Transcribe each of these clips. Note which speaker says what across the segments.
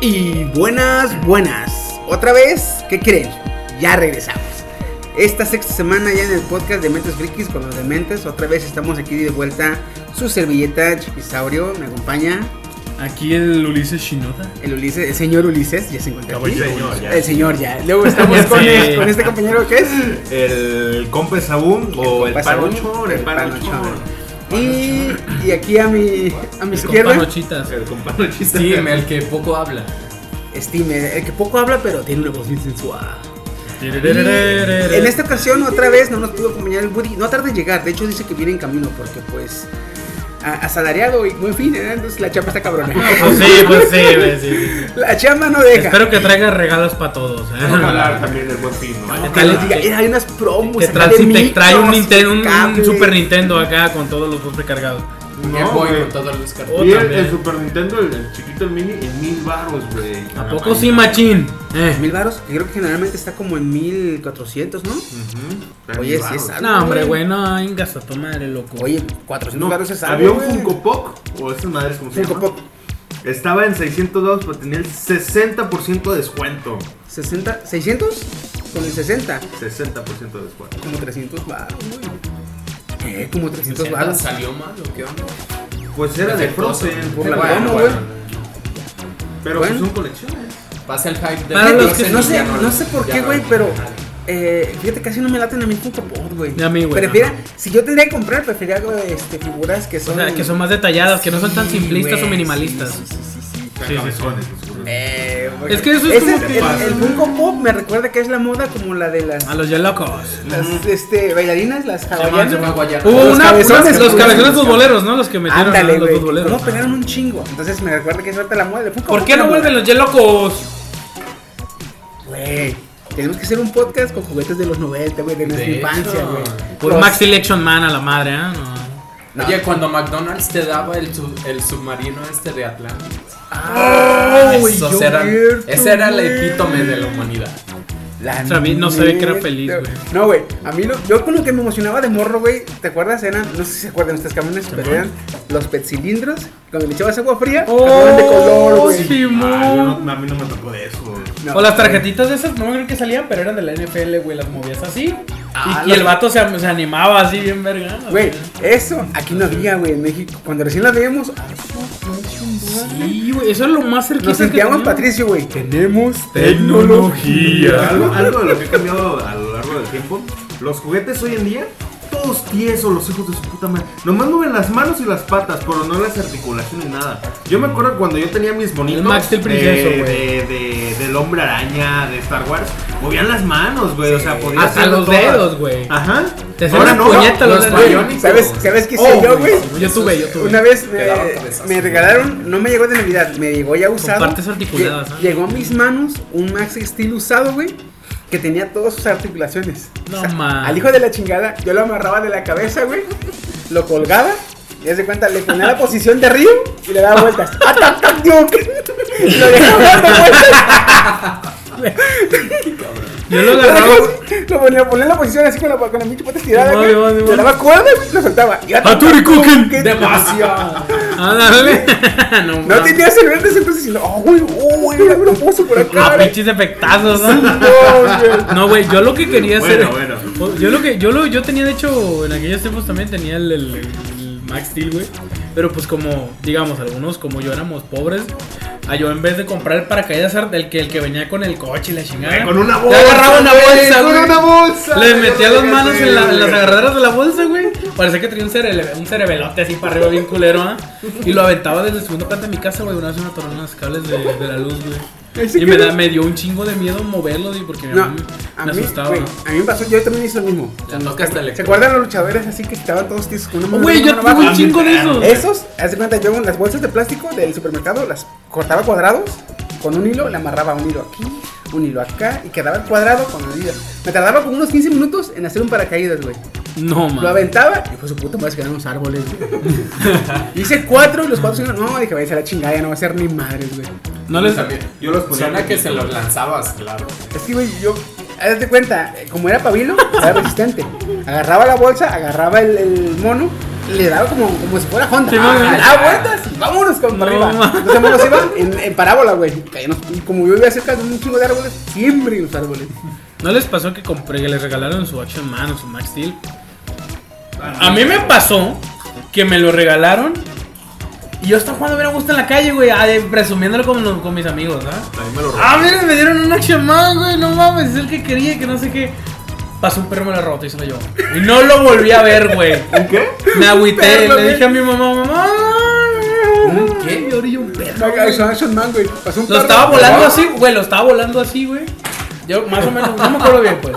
Speaker 1: Y buenas, buenas. Otra vez, ¿qué creen? Ya regresamos. Esta sexta semana ya en el podcast de Mentes Frikis con los Dementes. Otra vez estamos aquí de vuelta. Su servilleta Chiquisaurio me acompaña.
Speaker 2: Aquí el Ulises Shinoda.
Speaker 1: El Ulises, el señor Ulises, ya se encuentra aquí.
Speaker 3: Caballero Ulises.
Speaker 1: El señor ya. Luego estamos
Speaker 2: Ya
Speaker 1: con,
Speaker 2: sé.
Speaker 1: el- con este compañero que es.
Speaker 3: El compa Sabum o el
Speaker 1: Compa Saúl,
Speaker 3: panochón, el
Speaker 1: Panochón.
Speaker 3: panochón.
Speaker 1: Y, y aquí a mi, a mi
Speaker 2: Con
Speaker 1: izquierda,
Speaker 2: panochitas.
Speaker 3: El compa Nochita.
Speaker 2: Sí, el que poco habla.
Speaker 1: Steam, el que poco habla pero tiene una voz bien sensual. Y En este
Speaker 2: En
Speaker 1: esta ocasión otra vez no nos pudo acompañar el Woody. No tarda en llegar, de hecho dice que viene en camino porque pues a- asalariado y buen fin, ¿eh? entonces la chapa está cabrona.
Speaker 2: Pues sí, pues sí, güey, sí, sí.
Speaker 1: La chamba no deja.
Speaker 2: Espero que traiga regalos para todos. ¿eh?
Speaker 3: Vamos a hablar también del buen fin, ¿no?
Speaker 1: que les diga, "Eh, hay unas promos.
Speaker 2: Que
Speaker 1: acá
Speaker 2: trae,
Speaker 1: de
Speaker 2: si te trae un,
Speaker 1: micros,
Speaker 2: Nintendo, un- un
Speaker 1: cables".
Speaker 2: Super Nintendo acá con todos los dos precargados.
Speaker 4: Game
Speaker 3: No,
Speaker 4: Boy
Speaker 3: güey.
Speaker 4: con todos los cartuchos.
Speaker 2: Oh,
Speaker 3: Y el,
Speaker 2: también.
Speaker 3: el Super Nintendo, el, el chiquito, el mini, en mil baros, güey.
Speaker 1: Ah,
Speaker 2: ¿A poco sí, machín? Eh.
Speaker 1: Mil varos, que creo que generalmente está como en 1400, ¿no? Oye,
Speaker 3: Ujú, mil
Speaker 1: sí
Speaker 3: baros.
Speaker 1: es algo.
Speaker 2: No, hombre, güey, no, ingas a tu madre, loco.
Speaker 1: Oye, 400
Speaker 3: No,
Speaker 1: varos es algo.
Speaker 3: había un
Speaker 1: güey.
Speaker 3: Funko Pop, o esas madres como se
Speaker 1: Funko
Speaker 3: llama.
Speaker 1: Pop.
Speaker 3: Estaba en 600 dólares, pero tenía el 60% de descuento.
Speaker 1: 60, 600 con el 60,
Speaker 3: 60% de descuento.
Speaker 1: como 300 varos, güey. Eh, como 300
Speaker 4: ¿60
Speaker 1: varos.
Speaker 4: ¿Salió mal o qué onda?
Speaker 3: Pues era de
Speaker 4: Defectuoso.
Speaker 3: Frozen, por
Speaker 1: Bueno,
Speaker 3: la
Speaker 1: bueno,
Speaker 3: promo,
Speaker 1: güey.
Speaker 3: Pero
Speaker 1: Bueno.
Speaker 3: pues son colecciones.
Speaker 4: Pasa el hype de
Speaker 2: Para
Speaker 4: los
Speaker 2: los que-
Speaker 1: Ah,
Speaker 4: Frozen
Speaker 1: No
Speaker 4: y
Speaker 1: sé,
Speaker 4: ya lo-
Speaker 1: no sé por
Speaker 4: ya
Speaker 1: qué,
Speaker 4: no-
Speaker 1: güey, pero eh, fíjate, casi no me laten a mí Funko Pop, güey.
Speaker 2: Ni a mí, güey,
Speaker 1: Prefiera-
Speaker 2: ajá.
Speaker 1: si yo tendría que comprar, preferiría güey, este, figuras que
Speaker 2: O
Speaker 1: son.
Speaker 2: sea, que son más detalladas, que no son tan
Speaker 1: Sí,
Speaker 2: simplistas
Speaker 1: güey,
Speaker 2: o minimalistas.
Speaker 1: sí, sí, sí, sí, sí.
Speaker 2: sí,
Speaker 3: Cabezones, seguro.
Speaker 1: Eh, güey.
Speaker 2: Es que eso es
Speaker 1: Ese-
Speaker 2: como que- Ah,
Speaker 1: el, el Funko Pop me recuerda que es la moda como la de las,
Speaker 2: A los ya locos.
Speaker 1: las, este, bailarinas, las
Speaker 4: Llaman-
Speaker 1: hawaianas.
Speaker 4: llaman guayana.
Speaker 2: Hubo
Speaker 1: Los
Speaker 2: una,
Speaker 1: cabezones,
Speaker 2: unas- los
Speaker 1: cabezones.
Speaker 2: cabezones futboleros, ¿no? Los que metieron a
Speaker 1: Ándale,
Speaker 2: los
Speaker 1: güey.
Speaker 2: futboleros.
Speaker 1: ¿Cómo pegaron un chingo? Entonces me recuerda que es ahorita la moda del Funko
Speaker 2: ¿Por
Speaker 1: Pop,
Speaker 2: qué
Speaker 1: la
Speaker 2: no
Speaker 1: moda.
Speaker 2: vuelven los Yelocos?
Speaker 1: Güey, tenemos que hacer un podcast con juguetes de los 90, güey, de nuestra
Speaker 4: De
Speaker 1: infancia,
Speaker 4: hecho.
Speaker 1: güey.
Speaker 2: Por
Speaker 1: Los-
Speaker 2: Pues Max Selection Man a la madre, ¿eh? No.
Speaker 4: Oye, cuando McDonald's te daba el, sub- el submarino este de Atlanta.
Speaker 1: Ah, güey,
Speaker 4: esos
Speaker 1: yo
Speaker 4: eran-
Speaker 1: cierto,
Speaker 4: ese era el
Speaker 1: güey.
Speaker 4: epítome de la humanidad.
Speaker 1: La
Speaker 2: O sea, a mí no se ve que era
Speaker 1: neta.
Speaker 2: feliz, güey.
Speaker 1: No, güey. A mí lo, yo con lo que me emocionaba de morro, güey. ¿Te acuerdas? Eran, no sé si se acuerdan ustedes, camiones, pero eran los pet cilindros. Cuando le echabas agua fría, cambiaban de color,
Speaker 2: Oh,
Speaker 1: güey.
Speaker 3: Ah, yo
Speaker 2: Simón.
Speaker 3: no- a mí no me tocó de eso. güey.
Speaker 1: No,
Speaker 2: O las
Speaker 1: güey.
Speaker 2: tarjetitas de esas, no me creo que salían, pero eran de la NFL, güey, las movías así.
Speaker 1: Ah,
Speaker 2: y, y
Speaker 1: las-
Speaker 2: el vato se, se animaba así, bien verga.
Speaker 1: Güey, eso aquí no había, güey, en México. Cuando recién las veíamos, ah, su pinche madre.
Speaker 2: Sí, güey, eso es lo más cerquita
Speaker 1: nos
Speaker 2: que
Speaker 1: sentíamos
Speaker 2: tenía.
Speaker 1: Patricio, güey. Tenemos
Speaker 3: Pero algo, algo de lo que ha cambiado a lo largo del tiempo. Los juguetes hoy en día, todos tiesos, los hijos de su puta madre. Nomás mueven las manos y las patas, pero no las articulaciones ni nada. Yo me acuerdo cuando yo tenía mis bonitos
Speaker 2: El Max Steel
Speaker 3: de-
Speaker 2: princeso,
Speaker 3: de,
Speaker 2: güey.
Speaker 3: de- del hombre araña, de Star Wars, movían las manos, güey. O sea, podían
Speaker 2: Hasta los dedos, güey.
Speaker 1: Ah,
Speaker 3: Ajá.
Speaker 2: Te hacían
Speaker 3: Ahora
Speaker 2: las
Speaker 3: no.
Speaker 2: puñetas,
Speaker 4: los
Speaker 2: los
Speaker 4: Güey,
Speaker 2: dedos.
Speaker 4: bayónicos.
Speaker 1: ¿Sabes, ¿Sabes qué hice
Speaker 2: Oh,
Speaker 1: yo, güey?
Speaker 2: güey, Yo tuve, yo tuve.
Speaker 1: Una vez
Speaker 4: Te daban
Speaker 1: eh,
Speaker 4: cabezazos.
Speaker 1: me regalaron, no me llegó de Navidad, me llegó ya usado.
Speaker 2: partes articuladas,
Speaker 1: Lle-
Speaker 2: ¿ah?
Speaker 1: Llegó a mis manos un Max Steel usado, güey, que tenía todas sus articulaciones.
Speaker 2: No mames.
Speaker 1: Al hijo de la chingada, yo lo amarraba de la cabeza, güey, lo colgaba. Ya se cuenta, le ponía la posición de río y le daba vueltas. ¡Ah, tac, tac, Duke! Y Lo dejaba dando vueltas.
Speaker 2: Yo lo agarraba.
Speaker 1: Lo ponía, lo ponía en la posición así con la, con la pinche pata estirada,
Speaker 2: Sí,
Speaker 1: güey.
Speaker 2: vale, vale,
Speaker 1: Le
Speaker 2: vale.
Speaker 1: daba cuerda, güey, lo soltaba. Y ¡ah, tac,
Speaker 2: Hattori
Speaker 1: tac, Duke!
Speaker 2: Kuken.
Speaker 4: Demasiado.
Speaker 2: Ándale. Ah, No,
Speaker 1: No
Speaker 2: mames.
Speaker 1: tenía celulares entonces, y no, oh, güey, oh, güey, ya me lo puso por acá.
Speaker 2: Ah,
Speaker 1: güey.
Speaker 2: pinches efectazos, ¿no?
Speaker 1: No, güey.
Speaker 2: No, güey, yo lo que quería hacer. Oh,
Speaker 3: Bueno,
Speaker 2: Yo lo que, yo lo, yo tenía de hecho, en aquellos tiempos también tenía el, el- el Max Steel, güey. Pero pues como, digamos, algunos como yo éramos pobres, a yo en vez de comprar el paracaídas ar- el que el que venía con el coche y la chingada.
Speaker 3: Con una
Speaker 2: le
Speaker 3: bolsa.
Speaker 2: agarraba una
Speaker 3: güey,
Speaker 2: bolsa,
Speaker 3: Con
Speaker 2: güey.
Speaker 3: una bolsa.
Speaker 2: Le metía
Speaker 3: Yo
Speaker 2: las
Speaker 3: sé que
Speaker 2: manos
Speaker 3: sí,
Speaker 2: en, la- en
Speaker 3: güey.
Speaker 2: las agarraderas de la bolsa, güey. Parecía que tenía un, cerele- un cerebelote así para arriba, bien culero, ¿ah? Y lo aventaba desde el segundo planta de mi casa, güey. Una vez me atoraron los cables de, de la luz,
Speaker 1: Ese
Speaker 2: güey. Y me,
Speaker 1: que-
Speaker 2: da- me dio un chingo de miedo moverlo, güey, porque
Speaker 1: No,
Speaker 2: me,
Speaker 1: a
Speaker 2: me
Speaker 1: mí,
Speaker 2: asustaba.
Speaker 1: güey, a mí me pasó, yo también hice lo mismo.
Speaker 4: La toca hasta
Speaker 1: ¿Se
Speaker 4: el
Speaker 1: acuerdan los luchadores así que estaban todos tiesos con una mano
Speaker 2: Güey, yo
Speaker 1: arriba, una
Speaker 2: tuve
Speaker 1: mano
Speaker 2: un
Speaker 1: abajo?
Speaker 2: chingo de esos.
Speaker 1: Esos, haz de cuenta, yo las bolsas de plástico del supermercado las cortaba cuadrados con un hilo, le amarraba un hilo aquí, un hilo acá y quedaba el cuadrado con la vida. Me tardaba como unos 15 minutos en hacer un paracaídas, güey.
Speaker 2: No, man.
Speaker 1: Lo aventaba y fue su puta madre se quedaron los árboles, güey. Hice cuatro y los cuatro se iban, no, dije, vaya a la chingada, ya no va a ser ni madres, güey.
Speaker 2: No les
Speaker 3: Yo los ponía
Speaker 4: Suena
Speaker 3: en-
Speaker 4: que se los lanzabas, claro.
Speaker 1: Es que, güey, yo, haz de cuenta, eh, como era pabilo, era resistente. Agarraba la bolsa, agarraba el, el mono, le daba como, como si fuera Honda.
Speaker 2: Sí,
Speaker 1: Ah,
Speaker 2: mami.
Speaker 1: daba vueltas y vámonos con para
Speaker 2: No,
Speaker 1: arriba.
Speaker 2: ma.
Speaker 1: Entonces, hermanos, iban en, en parábola, güey. Caíamos- y Como yo vivía cerca de un chingo de árboles, siempre los árboles.
Speaker 2: ¿No les pasó que, compré, que les regalaron su Action Man o su Max Steel? A mí me pasó que me lo regalaron y yo estaba jugando a ver a gusto en la calle, güey, ah, de- presumiéndolo con, los- con mis amigos, ¿ah?
Speaker 3: A mí me lo robó.
Speaker 2: Ah, miren, me dieron un Action Man, güey, no mames, es el que quería, que no sé qué. Pasó un perro, me lo roto y se lo llevó. Y no lo volví a ver, güey.
Speaker 3: ¿Un qué?
Speaker 2: Me agüité,
Speaker 1: Perro,
Speaker 2: le dije a mi mamá, mamá.
Speaker 4: qué?
Speaker 2: Yo orillé un perro.
Speaker 1: No,
Speaker 2: güey.
Speaker 1: Action Action Man, güey. Pasó un
Speaker 2: Lo
Speaker 1: carro.
Speaker 2: estaba volando así, güey, lo estaba volando así, güey. Yo más o menos, no me acuerdo bien, pues.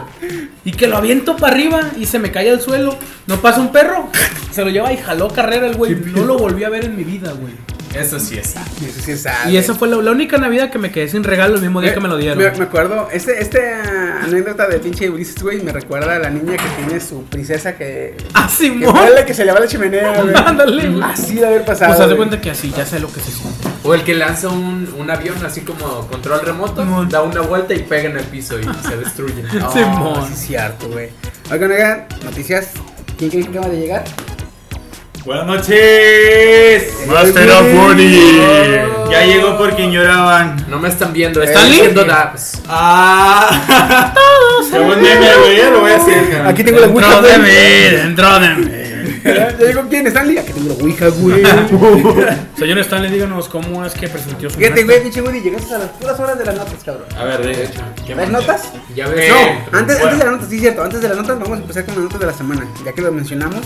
Speaker 2: Y que lo aviento para arriba y se me cae al suelo. No pasa un perro, se lo lleva y jaló carrera el güey. No lo volví a ver en mi vida, güey.
Speaker 4: Eso sí está.
Speaker 1: Y eso sí es sad,
Speaker 2: Y
Speaker 1: güey.
Speaker 2: esa fue la, la única Navidad que me quedé sin regalo el mismo día que me lo dieron.
Speaker 1: Me, me acuerdo, este, este ah, anécdota de pinche Ulises, güey, me recuerda a la niña que tiene su princesa que.
Speaker 2: ¡Ah,
Speaker 1: Que
Speaker 2: Simón!
Speaker 1: fue la que Ah, se le va la chimenea, güey.
Speaker 2: Ándale, güey.
Speaker 1: Así de haber pasado.
Speaker 2: Pues haz de
Speaker 1: güey.
Speaker 2: cuenta que así, ya sé lo que se siente.
Speaker 4: O el que lanza un, un avión así como control remoto,
Speaker 2: Simón.
Speaker 4: da una vuelta y pega en el piso y se destruye.
Speaker 1: Ah,
Speaker 2: Simón.
Speaker 1: sí es cierto, güey. Oigan, oigan, noticias. ¿Quién creen que acaba de llegar?
Speaker 5: Buenas noches, Master of Money. Ya llegó por quien lloraban.
Speaker 4: No me están viendo,
Speaker 1: ¿Están
Speaker 4: están
Speaker 2: li-
Speaker 4: viendo dabs.
Speaker 5: Ah, qué buen meme, güey. Ya lo voy a hacer.
Speaker 1: Aquí tengo la Ouija,
Speaker 2: Dentro de mí,
Speaker 1: güey.
Speaker 2: dentro de mí.
Speaker 1: Ya digo, ¿quién? ¿Stanley? Aquí tengo la Ouija, güey.
Speaker 2: Señor Stanley, díganos cómo es que presentió su
Speaker 1: Fíjate,
Speaker 2: maestra.
Speaker 1: güey, pinche Woody, llegaste a las puras horas de las notas, cabrón.
Speaker 5: A ver, de hecho. ¿qué
Speaker 1: ¿Las
Speaker 5: más?
Speaker 1: notas?
Speaker 4: Ya ves.
Speaker 5: No.
Speaker 1: Antes,
Speaker 5: Bueno.
Speaker 1: antes de las notas, sí, cierto. Antes de las notas, vamos a empezar con las notas de la semana. Ya que lo mencionamos,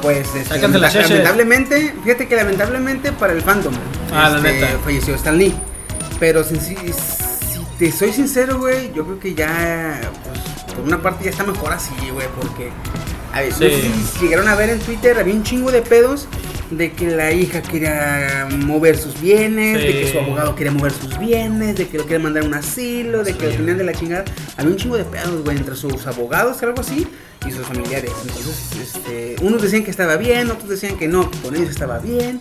Speaker 1: pues. este,
Speaker 2: Sáquense
Speaker 1: lamenta-
Speaker 2: las cheches.
Speaker 1: lamentablemente, fíjate que lamentablemente para el fandom. este,
Speaker 2: Ah, la neta.
Speaker 1: Falleció Stan Lee. Pero sin- si, si te soy sincero, güey, yo creo que ya. Pues, por una parte ya está mejor así, güey, porque. A ver, no sé
Speaker 2: Sí.
Speaker 1: si llegaron a ver en Twitter, había un chingo de pedos de que la hija quería mover sus bienes, de que
Speaker 2: Sí.
Speaker 1: su abogado quería mover sus bienes, de que lo quería mandar a un asilo, de que lo tenían de la chingada. Había un chingo de pedos, güey, entre sus abogados, algo así, y sus familiares. Entonces, este, unos decían que estaba bien, otros decían que no, que con ellos estaba bien.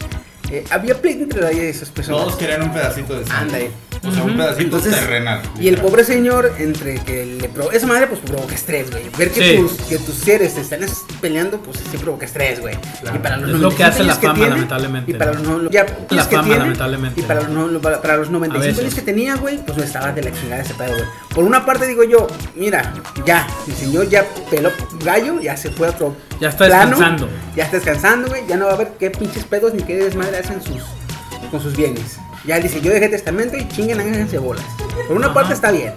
Speaker 1: Eh, había pleito entre la- esas personas.
Speaker 5: Todos querían un pedacito de sangre.
Speaker 1: Ándale.
Speaker 5: O sea, un pedacito
Speaker 1: Entonces,
Speaker 5: terrenal.
Speaker 1: Y el pobre señor, entre que le provoca. Esa madre, pues provoca estrés, güey. Ver que,
Speaker 2: Sí.
Speaker 1: tus, que tus seres te están es- peleando, pues sí provoca estrés, güey.
Speaker 4: Claro.
Speaker 1: Y para los
Speaker 2: Es lo que
Speaker 1: 95
Speaker 2: hace la
Speaker 1: años que
Speaker 2: fama,
Speaker 1: tiene,
Speaker 2: lamentablemente,
Speaker 1: Y para
Speaker 2: ¿no?
Speaker 1: los, no- ya,
Speaker 2: La
Speaker 1: es que
Speaker 2: fama,
Speaker 1: tiene,
Speaker 2: lamentablemente,
Speaker 1: Y para los, no- para, para los
Speaker 2: A
Speaker 1: 95
Speaker 2: veces.
Speaker 1: años que tenía, güey, pues no estaba de la chingada ese pedo, güey. Por una parte, digo yo, mira, ya, el señor ya peló gallo, ya se fue a otro.
Speaker 2: Ya está descansando.
Speaker 1: Ya está descansando, güey. Ya no va a haber qué pinches pedos ni qué desmadre hacen sus, con sus bienes. Ya él dice, yo dejé testamento y chinguen, háganse bolas. Por una
Speaker 2: Ajá.
Speaker 1: parte está bien.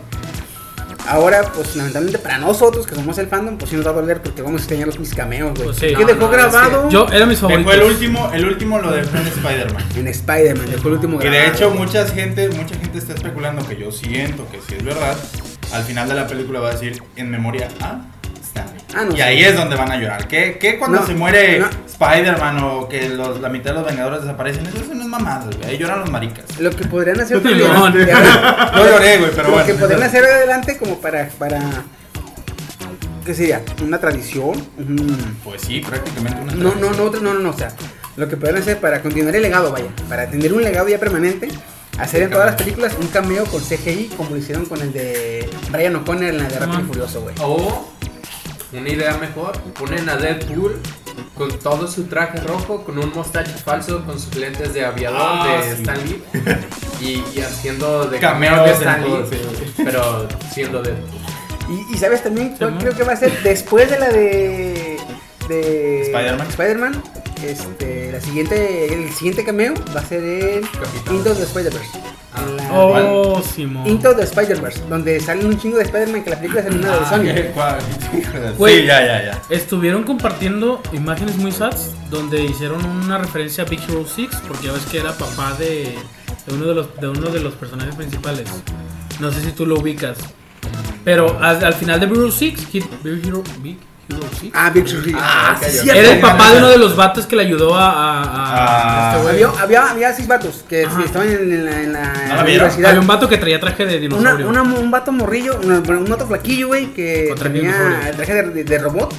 Speaker 1: Ahora, pues lamentablemente para nosotros que somos el fandom, pues sí nos va a doler porque vamos a extrañar los mis cameos, güey.
Speaker 2: Pues sí.
Speaker 1: Que
Speaker 2: No,
Speaker 1: dejó
Speaker 4: no,
Speaker 1: grabado
Speaker 2: Yo, era mis
Speaker 5: Dejó
Speaker 2: favoritos.
Speaker 5: el último, el último lo dejó en Spider-Man.
Speaker 1: en Spider-Man, dejó el último
Speaker 5: Y
Speaker 1: grabado.
Speaker 5: de hecho,
Speaker 1: güey.
Speaker 5: mucha gente, mucha gente está especulando que yo siento que si es verdad, al final de la película va a decir en memoria a Stanley.
Speaker 1: Ah, no
Speaker 5: y
Speaker 1: sé.
Speaker 5: ahí es donde van a llorar. ¿Qué, qué cuando
Speaker 1: No,
Speaker 5: se muere
Speaker 1: no.
Speaker 5: Spider-Man o que los- la mitad de los Vengadores desaparecen? Eso, eso no es mamada, güey. Ahí lloran los maricas.
Speaker 1: Lo que podrían hacer
Speaker 2: No,
Speaker 1: también-
Speaker 2: no.
Speaker 1: Ya, güey.
Speaker 5: No lloré, güey, pero
Speaker 1: Lo
Speaker 5: bueno.
Speaker 1: que podrían hacer adelante como para, para, ¿qué sería? Una tradición, un-
Speaker 5: Pues sí, prácticamente una
Speaker 1: No, no,
Speaker 5: tradición.
Speaker 1: no, otro- no, no, no, o sea, lo que pueden hacer para continuar el legado, vaya, para tener un legado ya permanente, hacer en todas las películas un cameo con CGI, como lo hicieron con el de Brian O'Connor en la de Rápido y
Speaker 2: Ajá.
Speaker 1: Furioso, güey.
Speaker 4: O una idea mejor, ponen a Deadpool con todo su traje rojo, con un mostacho falso, con sus lentes de aviador
Speaker 5: Ah,
Speaker 4: de
Speaker 5: sí.
Speaker 4: Stan Lee y, y haciendo de
Speaker 5: Cameos
Speaker 4: cameo de
Speaker 5: en
Speaker 4: Stan
Speaker 5: todo,
Speaker 4: Lee,
Speaker 5: sí, sí.
Speaker 4: pero siendo Deadpool.
Speaker 1: Y, y sabes también, cuál
Speaker 2: Simón.
Speaker 1: creo que va a ser después de la de. de.
Speaker 5: Spider-Man.
Speaker 1: Spider-Man, este, la siguiente, el siguiente cameo va a ser el.
Speaker 4: Capitán.
Speaker 1: Into the Spider-Verse.
Speaker 4: Ah,
Speaker 1: En la-
Speaker 2: Oh, Simón.
Speaker 1: Into the Spider-Verse, donde salen un chingo de Spider-Man que la película es animada
Speaker 4: Ah,
Speaker 1: de Sony.
Speaker 5: ¿Qué? ¿Cuál? Hijo de-
Speaker 2: Güey.
Speaker 5: Sí, ya, ya, ya.
Speaker 2: Estuvieron compartiendo imágenes muy sats donde hicieron una referencia a Big Hero 6 porque ya ves que era papá de, de uno de los de uno de los personajes principales. No sé si tú lo ubicas. Pero al, al final de Big Hero 6, Big Hero, Big Hero 6
Speaker 1: Ah, Big Shirley.
Speaker 4: Ah, sí,
Speaker 1: cierto.
Speaker 2: era el papá de uno de los vatos que le ayudó a, a- a-
Speaker 5: Ah.
Speaker 2: a este güey.
Speaker 1: Había, había, había seis vatos que
Speaker 2: Ajá.
Speaker 1: estaban en, en la, en la
Speaker 5: ¿No la vieron?
Speaker 1: universidad.
Speaker 2: Había un vato que traía traje de
Speaker 1: Una-
Speaker 2: dinosaurio.
Speaker 1: una- un vato morrillo, una- un vato flaquillo, güey, que
Speaker 2: Con traje de
Speaker 1: tenía
Speaker 2: dinosaurio.
Speaker 1: el traje de, de- de robot.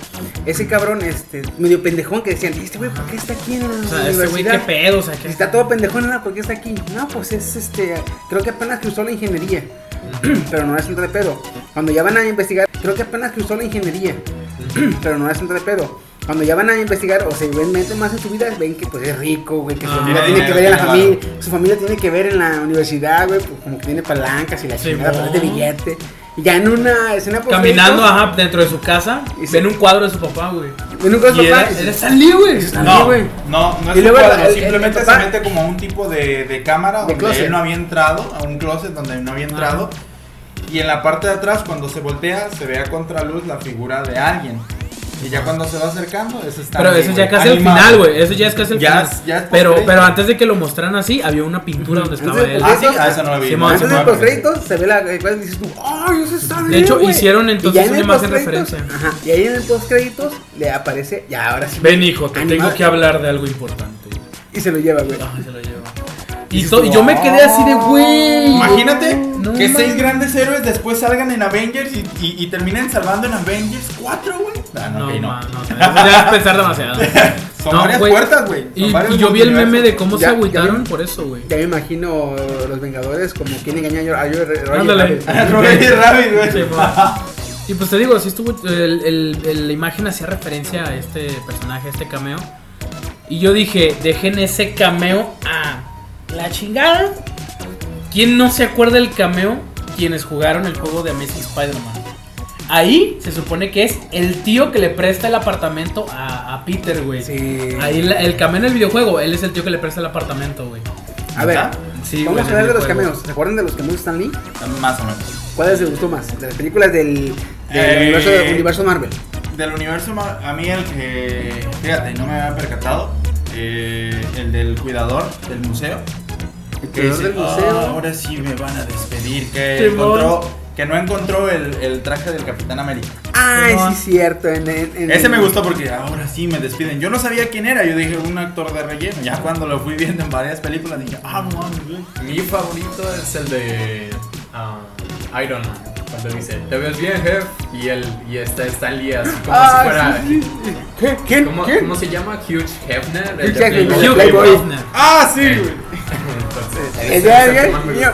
Speaker 1: Ese cabrón, este, medio pendejón, que decían, ¿y este güey por qué está aquí en la
Speaker 2: o sea, este güey,
Speaker 1: universidad?
Speaker 2: qué pedo, o sea,
Speaker 1: Si
Speaker 2: que
Speaker 1: está todo pendejón, ¿no? ¿por qué está aquí? No, pues es este, creo que apenas que usó la ingeniería. pero no es un de pedo. Cuando ya van a investigar, creo que apenas que usó la ingeniería. pero no es un de pedo. Cuando ya van a investigar o se ven, meten más en su vida, ven que pues es rico, güey, que su
Speaker 2: Ah,
Speaker 1: familia
Speaker 5: tiene
Speaker 1: tiene que ver en la
Speaker 5: dinero, tiene
Speaker 1: familia, su familia tiene que ver en la universidad, güey, pues como que tiene palancas y la
Speaker 2: Sí,
Speaker 1: chingada,
Speaker 2: mo.
Speaker 1: pues, de billete. Y ya en una escena post
Speaker 2: Caminando, ajá, dentro de su casa,
Speaker 1: Y sí.
Speaker 2: ven un cuadro de su papá, güey.
Speaker 1: En un caso
Speaker 2: Y
Speaker 1: papá,
Speaker 2: era, era Stan Lee, güey.
Speaker 1: Lee,
Speaker 5: No,
Speaker 1: güey.
Speaker 5: no, no
Speaker 1: Y
Speaker 5: es un
Speaker 1: luego el-
Speaker 5: cuadro,
Speaker 1: el- el
Speaker 5: simplemente se
Speaker 1: papá-
Speaker 5: mete como a un tipo de, de cámara
Speaker 1: De
Speaker 5: donde
Speaker 1: closet. Ah.
Speaker 5: él no había entrado, a un closet donde él no había entrado. Y en la parte de atrás, cuando se voltea, se ve a contraluz la figura de alguien. Y ya cuando se va acercando, ese está.
Speaker 2: Pero
Speaker 5: ahí,
Speaker 2: eso
Speaker 5: güey,
Speaker 2: ya casi al
Speaker 5: animado. Ah,
Speaker 2: final, güey. Eso ya es casi al
Speaker 5: Ya
Speaker 2: final.
Speaker 5: es- ya es
Speaker 2: pero,
Speaker 5: post-crédito.
Speaker 2: pero antes de que lo mostraran así, había una pintura donde estaba
Speaker 1: Entonces,
Speaker 2: él.
Speaker 5: Ah, sí, ah, esa no la vi.
Speaker 2: Sí,
Speaker 5: no,
Speaker 2: man,
Speaker 5: esa
Speaker 1: Antes del
Speaker 5: no la vi.
Speaker 1: post-créditos se ve la la cual dices tú, ¡ay, eso está bien!
Speaker 2: De hecho,
Speaker 1: güey".
Speaker 2: hicieron
Speaker 1: Y
Speaker 2: entonces
Speaker 1: ya en
Speaker 2: una
Speaker 1: el
Speaker 2: imagen
Speaker 1: postcréditos-
Speaker 2: referencia.
Speaker 1: Ajá, y ahí en el post-créditos le aparece, ya ahora sí.
Speaker 2: Ven, hijo, te
Speaker 1: animado,
Speaker 2: tengo que hablar de algo importante.
Speaker 1: Y se lo lleva, güey.
Speaker 2: Ay, Ah, se lo llevo. Y, so- y yo me quedé así de, güey.
Speaker 5: Imagínate
Speaker 2: No
Speaker 5: que
Speaker 2: mames.
Speaker 5: seis grandes héroes después salgan en Avengers y, y- y terminen salvando en Avengers 4, güey. Ah,
Speaker 2: No,
Speaker 5: no, ok, no.
Speaker 2: man, no, eso ya es pensar demasiado.
Speaker 5: Son
Speaker 2: No,
Speaker 5: varias
Speaker 2: güey.
Speaker 5: puertas, güey. Son
Speaker 2: Y,
Speaker 5: varios
Speaker 2: y yo vi el meme de cómo se
Speaker 1: Ya, ya
Speaker 2: agüitaron
Speaker 1: vi.
Speaker 2: por eso, güey.
Speaker 1: Ya me imagino los Vengadores como quien engañó a Roger
Speaker 2: Ándale.
Speaker 1: Rabbit.
Speaker 5: multiversos. Roger Rabbit, güey.
Speaker 2: Sí, va. y pues te digo, así estuvo. el- el- el- la imagen hacía referencia a este personaje, a este cameo. Y yo dije, dejen ese cameo a la chingada. ¿Quién no se acuerda del cameo? Quienes jugaron el juego de Amazing Spider-Man. Ahí se supone que es el tío que le presta el apartamento a, a Peter, güey.
Speaker 1: Sí.
Speaker 2: Ahí la- el cameo en el videojuego, él es el tío que le presta el apartamento, güey.
Speaker 1: A ver,
Speaker 5: ¿Ah?
Speaker 2: Sí,
Speaker 1: vamos a
Speaker 2: güey, en
Speaker 1: hablar
Speaker 2: el
Speaker 1: de los
Speaker 2: videojuego.
Speaker 1: cameos. ¿Se acuerdan de los cameos de Stan Lee?
Speaker 5: Más o menos.
Speaker 1: ¿Cuáles les gustó más? ¿De las películas del, del
Speaker 5: Eh.
Speaker 1: universo, del universo Marvel?
Speaker 5: Del universo, ma- a mí el que. Fíjate, no me había percatado. eh, el del cuidador del museo.
Speaker 1: El
Speaker 5: Que
Speaker 1: creador
Speaker 5: dice,
Speaker 1: del museo.
Speaker 5: "Ah, ahora sí me van a despedir. Que,
Speaker 2: Simón.
Speaker 5: encontró, que no encontró el, el traje del Capitán América.
Speaker 1: Ay,
Speaker 2: Simón.
Speaker 1: sí, cierto. En, en- en-
Speaker 5: Ese me gustó porque ahora sí me despiden. Yo no sabía quién era, yo dije un actor de relleno. Ya cuando lo fui viendo en varias películas dije, ah, no mames, güey".
Speaker 4: Mi favorito es el de ah, Iron Man. Cuando dice, te ves bien, Jeff. Y él y está Stan Lee así como si
Speaker 1: Ah,
Speaker 4: fuera.
Speaker 1: sí, sí. ¿Qué? ¿Quién?
Speaker 4: ¿cómo,
Speaker 1: ¿Quién?
Speaker 4: cómo se llama? Hugh Hefner.
Speaker 1: Hugh Hefner,
Speaker 2: Hugh
Speaker 1: Hugh
Speaker 2: Hefner.
Speaker 1: Playboy.
Speaker 5: Ah, sí, güey.
Speaker 1: Eh, ya, ya,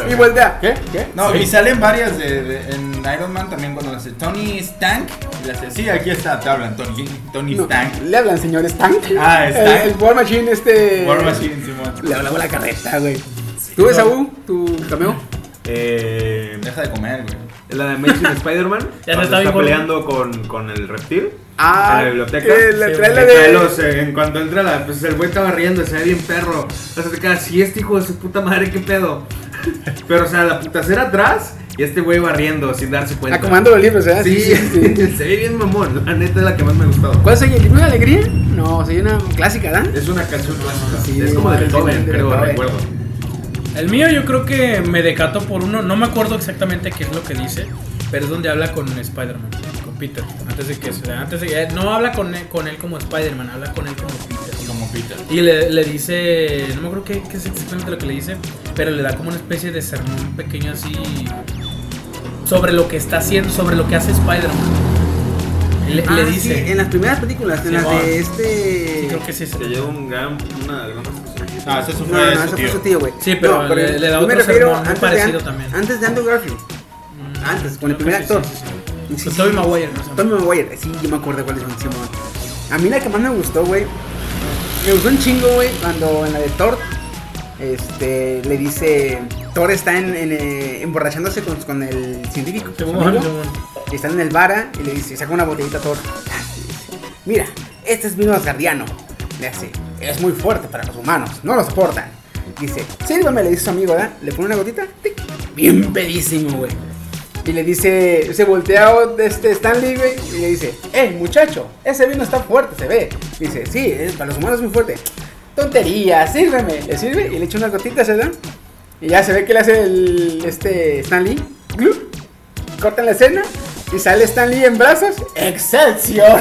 Speaker 1: y- y voltea. ¿Qué? ¿Qué?
Speaker 5: No,
Speaker 4: Sí.
Speaker 5: y salen varias de, de- en Iron Man también cuando le hace Tony Stank. Y le hace, sí, aquí está, te hablan, Tony, Tony
Speaker 1: No,
Speaker 5: Stank.
Speaker 1: le hablan, señor Stank.
Speaker 5: Ah, Stank.
Speaker 1: El, el War Machine,
Speaker 3: Eh,
Speaker 1: este.
Speaker 5: War Machine, Simón.
Speaker 1: Le hablaba la carreta, güey. ¿Tú ves aún tu cameo?
Speaker 3: Eh,
Speaker 5: Deja de comer, güey.
Speaker 3: la de Amazing Spider-Man.
Speaker 2: Ya se
Speaker 3: cuando
Speaker 2: está
Speaker 3: está,
Speaker 2: bien gordo.
Speaker 3: peleando con, con el reptil.
Speaker 1: Ah,
Speaker 3: en la biblioteca.
Speaker 1: eh, la-
Speaker 3: Sí,
Speaker 1: trae la
Speaker 3: le
Speaker 1: de-
Speaker 3: los, eh, en cuanto entra la. Pues el güey estaba riendo, se ve bien perro. O sea, te quedas, si este hijo de su puta madre, qué pedo. Pero, o sea, la putacera atrás y este güey barriendo sin darse cuenta.
Speaker 1: Acomodando Ah, los libros, ¿verdad?
Speaker 3: Ah, Sí, se ve bien mamón. La neta es la que más me ha gustado.
Speaker 1: ¿Cuál soy el libro de alegría? No, soy una clásica, ¿dan?
Speaker 3: Es una canción clásica.
Speaker 1: Sí,
Speaker 3: es como de
Speaker 1: sí,
Speaker 3: Beethoven,
Speaker 1: de
Speaker 3: creo,
Speaker 1: Beethoven.
Speaker 3: recuerdo.
Speaker 2: El mío yo creo que me decato por uno, no me acuerdo exactamente qué es lo que dice, pero es donde habla con Spider-Man, con Peter, antes de que se- antes de- eh, no habla con él, con él como Spider-Man, habla con él como Peter.
Speaker 5: Como Peter.
Speaker 2: Y le, le dice, no me acuerdo qué, qué es exactamente lo que le dice, pero le da como una especie de sermón pequeño así sobre lo que está haciendo, sobre lo que hace Spider-Man. Le,
Speaker 1: Ah,
Speaker 2: le
Speaker 1: sí,
Speaker 2: dice,
Speaker 1: en las primeras películas, en las
Speaker 2: Simón.
Speaker 1: de este.
Speaker 2: Sí, creo que sí es
Speaker 3: Se
Speaker 2: el-
Speaker 3: lleva un gran, una gran
Speaker 5: No, Ah, ese es
Speaker 1: No, no,
Speaker 5: fue
Speaker 1: ese
Speaker 5: su
Speaker 1: fue
Speaker 5: tío.
Speaker 1: su tío, güey.
Speaker 2: Sí, pero
Speaker 1: No,
Speaker 2: le- le da
Speaker 1: yo
Speaker 2: otro
Speaker 1: me refiero
Speaker 2: sermón muy
Speaker 1: antes
Speaker 2: parecido
Speaker 1: de, an-
Speaker 2: también.
Speaker 1: Antes de Andrew Garfield. Antes, con el
Speaker 2: Creo que
Speaker 1: primer
Speaker 2: sí,
Speaker 1: actor.
Speaker 2: sí, sí, sí.
Speaker 1: Sí,
Speaker 2: Con
Speaker 1: sí,
Speaker 2: Pues Tobey
Speaker 1: sí.
Speaker 2: Maguire, ¿no?
Speaker 1: Tobey Maguire, sí, yo me acuerdo cuál es mi Simón. A mí la que más me gustó, güey. Me gustó un chingo, güey, cuando en la de Thor. Este, le dice. Thor está en, en, eh, emborrachándose con, con el científico. su
Speaker 2: Simón,
Speaker 1: amigo,
Speaker 2: Simón.
Speaker 1: y están en el vara y le dice, saca una botellita a Thor. Y dice, Mira, este es vino asgardiano. Le hace, es muy fuerte para los humanos, no lo soportan. Dice, sírvame, le dice su amigo, ¿verdad? Le pone una gotita, tic, bien pedísimo, güey. Y le dice, se voltea o- de este Stanley, güey, y le dice, hey, muchacho, ese vino está fuerte, se ve. Dice, sí, es- para los humanos es muy fuerte. Tontería, sírveme. Le sirve y le echa unas gotitas, ¿verdad? Y ya se ve que le hace el, este Stanley, glup, cortan la escena y sale Stan Lee en brazos. ¡Excelsior!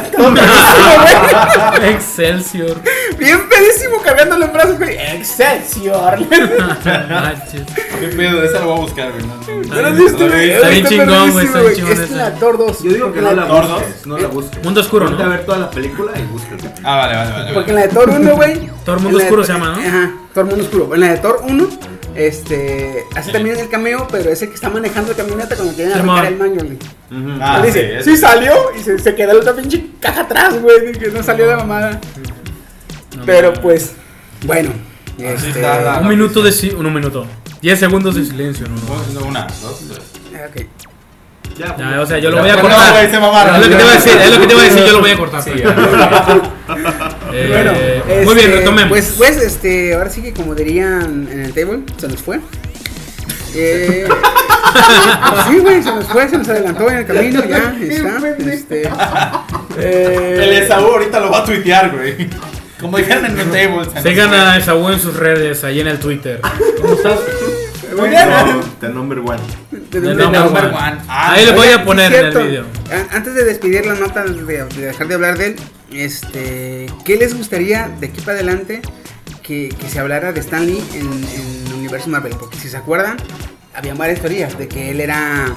Speaker 2: Excelsior.
Speaker 1: Bien pedísimo cargándolo en brazos, güey. ¡Excelsior!
Speaker 2: Manches.
Speaker 5: ¿Qué pedo? Esa lo voy a buscar, güey. No, no,
Speaker 1: ¿No lo
Speaker 5: no,
Speaker 1: viste,
Speaker 5: no,
Speaker 1: güey?
Speaker 2: Está bien
Speaker 1: Está
Speaker 2: chingón, güey,
Speaker 1: perrísimo,
Speaker 2: está bien chingón
Speaker 1: Es
Speaker 2: ese.
Speaker 1: el actor 2.
Speaker 3: Yo digo que no la
Speaker 5: Tordos.
Speaker 3: busques. No la busques.
Speaker 2: Mundo oscuro,
Speaker 3: Ponte
Speaker 2: ¿no?
Speaker 3: a ver toda la película y búsquela.
Speaker 5: Ah, vale, vale, vale.
Speaker 1: Porque en la de Thor 1, güey.
Speaker 2: Thor Mundo
Speaker 1: en la de-
Speaker 2: Oscuro se llama, ¿no?
Speaker 1: Ajá, Thor Mundo Oscuro. En la de Thor 1, Este, así también es el cameo, pero es el que está manejando la camioneta cuando quieren
Speaker 2: Se
Speaker 1: arrancar
Speaker 2: llama-
Speaker 1: el maño, güey.
Speaker 3: Ujú.
Speaker 5: Ah,
Speaker 1: Él
Speaker 5: sí,
Speaker 1: dice,
Speaker 5: es-
Speaker 1: sí, salió y se, se quedó la otra pinche caja atrás, güey, que no salió la mamada.
Speaker 2: No,
Speaker 1: Pero
Speaker 2: no.
Speaker 1: pues, bueno. este,
Speaker 5: está la-
Speaker 2: Un minuto de silencio. Un minuto. 10 segundos de silencio, no, no.
Speaker 5: Dos, Una, dos, tres.
Speaker 1: ok.
Speaker 3: Ya, pues.
Speaker 2: Ya, o sea, yo lo voy a
Speaker 5: No,
Speaker 2: cortar.
Speaker 5: güey, se mamaron.
Speaker 2: es lo que te voy a decir, es lo que te voy a decir, yo lo voy a cortar.
Speaker 4: Sí,
Speaker 2: pues. Eh,
Speaker 1: Bueno,
Speaker 2: muy
Speaker 1: este,
Speaker 2: bien, retomemos.
Speaker 1: Pues, pues, este, ahora sí que como dirían en el table, se nos fue. Eh, sí, güey, se nos fue, se nos adelantó en el camino, ya está. Este, eh,
Speaker 5: El Esaú ahorita lo va a tuitear, güey. Como dijeron en el table.
Speaker 2: Sigan a Esaú en sus redes, ahí en el Twitter.
Speaker 3: ¿Cómo estás?
Speaker 5: Muy bien.
Speaker 3: No, the number one.
Speaker 1: de- de-
Speaker 2: El
Speaker 1: de-
Speaker 2: number
Speaker 1: de-
Speaker 2: one.
Speaker 5: one. Ah,
Speaker 2: Ahí le voy
Speaker 1: Oye,
Speaker 2: a poner
Speaker 1: sí,
Speaker 2: en el
Speaker 1: cierto.
Speaker 2: video.
Speaker 1: A- Antes de despedir la nota, de, de dejar de hablar de él, este, ¿qué les gustaría de aquí para adelante que, que se hablara de Stan Lee en, en el universo Marvel? Porque si se acuerdan, había varias teorías de que él era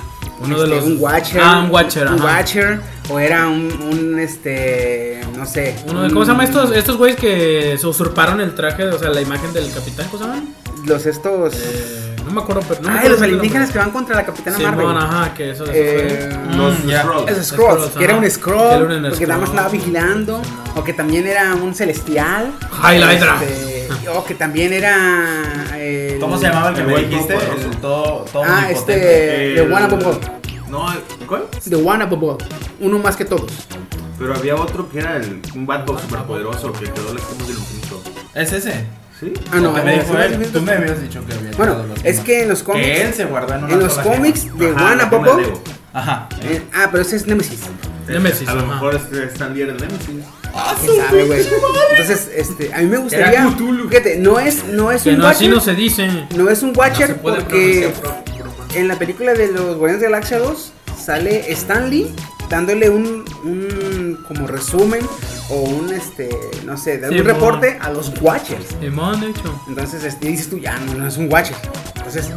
Speaker 2: Uno
Speaker 1: este,
Speaker 2: de los-
Speaker 1: un Watcher,
Speaker 2: Ah, un Watcher,
Speaker 1: un
Speaker 2: ajá.
Speaker 1: Watcher, o era un, un, este, no sé,
Speaker 2: Uno de- ¿Cómo se llaman estos, estos güeyes que se usurparon el traje, o sea, la imagen del capitán? ¿Cómo se llaman?
Speaker 1: los estos,
Speaker 2: Eh, no me acuerdo, pero. No me
Speaker 1: ay,
Speaker 2: acuerdo
Speaker 1: los
Speaker 2: el nombre.
Speaker 1: alienígenas que van contra la Capitana
Speaker 2: Sí,
Speaker 1: Marvel.
Speaker 2: bueno, ajá, que eso
Speaker 1: Eh,
Speaker 2: eso fue.
Speaker 3: Los
Speaker 5: Mm, ya.
Speaker 3: Scrolls.
Speaker 1: Es
Speaker 2: Scrolls,
Speaker 1: Scrolls, que era
Speaker 2: ajá.
Speaker 1: un Scroll,
Speaker 2: Era un
Speaker 1: porque nada más
Speaker 2: Skrull.
Speaker 1: estaba vigilando, o que también era un celestial.
Speaker 2: Highlighter.
Speaker 1: Este, o que también era. el-
Speaker 5: ¿Cómo se llamaba el que
Speaker 3: El
Speaker 5: me
Speaker 3: güey
Speaker 5: dijiste?
Speaker 3: todo poderoso.
Speaker 5: El todo, todo
Speaker 1: Ah,
Speaker 5: omnipotente.
Speaker 1: este. The
Speaker 3: El-
Speaker 1: One Above All.
Speaker 3: No, ¿cuál?
Speaker 1: The One Above All. Uno más que todos.
Speaker 3: Pero había otro que era el, un vato superpoderoso que quedó las espumas del infinito.
Speaker 5: ¿Es ese?
Speaker 3: ¿Sí?
Speaker 1: Ah, no.
Speaker 5: Me dijo
Speaker 1: ese-
Speaker 5: él, Tú me habías dicho que había
Speaker 1: Bueno,
Speaker 5: todos los
Speaker 1: es
Speaker 5: demás.
Speaker 1: que en los
Speaker 5: Que él
Speaker 1: cómics.
Speaker 5: se guardó en una
Speaker 1: En los
Speaker 5: sola gema.
Speaker 1: cómics de
Speaker 3: Ajá,
Speaker 1: One
Speaker 3: la
Speaker 1: Above
Speaker 3: gema
Speaker 1: All.
Speaker 3: de Evo.
Speaker 5: Ajá.
Speaker 1: eh, Ah, pero ese es Nemesis.
Speaker 2: Nemesis,
Speaker 3: A lo
Speaker 2: ajá.
Speaker 3: mejor este Stan Lee era el Nemesis.
Speaker 5: ¡Ah,
Speaker 1: ¿Quién sabe, güey? Entonces, este, a mí me gustaría. Fíjate, no es, no es
Speaker 2: Que
Speaker 1: un
Speaker 2: no, así
Speaker 1: Watcher.
Speaker 2: no se dice.
Speaker 1: No es un Watcher
Speaker 4: se puede
Speaker 1: porque
Speaker 4: pronunciar pro- pro-
Speaker 1: en la película de los Guardianes de la Galaxia 2 sale Stanley dándole un, un como resumen o un este no sé, de
Speaker 2: Sí,
Speaker 1: un
Speaker 2: mo-
Speaker 1: reporte a los Watchers.
Speaker 2: Simón, de hecho.
Speaker 1: Entonces este, dices tú, ya no, no es un Watcher. Entonces,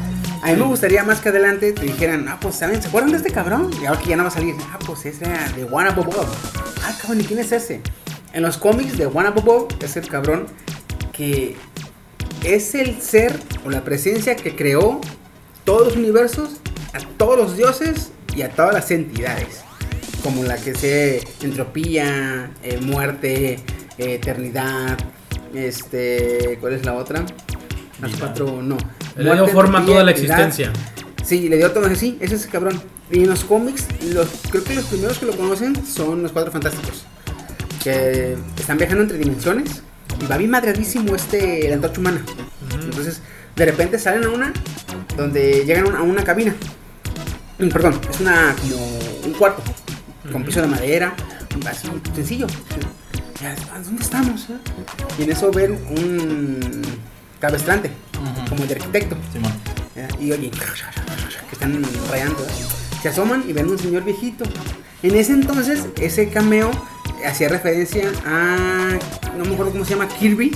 Speaker 1: a mí me gustaría más que adelante te dijeran, ah, pues saben, ¿se acuerdan de este cabrón? Y ahora que ya no va a salir, ah, pues ese era de Wanna Bob. Ah, cabrón, ¿y quién es ese? En los cómics de Wanna Bob es el cabrón que es el ser o la presencia que creó todos los universos, a todos los dioses y a todas las entidades. Como la que se entropía, eh, muerte, eh, eternidad, este, ¿cuál es la otra? Las
Speaker 2: Vida.
Speaker 1: cuatro, no.
Speaker 2: Le dio
Speaker 1: Muerte,
Speaker 2: forma a
Speaker 1: entropía,
Speaker 2: toda la
Speaker 1: eternidad.
Speaker 2: existencia.
Speaker 1: Sí, le dio todo, sí, ese es el cabrón. Y en los cómics, los, creo que los primeros que lo conocen son los cuatro fantásticos. Que están viajando entre dimensiones. Y va bien madreadísimo este, la antorcha humana. Entonces, de repente salen a una donde llegan a una- a una cabina. Mm, Perdón, es una como un cuarto. Con piso de madera. Así, sencillo. Ya, "Ah, ¿Dónde estamos? eh?" Y en eso ven un cabestrante,
Speaker 5: Ujú.
Speaker 1: como el de arquitecto.
Speaker 5: Simón.
Speaker 1: Eh, Y oye, que están rayando. ¿eh? Se asoman y ven un señor viejito. En ese entonces, ese cameo hacía referencia a. No me acuerdo cómo se llama, Kirby,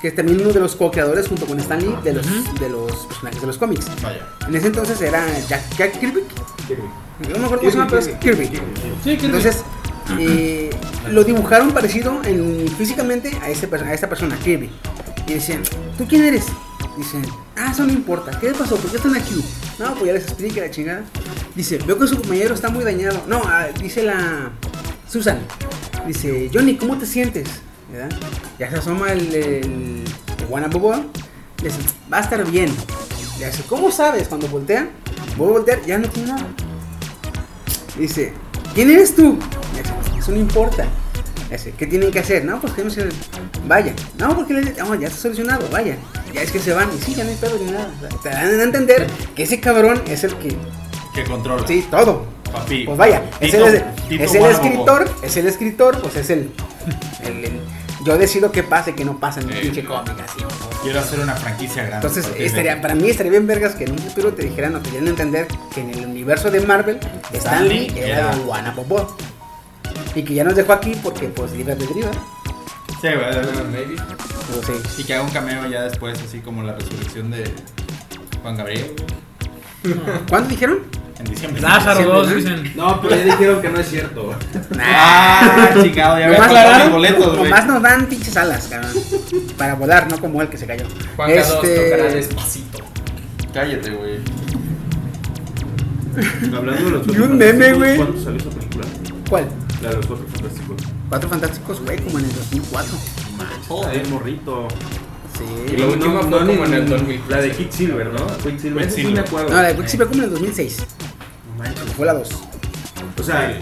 Speaker 1: que es también uno de los co-creadores junto con Stanley de los,
Speaker 2: Ujú.
Speaker 1: de los personajes de los cómics.
Speaker 5: Vaya.
Speaker 1: En ese entonces era Jack, Jack Kirby. No me acuerdo cómo se llama, pero
Speaker 3: Kirby,
Speaker 1: es Kirby.
Speaker 2: Sí, que
Speaker 1: Entonces, eh, lo dibujaron parecido en, físicamente a, ese, per- a esta persona, Kirby. Y decían, ¿tú quién eres? Dicen, ah, eso no importa. ¿Qué le pasó? ¿Por qué están aquí? No, pues ya les expliqué la chingada. Dice, veo que su compañero está muy dañado. No, ah, dice la Susan. Dice, Johnny, ¿cómo te sientes? ¿Verdad? Ya se asoma el, el, el Bobo. Le dice, va a estar bien. Le hace, ¿cómo sabes? Cuando voltea, voy a voltear, ya no tiene nada. Dice, ¿quién eres tú? Me dice, "Pues, Eso no importa. Me dice, ¿qué tienen que hacer? No, pues queremos que vayan. No, porque les... no, ya está solucionado, vayan. Ya es que se van. Y sí, ya no hay pedo ni nada. O sea, Te dan a entender que ese cabrón es el que...
Speaker 5: Que controla.
Speaker 1: Sí, todo.
Speaker 5: Papi.
Speaker 1: Pues vaya, es
Speaker 5: Tito-
Speaker 1: el,
Speaker 5: Tito
Speaker 1: es el
Speaker 5: Guanajuato.
Speaker 1: escritor, es el escritor, pues es el... el- el- yo decido que pase, que no pase en el
Speaker 5: Eh,
Speaker 1: pinche cómic, así.
Speaker 5: Quiero hacer una franquicia grande.
Speaker 1: Entonces, este
Speaker 5: Porque-
Speaker 1: estaría, para mí estaría bien vergas que en un futuro te dijeran o te dieran a entender que en el universo de Marvel, Stan Lee era
Speaker 5: era-
Speaker 1: Don Juana Popó. Y que ya nos dejó aquí porque, pues, libre de deriva.
Speaker 5: Sí,
Speaker 4: pro-
Speaker 5: güey.
Speaker 4: Maybe.
Speaker 1: Pero sí.
Speaker 5: Y que haga un cameo ya después, así como la resurrección de Juan Gabriel
Speaker 1: ¿Cuándo dijeron?
Speaker 5: en diciembre.
Speaker 2: Lázaro
Speaker 1: Siempre,
Speaker 2: 2,
Speaker 1: ¿no?
Speaker 2: dicen.
Speaker 4: No, pero ya dijeron que no es cierto.
Speaker 5: Ah, chingado, ya me
Speaker 1: Nomás
Speaker 5: faltaron mis
Speaker 1: aclararon,
Speaker 5: boletos, güey.
Speaker 1: nomás nos dan pinches alas, cabrón. Para volar, no como el que se cayó. Este,
Speaker 4: Juan Carlos tocará despacito.
Speaker 5: Cállate, güey.
Speaker 3: Hablando de los
Speaker 1: Y un
Speaker 3: Cuatro
Speaker 1: meme,
Speaker 3: Fantásticos,
Speaker 1: güey.
Speaker 3: ¿Cuándo salió esa película?
Speaker 1: ¿Cuál?
Speaker 3: La de los cuatro fantásticos.
Speaker 1: Cuatro Fantásticos, güey, como en el 2004.
Speaker 3: Ahí el morrito.
Speaker 1: Sí.
Speaker 4: Y la última fue como en el 2000.
Speaker 3: La de Quicksilver, ¿no? Quicksilver. Eso sí
Speaker 5: Quicksilver.
Speaker 3: me acuerdo.
Speaker 1: No, la de Quicksilver como en el 2006. Fue la 2.
Speaker 3: O sea,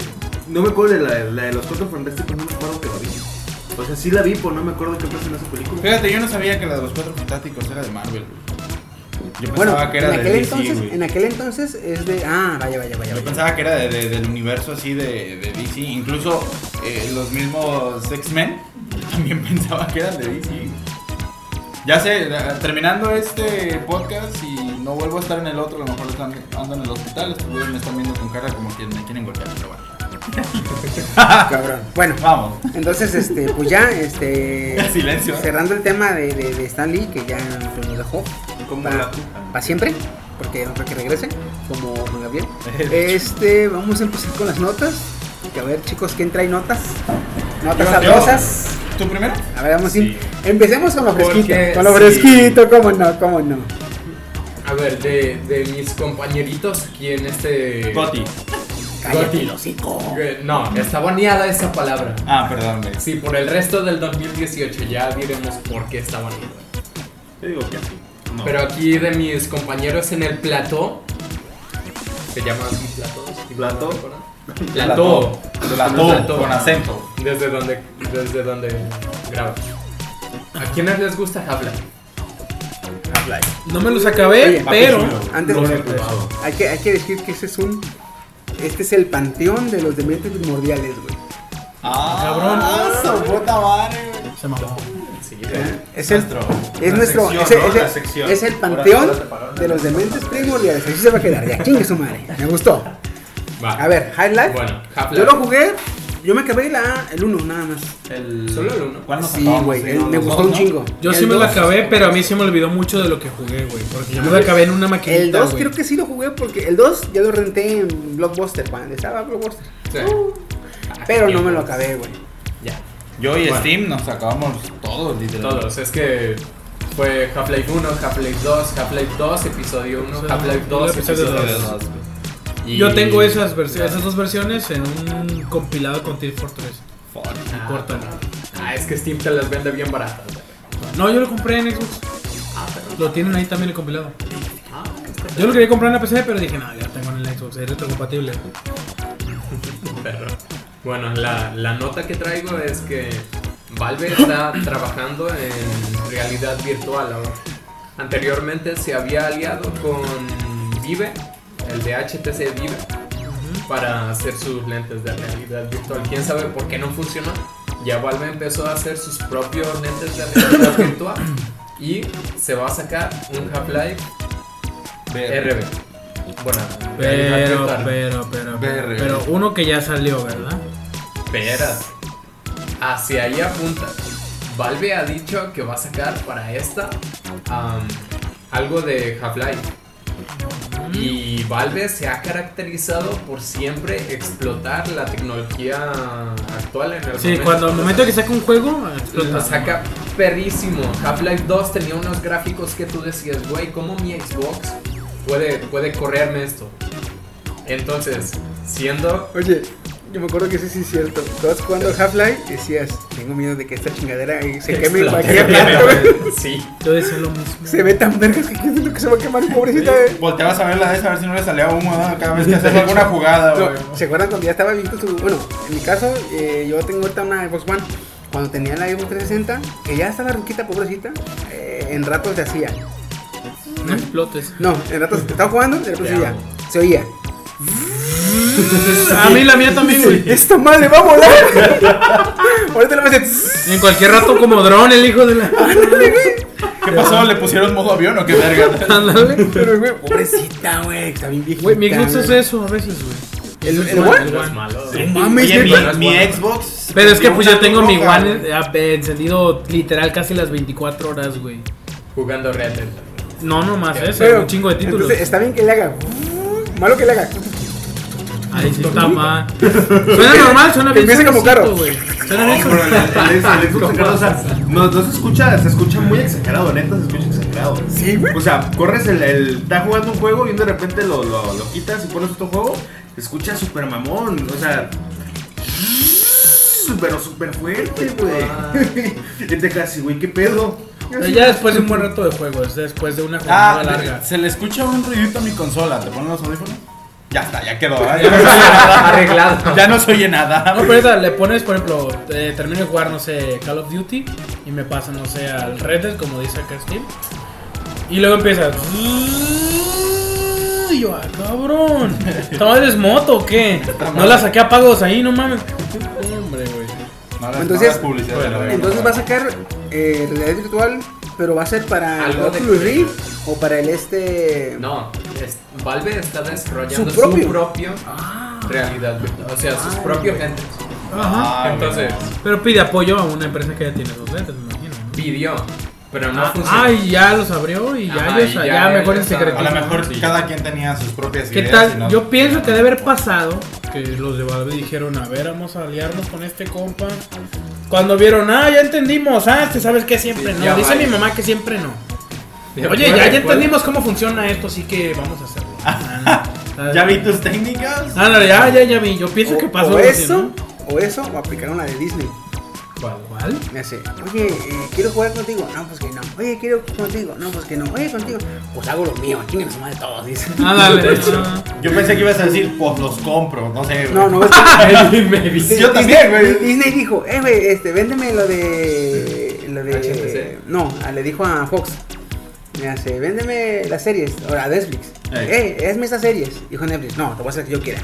Speaker 3: no me acuerdo de la, la de los cuatro fantásticos, no me acuerdo que la vi. O sea, sí la vi, pero no me acuerdo qué pasa en esa película.
Speaker 5: Fíjate, yo no sabía que la de los cuatro fantásticos era de Marvel. güey. Yo
Speaker 1: Bueno,
Speaker 5: pensaba que
Speaker 1: en
Speaker 5: era de
Speaker 1: aquel,
Speaker 5: DC,
Speaker 1: entonces,
Speaker 5: güey.
Speaker 1: en aquel entonces es de. Ah, vaya, vaya, vaya.
Speaker 5: Yo
Speaker 1: vaya.
Speaker 5: pensaba que era de- de- del universo así de, de DC. Incluso eh, los mismos X-Men también pensaba que eran de DC. Ya sé, la- terminando este podcast y no vuelvo a estar en el otro, a lo mejor están, ando en el hospital, estuve- me están viendo con cara como que me quieren golpear, pero bueno.
Speaker 1: Ah, Cabrón. Bueno,
Speaker 5: Vamos.
Speaker 1: entonces, este, pues ya, este.
Speaker 5: Silencio.
Speaker 1: Cerrando el tema de, de, de Stan Lee, que ya pues, nos dejó.
Speaker 3: Como
Speaker 1: Para,
Speaker 3: la-
Speaker 1: siempre, porque no creo que regrese, como Juan Gabriel. Este, vamos a empezar con las notas. Que a ver, chicos, ¿quién trae notas? Notas
Speaker 5: Yo- yo.
Speaker 1: sabrosas.
Speaker 5: ¿Tú primero?
Speaker 1: A ver, vamos a ir.
Speaker 5: Sí.
Speaker 1: Empecemos con lo fresquito.
Speaker 4: Porque
Speaker 1: con lo
Speaker 4: sí.
Speaker 1: fresquito, cómo no, cómo no.
Speaker 4: A ver, de, de mis compañeritos, ¿quién este.
Speaker 5: Gotti.
Speaker 1: Cállate el
Speaker 4: Goti.
Speaker 1: hocico.
Speaker 4: Eh, No, está baneada esa palabra.
Speaker 5: Ah, perdón, güey.
Speaker 4: Sí, por el resto del 2018 ya diremos por qué está baneada.
Speaker 3: Yo digo que sí. No.
Speaker 4: Pero aquí de mis compañeros en el plató. Se llama así plató. si no me
Speaker 3: ¿Plató?
Speaker 4: recuerdo. Plató.
Speaker 5: La
Speaker 4: Plató.
Speaker 5: to, con acento.
Speaker 4: Desde donde, desde donde grabo. ¿A quiénes les gusta hablar?
Speaker 2: No me los acabé,
Speaker 1: Oye, papi,
Speaker 2: pero.
Speaker 1: Antes
Speaker 2: los
Speaker 1: de-
Speaker 2: acabé.
Speaker 1: hay que, hay que decir que ese es un. Este es el panteón de los dementes primordiales, güey.
Speaker 5: Ah,
Speaker 2: Cabrón.
Speaker 5: su puta madre, güey.
Speaker 2: Se mamó.
Speaker 4: Sí,
Speaker 1: Es el Es
Speaker 5: Una
Speaker 1: nuestro,
Speaker 5: sección,
Speaker 1: es, el-
Speaker 5: ¿no?
Speaker 1: es
Speaker 5: Una
Speaker 1: el,
Speaker 5: sección.
Speaker 1: es el panteón de los dementes primordiales. Así se va a quedar, ya, chingue su madre. Me gustó.
Speaker 4: va.
Speaker 1: A ver, Highlight.
Speaker 4: Bueno,
Speaker 1: yo
Speaker 4: Half-Life.
Speaker 1: lo jugué, yo me acabé la, el 1 nada más.
Speaker 5: El...
Speaker 4: Solo el uno.
Speaker 5: ¿Cuál nos
Speaker 1: Sí,
Speaker 5: acabamos?
Speaker 1: güey,
Speaker 5: Sí,
Speaker 1: el-
Speaker 5: Ah, no,
Speaker 1: me
Speaker 5: los
Speaker 1: gustó
Speaker 5: dos,
Speaker 1: un
Speaker 5: ¿no?
Speaker 1: chingo.
Speaker 2: Yo
Speaker 1: El
Speaker 2: sí me lo
Speaker 1: dos-
Speaker 2: acabé, pero a mí se me olvidó mucho de lo que jugué, güey. Porque yo me lo acabé en una maquinita.
Speaker 1: El 2
Speaker 2: güey.
Speaker 1: creo que sí lo jugué porque el 2 ya lo renté en Blockbuster, cuando estaba Blockbuster.
Speaker 4: Sí.
Speaker 5: Ah,
Speaker 1: Pero no me lo acabé, güey.
Speaker 4: Ya.
Speaker 5: Yo y
Speaker 4: Bueno.
Speaker 5: Steam nos acabamos todos, literal.
Speaker 4: Todos, es que fue Half-Life 1, Half-Life 2, Half-Life 2, episodio 1, Half-Life 2,
Speaker 2: Episodio
Speaker 4: episodio
Speaker 5: Todos,
Speaker 4: 2.
Speaker 5: todos, güey.
Speaker 4: Y-
Speaker 2: Yo tengo esas, vers- esas dos versiones en un compilado con Team Fortress.
Speaker 5: Fuck.
Speaker 4: Ah,
Speaker 2: Córtalo.
Speaker 4: Ah, es que Steam te las vende bien baratas.
Speaker 2: No, yo lo compré en Xbox.
Speaker 4: Ah, pero.
Speaker 2: Lo tienen ahí también el compilado.
Speaker 4: Ah,
Speaker 2: Yo lo quería comprar en la PC, pero dije, no, ya lo tengo en el Xbox, es retrocompatible.
Speaker 4: pero. Bueno, la, la nota que traigo es que Valve está trabajando en realidad virtual ahora. Anteriormente se había aliado con Vive, el de HTC Vive, para hacer sus lentes de realidad virtual. ¿Quién sabe por qué no funcionó? Ya Valve empezó a hacer sus propios lentes de realidad virtual y se va a sacar un Half-Life
Speaker 5: Ver.
Speaker 4: RB. Bueno, realidad
Speaker 2: Pero,
Speaker 4: virtual.
Speaker 2: pero, pero, pero,
Speaker 5: Verga.
Speaker 2: pero uno que ya salió, ¿verdad?
Speaker 4: Espera. Hacia ahí apunta. Valve ha dicho que va a sacar para esta am, algo de Half-Life. Y Valve se ha caracterizado por siempre explotar la tecnología actual en el
Speaker 2: Sí, cuando al momento que saca un juego, explota.
Speaker 4: ¿eh? lo saca perrísimo. Half-Life 2 tenía unos gráficos que tú decías, güey, ¿cómo mi Xbox puede, puede correrme esto? Entonces, siendo
Speaker 1: Oye, yo me acuerdo que sí, sí es cierto. Todas jugando Half-Life decías, tengo miedo de que esta chingadera eh, se queme en
Speaker 2: Explote.
Speaker 1: cualquier plato, güey.
Speaker 4: sí,
Speaker 2: Yo decía lo mismo.
Speaker 1: Se ve tan vergas que quién sabe lo que se va a quemar, pobrecita. eh. güey.
Speaker 5: Volteabas a ver la de esa, a ver si no le salía humo ¿no? cada vez que hacías alguna
Speaker 2: Ah,
Speaker 5: jugada,
Speaker 1: No,
Speaker 5: güey.
Speaker 1: ¿Se acuerdan cuando ya estaba visto su... Bueno, en mi caso, eh, yo tengo ahorita una Xbox One. Cuando tenía la Xbox 360, que ya estaba ruquita, pobrecita, eh, en ratos se hacía.
Speaker 2: No explotes.
Speaker 1: No, en ratos estaba jugando, de ratos
Speaker 4: Te
Speaker 1: se oía.
Speaker 4: amo.
Speaker 1: Se oía.
Speaker 2: A mí la mía también, güey.
Speaker 1: ¡Esta madre va a volar! ahorita lo ves
Speaker 2: En cualquier rato como dron el hijo de la...
Speaker 5: ¿Qué pasó? ¿Le pusieron modo avión o qué verga?
Speaker 2: Ándale.
Speaker 1: Pero, güey, pobrecita, güey, está bien viejita.
Speaker 2: Güey, mi Xbox
Speaker 1: güey.
Speaker 2: es eso a veces, güey.
Speaker 1: ¿El-
Speaker 2: Eso es
Speaker 1: el
Speaker 2: malo,
Speaker 1: what?
Speaker 4: no
Speaker 2: One.
Speaker 4: es malo.
Speaker 1: No mames,
Speaker 5: Oye,
Speaker 1: güey.
Speaker 5: mi, mi Xbox.
Speaker 2: Pero es que
Speaker 5: prendió
Speaker 2: pues
Speaker 5: una
Speaker 2: yo tengo
Speaker 5: luz
Speaker 2: mi
Speaker 5: roja,
Speaker 2: One
Speaker 5: güey.
Speaker 2: eh, encendido literal casi las 24 horas, güey.
Speaker 4: jugando Red Dead.
Speaker 2: No, no más eso,
Speaker 1: Pero,
Speaker 2: un chingo de títulos.
Speaker 1: Entonces, está bien que le haga. Malo que le haga.
Speaker 2: Ay, sí, está mal. Suena normal, suena
Speaker 1: Que
Speaker 2: bien.
Speaker 1: empiece como
Speaker 2: suavecito,
Speaker 1: caro.
Speaker 2: güey. Suena bien.
Speaker 3: Pero el,
Speaker 2: suavecito.
Speaker 3: el- el- el Xbox exagerado, o sea, no, no se escucha, se escucha muy exagerado, neta, se escucha exagerado.
Speaker 1: Sí, güey.
Speaker 3: O sea, corres el, el- Estás jugando un juego y de repente lo, lo, lo quitas y pones otro juego, se escucha súper mamón, o sea. Pero súper fuerte, güey. Y te casi, güey, qué pedo.
Speaker 2: Ya después de un buen rato de juegos, después de una jornada
Speaker 5: Ah,
Speaker 2: larga.
Speaker 5: se le escucha un ruidito a mi consola. ¿Te ponen los audífonos? Ya está, ya quedó. ¿eh?
Speaker 4: Arreglado.
Speaker 5: Ya no se oye nada.
Speaker 2: Ah, No, pero ahorita le pones, por ejemplo, eh, termino de jugar, no sé, Call of Duty y me pasa, no sé, al Red Dead, como dice acá Steam. Y luego empieza. Y yo, ah, cabrón. ¿Esta madre es moto o qué? No la saqué a pagos ahí, no mames. Hombre, güey.
Speaker 5: No hagas- no
Speaker 1: Entonces-
Speaker 5: hagas publicidad de la verga.
Speaker 1: Entonces va a sacar eh, realidad virtual, pero va a ser para el
Speaker 4: Algo de-
Speaker 1: Oculus Rift o para el este.
Speaker 4: No, es- Valve está
Speaker 1: Su
Speaker 4: desarrollando su
Speaker 1: propio. Ah.
Speaker 4: propio, realidad virtual, o sea, sus propios lentes.
Speaker 2: Ajá.
Speaker 5: Ah, güey.
Speaker 4: Entonces,
Speaker 2: Pero pide apoyo a una empresa que ya tiene los lentes, me imagino. ¿no?
Speaker 4: pidió, pero no
Speaker 2: Ah,
Speaker 4: funcionó.
Speaker 2: y ya los abrió y ya
Speaker 4: Ajá,
Speaker 2: ellos,
Speaker 4: y
Speaker 2: ya,
Speaker 4: ya
Speaker 2: mejor en
Speaker 4: ellos
Speaker 2: secreto.
Speaker 5: A lo mejor
Speaker 2: Sí.
Speaker 5: cada quien tenía sus propias
Speaker 2: ¿Qué
Speaker 5: ideas. y
Speaker 2: tal?
Speaker 5: no-
Speaker 2: Yo pienso que debe haber pasado que los de Valve dijeron, a ver, vamos a aliarnos con este compa. Cuando vieron, ah, ya entendimos, ah, este sabes que siempre
Speaker 4: Sí,
Speaker 2: no.
Speaker 4: ya
Speaker 2: Dice
Speaker 4: vale.
Speaker 2: mi mamá que siempre no. Oye,
Speaker 4: Ya puede,
Speaker 2: ya, ya
Speaker 4: puede.
Speaker 2: entendimos cómo funciona esto, así que vamos a hacerlo. Ah, no.
Speaker 5: ¿Ya vi tus técnicas?
Speaker 2: Ah, no, ya, ya, ya vi. Yo pienso
Speaker 1: O,
Speaker 2: que pasó
Speaker 1: o
Speaker 2: algo así,
Speaker 1: eso,
Speaker 2: ¿no?
Speaker 1: o eso, o aplicaron la de Disney.
Speaker 2: ¿Cuál?
Speaker 1: Me hace, oye, eh, quiero jugar contigo. No, pues que no. Oye, quiero contigo. No, pues que no. Oye, contigo. Pues hago lo mío. Aquí nos de todos, dice.
Speaker 2: Ah, dale. ah.
Speaker 5: Yo pensé que ibas a decir, pues los compro, no sé. güey.
Speaker 1: No, no, es que
Speaker 5: Yo
Speaker 1: Disney-
Speaker 5: también, güey.
Speaker 1: Disney, dijo, eh, güey, este, véndeme lo de. Lo de.
Speaker 4: HTC.
Speaker 1: No, ah, le dijo a Fox. Me hace, véndeme las series. Ahora, a Netflix.
Speaker 5: Ey.
Speaker 1: Eh, hazme estas series. Dijo Netflix, no, te voy a hacer que yo quiera.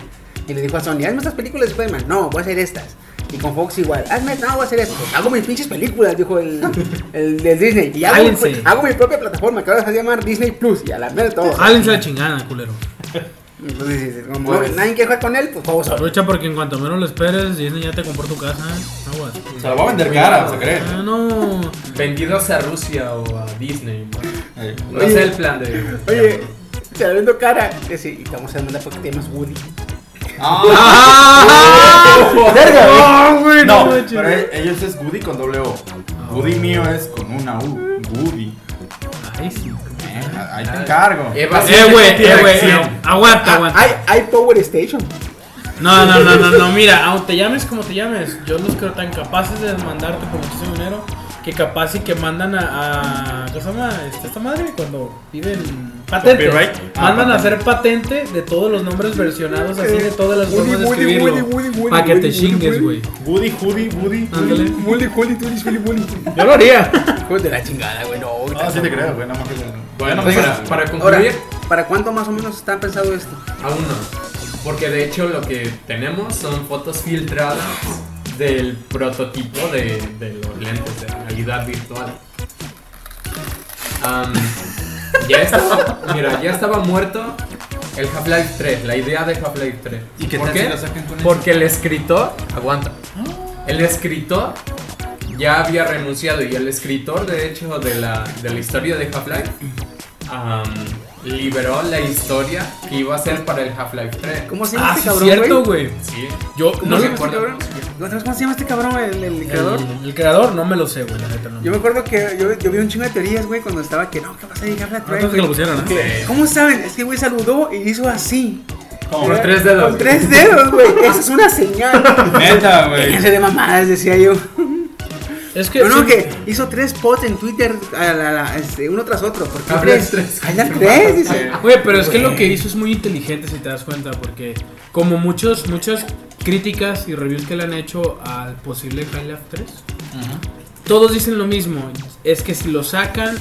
Speaker 1: Y le dijo a Sony, hazme estas películas de Spider-Man. No, voy a hacer estas. Y con Fox igual, hazme, no, voy a hacer esto. Pues hago mis pinches películas, dijo el, el del Disney. Y hago, mi-
Speaker 2: Cállense.
Speaker 1: hago mi propia plataforma que ahora se va a llamar Disney Plus. Y a la mierda todo.
Speaker 5: Ah.
Speaker 2: Jálense la chingada, culero.
Speaker 1: Entonces, dices, como nadie quiere jugar con él, pues todos solos.
Speaker 2: Aprovecha porque en cuanto menos lo esperes, Disney ya te compró tu casa. Aguas.
Speaker 5: Se lo voy a vender cara, ¿vas a creer?
Speaker 2: Ah, no.
Speaker 4: Vendidos a Rusia o a Disney.
Speaker 5: Eh,
Speaker 4: No
Speaker 1: Oye.
Speaker 4: sé el plan de.
Speaker 1: Oye, se la vendo cara. Dice, y estamos en una porque temas Woody.
Speaker 5: Ah,
Speaker 1: Ah, ¡Verga! Ah, güey!
Speaker 5: no,
Speaker 2: manches.
Speaker 5: pero e- ellos es Goody con doble O. Goody mío es con una U. Goody.
Speaker 2: Ay, sí.
Speaker 5: Eh, ahí te encargo.
Speaker 4: Eva, sí,
Speaker 2: Eh, güey, eh, güey.
Speaker 4: dirección.
Speaker 2: eh, Aguanta, aguanta.
Speaker 1: Hay, hay Power Station.
Speaker 2: No, no, no, no, no, mira, aunque te llames como te llames, yo los creo tan capaces de demandarte por muchísimo dinero que capaz y que mandan a, a- ¿cómo se llama? Este, esta madre cuando piden patente.
Speaker 5: Copyright. Ah,
Speaker 2: mandan a
Speaker 5: patente.
Speaker 2: hacer patente de todos los nombres versionados así de todas las
Speaker 1: Woody,
Speaker 2: formas de
Speaker 1: Woody, Woody, Woody,
Speaker 2: escribirlo.
Speaker 1: Woody,
Speaker 2: Para que te
Speaker 1: Woody,
Speaker 2: chingues,
Speaker 1: Woody.
Speaker 2: güey.
Speaker 5: Goody, Judy, Goody.
Speaker 2: Ándale.
Speaker 1: Woody, Woody, Woody, Woody, Woody. Yo lo haría. Joder de la chingada, güey. No,
Speaker 5: Ah, sí te creo, güey, nada más que.
Speaker 4: Bueno,
Speaker 5: Ya no
Speaker 4: para,
Speaker 5: me-
Speaker 4: para
Speaker 1: Ahora,
Speaker 4: concluir,
Speaker 1: ¿para cuánto más o menos está pensado esto?
Speaker 4: aún no. Porque de hecho lo que tenemos son fotos filtradas del prototipo de, de los lentes de realidad virtual. Am, ya estaba, mira, ya estaba muerto el Half-Life 3, la idea de Half-Life 3.
Speaker 5: ¿Y qué
Speaker 4: ¿Por
Speaker 5: tal
Speaker 4: qué?
Speaker 5: si lo sacan con eso?
Speaker 4: Porque el escritor, aguanta, el escritor ya había renunciado y el escritor, de hecho, de la, de la historia de Half-Life am, liberó la historia que iba a ser para el Half-Life 3.
Speaker 1: ¿Cómo se llama
Speaker 2: Ah,
Speaker 1: este
Speaker 2: sí,
Speaker 1: cabrón,
Speaker 2: cierto,
Speaker 1: güey?
Speaker 2: güey.
Speaker 4: Sí.
Speaker 2: Yo
Speaker 1: ¿Cómo se
Speaker 2: no me
Speaker 1: llama este
Speaker 2: acuerdo.
Speaker 1: cabrón? ¿No sabes cómo se llama este cabrón, el, el creador?
Speaker 2: El, el creador no me lo sé, güey, la neta no.
Speaker 1: Yo me acuerdo que yo, yo vi un chingo de teorías, güey, cuando estaba que no, ¿qué pasa? Dije, habla
Speaker 2: Antes Ah, que lo pusieran, ¿no?
Speaker 1: ¿Cómo saben? Es que, güey, saludó y hizo así.
Speaker 5: Como
Speaker 4: Con
Speaker 1: Era-
Speaker 4: tres dedos.
Speaker 1: Con tres dedos, güey. Esa es una señal.
Speaker 5: Neta,
Speaker 1: Déjense
Speaker 5: güey.
Speaker 1: de mamadas, decía yo.
Speaker 2: Es que
Speaker 1: No, no,
Speaker 2: sí,
Speaker 1: que hizo tres posts en Twitter, a la- la- este, uno tras otro. ¿Por qué
Speaker 4: Ah,
Speaker 1: tres?
Speaker 4: tres.
Speaker 1: Hay las tres, dice.
Speaker 2: Güey, pero es que lo que hizo es muy inteligente si te das cuenta, porque como muchos, muchas críticas y reviews que le han hecho al posible Half-Life 3, todos dicen lo mismo, es que si lo sacan,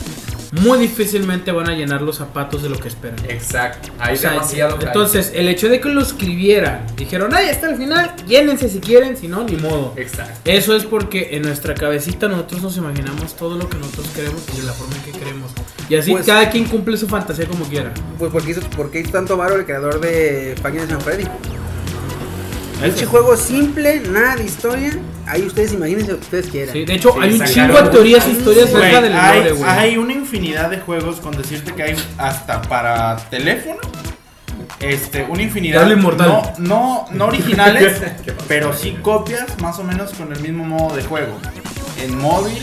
Speaker 2: muy difícilmente van a llenar los zapatos de lo que esperan.
Speaker 4: Exacto. Hay
Speaker 2: O sea,
Speaker 4: demasiado. hype.
Speaker 2: entonces, el hecho de que lo escribieran, dijeron, ay, hasta el final, llénense si quieren, si no, ni modo.
Speaker 4: Exacto.
Speaker 2: Eso es porque en nuestra cabecita nosotros nos imaginamos todo lo que nosotros queremos y de la forma en que queremos. Y así
Speaker 1: Pues-
Speaker 2: cada quien cumple su fantasía como quiera.
Speaker 1: Pues, ¿por qué hizo, por qué hizo tanto varo el creador de Fucking de San Freddy? Este juego simple, nada de historia. Ahí ustedes imagínense lo que ustedes quieran.
Speaker 2: Sí, de hecho,
Speaker 4: Sí,
Speaker 2: hay un
Speaker 4: sacaron
Speaker 2: chingo de teorías e
Speaker 1: un-
Speaker 2: historias
Speaker 5: Güey,
Speaker 2: acerca del lore,
Speaker 5: hay,
Speaker 2: güey.
Speaker 5: hay una infinidad de juegos con decirte que hay hasta para teléfono este, una infinidad
Speaker 2: Diablo inmortal.
Speaker 5: No, no, no originales, pero sí copias más o menos con el mismo modo de juego. En móvil,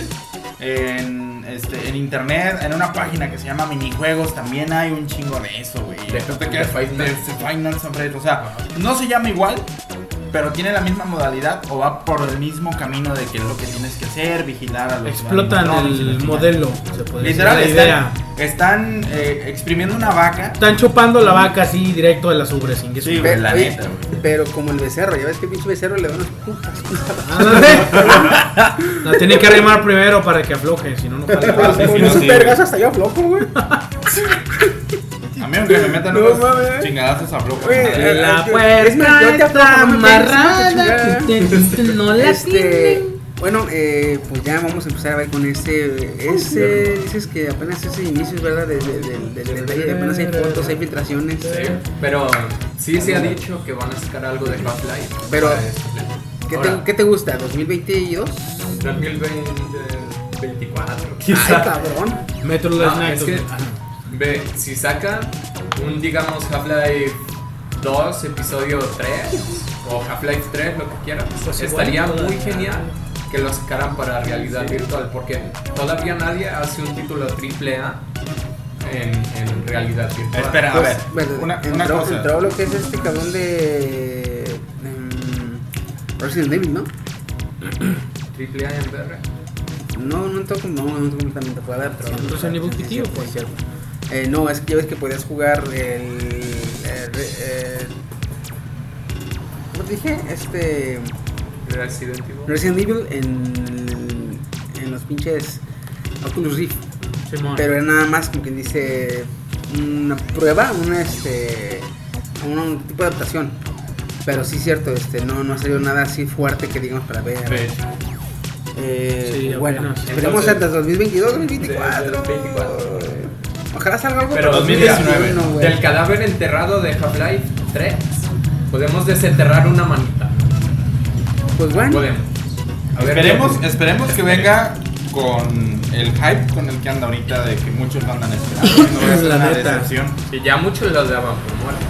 Speaker 5: en, este, en internet, en una página que se llama minijuegos, también hay un chingo de eso, güey.
Speaker 4: De-
Speaker 5: Tú te
Speaker 4: de
Speaker 5: quedas-
Speaker 4: Five
Speaker 5: de-
Speaker 4: Nights.
Speaker 5: de Five Nights at Freddy's, O sea, no se llama igual, pero tiene la misma modalidad o va por el mismo camino de que es lo que tienes que hacer, vigilar a los
Speaker 2: Explotan
Speaker 5: animatronics y la
Speaker 2: el
Speaker 5: chingada.
Speaker 2: modelo. Se podría decir,
Speaker 5: Literal,
Speaker 2: la idea.
Speaker 5: están, están eh, exprimiendo una vaca.
Speaker 2: Están chupando la vaca así directo de las ubres. sin
Speaker 5: Sí,
Speaker 1: Pero,
Speaker 5: güey, la
Speaker 1: oye,
Speaker 5: neta, güey.
Speaker 1: pero como el becerro, ya ves que pinche becerro le da unas putas.
Speaker 2: Ah, La tiene que arrimar primero para que afloje, si no, no jala.
Speaker 5: Ah, sí,
Speaker 1: Con
Speaker 5: no,
Speaker 1: un
Speaker 5: sí,
Speaker 1: supergazo hasta yo aflojo, güey.
Speaker 5: A mí aunque me metan
Speaker 1: No
Speaker 5: unos
Speaker 1: mames.
Speaker 5: chingadazos a flojo.
Speaker 1: Güey,
Speaker 5: madre.
Speaker 2: Que la
Speaker 1: Es
Speaker 2: puerta
Speaker 1: más, yo te
Speaker 2: está
Speaker 1: apago, no me pegues,
Speaker 2: amarrada.
Speaker 1: chingada.
Speaker 2: que te- No la
Speaker 1: Este,
Speaker 2: tienen.
Speaker 1: bueno, eh, pues ya vamos a empezar a ver con ese, ese, dices que apenas ese inicio es verdad, del del- del- del detalle, que apenas hay fotos, hay filtraciones.
Speaker 4: Sí, Pero sí se ha dicho que van a sacar algo de Half-Life.
Speaker 1: Pero,
Speaker 4: para este pleno.
Speaker 1: ¿Qué te,
Speaker 4: Ahora,
Speaker 1: ¿Qué te gusta? ¿2022?
Speaker 4: 2024.
Speaker 1: Ay,
Speaker 2: Quizá.
Speaker 1: cabrón.
Speaker 2: Metro las
Speaker 4: No, es que,
Speaker 2: Nactos.
Speaker 4: ve, si saca un, digamos, Half-Life 2, episodio 3, o Half-Life 3, lo que quieran, estaría muy genial que lo sacaran para realidad virtual, porque todavía nadie hace un título AAA en, en realidad virtual. Pues,
Speaker 5: Espera, a ver.
Speaker 1: bueno,
Speaker 5: Una, una
Speaker 1: entró,
Speaker 5: cosa.
Speaker 1: entró lo que es este cabrón de. em, Resident Evil, ¿no?
Speaker 4: AAA en VR.
Speaker 1: No, no entró como. No, no entró completamente. Fue adaptación.
Speaker 2: Resident Evil PT o cuál?
Speaker 1: Eh, no, es que ya ves que podías jugar el. eh, re- eh, ¿Cómo te dije? Este.
Speaker 4: Resident Evil.
Speaker 1: Resident Evil en. En los pinches. Oculus Rift.
Speaker 2: Simón.
Speaker 1: Pero era nada más como quien dice una prueba, una este un, un tipo de adaptación. Pero sí cierto, este no no ha salido nada así fuerte que digamos para ver.
Speaker 4: Ve,
Speaker 1: Eh,
Speaker 2: Sí,
Speaker 1: bueno,
Speaker 2: apenas.
Speaker 1: esperemos
Speaker 4: Entonces,
Speaker 1: hasta 2022, 2024.
Speaker 4: desde el 24.
Speaker 1: Ojalá salga algo
Speaker 4: Pero
Speaker 1: para
Speaker 5: 2019,
Speaker 1: 2021, güey.
Speaker 4: Del cadáver enterrado de Half-Life 3, podemos desenterrar una manita.
Speaker 1: Pues bueno,
Speaker 4: Podemos. A ver,
Speaker 5: Esperemos,
Speaker 4: ¿qué-
Speaker 5: esperemos que venga con el hype con el que anda ahorita de que muchos lo andan esperando. No va a ser
Speaker 2: La
Speaker 5: una
Speaker 2: neta.
Speaker 5: decepción.
Speaker 4: Que ya muchos los daban por muerto.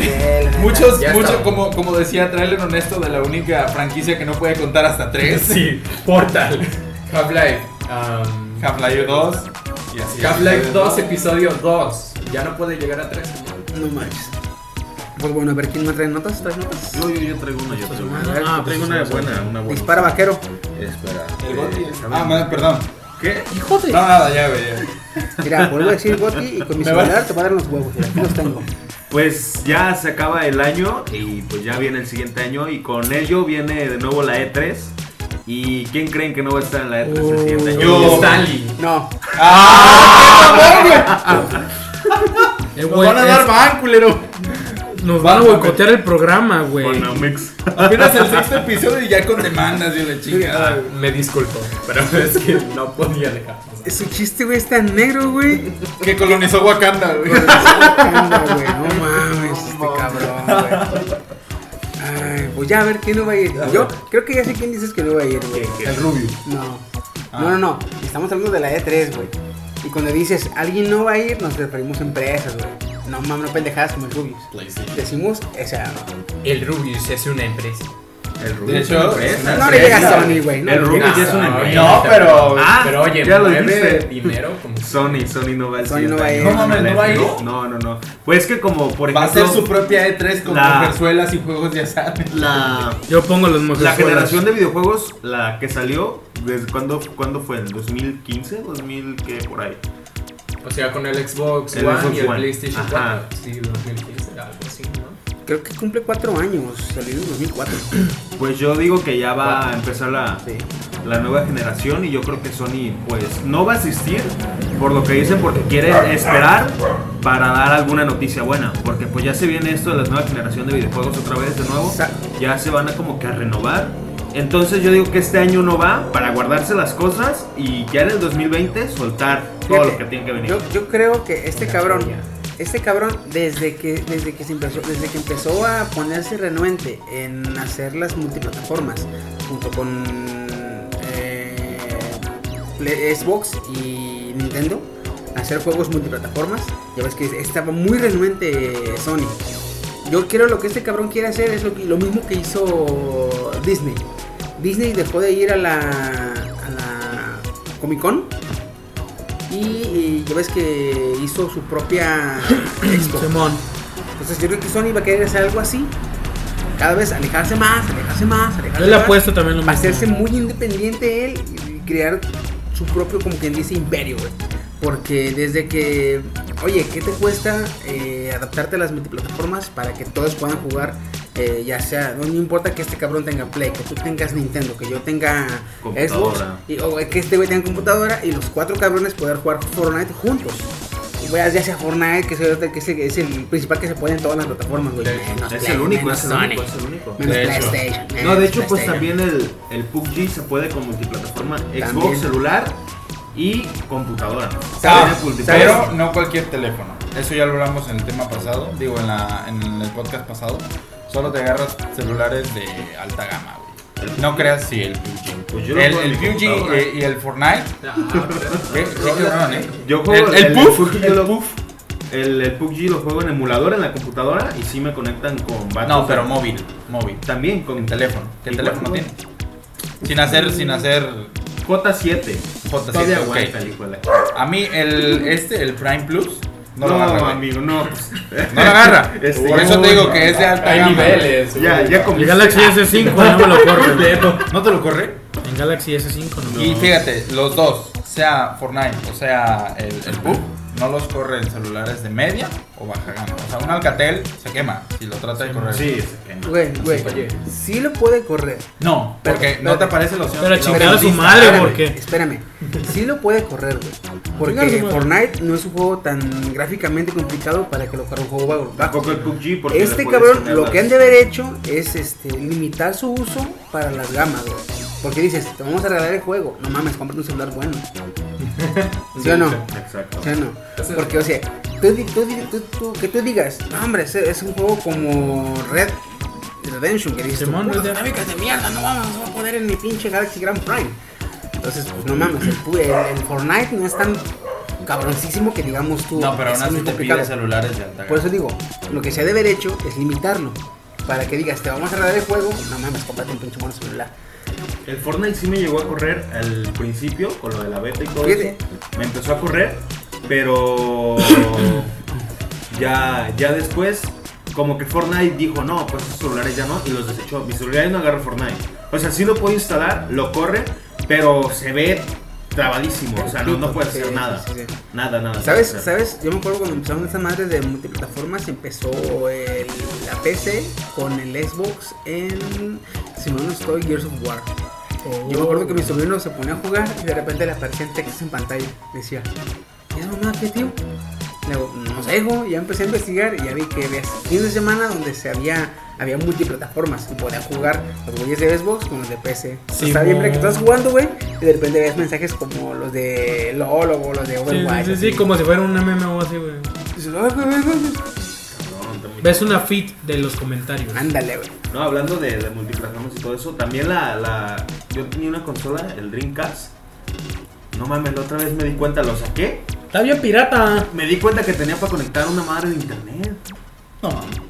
Speaker 1: eh, la neta,
Speaker 5: Muchos,
Speaker 4: Ya
Speaker 5: muchos,
Speaker 4: está.
Speaker 5: como, como decía Trailer Honesto, de la única franquicia que no puede contar hasta tres.
Speaker 2: Sí, Portal.
Speaker 4: Half-Life. um,
Speaker 5: Half-Life 2 y así.
Speaker 4: Half-Life 2, episodio 2. Ya no puede llegar a 3.
Speaker 1: no manches. Pues bueno, a ver quién me trae notas, trae notas.
Speaker 3: Yo, yo, yo traigo una, yo traigo una.
Speaker 2: Ah,
Speaker 3: Yo traigo una buena, una buena.
Speaker 1: Dispara vaquero.
Speaker 3: Espera.
Speaker 5: El Gotti.
Speaker 3: eh, a ver.
Speaker 5: Ah, madre, perdón.
Speaker 3: ¿Qué?
Speaker 2: Hijo de.
Speaker 5: No, nada, ya, güey. ya.
Speaker 1: Mira, vuelvo a decir Goti y con mi
Speaker 5: Me va-
Speaker 1: celular te voy a dar los huevos. mira, Aquí los tengo.
Speaker 3: Pues ya se acaba el año y pues ya viene el siguiente año y con ello viene de nuevo la E3. ¿Y quién creen que no va a estar en la E3 el siguiente año?
Speaker 5: Yo.
Speaker 4: Y Stanley.
Speaker 1: No, Ah.
Speaker 2: Eh,
Speaker 5: Nos
Speaker 2: güey,
Speaker 5: van a dar ban, culero.
Speaker 2: es- Nos van a boicotear el programa, güey.
Speaker 3: Con Amex.
Speaker 5: Apenas el sexto episodio y ya con demandas, yo la
Speaker 4: Ah,
Speaker 5: chingada.
Speaker 4: me disculpo, pero es que no podía dejar. pasar.
Speaker 1: su chiste, güey, está en negro, güey.
Speaker 5: Que colonizó Wakanda, güey.
Speaker 1: Anda, güey, no mames, este cabrón, güey. Ay, pues ya a ver quién no va a ir. Yo creo que ya sé quién dices que no va a ir, güey.
Speaker 5: El Rubio.
Speaker 1: No.
Speaker 5: Ah.
Speaker 1: No, no, no. Estamos hablando de la E3, güey. Y cuando dices alguien no va a ir, nos referimos a empresas, güey. No mames, no pendejadas como el Rubius. Decimos, o sea,
Speaker 4: El Rubius es una empresa.
Speaker 3: El Rubius.
Speaker 5: De hecho,
Speaker 1: no, no le llegas a Sony, güey. No, le
Speaker 3: El Rubius
Speaker 1: llegas
Speaker 3: ya es una
Speaker 4: Ah,
Speaker 3: empresa.
Speaker 5: No, pero.
Speaker 4: Ah, pero oye,
Speaker 3: ya lo
Speaker 4: mueve
Speaker 3: dijiste.
Speaker 4: dinero como
Speaker 3: Sony, Sony no va al
Speaker 1: Sony
Speaker 3: siguiente
Speaker 1: no va a
Speaker 3: año.
Speaker 1: ir. No
Speaker 5: mames, ¿no va a ir?
Speaker 3: No, no, no. Pues es que como, por ejemplo...
Speaker 5: Va a ser su propia E3 con
Speaker 3: La-
Speaker 5: mujerzuelas y juegos de azar.
Speaker 3: La...
Speaker 2: Yo pongo los mejores.
Speaker 3: La generación de videojuegos, la que salió, ¿desde cuándo, cuándo fue? ¿El 2015? ¿2000 qué? Por ahí.
Speaker 4: O sea, con el Xbox
Speaker 3: El
Speaker 4: One
Speaker 3: Xbox
Speaker 4: y el
Speaker 3: One.
Speaker 4: PlayStation
Speaker 3: Ajá.
Speaker 4: 4. Sí, 2015, algo así, ¿no?
Speaker 1: a- Creo que cumple cuatro años. Salió en 2004.
Speaker 3: Pues yo digo que ya va a empezar la,
Speaker 1: Sí.
Speaker 3: la nueva generación y yo creo que Sony pues no va a asistir por lo que dicen porque quiere esperar para dar alguna noticia buena porque pues ya se viene esto de la nueva generación de videojuegos otra vez de nuevo
Speaker 1: Sa-
Speaker 3: ya se van a como que a renovar entonces yo digo que este año no va para guardarse las cosas y ya en el 2020 soltar todo
Speaker 1: Fíjate,
Speaker 3: lo que tiene que venir
Speaker 1: Yo, yo creo que este cabrón, este cabrón, desde que, desde que se empezó, desde que empezó a ponerse renuente en hacer las multiplataformas, junto con eh, Play- Xbox y Nintendo, hacer juegos multiplataformas. Ya ves que estaba muy renuente Sony. Yo quiero lo que este cabrón quiere hacer es lo, que- lo mismo que hizo Disney. Disney dejó de ir a la, a la Comic Con y, y ya ves que hizo su propia expo.
Speaker 2: Simón.
Speaker 1: Entonces yo creo que Sony va a querer hacer algo así. Cada vez alejarse más, alejarse más, alejarse
Speaker 2: Yo le
Speaker 1: más.
Speaker 2: apuesto también lo
Speaker 1: Va a
Speaker 2: mismo.
Speaker 1: hacerse muy independiente él y crear su propio, como quien dice, imperio, güey. Porque desde que, oye, ¿qué te cuesta eh, adaptarte a las multiplataformas para que todos puedan jugar? eh, ya sea, no, no importa que este cabrón tenga Play, que tú tengas Nintendo, que yo tenga Xbox,
Speaker 3: Computadora.
Speaker 1: y, o que este güey tenga computadora y los cuatro cabrones poder jugar Fortnite juntos. Y, güey, ya sea Fortnite, que es el, que es el- es el principal que se puede en todas las plataformas, güey.
Speaker 4: De-
Speaker 1: Menos
Speaker 3: Es
Speaker 1: Play,
Speaker 3: el único,
Speaker 1: menos
Speaker 3: es el único,
Speaker 1: Sony,
Speaker 3: es el único.
Speaker 1: menos
Speaker 4: De hecho.
Speaker 1: PlayStation.
Speaker 3: No, de
Speaker 1: menos
Speaker 3: hecho, pues
Speaker 1: PlayStation.
Speaker 3: también el, el PUBG se puede con multiplataforma
Speaker 1: También.
Speaker 3: Xbox, celular y computadora.
Speaker 5: Ah,
Speaker 3: Tiene multiplayer.
Speaker 5: pero no cualquier teléfono. Eso ya lo hablamos en el tema pasado, digo, en, la, en el podcast pasado. Solo te agarras celulares de alta gama, güey. No creas si el PUBG.
Speaker 3: Pues yo
Speaker 5: El,
Speaker 3: lo juego en
Speaker 5: el
Speaker 3: mi
Speaker 5: PUBG
Speaker 3: computadora.
Speaker 5: eh, y el Fortnite.
Speaker 3: Ah,
Speaker 5: ¿Qué, qué cabrón, eh?
Speaker 3: Yo juego
Speaker 5: el, el puff,
Speaker 3: PUBG,
Speaker 5: el
Speaker 3: yo lo-
Speaker 5: puff.
Speaker 3: el- el PUBG lo juego en emulador en la computadora y sí me conectan con vatos.
Speaker 5: No, pero móvil, móvil.
Speaker 3: También con
Speaker 5: En teléfono. ¿Qué
Speaker 3: ¿Y
Speaker 5: teléfono
Speaker 3: cuánto?
Speaker 5: tiene? Sin hacer, sin hacer
Speaker 3: J7.
Speaker 5: J7,
Speaker 3: Todavía
Speaker 5: ok.
Speaker 3: aguanta el hijo de la-
Speaker 5: A mí el este, el Prime Plus, no, lo agarra. güey.
Speaker 3: amigo, no.
Speaker 5: No lo agarra.
Speaker 3: Este,
Speaker 5: Por eso
Speaker 3: no,
Speaker 5: te digo
Speaker 3: no.
Speaker 5: que es de alta
Speaker 4: Hay
Speaker 5: gama.
Speaker 4: niveles.
Speaker 3: Ya,
Speaker 4: güey.
Speaker 3: ya
Speaker 2: El
Speaker 3: comí.
Speaker 2: Galaxy S5 no me lo corre.
Speaker 5: ¿No te lo corre?
Speaker 2: En Galaxy S5 no.
Speaker 5: Y fíjate, los dos, sea Fortnite o sea el, el PUB, no los corre en celulares de media o baja gama. O sea, un Alcatel se quema si lo trata de correr.
Speaker 3: Sí, se quema.
Speaker 1: Güey, güey,
Speaker 4: Oye.
Speaker 1: sí lo puede correr.
Speaker 5: No,
Speaker 1: Pero-
Speaker 5: porque
Speaker 1: pero-
Speaker 5: no te aparece la opción.
Speaker 2: pero
Speaker 5: la
Speaker 2: chingar
Speaker 5: opción
Speaker 2: a su
Speaker 5: lista.
Speaker 2: madre,
Speaker 1: espérame,
Speaker 2: ¿por qué?
Speaker 1: Espérame, sí lo puede correr, güey. Porque
Speaker 2: Chingar a su
Speaker 1: Fortnite no es un juego tan gráficamente complicado para que lo corra un juego bajo.
Speaker 3: Tampoco el PUBG porque
Speaker 1: Este
Speaker 3: le puedes
Speaker 1: cabrón
Speaker 3: poner
Speaker 1: lo
Speaker 3: las-
Speaker 1: que han de haber hecho es este, limitar su uso para las gamas, güey. Porque dices, te vamos a regalar el juego. No mames, cómprate un celular bueno. ¿Sí o no?
Speaker 3: Exacto.
Speaker 1: ¿Sí o no? Porque, o sea, tú, di- tú di- tú- tú- que tú digas, no, hombre, ese es, un juego como Red Redemption, que dices, tú,
Speaker 2: Simón,
Speaker 1: "Puta,
Speaker 2: Red Dead".
Speaker 1: dinámicas de mierda, no vamos, no voy a poder en mi pinche Galaxy Grand Prime. Entonces, pues no mames, el, pu- el- el Fortnite no es tan cabroncísimo que digamos tú.
Speaker 5: No, pero
Speaker 1: es
Speaker 5: aún así
Speaker 1: muy
Speaker 5: te
Speaker 1: complicado.
Speaker 5: pide celulares de alta
Speaker 1: Por
Speaker 5: gama.
Speaker 1: eso digo, lo que se ha de haber hecho es limitarlo. Para que digas, te vamos a regalar el juego, no mames, cómprate un pinche mono celular.
Speaker 3: El Fortnite sí me llegó a correr al principio con lo de la beta y todo
Speaker 1: Fíjate.
Speaker 3: eso. Me empezó a correr, pero ya, ya después como que Fortnite dijo no, pues esos celulares ya no y los desechó. Mi celular ya no agarra Fortnite. O sea, sí lo puedo instalar, lo corre, pero se ve trabadísimo. O sea, no, no puede
Speaker 1: Sí,
Speaker 3: hacer
Speaker 1: sí,
Speaker 3: nada.
Speaker 1: sí, sí.
Speaker 3: Nada, nada.
Speaker 1: ¿Sabes?
Speaker 3: nada.
Speaker 1: ¿Sabes? Yo me acuerdo cuando empezaron esas madres de multiplataformas, empezó el- la PC con el Xbox en, si no no estoy, Gears of War. Yo me acuerdo que
Speaker 2: Oh.
Speaker 1: mi sobrino se ponía a jugar y de repente le aparecían textos en pantalla. Decía, ¿y esa mamá qué, tío? Le digo, no sé, hijo. Y ya empecé a investigar y ya vi que había fines de semana donde se había, había multiplataformas y podía jugar los güeyes de Xbox con los de PC.
Speaker 2: Sí,
Speaker 1: Está bien,
Speaker 2: mo.
Speaker 1: que estás jugando, güey, y de repente veas mensajes como los de LOL o los de
Speaker 2: Oh. Sí,
Speaker 1: Overwatch.
Speaker 2: sí, sí,
Speaker 1: así.
Speaker 2: como si fuera un MMO así, güey.
Speaker 1: Dices, "Ah, güey, güey, güey".
Speaker 3: No, está muy
Speaker 2: Ves una feed de los comentarios.
Speaker 1: Ándale, güey.
Speaker 3: No, hablando de, de multiplataformas y todo eso, también la, la. Yo tenía una consola, el Dreamcast. No mames, la otra vez me di cuenta, lo saqué.
Speaker 2: Está bien pirata.
Speaker 3: Me di cuenta que tenía para conectar una madre de internet.
Speaker 5: No,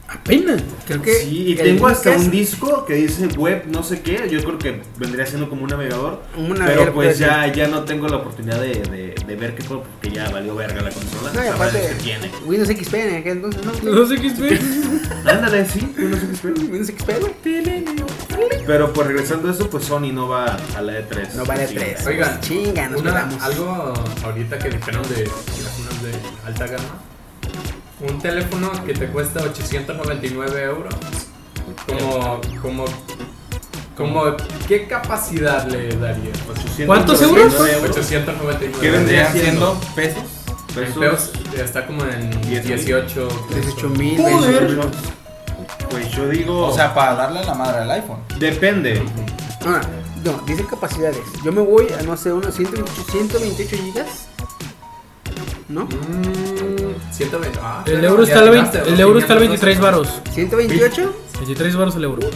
Speaker 2: Apenas.
Speaker 1: Creo que.
Speaker 3: Sí, y
Speaker 1: el
Speaker 3: tengo hasta
Speaker 1: Dreamcast,
Speaker 3: un disco que dice web, no sé qué. Yo creo que vendría siendo como un navegador.
Speaker 1: un
Speaker 3: pero
Speaker 1: navegador,
Speaker 3: pues
Speaker 1: puede
Speaker 3: ya, ya no tengo la oportunidad de, de, de ver qué fue, porque ya valió verga la consola.
Speaker 1: ser. No, y
Speaker 3: Esa madre
Speaker 1: aparte.
Speaker 3: se tiene.
Speaker 1: Windows XP en aquel entonces, ¿no?
Speaker 2: No sé qué es.
Speaker 3: Ándale, sí, yo no sé qué espero.
Speaker 1: Windows XP, güey.
Speaker 3: Pero pues regresando a eso, pues Sony no va a la E E3.
Speaker 1: No vale
Speaker 3: Sí,
Speaker 1: E tres.
Speaker 4: Oigan,
Speaker 1: Chinga, nos
Speaker 4: Una-
Speaker 1: quedamos.
Speaker 4: algo ahorita que dijeron de teléfonos de alta gama. Un teléfono que te cuesta 899 euros. Como, como, como, ¿qué capacidad le darías?
Speaker 3: 899
Speaker 2: ¿Cuántos euros?
Speaker 4: 899
Speaker 3: ¿Qué vendría
Speaker 5: vendrían
Speaker 3: siendo?
Speaker 5: siendo pesos.
Speaker 4: En
Speaker 3: Pesos.
Speaker 4: pesos está como en
Speaker 3: 10,000.
Speaker 4: 18.
Speaker 1: 18 mil.
Speaker 3: Joder. Pues yo digo.
Speaker 5: O sea, para darle la madre al iPhone.
Speaker 3: depende.
Speaker 1: No, no, no, dicen capacidades. Yo me voy a, no sé, unos 128, 128 gigas. ¿No?
Speaker 4: Mm, 120. Ah,
Speaker 2: El
Speaker 4: pero
Speaker 2: euro
Speaker 4: ya
Speaker 2: está al
Speaker 4: atinaste,
Speaker 2: 20 el euro está al
Speaker 4: 512.
Speaker 2: 23 varos.
Speaker 1: ¿128?
Speaker 2: 23 varos el euro.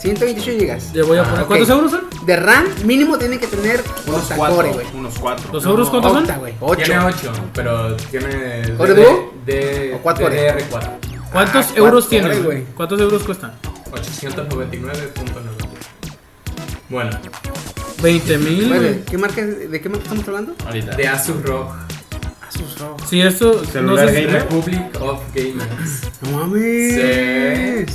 Speaker 1: 128 gigas.
Speaker 2: Le voy a
Speaker 3: Ah,
Speaker 2: poner.
Speaker 1: ok.
Speaker 2: ¿Cuántos euros son?
Speaker 1: De RAM mínimo tienen que tener
Speaker 3: Unos
Speaker 1: 8
Speaker 3: cuatro,
Speaker 1: core, güey.
Speaker 3: unos cuatro.
Speaker 2: ¿Los euros cuántos son?
Speaker 1: Octa, güey. 8.
Speaker 4: Tiene 8, pero tiene.
Speaker 1: ¿Core
Speaker 4: DD
Speaker 1: dúo?
Speaker 4: de,
Speaker 1: ¿O cuatro core?
Speaker 4: DDR4.
Speaker 2: ¿Cuántos
Speaker 1: Ah,
Speaker 2: euros
Speaker 1: cuatro,
Speaker 2: tiene?
Speaker 1: güey.
Speaker 2: ¿Cuántos euros cuestan?
Speaker 4: 899.90. Bueno,
Speaker 2: 20 mil.
Speaker 1: Bueno,
Speaker 2: güey.
Speaker 1: ¿qué marca, ¿De qué marca estamos hablando?
Speaker 5: Ahorita.
Speaker 4: de Asus ROG.
Speaker 1: Asus ROG.
Speaker 2: Si esto. No
Speaker 3: Celular
Speaker 2: sé si-
Speaker 3: gamer.
Speaker 4: Republic of Gamers.
Speaker 1: No mames.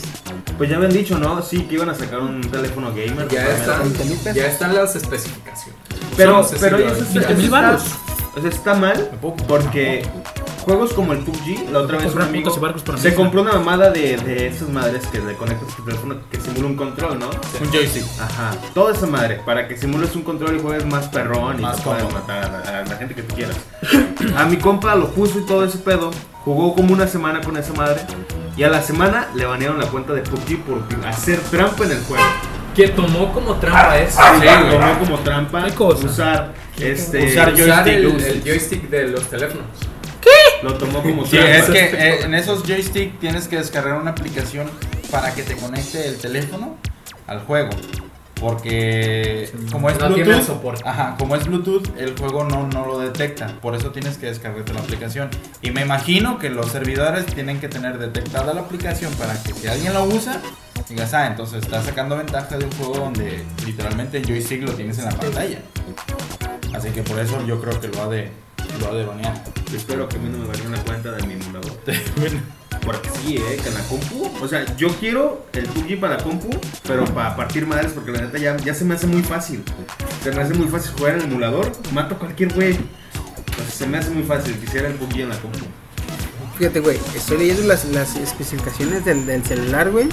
Speaker 3: Pues ya habían dicho, ¿no? Sí, que iban a sacar un teléfono gamer.
Speaker 4: Ya
Speaker 1: ¿Con
Speaker 4: están,
Speaker 1: canitas?
Speaker 4: ya están las especificaciones.
Speaker 3: Pero,
Speaker 4: Son
Speaker 3: pero eso,
Speaker 4: accesibles.
Speaker 3: está-
Speaker 2: mil
Speaker 3: eso está,
Speaker 2: varos.
Speaker 3: eso está mal porque juegos como el PUBG, la otra vez un
Speaker 2: Comprar
Speaker 3: amigo
Speaker 2: putos y barcos para
Speaker 3: se
Speaker 2: mí.
Speaker 3: compró una mamada de, de esas madres que le conectas a tu teléfono que simula un control, ¿no?
Speaker 5: Un joystick.
Speaker 3: Ajá, toda esa madre, para que simules un control y juegues más perrón y
Speaker 5: Más
Speaker 3: te puedas
Speaker 5: cómodo.
Speaker 3: matar a la, a la gente que tú quieras. A mi compa lo puso y todo ese pedo, jugó como una semana con esa madre y a la semana le banearon la cuenta de PUBG por hacer trampa en el juego.
Speaker 4: Que tomó como trampa eso.
Speaker 3: Sí,
Speaker 4: Usar
Speaker 3: tomó como trampa
Speaker 2: ¿Qué cosa?
Speaker 3: usar este
Speaker 5: Usar yo-
Speaker 4: el,
Speaker 5: Joystick,
Speaker 4: el joystick de los teléfonos.
Speaker 3: lo tomó como
Speaker 5: Sí,
Speaker 3: trampa.
Speaker 5: es que eh, en esos joystick tienes que descargar una aplicación para que te conecte el teléfono al juego. Porque como es
Speaker 4: No tiene
Speaker 5: Bluetooth,
Speaker 4: soporte.
Speaker 5: ajá, como es Bluetooth, el juego no, no lo detecta. Por eso tienes que descargarte la aplicación. Y me imagino que los servidores tienen que tener detectada la aplicación para que si alguien la usa, digas, ah, entonces estás sacando ventaja de un juego donde literalmente el joystick lo tienes en la pantalla. Así que por eso yo creo que lo ha de, lo ha de banear.
Speaker 3: Espero que a mí no me baneen una cuenta de mi emulador. Porque sí, eh, que en la compu. O sea, yo quiero el PUBG para la compu, pero para partir madres, porque la neta ya, ya se me hace muy fácil. Se me hace muy fácil jugar en el emulador, mato a cualquier güey. O sea, se me hace muy fácil, quisiera el PUBG en la compu.
Speaker 1: Fíjate, güey, estoy leyendo las, las especificaciones del, del celular, güey.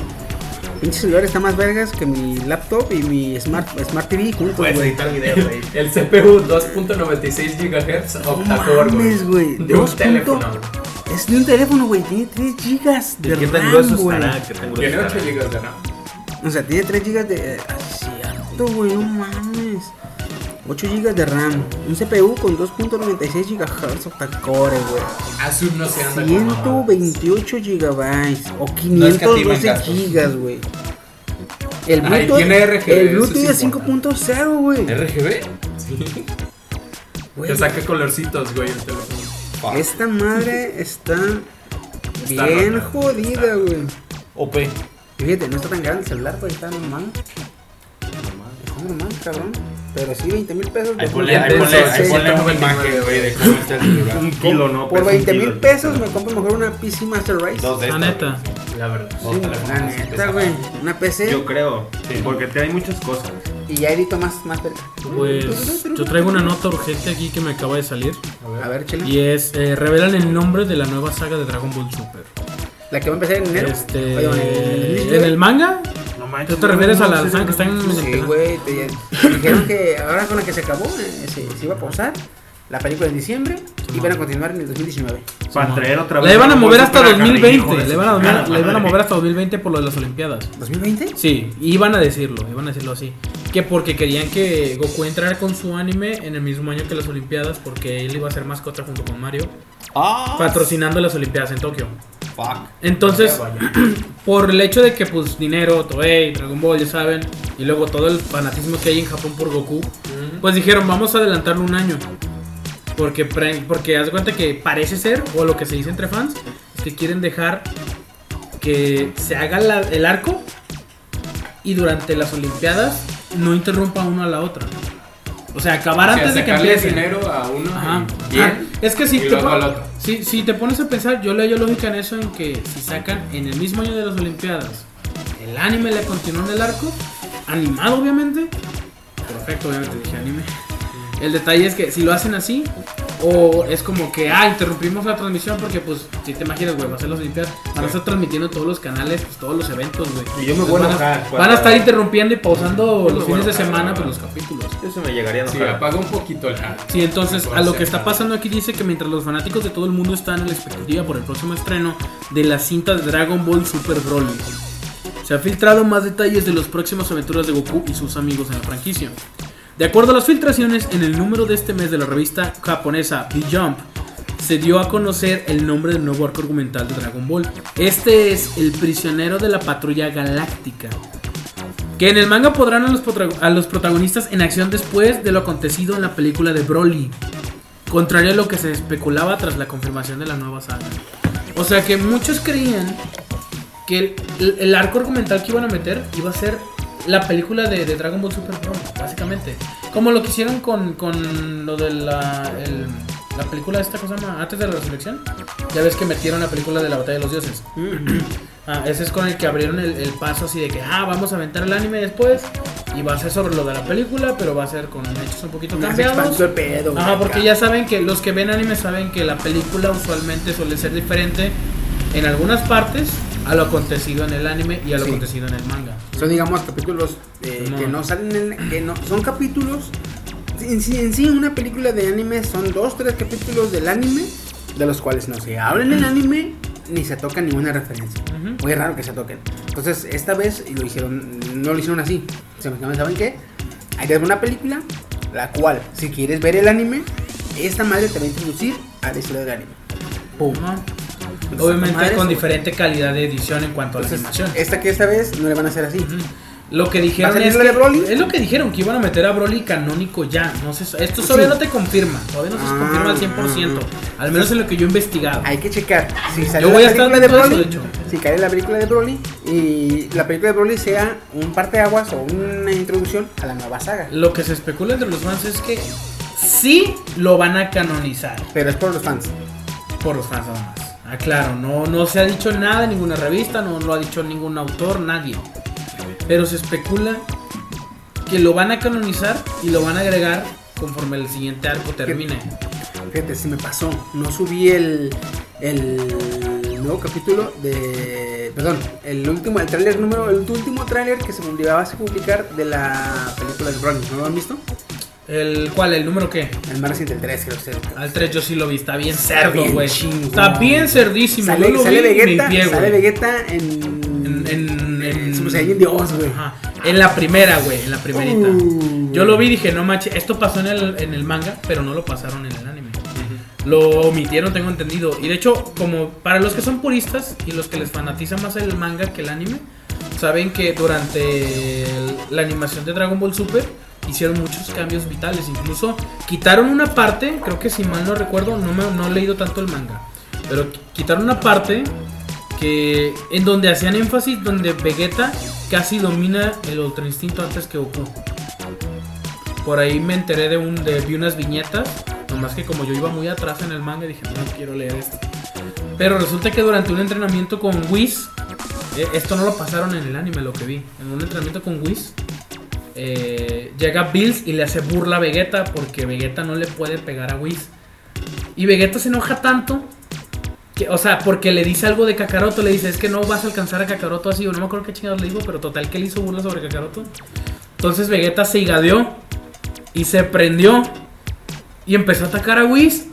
Speaker 1: Pinche celular está más vergas que mi laptop y mi Smart, smart TV juntos, güey.
Speaker 3: editar video, güey.
Speaker 4: El CPU 2.96 GHz octa-core, güey.
Speaker 1: mames, güey.
Speaker 4: De un
Speaker 1: 2.
Speaker 4: teléfono, güey.
Speaker 1: Es de un teléfono, güey. Tiene 3 gigas de
Speaker 3: ¿Qué tan
Speaker 1: RAM,
Speaker 3: grueso
Speaker 1: güey.
Speaker 3: estará? ¿Qué tan
Speaker 4: Tiene
Speaker 3: grueso
Speaker 4: 8
Speaker 3: estará?
Speaker 4: GB de RAM.
Speaker 1: O sea, tiene 3 gigas de... ah, Cierto, güey, no mames. 8 gigas de RAM. Un CPU con 2.96 gigahertz octa-core, güey.
Speaker 4: Asus no se anda con mamadas.
Speaker 1: 128 gigabytes o
Speaker 5: No es que activan
Speaker 1: 512
Speaker 5: gastos.
Speaker 1: gigas, güey. El
Speaker 4: Ahí
Speaker 1: Bluetooth,
Speaker 4: tiene RGB,
Speaker 1: el
Speaker 4: eso
Speaker 1: Bluetooth
Speaker 4: sí
Speaker 1: de
Speaker 4: importa.
Speaker 1: 5.0 güey.
Speaker 4: ¿RGB? Sí.
Speaker 1: Güey,
Speaker 4: Te saca colorcitos, güey, el teléfono.
Speaker 1: Esta madre está
Speaker 4: Está
Speaker 1: bien
Speaker 4: rota,
Speaker 1: jodida,
Speaker 4: está.
Speaker 1: güey.
Speaker 5: OP.
Speaker 1: Fíjate, no está tan grande el celular, güey, está normal. Está normal, cabrón. Pero sí, 20 mil pesos.
Speaker 5: Ahí
Speaker 1: güey.
Speaker 5: ponle, ahí ponle, ahí ponle una imagen, güey, de cómo está el celular.
Speaker 3: Un kilo, ¿no?
Speaker 1: Por
Speaker 3: Pesa un
Speaker 1: 20 mil
Speaker 3: kilo.
Speaker 1: pesos me compro mejor una PC Master Race.
Speaker 5: Dos de
Speaker 2: La
Speaker 5: estas.
Speaker 2: neta.
Speaker 4: La verdad.
Speaker 5: Dos teléfonos.
Speaker 1: La neta, güey. Una PC
Speaker 3: Yo creo,
Speaker 5: Sí.
Speaker 3: porque te hay muchas cosas.
Speaker 1: y ya edito más, más verga.
Speaker 2: Pues yo traigo una nota urgente aquí que me acaba de salir.
Speaker 1: A ver, chela.
Speaker 2: Y es, eh, revelan el nombre de la nueva saga de Dragon Ball Super.
Speaker 1: La que va a empezar en enero.
Speaker 2: Este,
Speaker 1: Oye, en
Speaker 2: en el manga,
Speaker 3: No
Speaker 2: ¿tú te refieres a la saga que está en
Speaker 1: Sí, güey. Te, te dijeron que ahora con la que se acabó, eh, se, se iba a pausar la película en diciembre y van a continuar en el 2019.
Speaker 3: Para traer otra vez.
Speaker 2: La iban a
Speaker 3: Dragon
Speaker 2: mover
Speaker 3: Ball
Speaker 2: hasta
Speaker 3: Super a Carrillo, hijo
Speaker 2: 2020.
Speaker 3: de
Speaker 2: La
Speaker 3: su
Speaker 2: iban a,
Speaker 3: chingada
Speaker 2: mover- la iban a
Speaker 3: madre.
Speaker 2: mover hasta 2020 por lo de las Olimpiadas.
Speaker 1: ¿2020?
Speaker 2: Sí, iban a decirlo, iban a decirlo así. Que porque querían que Goku entrara con su anime en el mismo año que las Olimpiadas, porque él iba a ser mascota junto con Mario,
Speaker 5: Ah,
Speaker 2: patrocinando las Olimpiadas en Tokio.
Speaker 5: fuck.
Speaker 2: Entonces, por el hecho de que, pues, dinero, Toei, Dragon Ball, ya saben, y luego todo el fanatismo que hay en Japón por Goku, pues dijeron, vamos a adelantarlo un año. Porque, pre- porque haz de cuenta que parece ser, o lo que se dice entre fans, es que quieren dejar que se haga la- el arco y durante las Olimpiadas no interrumpa uno a la otra. O sea, acabar
Speaker 4: O sea,
Speaker 2: antes de que
Speaker 4: sacarle
Speaker 2: empiece.
Speaker 4: dinero a uno.
Speaker 2: Ajá.
Speaker 4: y- Bien.
Speaker 2: Ah, es que si
Speaker 4: Y
Speaker 2: te,
Speaker 4: luego
Speaker 2: pon-
Speaker 4: al otro.
Speaker 2: si, si te pones a pensar, yo le hallo lógica en eso, en que si sacan en el mismo año de las Olimpiadas, el anime le continuó en el arco, animado obviamente, perfecto, obviamente dije anime. El detalle es que si lo hacen así, o es como que, ah, interrumpimos la transmisión porque, pues, si te imaginas, güey, va a ser las Olimpiadas, van a estar transmitiendo todos los canales, pues, todos los eventos, güey.
Speaker 3: Y yo me
Speaker 2: Entonces
Speaker 3: voy a
Speaker 2: van
Speaker 3: enojar cuando-
Speaker 2: Van a estar interrumpiendo y pausando
Speaker 3: me
Speaker 2: los
Speaker 3: voy a
Speaker 2: fines de
Speaker 3: enojar,
Speaker 2: semana,
Speaker 3: la
Speaker 2: pues, los
Speaker 3: verdad.
Speaker 2: capítulos.
Speaker 3: Eso me llegaría a
Speaker 4: Sí,
Speaker 3: enojar.
Speaker 4: apaga un poquito el hard.
Speaker 2: Sí, entonces a
Speaker 4: Puede
Speaker 2: lo
Speaker 4: ser.
Speaker 2: que está pasando aquí dice que mientras los fanáticos de todo el mundo están a la expectativa por el próximo estreno de la cinta de Dragon Ball Super Broly, se han filtrado más detalles de las próximas aventuras de Goku y sus amigos en la franquicia. De acuerdo a las filtraciones, en el número de este mes de la revista japonesa The Jump, se dio a conocer el nombre del nuevo arco argumental de Dragon Ball. Este es El prisionero de la patrulla galáctica. Que en el manga podrán a los, potra- a los protagonistas en acción después de lo acontecido en la película de Broly. Contrario a lo que se especulaba tras la confirmación de la nueva saga. O sea que muchos creían que el, el- el arco argumental que iban a meter iba a ser la película de, de Dragon Ball Super Broly, básicamente. Como lo que hicieron con, con lo de la, el- la película de esta cosa llama antes de la resurrección. Ya ves que metieron la película de la batalla de los dioses. Ah, ese es con el que abrieron el, el paso así de que, ah, vamos a aventar el anime después y va a ser sobre lo de la película, pero va a ser con hechos un poquito
Speaker 1: Más expanso el
Speaker 2: cambiados.
Speaker 1: pedo. güey,
Speaker 2: Ajá, porque
Speaker 1: acá.
Speaker 2: ya saben que los que ven anime saben que la película usualmente suele ser diferente en algunas partes a lo acontecido en el anime y a lo
Speaker 1: Sí.
Speaker 2: acontecido en el manga.
Speaker 1: Son, digamos, capítulos eh,
Speaker 2: Simón.
Speaker 1: que no salen en. Que no, son capítulos. En sí, en sí, una película de anime son dos, tres capítulos del anime. De los cuales no se habla en el anime ni se toca ninguna referencia.
Speaker 2: Ujú.
Speaker 1: Muy raro que se toquen. Entonces, esta vez lo hicieron, no lo hicieron así. Se me quedaron, ¿saben qué? Hay que hacer una película, la cual, si quieres ver el anime, esta madre te va a introducir al estilo del anime. Pum.
Speaker 2: Ajá.
Speaker 1: Entonces, esta
Speaker 2: Obviamente
Speaker 1: madre
Speaker 2: con
Speaker 1: se-
Speaker 2: diferente calidad de edición en cuanto a la
Speaker 1: Entonces,
Speaker 2: animación.
Speaker 1: esta que esta vez no le van a hacer así.
Speaker 2: Ujú. Lo que
Speaker 1: ¿Va
Speaker 2: dijeron
Speaker 1: a salir
Speaker 2: es,
Speaker 1: la
Speaker 2: que-
Speaker 1: de Broly?
Speaker 2: es lo que dijeron, que iban a meter a Broly canónico ya. No sé, esto todavía
Speaker 1: Sí.
Speaker 2: no te confirma, todavía no se
Speaker 1: Ah,
Speaker 2: confirma al 100%, al menos en lo que yo he investigado.
Speaker 1: Hay que checar si sale
Speaker 2: Yo voy a
Speaker 1: la
Speaker 2: estar
Speaker 1: película de
Speaker 2: atento a eso,
Speaker 1: Broly,
Speaker 2: de hecho.
Speaker 1: si cae la película de Broly y la película de Broly sea un parteaguas o una introducción a la nueva saga.
Speaker 2: Lo que se especula entre los fans es que sí lo van a canonizar
Speaker 1: Pero es por los fans.
Speaker 2: por los fans nada más. Ah, claro, no, no se ha dicho nada en ninguna revista, no lo ha dicho ningún autor, nadie. Pero se especula que lo van a canonizar y lo van a agregar conforme el siguiente arco termine.
Speaker 1: Fíjate, sí me pasó. No subí el, el nuevo capítulo de. Perdón, el último, el tráiler número, el último tráiler que se publicaba a publicar de la película de Broly. ¿No lo han visto?
Speaker 2: ¿El cuál? ¿El número qué?
Speaker 1: El más reciente, el 3, creo que es.
Speaker 2: Al 3 yo sí lo vi, está bien
Speaker 1: Está
Speaker 2: cerdo,
Speaker 1: bien
Speaker 2: güey.
Speaker 1: chingón.
Speaker 2: Está bien cerdísimo. yo
Speaker 1: Sale,
Speaker 2: lo
Speaker 1: sale
Speaker 2: vi y me
Speaker 1: Vegeta,
Speaker 2: limpié,
Speaker 1: sale
Speaker 2: güey.
Speaker 1: Vegeta en.
Speaker 2: En, en, en,
Speaker 1: Super Saiyan Dios, güey.
Speaker 2: Ajá. En la primera, güey, en la primerita.
Speaker 1: Uh.
Speaker 2: Yo lo vi y dije, no manches, esto pasó en el, en el manga, pero no lo pasaron en el anime. Lo omitieron, tengo entendido. Y de hecho, como para los que son puristas y los que les fanatiza más el manga que el anime, saben que durante el- la animación de Dragon Ball Super hicieron muchos cambios vitales. Incluso quitaron una parte, creo que si mal no recuerdo, no, me- no he leído tanto el manga, pero qui- quitaron una parte que en donde hacían énfasis donde Vegeta casi domina el Ultra Instinto antes que Goku. Por ahí me enteré de un de vi unas viñetas, nomás que como yo iba muy atrás en el manga dije, "No quiero leer esto." Pero resulta que durante un entrenamiento con Whis, eh, esto no lo pasaron en el anime lo que vi, en un entrenamiento con Whis eh, llega Bills y le hace burla a Vegeta porque Vegeta no le puede pegar a Whis. Y Vegeta se enoja tanto que, o sea, porque le dice algo de Kakaroto, le dice, es que no vas a alcanzar a Kakaroto así, o no me acuerdo qué chingados le dijo, pero total que le hizo burla sobre Kakaroto. Entonces Vegeta se higadeó y se prendió y empezó a atacar a Whis.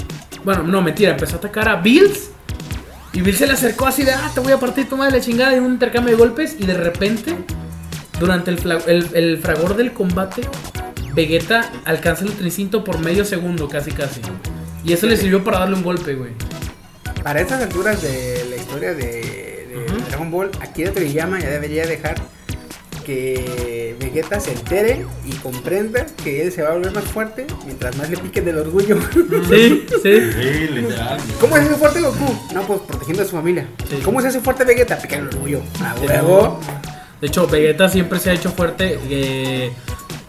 Speaker 2: Bueno, no, mentira, empezó a atacar a Bills. Y Bills se le acercó así de, ah, te voy a partir tu madre la chingada en un intercambio de golpes. Y de repente, durante el, fla- el- el fragor del combate, Vegeta alcanza el tricinto por medio segundo, casi casi. Y eso le sirvió para darle un golpe, güey.
Speaker 1: Para estas alturas de la historia de, de
Speaker 2: Ujú.
Speaker 1: Dragon Ball, Akira Toriyama ya debería dejar que Vegeta se entere y comprenda que él se va a volver más fuerte mientras más le piquen del orgullo.
Speaker 2: Sí, sí.
Speaker 5: Sí, literal.
Speaker 1: ¿Cómo se hace fuerte Goku? No, pues protegiendo a su familia.
Speaker 2: Sí.
Speaker 1: ¿Cómo se hace fuerte Vegeta? Picar el orgullo. A huevo.
Speaker 2: De hecho, Vegeta siempre se ha hecho fuerte eh,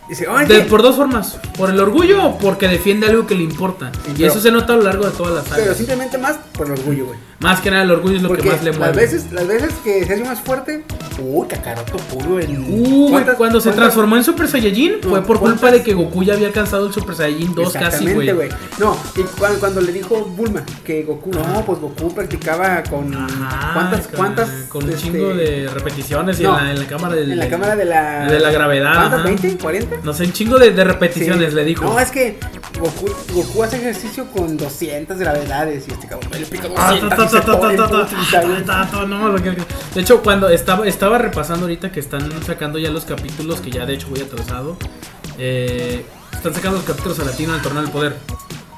Speaker 1: Dice, oye.
Speaker 2: de- por dos formas. Por el orgullo o porque defiende algo que le importa.
Speaker 1: Sí,
Speaker 2: y
Speaker 1: pero-
Speaker 2: eso se nota a lo largo de toda la saga.
Speaker 1: Pero simplemente más por el orgullo, güey.
Speaker 2: Más que nada el orgullo es lo
Speaker 1: Porque
Speaker 2: que más le
Speaker 1: las
Speaker 2: mueve.
Speaker 1: veces, las veces que se hace más fuerte, uy, Kakaroto puro el.
Speaker 2: Uh, güey,
Speaker 1: ¿Cuántas-
Speaker 2: cuando se
Speaker 1: cuántas-
Speaker 2: transformó en Super Saiyajin fue por culpa
Speaker 1: ¿Cuántas?
Speaker 2: de que Goku ya había alcanzado el Super Saiyajin 2 casi,
Speaker 1: Exactamente,
Speaker 2: güey.
Speaker 1: güey. No, y cu- cuando, le dijo Bulma que Goku, no, pues Goku practicaba con
Speaker 2: Ah. Ajá,
Speaker 1: cuántas
Speaker 2: con-
Speaker 1: cuántas
Speaker 2: con un
Speaker 1: este,
Speaker 2: chingo de repeticiones y
Speaker 1: No,
Speaker 2: en, la, en la cámara del,
Speaker 1: en la cámara de la
Speaker 2: de la gravedad,
Speaker 1: ¿Cuántas?
Speaker 2: ajá.
Speaker 1: ¿20? ¿40?
Speaker 2: No sé, un chingo de, de
Speaker 1: Sí.
Speaker 2: repeticiones le dijo.
Speaker 1: No, es que Goku, Goku hace ejercicio con 200 gravedades y este cabrón le pica
Speaker 2: Ah,
Speaker 1: 200
Speaker 2: ta, ta,
Speaker 1: y se
Speaker 2: ta, ta,
Speaker 1: pone
Speaker 2: ta, ta,
Speaker 1: putita, güey.
Speaker 2: ta, ta, ta, no, lo que- De hecho, cuando estaba, estaba repasando ahorita que están sacando ya los capítulos, que ya de hecho voy atrasado, eh, están sacando los capítulos a latino del torneo del poder.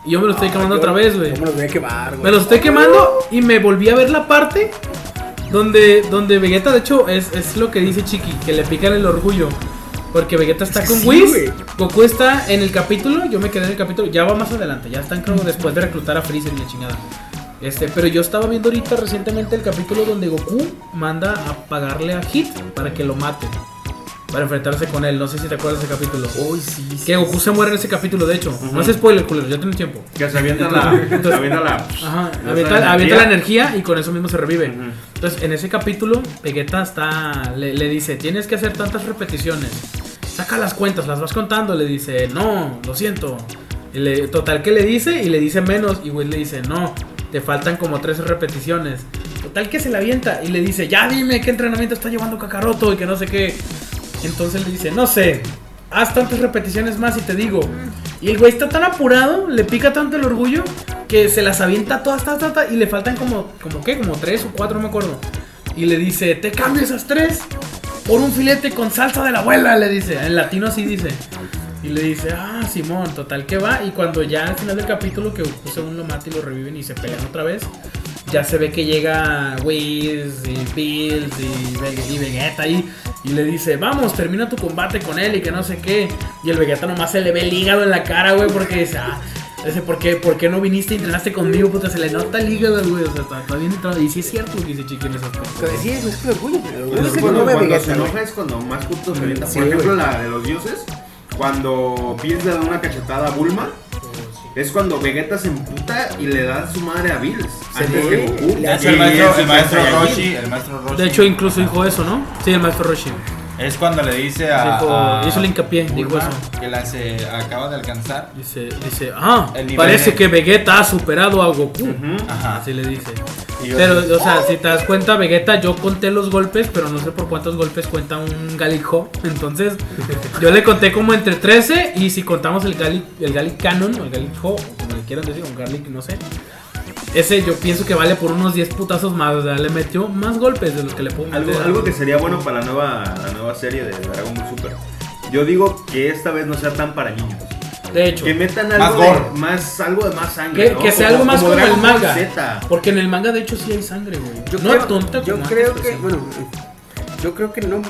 Speaker 2: Y yo me lo estoy quemando
Speaker 1: Ah, Yo-
Speaker 2: otra vez, güey.
Speaker 1: yo Me los voy a quemar, güey.
Speaker 2: Me los estoy quemando y me volví a ver la parte donde, donde Vegeta, de hecho, es, es lo que dice Chiqui, que le pican el orgullo. Porque Vegeta está
Speaker 1: que
Speaker 2: con
Speaker 1: sí,
Speaker 2: Whis.
Speaker 1: güey.
Speaker 2: Goku está en el capítulo. Yo me quedé en el capítulo. Ya va más adelante. Ya están como después de reclutar a Freezer y la chingada. Este, pero yo estaba viendo ahorita recientemente el capítulo donde Goku manda a pagarle a Hit para que lo mate. Para enfrentarse con él. No sé si te acuerdas de ese capítulo.
Speaker 1: Uy, sí.
Speaker 2: Que Goku se muere en ese capítulo, de hecho. No es spoiler, culero. Ya tiene tiempo.
Speaker 3: Que se avienta la. se avienta la.
Speaker 2: Ajá, avienta,
Speaker 3: Esa energía.
Speaker 2: avienta la energía y con eso mismo se revive.
Speaker 3: Ujú.
Speaker 2: Entonces, en ese capítulo, Vegeta está, le, le dice, tienes que hacer tantas repeticiones. Saca las cuentas, las vas contando. Le dice, no, lo siento. Y le- total que le dice y le dice menos. Y Will le dice, no, te faltan como tres repeticiones. Total que se la avienta y le dice, ya dime qué entrenamiento está llevando Kakaroto y que no sé qué. Entonces le dice, no sé, haz tantas repeticiones más y te digo. Y el güey está tan apurado, le pica tanto el orgullo, que se las avienta todas, tas, tas, tas, y le faltan como, como qué, como tres o cuatro, no me acuerdo. Y le dice, te cambio esas tres por un filete con salsa de la abuela, le dice. En latino así dice. Y le dice, ah, Simón, total que va. Y cuando ya al final del capítulo, que Goku según lo mata y lo reviven y se pelean otra vez, ya se ve que llega Whis y Bills y, Ve- y Vegeta ahí. Y le dice, vamos, termina tu combate con él y que no sé qué. Y el Vegeta nomás se le ve el hígado en la cara, güey, porque dice, ah, dice, ¿por qué, ¿por qué no viniste y entrenaste conmigo? Puta, se le nota el hígado, güey. O sea, está, está bien entrado. Y sí es cierto lo que dice Chiqui en ese aspecto.
Speaker 1: Pero sí, es es que el orgullo. El orgullo
Speaker 3: Pues
Speaker 1: es que
Speaker 3: cuando,
Speaker 1: no ve a
Speaker 3: cuando se
Speaker 1: Vegeta, güey.
Speaker 3: enoja es cuando más juntos se avienta.
Speaker 1: sí,
Speaker 3: Por
Speaker 1: güey.
Speaker 3: ejemplo, la de los dioses, cuando Bills le da una cachetada a Bulma, es cuando Vegeta se emputa y le da su madre a Bills. Antes
Speaker 1: ve,
Speaker 3: que Goku.
Speaker 1: le
Speaker 5: De
Speaker 1: hace
Speaker 5: hecho, el maestro, el
Speaker 3: Super
Speaker 5: maestro
Speaker 3: Saiyajin.
Speaker 5: Roshi, el maestro Roshi.
Speaker 2: De hecho, incluso dijo eso, ¿no? Sí, el maestro Roshi.
Speaker 5: Es cuando le dice a.
Speaker 2: Dijo-
Speaker 5: a
Speaker 2: hizo el hincapié, dijo
Speaker 5: Bulma
Speaker 2: eso.
Speaker 5: Que la se acaba de alcanzar.
Speaker 2: Dice, dice, ah,
Speaker 5: El nivel
Speaker 2: parece
Speaker 5: de-
Speaker 2: que Vegeta ha superado a Goku. Ah,
Speaker 3: Ujú.
Speaker 5: Ajá.
Speaker 2: Así le dice.
Speaker 5: Y yo
Speaker 2: Pero,
Speaker 5: así,
Speaker 2: o sea, si te das cuenta, Vegeta, yo conté los golpes, pero no sé por cuántos golpes cuenta un Galico. Entonces, yo le conté como entre 13 y si contamos el Galic, el Galic Canon, o el Galic Ho, o como le quieran decir, o un Garlic, no sé. Ese yo pienso que vale por unos 10 putazos más. O sea, le metió más golpes de los que le puedo meter.
Speaker 3: Algo, algo que sería bueno para la nueva, la nueva serie de Dragon Ball Super. Yo digo que esta vez no sea tan para niños.
Speaker 2: De hecho.
Speaker 3: Que metan
Speaker 5: Más
Speaker 3: algo
Speaker 5: gore.
Speaker 3: de, más algo de más sangre.
Speaker 2: Que,
Speaker 3: ¿no?
Speaker 1: pues,
Speaker 2: que sea
Speaker 3: Como-
Speaker 2: algo más como, el
Speaker 3: Dragon Ball
Speaker 2: manga.
Speaker 3: Z.
Speaker 2: Porque en el manga, de hecho, sí hay sangre, güey.
Speaker 1: Yo
Speaker 2: no
Speaker 1: creo,
Speaker 2: tonta
Speaker 1: Yo
Speaker 2: como
Speaker 1: creo
Speaker 2: antes,
Speaker 1: que,
Speaker 2: pero sí.
Speaker 1: bueno, yo creo que no. mm,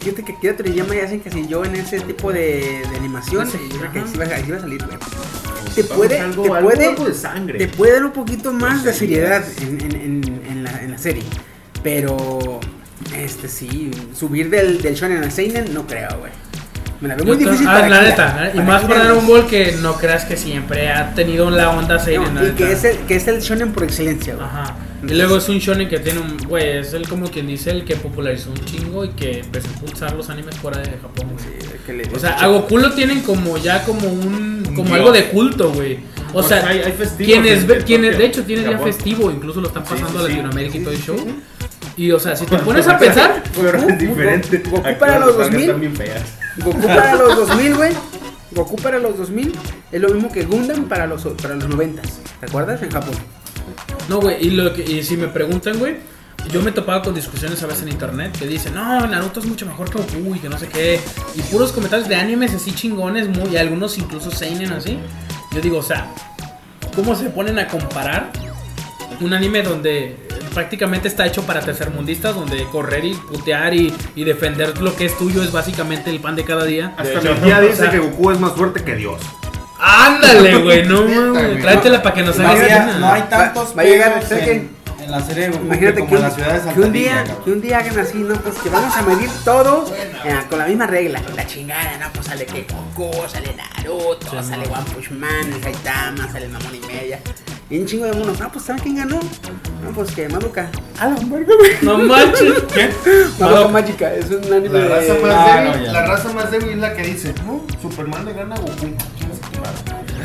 Speaker 1: Fíjate que quiero te llama y hacen que si yo en ese tipo de, de animación,
Speaker 2: Sí,
Speaker 1: yo creo que
Speaker 2: ajá. Pues
Speaker 1: sí va, a- sí va a salir, güey. Te
Speaker 3: Ocupamos
Speaker 1: puede,
Speaker 3: algo-
Speaker 1: te
Speaker 3: algo-
Speaker 1: puede,
Speaker 3: algo de sangre.
Speaker 1: te puede dar un poquito más de seriedad en, en- en- en la, en la serie. Pero, este sí, subir del, del shonen al seinen no creo, güey. Me la veo muy
Speaker 2: Yo creo-
Speaker 1: difícil
Speaker 2: ah,
Speaker 1: para
Speaker 2: la
Speaker 1: Akira,
Speaker 2: neta, ¿eh? y
Speaker 1: para
Speaker 2: más
Speaker 1: Akira
Speaker 2: para
Speaker 1: no.
Speaker 2: Dragon Ball que no creas que siempre ha tenido la onda seinen.
Speaker 1: No,
Speaker 2: la
Speaker 1: y
Speaker 2: neta.
Speaker 1: que es, el, que es el shonen por excelencia, güey.
Speaker 2: Ajá. Y luego es un shonen que tiene un güey, es el como quien dice el que popularizó un chingo y que empezó a impulsar los animes fuera de Japón, güey.
Speaker 1: Que le-
Speaker 2: O sea, a Goku lo tienen como ya como un como
Speaker 5: Dios.
Speaker 2: algo de culto, güey. O
Speaker 3: Pues
Speaker 2: sea,
Speaker 3: hay- hay festivos
Speaker 2: quienes
Speaker 3: en-
Speaker 2: ve-
Speaker 3: en
Speaker 2: quienes de
Speaker 3: Tokio,
Speaker 2: hecho tienen ya
Speaker 3: Japón.
Speaker 2: festivo, incluso lo están pasando
Speaker 3: sí,
Speaker 2: a
Speaker 3: sí.
Speaker 2: Latinoamérica y todo el
Speaker 3: Sí,
Speaker 2: show.
Speaker 3: sí,
Speaker 2: Y o sea, si te pones a pensar,
Speaker 3: Pero
Speaker 1: Goku-
Speaker 3: es diferente.
Speaker 1: Goku
Speaker 3: Aquí
Speaker 1: para
Speaker 3: las
Speaker 1: los 2000.
Speaker 3: sangres están bien feas.
Speaker 1: Goku para los 2000, güey. Goku para los 2000 es lo mismo que Gundam para los, para los 90. ¿Te acuerdas? En Japón.
Speaker 2: No, güey, y, lo que- y si me preguntan, güey, yo me topaba con discusiones a veces en internet que dicen, no, Naruto es mucho mejor que Goku y que no sé qué. Y puros comentarios de animes así chingones, muy, y algunos incluso seinen así. Yo digo, o sea, ¿cómo se ponen a comparar un anime donde eh, prácticamente está hecho para tercermundistas, donde correr y putear y, y defender lo que es tuyo es básicamente el pan de cada día?
Speaker 3: Hasta
Speaker 5: hecho,
Speaker 3: mi tía
Speaker 2: o
Speaker 3: dice
Speaker 2: sea-
Speaker 3: que Goku es más fuerte que Dios.
Speaker 2: Ándale, güey, no,
Speaker 5: Neta,
Speaker 2: güey,
Speaker 5: güey.
Speaker 2: tráetela para que nos
Speaker 5: No,
Speaker 2: hagas
Speaker 5: había-
Speaker 2: una.
Speaker 5: no hay tantos.
Speaker 1: Va- va a llegar,
Speaker 5: pedos
Speaker 1: ¿sabes
Speaker 5: en, en la serie de Goku que
Speaker 1: Imagínate
Speaker 5: como
Speaker 1: que
Speaker 5: en
Speaker 1: un,
Speaker 5: las ciudades
Speaker 1: que un día,
Speaker 5: saltadillas, cabrón.
Speaker 1: que un día hagan así, ¿no? Pues que vamos a medir todo eh, con la misma regla. La chingada, ¿no? Pues sale que Goku, sale Naruto, sale One Punch Man, el Saitama, sale el Mamón y Media. Y un chingo de monos. Ah, pues ¿saben quién ganó? No, pues que Madoka. A la verga, güey.
Speaker 2: No manches.
Speaker 1: Madoka Mágica, es un anime
Speaker 3: La raza,
Speaker 1: de...
Speaker 5: más
Speaker 2: Ah,
Speaker 3: más
Speaker 5: débil-
Speaker 3: débil,
Speaker 5: la
Speaker 3: es la que dice, no, Superman le gana a Goku.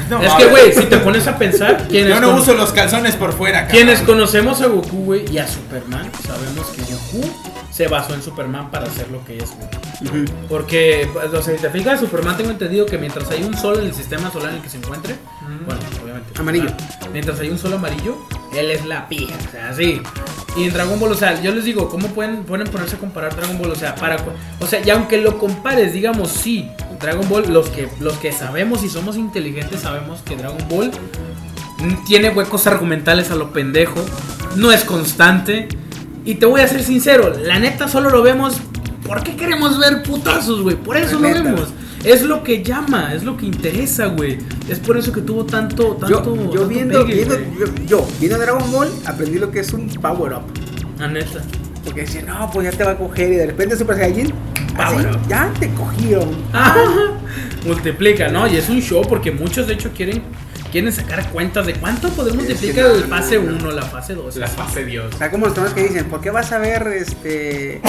Speaker 5: No,
Speaker 2: es
Speaker 5: a
Speaker 2: que,
Speaker 5: ver,
Speaker 2: güey, si te pones a pensar, ¿quién
Speaker 5: Yo no uso los calzones por fuera, cabrón.
Speaker 2: Quienes conocemos a Goku, güey, y a Superman, sabemos que Goku se basó en Superman para hacer lo que es, güey. Porque, pues, o sea, si te fijas, Superman tengo entendido que mientras hay un sol en el sistema solar en el que se encuentre,
Speaker 5: Mm.
Speaker 2: bueno, obviamente.
Speaker 1: Amarillo.
Speaker 2: ah, mientras hay un sol amarillo, él es la pija, o sea, así. Y en Dragon Ball, o sea, yo les digo, ¿cómo pueden, pueden ponerse a comparar Dragon Ball? O sea, para, cu- o sea, y aunque lo compares, digamos, sí, Dragon Ball, los que, los que sabemos y somos inteligentes sabemos que Dragon Ball tiene huecos argumentales a lo pendejo, no es constante. Y te voy a ser sincero, la neta solo lo vemos ¿Por qué queremos ver putazos, güey? Por eso
Speaker 1: La
Speaker 2: lo
Speaker 1: neta.
Speaker 2: vemos. Es lo que llama, es lo que interesa, güey. Es por eso que tuvo tanto,
Speaker 1: Yo, yo
Speaker 2: tanto. tanto
Speaker 1: viendo,
Speaker 2: pegue,
Speaker 1: viendo,
Speaker 2: güey.
Speaker 1: yo, yo viendo Dragon Ball aprendí lo que es un power up.
Speaker 2: La neta.
Speaker 1: Porque decía, no, pues ya te va a coger y de repente Super Saiyajin, así,
Speaker 2: Power up.
Speaker 1: ya te cogieron.
Speaker 2: Ajá. multiplica, ¿no? Y es un show porque muchos de hecho quieren quieren sacar cuentas de cuánto poder multiplicar
Speaker 4: no,
Speaker 2: el
Speaker 4: no,
Speaker 2: fase
Speaker 4: no.
Speaker 2: 1, la fase 2.
Speaker 4: La fase Dios.
Speaker 1: O sea, como los temas que dicen, ¿por qué vas a ver este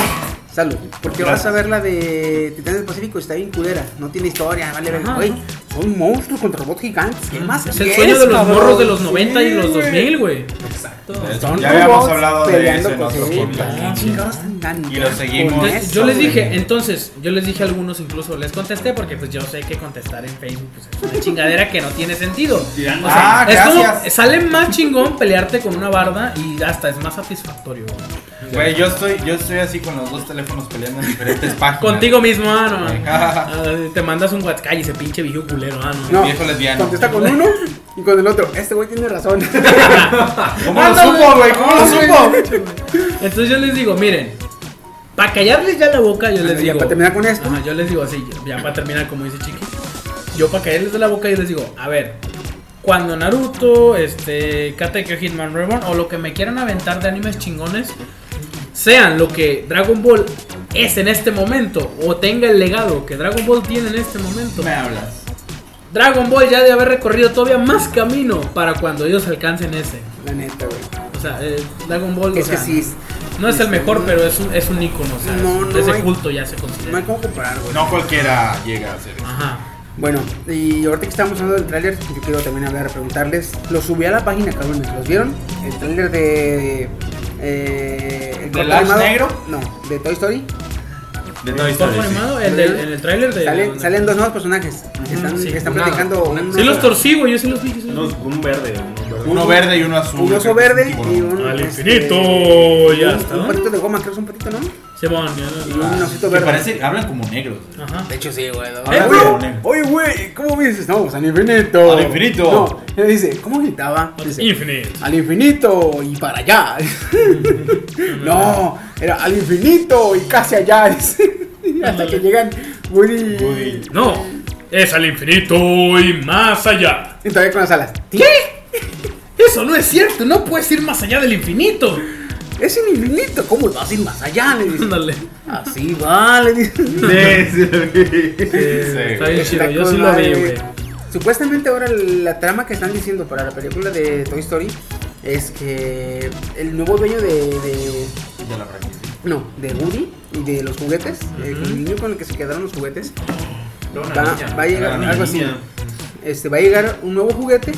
Speaker 1: salud? ¿Por qué vas
Speaker 5: Gracias.
Speaker 1: a ver la de Titanes del Pacífico? Está bien culera, no tiene historia, vale ver,
Speaker 2: Ajá,
Speaker 1: güey.
Speaker 2: ajá.
Speaker 1: Son monstruos contra robots gigantes. ¿Qué más?
Speaker 2: Es el
Speaker 1: quieres,
Speaker 2: sueño de los
Speaker 1: cabrón?
Speaker 2: morros de los 90 y
Speaker 1: Sí,
Speaker 2: los
Speaker 1: güey.
Speaker 2: 2000, güey.
Speaker 4: Exacto.
Speaker 1: Son
Speaker 5: Ya habíamos
Speaker 1: robots
Speaker 5: hablado de
Speaker 1: peleando
Speaker 5: eso en
Speaker 1: con
Speaker 5: otro
Speaker 1: sí,
Speaker 5: podcast.
Speaker 1: ¿qué chingados andan
Speaker 5: Y lo
Speaker 1: con
Speaker 5: seguimos.
Speaker 1: eso,
Speaker 2: Entonces, yo les
Speaker 1: güey?
Speaker 2: dije, entonces, yo les dije a algunos incluso, les contesté porque pues yo sé que contestar en Facebook pues, es una chingadera que no tiene sentido. O sea,
Speaker 5: Ah,
Speaker 2: es como-
Speaker 5: gracias.
Speaker 2: sale más chingón pelearte con una barda y hasta es más satisfactorio. güey.
Speaker 5: Güey, yo estoy, yo estoy así con los dos teléfonos peleando en diferentes páginas.
Speaker 2: Contigo mismo, ah, no.
Speaker 5: Ajá.
Speaker 2: Ah, Te mandas un WhatsApp y ese pinche viejo culero, ah, no.
Speaker 1: No,
Speaker 5: viejo lesbiano.
Speaker 1: Contesta con uno y con el otro. Este güey tiene razón.
Speaker 5: ¿Cómo
Speaker 1: Ah,
Speaker 5: lo
Speaker 2: Ándale.
Speaker 5: supo, güey? ¿Cómo lo supo?
Speaker 2: Entonces yo les digo, miren, para callarles ya la boca, yo
Speaker 1: Ya
Speaker 2: les digo.
Speaker 1: para terminar con esto.
Speaker 2: Ajá, yo les digo así, ya para terminar, como dice Chiqui. Yo para callarles de la boca, yo les digo, a ver, cuando Naruto, este, Katekyo Hitman Reborn o lo que me quieran aventar de animes chingones, sean lo que Dragon Ball es en este momento o tenga el legado que Dragon Ball tiene en este momento.
Speaker 5: Me hablas.
Speaker 2: Dragon Ball ya debe haber recorrido todavía más camino para cuando ellos alcancen ese.
Speaker 1: La neta, güey.
Speaker 2: O sea, eh, Dragon Ball o
Speaker 1: Es que
Speaker 2: sea,
Speaker 1: sí.
Speaker 2: no es el mejor, pero es un, es un ícono, o sea,
Speaker 1: No, no
Speaker 2: ese
Speaker 1: hay-
Speaker 2: culto ya se
Speaker 1: No hay
Speaker 2: considera.
Speaker 1: cómo comparar, güey.
Speaker 5: No cualquiera llega a hacer eso.
Speaker 2: Ajá.
Speaker 1: Bueno, y ahorita que estamos hablando del tráiler, yo quiero también hablar, preguntarles. Lo subí a la página, cabrones. ¿Los vieron? El tráiler de. Eh, el corto
Speaker 5: Lash negro?
Speaker 1: No, de Toy Story.
Speaker 5: De Toy
Speaker 2: ¿Cuál
Speaker 5: Story,
Speaker 2: fue
Speaker 5: sí.
Speaker 2: animado? El del- en el tráiler de...
Speaker 1: Salen, salen dos nuevos personajes. que están,
Speaker 2: sí,
Speaker 1: que están
Speaker 4: una-
Speaker 1: platicando.
Speaker 4: una-
Speaker 1: un-
Speaker 2: Sí los torcí, güey, yo sí los vi. yo sí
Speaker 3: No,
Speaker 2: los vi.
Speaker 3: un verde. Un verde.
Speaker 5: Uno verde y uno azul.
Speaker 1: Un oso verde y un.
Speaker 2: Al
Speaker 1: este,
Speaker 2: infinito, ya
Speaker 1: un-
Speaker 2: está.
Speaker 1: Un patito de goma, creo que es un patito, ¿no?
Speaker 2: Simón, ya
Speaker 1: Y
Speaker 2: no-
Speaker 1: un osito
Speaker 5: Que
Speaker 1: verde.
Speaker 5: parece, hablan como negros.
Speaker 2: Ajá.
Speaker 1: De hecho, sí, güey.
Speaker 5: Ahora
Speaker 1: güey,
Speaker 5: voy a poner.
Speaker 1: Oye, güey, ¿cómo dices? No, pues al infinito.
Speaker 5: Al infinito.
Speaker 1: No, él dice, ¿cómo gritaba? Dice,
Speaker 2: Infinite.
Speaker 1: al infinito y para allá. no, era al infinito y casi allá. dice. Hasta que llegan Woody.
Speaker 5: Woody.
Speaker 2: No, es al infinito y más allá.
Speaker 1: Y todavía con las alas.
Speaker 2: ¿Qué? Eso no es cierto, no puedes ir más allá del infinito.
Speaker 1: Es el infinito, ¿cómo vas a ir más allá? Le dice.
Speaker 2: Ándale.
Speaker 1: Así va, le dice.
Speaker 2: Está bien
Speaker 1: Está
Speaker 2: chido, yo
Speaker 1: con
Speaker 2: sí lo vi,
Speaker 1: madre.
Speaker 2: güey.
Speaker 1: Supuestamente ahora la trama que están diciendo para la película de Toy Story es que el nuevo dueño de, de-
Speaker 5: De la franquicia.
Speaker 1: no, de Woody y de los juguetes, eh, con el niño con el que se quedaron los juguetes,
Speaker 4: No, una
Speaker 1: va,
Speaker 4: niña.
Speaker 1: va a llegar
Speaker 5: Era una
Speaker 1: algo así.
Speaker 5: niña.
Speaker 1: Este, va a llegar un nuevo juguete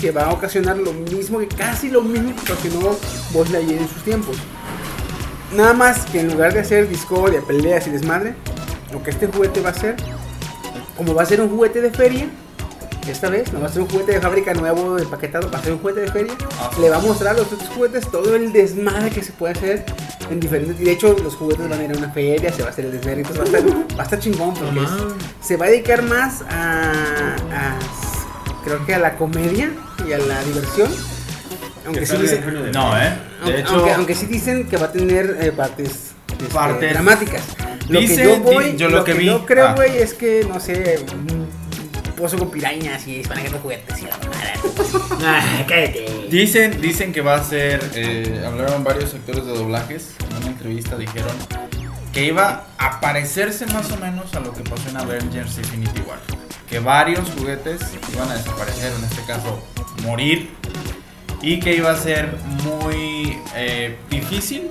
Speaker 1: que va a ocasionar lo mismo, que casi lo mismo que ocasionó Buzz Lightyear en sus tiempos. Nada más que en lugar de hacer discordia, peleas y desmadre, lo que este juguete va a hacer, como va a ser un juguete de feria, esta vez no va a ser un juguete de fábrica nuevo, empaquetado, va a ser un juguete de feria,
Speaker 5: Ah.
Speaker 1: le va a mostrar a los otros juguetes todo el desmadre que se puede hacer en diferentes... Y de hecho los juguetes van a ir a una feria, se va a hacer el desmadre, entonces va a estar, va a estar chingón porque es-
Speaker 2: mames.
Speaker 1: se va a dedicar más a, a- creo que a la comedia y a la diversión. Aunque sí, dicen,
Speaker 5: No, eh.
Speaker 1: aunque-
Speaker 5: De hecho,
Speaker 1: aunque- aunque sí dicen que va a tener eh, partes, este,
Speaker 5: Partes.
Speaker 1: dramáticas. Lo
Speaker 5: Dicen,
Speaker 1: que yo voy,
Speaker 5: di- yo lo que vi.
Speaker 1: yo creo,
Speaker 5: Ah.
Speaker 1: güey, es que no sé, un pozo con pirañas y van a quedar juguetes y la mamada.
Speaker 2: Ah, cállate.
Speaker 5: Dicen, dicen que va a ser. eh, hablaron varios actores de doblajes. En una entrevista dijeron que iba a parecerse más o menos a lo que pasó en Avengers Infinity War. Que varios juguetes iban a desaparecer, en este caso morir. Y que iba a ser muy eh, difícil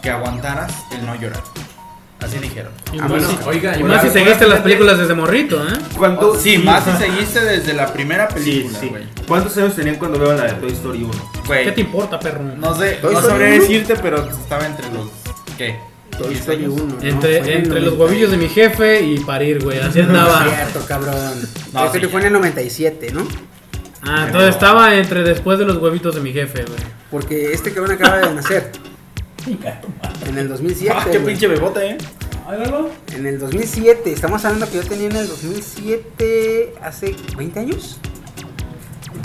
Speaker 5: que aguantaras el no llorar. Así dijeron.
Speaker 2: Y
Speaker 1: Ah,
Speaker 2: más
Speaker 1: bueno,
Speaker 2: si-
Speaker 4: oiga,
Speaker 2: pues y
Speaker 4: y
Speaker 2: más si
Speaker 4: ahora-
Speaker 2: seguiste
Speaker 4: ahora
Speaker 2: las
Speaker 4: fíjate-
Speaker 2: películas desde morrito, ¿eh?
Speaker 3: ¿Cuánto-
Speaker 5: Sí, más si seguiste desde la primera película,
Speaker 3: Sí, sí.
Speaker 5: güey.
Speaker 3: ¿Cuántos años tenían cuando veo la de Toy Story 1?
Speaker 5: Güey,
Speaker 2: ¿Qué te importa, perro?
Speaker 5: No sé,
Speaker 1: Toy
Speaker 5: no
Speaker 1: Story
Speaker 5: sabría
Speaker 1: uno.
Speaker 5: decirte, pero estaba entre los. ¿Qué?
Speaker 1: Toy
Speaker 5: ¿Diez
Speaker 1: Story
Speaker 5: años? Ah,
Speaker 1: 1, ¿no?
Speaker 2: Entre,
Speaker 1: Fue en el
Speaker 2: entre los
Speaker 1: 90.
Speaker 2: huevillos de mi jefe y parir, güey. Así andaba.
Speaker 1: Cierto, cabrón.
Speaker 5: No,
Speaker 1: Este
Speaker 5: sí.
Speaker 1: fue en el 97, ¿no?
Speaker 2: Ah, entonces estaba entre después de los huevitos de mi jefe, güey.
Speaker 1: Porque este cabrón acaba de nacer. En el 2007.
Speaker 5: Ah, qué
Speaker 1: güey.
Speaker 5: pinche bebote, eh.
Speaker 1: En el 2007. Estamos hablando que yo tenía en el 2007. Hace 20 años.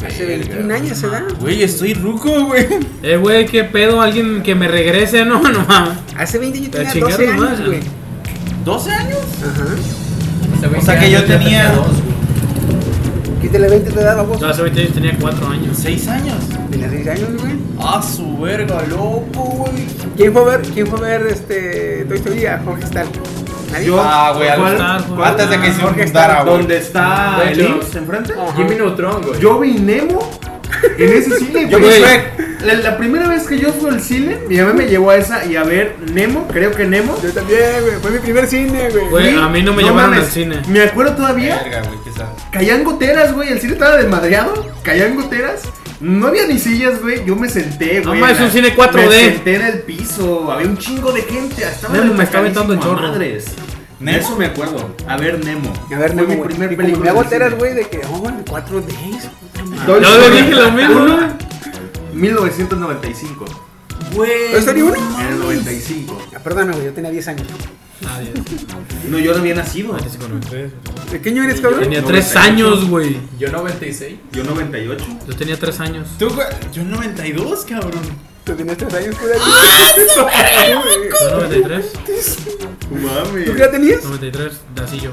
Speaker 1: Hace 21 años se da.
Speaker 5: Güey, estoy ruco, güey.
Speaker 2: Eh, güey, qué pedo, alguien que me regrese, no, no mames.
Speaker 1: Hace 20 yo
Speaker 2: A
Speaker 1: tenía
Speaker 2: chingar
Speaker 1: 12
Speaker 2: nomás,
Speaker 1: años,
Speaker 2: ya.
Speaker 1: güey.
Speaker 5: ¿12 años?
Speaker 1: Ajá.
Speaker 5: O sea que yo tenía-
Speaker 4: dos, güey.
Speaker 1: Quítale 20 te daba vos.
Speaker 2: Yo hace 20 años tenía 4 años.
Speaker 5: ¿6 años?
Speaker 1: Tenía 6 años, güey.
Speaker 5: Ah, su verga, loco, güey.
Speaker 1: ¿Quién fue a ver, quién fue a ver este Toy Story a Jorge Stahl? ¿Nadie?
Speaker 3: Yo.
Speaker 5: Ah, güey, al-
Speaker 3: ¿Cuál?
Speaker 5: antes de que se
Speaker 1: Porque
Speaker 5: inundara, güey.
Speaker 3: ¿Dónde está
Speaker 4: De
Speaker 3: el
Speaker 4: hecho,
Speaker 3: Ips enfrente?
Speaker 4: Jimmy Neutron, güey.
Speaker 3: Yo vi Nemo en ese cine,
Speaker 5: Yo vi
Speaker 3: güey.
Speaker 5: Shrek.
Speaker 3: La, la primera vez que yo fui al cine, mi mamá me llevó a esa y a ver Nemo, creo que Nemo.
Speaker 1: Yo también, güey. Fue mi primer cine, güey.
Speaker 2: Güey. a mí no me llevaron
Speaker 3: mames,
Speaker 2: al cine.
Speaker 3: Me acuerdo todavía,
Speaker 5: Verga, güey, qué sad.
Speaker 3: caían goteras, güey. El cine estaba desmadreado, caían goteras. No había ni sillas, güey. Yo me senté,
Speaker 2: No
Speaker 3: güey.
Speaker 2: mames,
Speaker 3: en
Speaker 2: un
Speaker 3: la-
Speaker 2: cine 4D.
Speaker 3: Me senté en el piso. Había un chingo de gente. Estaba
Speaker 2: Nemo me está
Speaker 3: retacadísimo
Speaker 2: aventando el
Speaker 3: a
Speaker 2: chorro.
Speaker 3: Madres.
Speaker 5: ¿Nemo?
Speaker 3: Eso me acuerdo. A ver, Nemo.
Speaker 1: A ver,
Speaker 3: Fue
Speaker 1: Nemo,
Speaker 3: mi
Speaker 1: güey.
Speaker 3: primer
Speaker 1: Y como me
Speaker 3: película
Speaker 1: hago
Speaker 3: del cine.
Speaker 1: alteras, güey, de que, oh, güey, 4 Ds. puta madre.
Speaker 2: Yo
Speaker 3: Toy
Speaker 2: le
Speaker 3: Story
Speaker 2: dije lo mismo, ¿no?
Speaker 3: 1, 1995.
Speaker 5: Güey.
Speaker 1: ¿Toy Story uno?
Speaker 3: En el 95.
Speaker 1: Ah, Perdona, güey, yo tenía 10 años.
Speaker 2: Nadie.
Speaker 3: No, yo no había
Speaker 5: eh.
Speaker 3: nacido.
Speaker 2: Antes con tres.
Speaker 1: Pequeño eres,
Speaker 2: Yo
Speaker 1: cabrón.
Speaker 2: tenía 3 años, güey.
Speaker 4: Yo 96.
Speaker 3: Yo 98.
Speaker 2: Yo tenía 3 años.
Speaker 5: ¿Tú, güey? Yo en 92, cabrón.
Speaker 1: Tú tenías 3 años, güey.
Speaker 2: Yo 93,
Speaker 3: Mami.
Speaker 1: ¿Tú qué edad tenías?
Speaker 2: 93, así yo.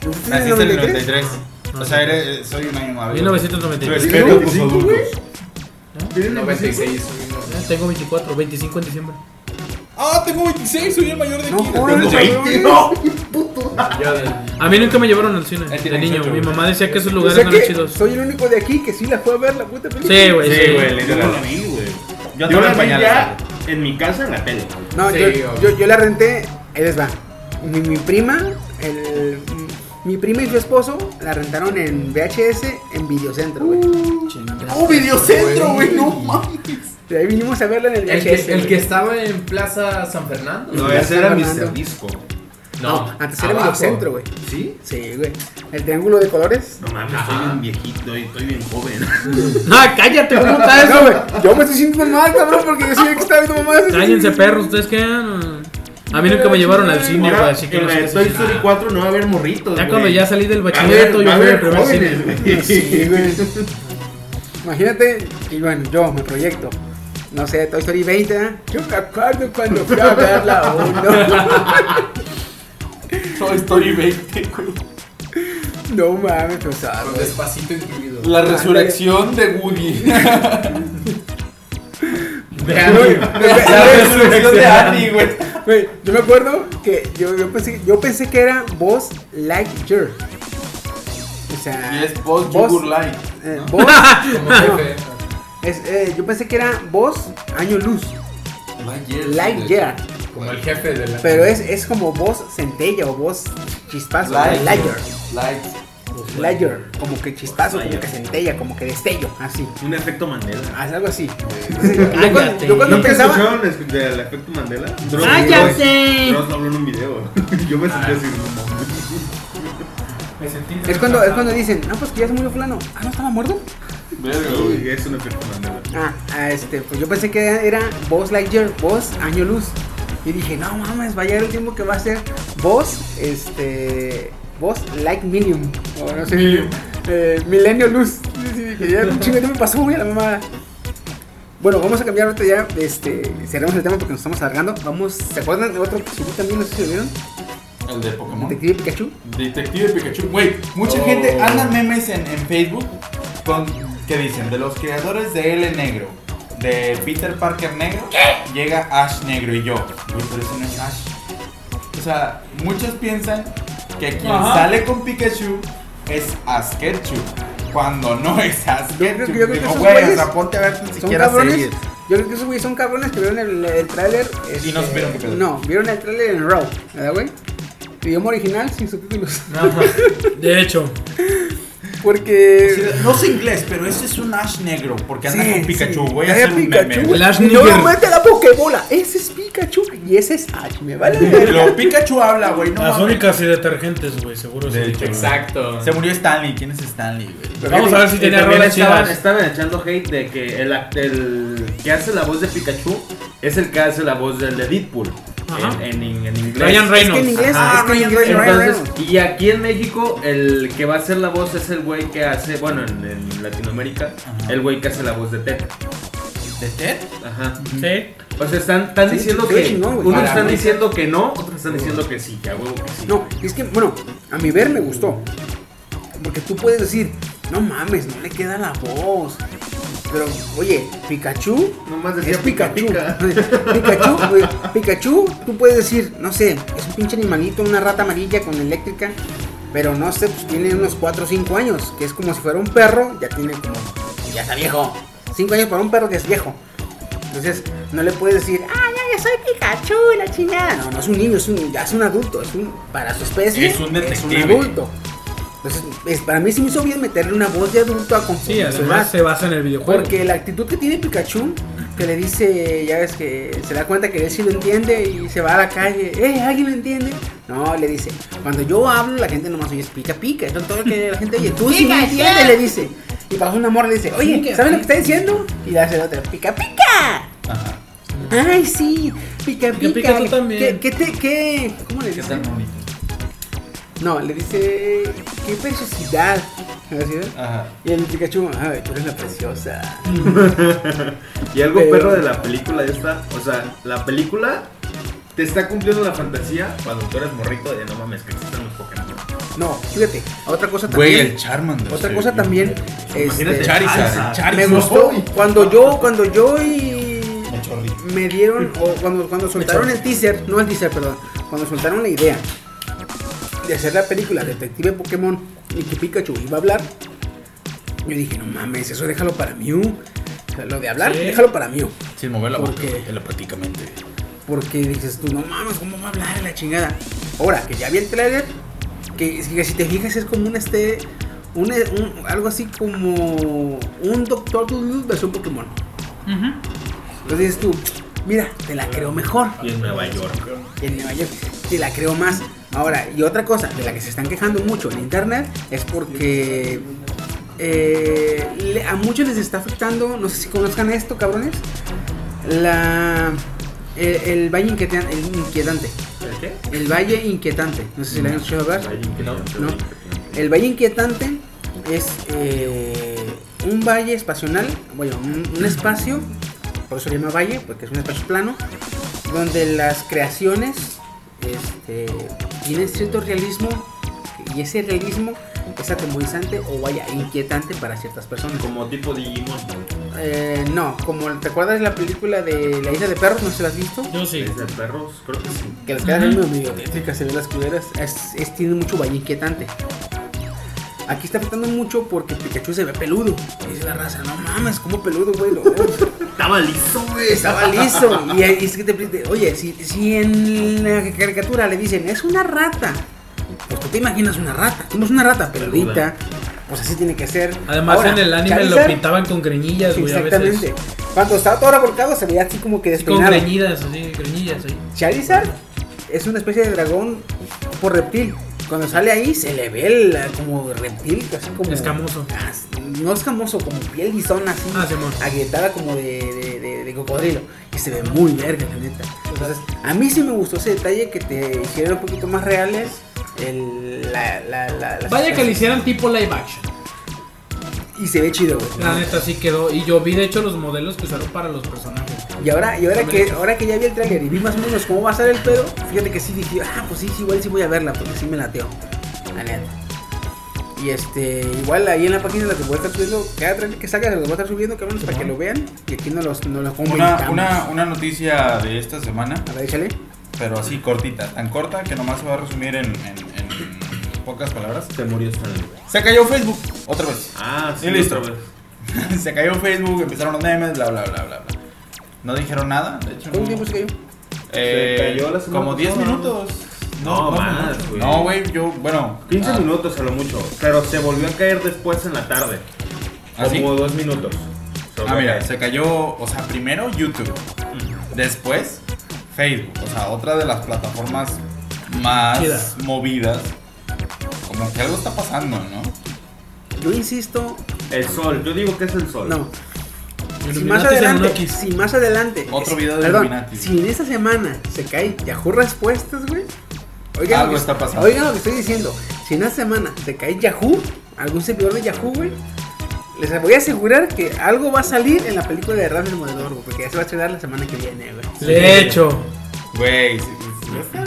Speaker 1: ¿Tú tenías
Speaker 5: Naciste en el
Speaker 1: 93?
Speaker 5: 93. O sea, eres, soy un año más. güey.
Speaker 2: 1993.
Speaker 5: Respeto a tus
Speaker 3: 95,
Speaker 5: adultos.
Speaker 3: güey. ¿Tienen
Speaker 4: 96.
Speaker 2: Ya Tengo 24, 25 en diciembre.
Speaker 5: Ah, tengo 26, soy el mayor de
Speaker 1: No
Speaker 5: aquí.
Speaker 1: jodas, güey.
Speaker 4: Ya del-
Speaker 2: A mí nunca me llevaron al cine.
Speaker 5: Él
Speaker 2: De
Speaker 5: tiene
Speaker 2: niño,
Speaker 5: 18,
Speaker 2: mi
Speaker 5: güey.
Speaker 2: mamá decía que esos
Speaker 1: O
Speaker 2: lugares
Speaker 1: sea
Speaker 2: eran los
Speaker 1: que
Speaker 2: chidos.
Speaker 1: soy el único de aquí que sí la fue a ver la puta película.
Speaker 2: Sí, güey,
Speaker 5: Sí,
Speaker 2: sí.
Speaker 5: güey,
Speaker 3: Yo no la
Speaker 5: literal.
Speaker 3: vi, güey.
Speaker 5: Yo
Speaker 3: Yo la
Speaker 5: también
Speaker 3: vi ya
Speaker 5: pañal.
Speaker 3: en mi casa en la tele.
Speaker 1: No,
Speaker 4: Sí,
Speaker 1: yo,
Speaker 4: obvio.
Speaker 1: yo, yo la renté, ahí les va. Mi, mi prima, el, mi prima y su esposo la rentaron en VHS en Videocentro, güey.
Speaker 5: ¡Oh, videocentro, güey! ¡No mames!
Speaker 1: De ahí vinimos a verla en el
Speaker 4: El
Speaker 1: VHS.
Speaker 4: que, el
Speaker 1: güey.
Speaker 4: que estaba en Plaza San Fernando.
Speaker 3: No,
Speaker 1: ya
Speaker 3: ese era
Speaker 1: Fernando.
Speaker 3: Mr. Disco.
Speaker 1: No, antes era
Speaker 4: abajo.
Speaker 1: Videocentro, güey.
Speaker 3: ¿Sí?
Speaker 1: Sí, güey. El triángulo de colores.
Speaker 3: No mames,
Speaker 4: Ajá.
Speaker 3: estoy bien viejito y estoy bien joven.
Speaker 2: No, cállate, puta
Speaker 1: Ah, No,
Speaker 2: eso.
Speaker 1: güey, yo me estoy sintiendo mal, cabrón, porque yo soy el que está viendo mamás.
Speaker 2: Cállense, perros, ustedes qué. No. A mí nunca me llevaron al cine,
Speaker 3: Ahora,
Speaker 2: güey, así que
Speaker 3: en
Speaker 2: no
Speaker 3: la
Speaker 2: sé
Speaker 3: de
Speaker 2: qué
Speaker 3: Toy
Speaker 2: decir.
Speaker 3: Story 4 no va a haber morritos.
Speaker 2: Ya
Speaker 3: güey.
Speaker 2: cuando ya salí del
Speaker 3: Va a haber-
Speaker 2: bachillerato,
Speaker 3: va a
Speaker 2: yo fui
Speaker 3: haber
Speaker 2: al primer
Speaker 3: jóvenes,
Speaker 2: cine.
Speaker 3: güey.
Speaker 1: Sí, güey. Imagínate, y bueno, yo me proyecto. No sé, Toy Story 20. ¿eh? Yo me acuerdo cuando fui a verla uno.
Speaker 5: Toy Story 20, güey.
Speaker 1: No mames, pues, ah, pesado.
Speaker 4: Con despacito incluido.
Speaker 5: La resurrección de Woody.
Speaker 4: De
Speaker 5: La resurrección de Andy, güey.
Speaker 1: Güey, yo me acuerdo que yo, yo pensé, yo pensé que era Boss Lightyear. O sea,
Speaker 5: Y es Boss
Speaker 1: Buzz-
Speaker 5: Jugur Light.
Speaker 1: eh,
Speaker 5: ¿no?
Speaker 1: Buzz-
Speaker 4: Como jefe.
Speaker 1: es, eh, yo pensé que era Boss Año Luz. Lightyear.
Speaker 4: Como el jefe de la.
Speaker 1: Pero es, es como Boss Centella o Boss Chispazo.
Speaker 5: Light.
Speaker 1: Lightyear.
Speaker 5: Light.
Speaker 1: Lightyear. Como que chispazo, como
Speaker 3: Lightyear.
Speaker 1: que centella, como que destello. Así.
Speaker 3: Un efecto Mandela.
Speaker 1: Haz algo así. Yo cuando,
Speaker 2: Cállate.
Speaker 1: yo cuando
Speaker 3: ¿Nunca
Speaker 1: pensaba.
Speaker 3: escucharon el- del efecto Mandela?
Speaker 2: Ah, ¡Cállate!
Speaker 3: Dross lo habló en un video. Yo me
Speaker 2: Ah,
Speaker 3: sentí así. no mames.
Speaker 1: Es cuando, es cuando dicen, no, pues que ya se murió fulano. Ah, no, estaba muerto.
Speaker 5: Verga, güey.
Speaker 3: Uy, Es un efecto Mandela.
Speaker 1: Ah, ah, este, pues yo pensé que era Boss Lightyear, Boss Año Luz. Y dije, no mames, va a llegar el tiempo que va a ser Boss, este, Boss Light Medium. O no sé, eh, Milenio Luz. Y así dije, ya un chingo de tiempo pasó, güey, la mamada. Bueno, vamos a cambiar ahorita ya, este, cerramos el tema porque nos estamos alargando. Vamos, ¿se acuerdan de otro que subí también? No sé si lo vieron,
Speaker 5: El de Pokémon.
Speaker 1: Detective Pikachu.
Speaker 5: Detective Pikachu. Güey, mucha
Speaker 4: Oh.
Speaker 5: gente anda memes en, en Facebook con que dicen de los creadores de L Negro, de Peter Parker Negro, llega Ash Negro y yo. Güey, pero ese no es Ash. O sea, muchos piensan que quien
Speaker 2: Ajá.
Speaker 5: sale con Pikachu es Asketchu. Cuando no es
Speaker 1: creo
Speaker 5: Asketchu.
Speaker 1: que- yo creo que
Speaker 5: Digo,
Speaker 1: esos
Speaker 5: güey, o
Speaker 1: güeyes
Speaker 5: sea, ponte a ver tan
Speaker 1: Son
Speaker 5: siquiera
Speaker 1: cabrones.
Speaker 5: series.
Speaker 1: Yo creo que esos güeyes son cabrones que vieron el, el tráiler. este,
Speaker 5: no supieron qué pedo.
Speaker 1: No, vieron el tráiler en Raw, ¿verdad, güey? Idioma original sin subtítulos.
Speaker 2: Ajá. De hecho,
Speaker 1: Porque.
Speaker 5: No sé inglés, pero ese es un Ash negro, porque anda
Speaker 1: Sí,
Speaker 5: con Pikachu.
Speaker 1: sí.
Speaker 5: Voy a
Speaker 1: Trae
Speaker 5: hacer un meme.
Speaker 1: Pikachu.
Speaker 5: güey.
Speaker 2: El Ash
Speaker 1: No,
Speaker 2: Nigger.
Speaker 1: mete la Pokébola. Ese es Pikachu y ese es Ash. Me vale. verga.
Speaker 5: Pero Pikachu habla, güey. No
Speaker 2: las
Speaker 5: mames.
Speaker 2: únicas y detergentes, güey, seguro
Speaker 5: De
Speaker 2: sí.
Speaker 5: hecho.
Speaker 4: Exacto.
Speaker 5: Se murió Stanley. ¿Quién es Stanley, güey?
Speaker 2: Vamos a ver si
Speaker 3: Y
Speaker 2: tenía
Speaker 3: también
Speaker 2: rolas
Speaker 3: estaban,
Speaker 2: chidas.
Speaker 3: estaban echando hate de que el, act- el que hace la voz de Pikachu es el que hace la voz del de Deadpool.
Speaker 2: Ajá.
Speaker 6: en, en- en inglés.
Speaker 2: Ryan
Speaker 1: Es que en
Speaker 2: Reynolds.
Speaker 1: inglés,
Speaker 6: Ajá,
Speaker 1: es que en inglés, Ryan
Speaker 6: Entonces,
Speaker 1: Reynolds.
Speaker 6: y aquí en México, el que va a hacer la voz es el güey que hace, bueno, en, en Latinoamérica,
Speaker 5: Ajá.
Speaker 6: el güey que hace la voz de Ted.
Speaker 5: ¿De Ted?
Speaker 6: Ajá.
Speaker 2: Sí.
Speaker 6: O sea, están, están
Speaker 1: Sí,
Speaker 6: diciendo
Speaker 1: sí,
Speaker 6: que.
Speaker 1: chingón, güey.
Speaker 6: unos
Speaker 1: Para
Speaker 6: están
Speaker 1: mí.
Speaker 6: diciendo que no, otros están diciendo que sí, que a huevo que sí.
Speaker 1: No, es que, bueno, a mi ver me gustó. Porque tú puedes decir, no mames, no le queda la voz. Pero, oye, Pikachu
Speaker 3: Nomás
Speaker 1: es
Speaker 3: decía pica
Speaker 1: Pikachu.
Speaker 3: pica.
Speaker 1: Pikachu, güey, Pikachu, tú puedes decir, no sé, es un pinche animalito, una rata amarilla con eléctrica. Pero no sé, pues tiene unos 4 o 5 años. Que es como si fuera un perro, ya tiene como, ya está viejo. 5 años para un perro que es viejo. Entonces, no le puedes decir, ah, ya, ya soy Pikachu, la chingada. No, no es un niño, es un, ya es un adulto, es un, para su especie,
Speaker 5: Es un
Speaker 1: es un
Speaker 5: detective.
Speaker 1: adulto. Entonces, es- para mí se me hizo bien meterle una voz de adulto a confundir.
Speaker 2: Sí, además se basa en el videojuego.
Speaker 1: Porque la actitud que tiene Pikachu, que le dice, ya ves que se da cuenta que él sí lo entiende y se va a la calle, eh, alguien lo entiende. No, le dice, cuando yo hablo la gente nomás oye pica pica, entonces todo lo que la gente oye, tú sí me entiendes, le dice. Y pasa una morra y le dice, oye, ¿sabes lo que está diciendo? Y le hace la otra, pica pica.
Speaker 5: Ajá.
Speaker 1: Ay, sí, pica pica.
Speaker 2: Pica, pica, tú
Speaker 1: ¿Qué-
Speaker 2: también.
Speaker 1: ¿Qué, te, qué, cómo le
Speaker 5: ¿Qué
Speaker 1: dice?
Speaker 5: tan bonito?
Speaker 1: No, le dice, qué preciosidad. Así, ¿ves?
Speaker 5: Ajá.
Speaker 1: Y el Pikachu, ay, tú eres la preciosa.
Speaker 3: Y algo
Speaker 1: Pero-
Speaker 3: perro de la película esta, o sea, la película te está cumpliendo la fantasía cuando tú eres morrito de no mames que existen los Pokémon.
Speaker 1: No, fíjate, otra cosa también.
Speaker 5: Güey, el Charmander.
Speaker 1: Otra
Speaker 5: sí.
Speaker 1: cosa también,
Speaker 3: Imagínate,
Speaker 1: este,
Speaker 5: Charizard.
Speaker 3: Charizard.
Speaker 1: me
Speaker 5: Charizard.
Speaker 1: gustó cuando yo, cuando yo y
Speaker 5: Me chorrí.
Speaker 1: me dieron o cuando cuando soltaron el teaser, no el teaser, perdón, cuando soltaron la idea de hacer la película Detective Pokémon y que Pikachu iba a hablar, yo dije no mames, eso déjalo para Mew, O sea, lo de hablar,
Speaker 2: Sí.
Speaker 1: déjalo para Mew.
Speaker 5: Sin mover la
Speaker 1: ¿Por
Speaker 5: boca.
Speaker 1: qué?
Speaker 5: Telepáticamente.
Speaker 1: Porque dices tú, no mames, ¿cómo va a hablar la chingada? Ahora, que ya vi el trailer, que, que si te fijas es como un este, un, un- algo así como un Doctor Doodle versión Pokémon.
Speaker 2: Ujú.
Speaker 1: Entonces dices tú, mira, te la creo mejor.
Speaker 6: Y en Nueva York.
Speaker 1: Y en Nueva York te la creo más. Ahora, y otra cosa de la que se están quejando mucho en internet es porque eh, le- a muchos les está afectando, no sé si conozcan esto, cabrones, la, el, el valle inquietante. El inquietante.
Speaker 6: ¿El qué?
Speaker 1: El Valle Inquietante. No sé si la han escuchado hablar.
Speaker 6: No.
Speaker 1: No. El Valle Inquietante es eh, un valle espacional, bueno, un, un espacio, por eso se llama valle, porque es un espacio plano, donde las creaciones este, tienen cierto realismo y ese realismo es atemorizante o vaya inquietante para ciertas personas.
Speaker 3: Como tipo Digimon. ¿no?
Speaker 1: Eh, no, como te acuerdas la película de La Isla de Perros, no se la has visto,
Speaker 2: Yo sí.
Speaker 3: Es de perros, creo que sí.
Speaker 1: que las caras
Speaker 2: Ujú.
Speaker 1: son medio tétricas, se ven las culeras, es, es- tiene mucho valle inquietante. Aquí está afectando mucho porque Pikachu se ve peludo. Y Dice la raza, no mames, como peludo, güey. No,
Speaker 3: Estaba liso, güey.
Speaker 1: estaba liso. Y, ahí es que te te- oye, si, si en la caricatura le dicen, es una rata, pues tú te imaginas una rata. Como es una rata peludita, pues así tiene que ser.
Speaker 2: Además
Speaker 1: Ahora,
Speaker 2: en el anime lo
Speaker 1: Charizard,
Speaker 2: pintaban con greñillas,
Speaker 1: sí,
Speaker 2: güey, a
Speaker 1: exactamente.
Speaker 2: veces.
Speaker 1: Cuando estaba todo revolcado se veía así como que
Speaker 2: Sí, Con
Speaker 1: despeinado.
Speaker 2: greñidas, así, greñillas, sí.
Speaker 1: Charizard es una especie de dragón por reptil. Cuando sale ahí se le ve la- como reptil, así como.
Speaker 2: Escamoso.
Speaker 1: Ah, No escamoso, como piel lisona así.
Speaker 2: Ah, Simón.
Speaker 1: agrietada como de, de- de- de cocodrilo. Y se ve muy verga, la neta. Entonces, a mí sí me gustó ese detalle que te hicieron un poquito más reales. el- la- la- la- las
Speaker 2: Vaya que le
Speaker 1: cosas.
Speaker 2: hicieran tipo live action.
Speaker 1: Y se ve chido, güey.
Speaker 2: La neta sí quedó. Y yo vi de hecho los modelos que usaron para los personajes.
Speaker 1: Y ahora, y ahora que ahora que ya vi el tráiler y vi más o menos cómo va a ser el pedo, fíjate que sí dije, ah, pues sí, sí, igual sí voy a verla, porque sí me lateo. La neta. Y este, igual ahí en la página la que voy a estar subiendo, cada trailer que salga se los voy a estar subiendo, cabrones, para que lo vean. Y aquí no los, no los comentamos.
Speaker 5: Una, una, una noticia de esta semana,
Speaker 1: A ver, échale.
Speaker 5: pero así cortita. Tan corta que nomás se va a resumir en, en- en pocas palabras.
Speaker 3: Se murió Stanley. güey.
Speaker 5: Se cayó Facebook, otra vez.
Speaker 3: Ah, sí,
Speaker 5: Y listo.
Speaker 3: otra vez.
Speaker 5: se cayó Facebook, empezaron los memes, bla, bla, bla, bla. bla. No dijeron nada, de hecho.
Speaker 1: ¿Cuánto
Speaker 5: no-
Speaker 1: tiempo se cayó?
Speaker 5: Eh,
Speaker 3: Se cayó la semana
Speaker 5: como 10
Speaker 3: pasada, ¿no?
Speaker 5: minutos.
Speaker 3: No,
Speaker 5: fue
Speaker 3: más,
Speaker 5: mucho.
Speaker 3: güey.
Speaker 5: No, güey, yo, bueno.
Speaker 3: 15
Speaker 5: ah,
Speaker 3: minutos a lo mucho, pero se volvió a caer después en la tarde.
Speaker 5: ¿Ah, sí?
Speaker 3: Como dos minutos.
Speaker 5: Ah, mira, se cayó, o sea, primero YouTube, después Facebook, o sea, otra de las plataformas más
Speaker 2: Chida.
Speaker 5: movidas. Como que algo está pasando, ¿no?
Speaker 1: Yo insisto,
Speaker 3: El sol, yo digo que es el sol.
Speaker 1: no. Si más,
Speaker 2: Illuminati
Speaker 1: adelante,
Speaker 2: Anunnakis.
Speaker 1: si más adelante.
Speaker 5: Otro video de
Speaker 1: Perdón,
Speaker 5: Illuminati.
Speaker 1: si en esta semana se cae Yahoo Respuestas, güey. Oigan,
Speaker 5: Algo
Speaker 1: lo que-
Speaker 5: está pasando.
Speaker 1: Oigan lo que estoy diciendo. Si en esta semana se cae Yahoo, algún servidor de Yahoo, güey. Les voy a asegurar que algo va a salir en la película de Rafael Moledor, güey. Porque ya se va a estrenar la semana que viene, güey.
Speaker 2: De hecho,
Speaker 5: Güey, sí, sí, sí.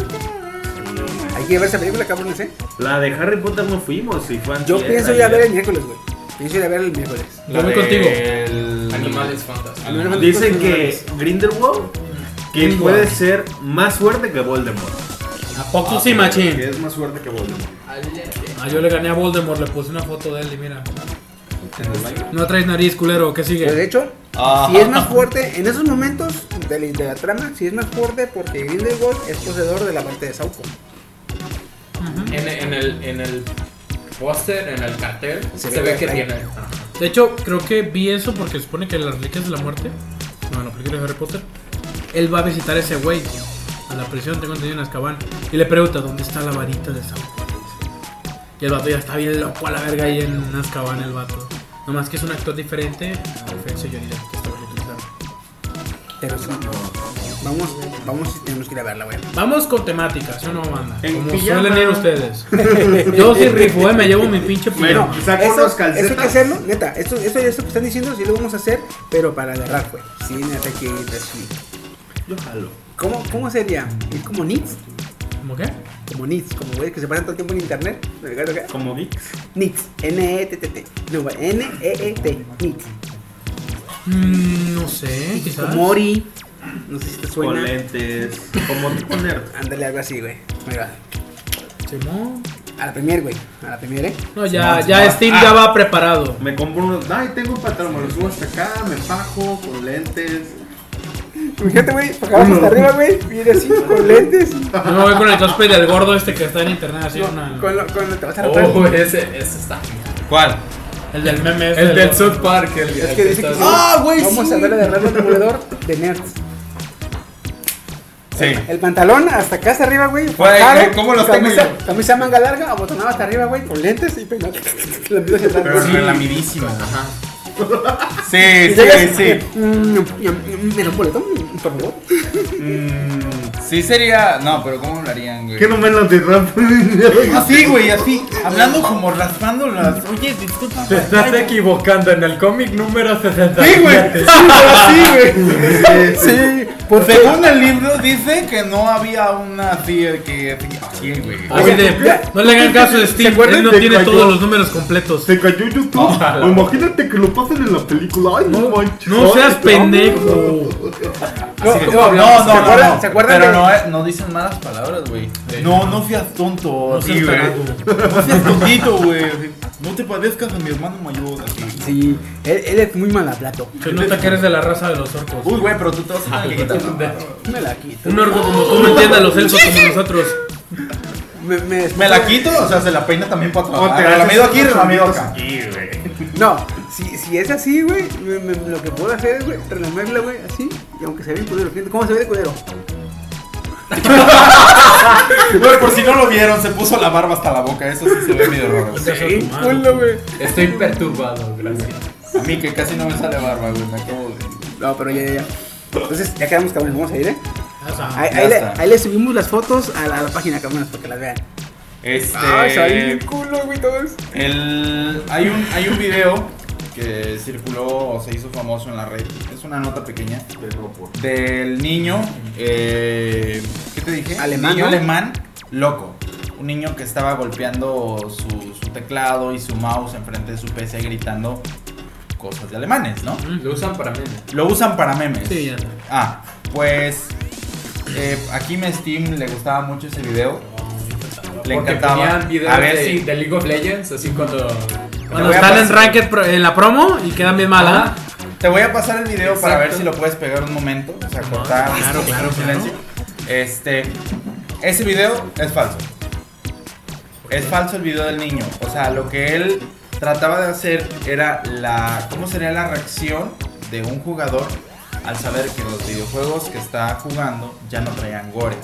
Speaker 1: Hay que ver esa película, cabrones, eh.
Speaker 3: La de Harry Potter no fuimos, y fue
Speaker 1: Yo
Speaker 3: antier,
Speaker 1: pienso ir a
Speaker 3: ayer.
Speaker 1: ver el miércoles, güey. Pienso ir a ver el miércoles.
Speaker 2: yo voy contigo.
Speaker 5: El-
Speaker 4: Animales fantásticos.
Speaker 5: Animales-
Speaker 3: Dicen que Grindelwald que
Speaker 2: Grindelwald.
Speaker 3: puede ser más fuerte que Voldemort.
Speaker 2: ¿A poco sí, machín?
Speaker 3: Que es más fuerte que Voldemort.
Speaker 2: Ah, yo le gané a Voldemort, le puse una foto de él y mira.
Speaker 5: en el baño.
Speaker 2: No traes nariz, culero, ¿qué
Speaker 1: Pero de
Speaker 2: sigue?
Speaker 1: hecho,
Speaker 5: Ah.
Speaker 1: si es más fuerte, en esos momentos de la, de la trama, si es más fuerte porque Grindelwald es poseedor de la parte de Sauco.
Speaker 4: En, en el, en el póster, en el cartel, se, ve que
Speaker 1: Frank.
Speaker 4: tiene.
Speaker 2: De hecho, creo que vi eso porque supone que en las reliquias de la muerte, bueno, la película de Harry Potter, él va a visitar a ese güey a la prisión, tengo entendido en Azkaban, y le pregunta, ¿dónde está la varita de Sauco? Y el vato ya está bien loco a la verga ahí en Azkaban, el vato. Nomás que es un actor diferente a Alfonso Llorida, que estaba utilizando.
Speaker 1: Pero sí, vamos, vamos y tenemos que ir a verla, güey.
Speaker 2: Vamos con temáticas, ¿sí o no, banda?
Speaker 3: En
Speaker 2: Como
Speaker 3: pijama.
Speaker 2: suelen ir ustedes. Yo sí rifo, eh, me llevo mi pinche pijama.
Speaker 3: Bueno, saco
Speaker 1: eso,
Speaker 3: unos calcetas.
Speaker 1: eso hay que hacerlo, neta. Esto, esto, esto que están diciendo, sí lo vamos a hacer, pero para agarrar, güey. Sí, neta, hay que ir así.
Speaker 3: Yo jalo.
Speaker 1: ¿Cómo, ¿Cómo sería? ¿Ir como Nitz?
Speaker 2: ¿Cómo qué?
Speaker 1: Como Nitz, como güey que se pasan todo el tiempo en internet. ¿me recuerdo acá? E
Speaker 3: Como Geeks.
Speaker 1: Nitz, N-E-T-T-T. No, güey, E N-E-E-T. Nitz.
Speaker 2: Mm, no sé, quizás.
Speaker 1: Mori. No sé si te
Speaker 3: Con
Speaker 1: suena.
Speaker 3: lentes. Como tipo nerd.
Speaker 1: Ándale, algo así, güey. Mira,
Speaker 2: Simón.
Speaker 1: a la premier, güey. A la premier, eh.
Speaker 2: No, ya, ya Steam ya va preparado.
Speaker 3: Me compro unos. Ay, tengo un pantalón, me lo subo hasta acá, me bajo con lentes.
Speaker 1: Fíjate, güey, porque abajo hasta arriba, güey. Viene así, con lentes.
Speaker 2: Yo me voy con el cosplay del gordo este que está en internet, así una-
Speaker 1: Con lo, con lo, te vas
Speaker 5: Oh.
Speaker 1: a rapar.
Speaker 4: Ojo, Oh, ese, ese está.
Speaker 5: ¿Cuál?
Speaker 2: El del meme ese
Speaker 4: El del
Speaker 2: gordo.
Speaker 4: South Park, el,
Speaker 1: Es
Speaker 4: el
Speaker 1: que dice que
Speaker 4: está-
Speaker 1: Ah, sí. Vamos a darle de raro al demoledor de nerds.
Speaker 5: Sí.
Speaker 1: El pantalón hasta acá hasta arriba, güey.
Speaker 5: Güey,
Speaker 1: bajado,
Speaker 5: güey, ¿cómo los tengo
Speaker 1: camisa,
Speaker 5: yo?
Speaker 1: camisa manga larga, abotonada hasta arriba, güey, con lentes y peinado. Lo empiezo a sentar,
Speaker 5: Pero
Speaker 1: güey.
Speaker 5: relamidísimo.
Speaker 4: Ajá.
Speaker 5: Sí,
Speaker 1: Y
Speaker 5: sí,
Speaker 1: llegas-
Speaker 5: sí.
Speaker 1: Mm, mm, mm, ¿Me lo boleto, por favor?
Speaker 5: Mm, sí sería. No, pero ¿cómo hablarían, güey?
Speaker 3: ¿Qué no me lo de rap?
Speaker 5: Así, güey, así. Hablando como raspando las. Oye, disculpa.
Speaker 7: Te estás equivocando en el cómic número 60.
Speaker 5: Sí, güey. Sí, así, güey.
Speaker 1: Sí,
Speaker 5: Por según el libro dice que no había una así eh, que así, güey.
Speaker 2: Así de, no le hagan caso de Steam,
Speaker 3: acuerdan
Speaker 2: él no
Speaker 3: de
Speaker 2: tiene
Speaker 3: cuando-
Speaker 2: todos los números completos.
Speaker 3: Se cayó YouTube.
Speaker 5: Ojalá.
Speaker 3: Imagínate que lo pasen en la película. Ay, no, manches.
Speaker 2: No seas
Speaker 3: Ay,
Speaker 2: pendejo.
Speaker 5: Así de-
Speaker 1: no,
Speaker 5: No,
Speaker 1: no,
Speaker 5: no,
Speaker 1: ¿se acuerdan-
Speaker 5: no, no.
Speaker 1: se acuerdan
Speaker 5: Pero
Speaker 1: de-
Speaker 5: no, eh, no dicen malas palabras, güey. No, no seas tonto.
Speaker 2: No
Speaker 5: así,
Speaker 2: seas
Speaker 5: güey.
Speaker 2: tarado.
Speaker 5: No seas tontito, güey. así, No te parezcas a mi hermano mayor. así.
Speaker 1: Sí, él, él es muy mal plato.
Speaker 2: Se nota que eres de la raza de los orcos.
Speaker 5: Uy, Ah, güey, pero tú te vas a hacer una liguita, ¿no?
Speaker 1: Me la quito.
Speaker 2: Un orco como tú no entiende a los elfos como nosotros.
Speaker 1: Me, me-
Speaker 5: Me la quito, o sea, se la peina también para
Speaker 3: O
Speaker 5: trabajar.
Speaker 3: Ah, te
Speaker 5: Me la
Speaker 3: haces
Speaker 5: mido aquí, me
Speaker 3: unos
Speaker 5: la mido
Speaker 3: amigos
Speaker 5: acá.
Speaker 1: No, si, si es así, güey, me- me- lo que puedo hacer es, güey, relamarla, güey, así, y aunque se ve el culero. fíjate, ¿Cómo se ve el culero?
Speaker 5: Güey, por si no lo vieron, se puso la barba hasta la boca. Eso sí Pues se ve medio raro.
Speaker 2: Chingas a tu madre.
Speaker 1: güey.
Speaker 4: Estoy perturbado, gracias.
Speaker 5: A mí que casi no me sale barba, güey. Me acabo de.
Speaker 1: No, pero ya, ya, ya. Entonces, ya quedamos, cabrones, vamos a ir, ¿eh?
Speaker 2: Ah, Ya sabes.
Speaker 1: Ahí,
Speaker 5: ya
Speaker 1: ahí le,
Speaker 5: está.
Speaker 1: ahí le subimos las fotos a la, a la página, cabrones, para que las vean.
Speaker 5: Este.
Speaker 1: culo, güey, todos.
Speaker 5: el- hay, un, hay un video que circuló o se hizo famoso en la red. Es una nota pequeña. Del niño. eh, ¿Qué te dije?
Speaker 1: Alemán,
Speaker 5: Niño
Speaker 1: ¿no?
Speaker 5: alemán loco. Un niño que estaba golpeando su, su teclado y su mouse enfrente de su PC gritando cosas de alemanes, ¿no?
Speaker 2: Mm.
Speaker 4: Lo usan para mí.
Speaker 5: Lo usan para memes.
Speaker 2: Sí, ya. sabes.
Speaker 5: Ah, pues eh, aquí mi Steam le gustaba mucho ese video. Le
Speaker 4: Porque
Speaker 5: encantaba.
Speaker 4: ponían videos
Speaker 5: A ver
Speaker 4: de,
Speaker 5: si.
Speaker 4: de League of Legends, así cuando.
Speaker 2: Cuando
Speaker 5: voy a
Speaker 2: están en
Speaker 5: pasar.
Speaker 2: ranked pro- en la promo y quedan bien mal, ¿ah?
Speaker 5: Te voy a pasar el video para
Speaker 4: Exacto.
Speaker 5: ver si lo puedes pegar un momento. O sea, cortar.
Speaker 2: claro, claro,
Speaker 5: silencio. Este. Ese video es falso. Es falso el video del niño. O sea, lo que él trataba de hacer era la. ¿Cómo sería la reacción de un jugador al saber que los videojuegos que está jugando ya no traían gore?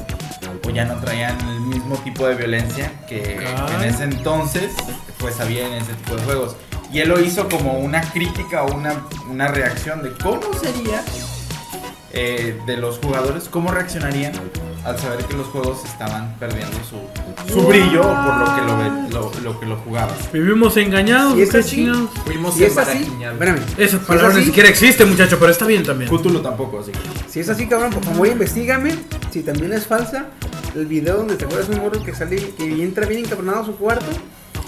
Speaker 5: O ya no traían el mismo tipo de violencia que, que en
Speaker 2: Ay.
Speaker 5: ese entonces pues había en ese tipo de juegos. Y él lo hizo como una crítica o una, una reacción de cómo sería eh, de los jugadores, cómo reaccionarían al saber que los juegos estaban perdiendo su, su brillo por lo que lo, ve- lo- lo que lo jugaban.
Speaker 2: Vivimos engañados,
Speaker 1: ¿Y es
Speaker 2: ustedes
Speaker 1: así?
Speaker 2: chingados.
Speaker 4: Fuimos
Speaker 1: Si es así,
Speaker 4: embaraquiñados.
Speaker 1: espérame.
Speaker 2: Esa
Speaker 1: Si es
Speaker 2: palabra ni
Speaker 1: así-
Speaker 2: siquiera existe, muchacho, pero está bien también.
Speaker 5: Cútulo tampoco, así que.
Speaker 1: Si es así, cabrón, por favor, investigame. Si también es falsa, el video donde te acuerdas un morro que sale, que entra bien encabronado a su cuarto.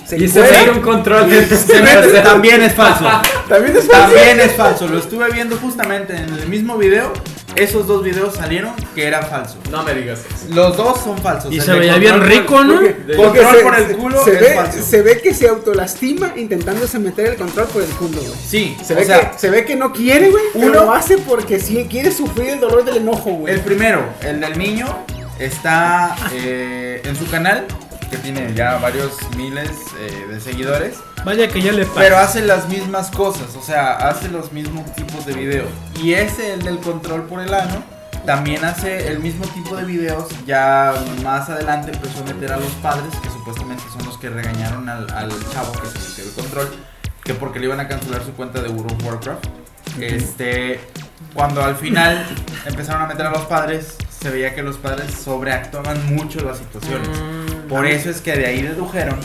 Speaker 1: Se
Speaker 7: Y se
Speaker 1: encuera-
Speaker 7: ve un control de
Speaker 5: Se mete- también es falso.
Speaker 1: También es falsa.
Speaker 5: También es falso. Lo estuve viendo justamente en el mismo video. Esos dos videos salieron que era falso.
Speaker 4: No me digas eso.
Speaker 5: Los dos son falsos.
Speaker 2: Y
Speaker 5: El
Speaker 2: se
Speaker 5: de
Speaker 2: veía bien
Speaker 5: control-
Speaker 2: rico, ¿no?
Speaker 1: Porque-
Speaker 5: De-
Speaker 1: porque
Speaker 5: control
Speaker 1: se-
Speaker 5: por el
Speaker 1: se-
Speaker 5: culo
Speaker 1: se
Speaker 5: es
Speaker 1: ve,
Speaker 5: falso.
Speaker 1: se ve que se autolastima intentándose meter el control por el culo, güey.
Speaker 5: Sí,
Speaker 1: Se
Speaker 5: o
Speaker 1: ve,
Speaker 5: sea,
Speaker 1: que, se ve que no quiere, güey. Uno
Speaker 5: uno-
Speaker 1: lo hace porque sí quiere sufrir el dolor del enojo, güey.
Speaker 5: el primero, el del niño, está eh, en su canal, que tiene ya varios miles eh, de seguidores.
Speaker 2: Vaya que ya le pasa.
Speaker 5: Pero hace las mismas cosas, o sea, hace los mismos tipos de videos. Y ese, el del control por el ano, también hace el mismo tipo de videos. Ya más adelante empezó a meter a los padres, que supuestamente son los que regañaron al, al chavo que se metió el control, que porque le iban a cancelar su cuenta de World of Warcraft. Este, cuando al final empezaron a meter a los padres, se veía que los padres sobreactuaban mucho las situaciones.
Speaker 1: Mm.
Speaker 5: Por eso es que de ahí dedujeron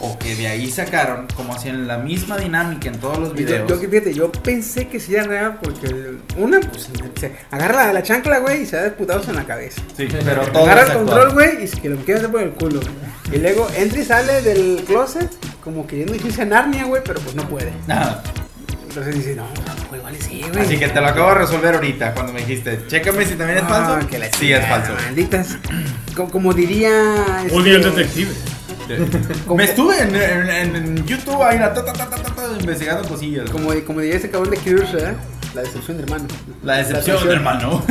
Speaker 5: o que de ahí sacaron, como hacían la misma dinámica en todos los
Speaker 1: Y Yo,
Speaker 5: videos.
Speaker 1: yo que fíjate, yo pensé que sí era real porque el- una, pues se- se agarra la, la chancla, güey, y se da de putazos en la cabeza.
Speaker 5: Sí, pero todo
Speaker 1: agarra el
Speaker 5: es
Speaker 1: control,
Speaker 5: actuado.
Speaker 1: güey, y se- que lo quiere hacer por el culo, güey. Y luego entra y sale del closet, como queriendo irse a Narnia, güey, pero pues no puede.
Speaker 5: Nada.
Speaker 1: Entonces dice, no, güey, vale, sí, güey.
Speaker 5: Así que te lo acabo de resolver ahorita cuando me dijiste, chécame si también es
Speaker 1: Ah,
Speaker 5: falso.
Speaker 1: que la
Speaker 5: sí, es
Speaker 1: chingada,
Speaker 5: falso.
Speaker 1: Malditas. Como, como diría. este,
Speaker 2: Odio al detective.
Speaker 1: como-
Speaker 5: Me estuve en, en- en- en YouTube ahí la ta, ta, ta, ta, ta, ta, investigando cosillas.
Speaker 1: Como, como diría ese cabrón de Cures, ¿verdad? La decepción de hermano.
Speaker 5: La decepción,
Speaker 1: decepción.
Speaker 5: hermano.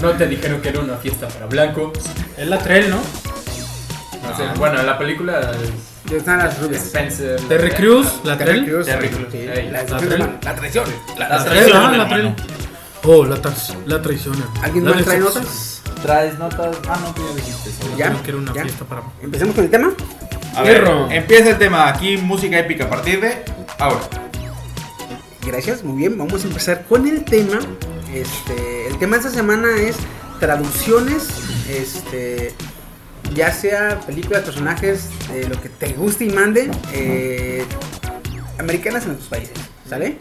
Speaker 4: No te dijeron que era una fiesta para blancos.
Speaker 1: Ah.
Speaker 2: Es la trail, ¿no?
Speaker 4: O sea, bueno, la película es
Speaker 1: Ya están las rubias.
Speaker 4: Spencer.
Speaker 2: Terry Crews, la
Speaker 1: Terry
Speaker 2: trail.
Speaker 1: Crews,
Speaker 4: Terry
Speaker 1: sí,
Speaker 4: Crews,
Speaker 1: sí,
Speaker 4: ey,
Speaker 1: La
Speaker 2: la
Speaker 1: decepción de
Speaker 2: Trell.
Speaker 1: hermano. La traición.
Speaker 2: La
Speaker 5: traición,
Speaker 2: trail, ah, la
Speaker 5: hermano.
Speaker 2: trail. Oh, la, tras- la traición. hermano.
Speaker 1: ¿Alguien
Speaker 2: La
Speaker 1: más trae
Speaker 2: decepción.
Speaker 1: notas?
Speaker 5: Traes notas. Ah, no, tú ya dijiste eso.
Speaker 1: Ya,
Speaker 2: Creo que era una
Speaker 1: ya.
Speaker 2: fiesta para.
Speaker 1: Empecemos con el tema.
Speaker 5: A ver,
Speaker 2: Perro.
Speaker 5: empieza el tema. Aquí música épica a partir de ahora.
Speaker 1: Gracias, muy bien. Vamos a empezar con el tema. Este, el tema de esta semana es traducciones, este, ya sea películas, personajes, eh, lo que te guste y mande, eh, americanas en otros países, ¿sale?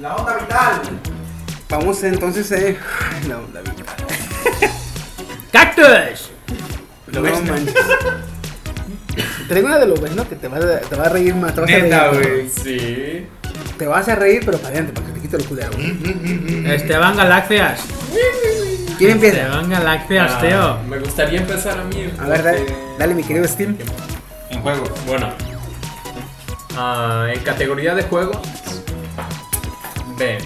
Speaker 5: La onda vital.
Speaker 1: Vamos entonces eh, la onda vital.
Speaker 2: ¡Cactus!
Speaker 1: No manches. Traigo una de lo bueno que te vas a, te vas a reír más. Te vas,
Speaker 5: Neta,
Speaker 1: a reír,
Speaker 5: güey.
Speaker 4: Sí.
Speaker 1: te vas a reír, pero para adelante, para que te quite el culero. güey.
Speaker 2: Esteban Galaxias.
Speaker 1: ¿Quién
Speaker 5: Este,
Speaker 1: empieza?
Speaker 2: Esteban Galaxias,
Speaker 4: Ah,
Speaker 2: tío.
Speaker 4: me gustaría empezar a mí.
Speaker 1: A ver, dale, dale, mi querido Steam.
Speaker 5: En juego.
Speaker 4: Bueno, ah, en categoría de juego, B.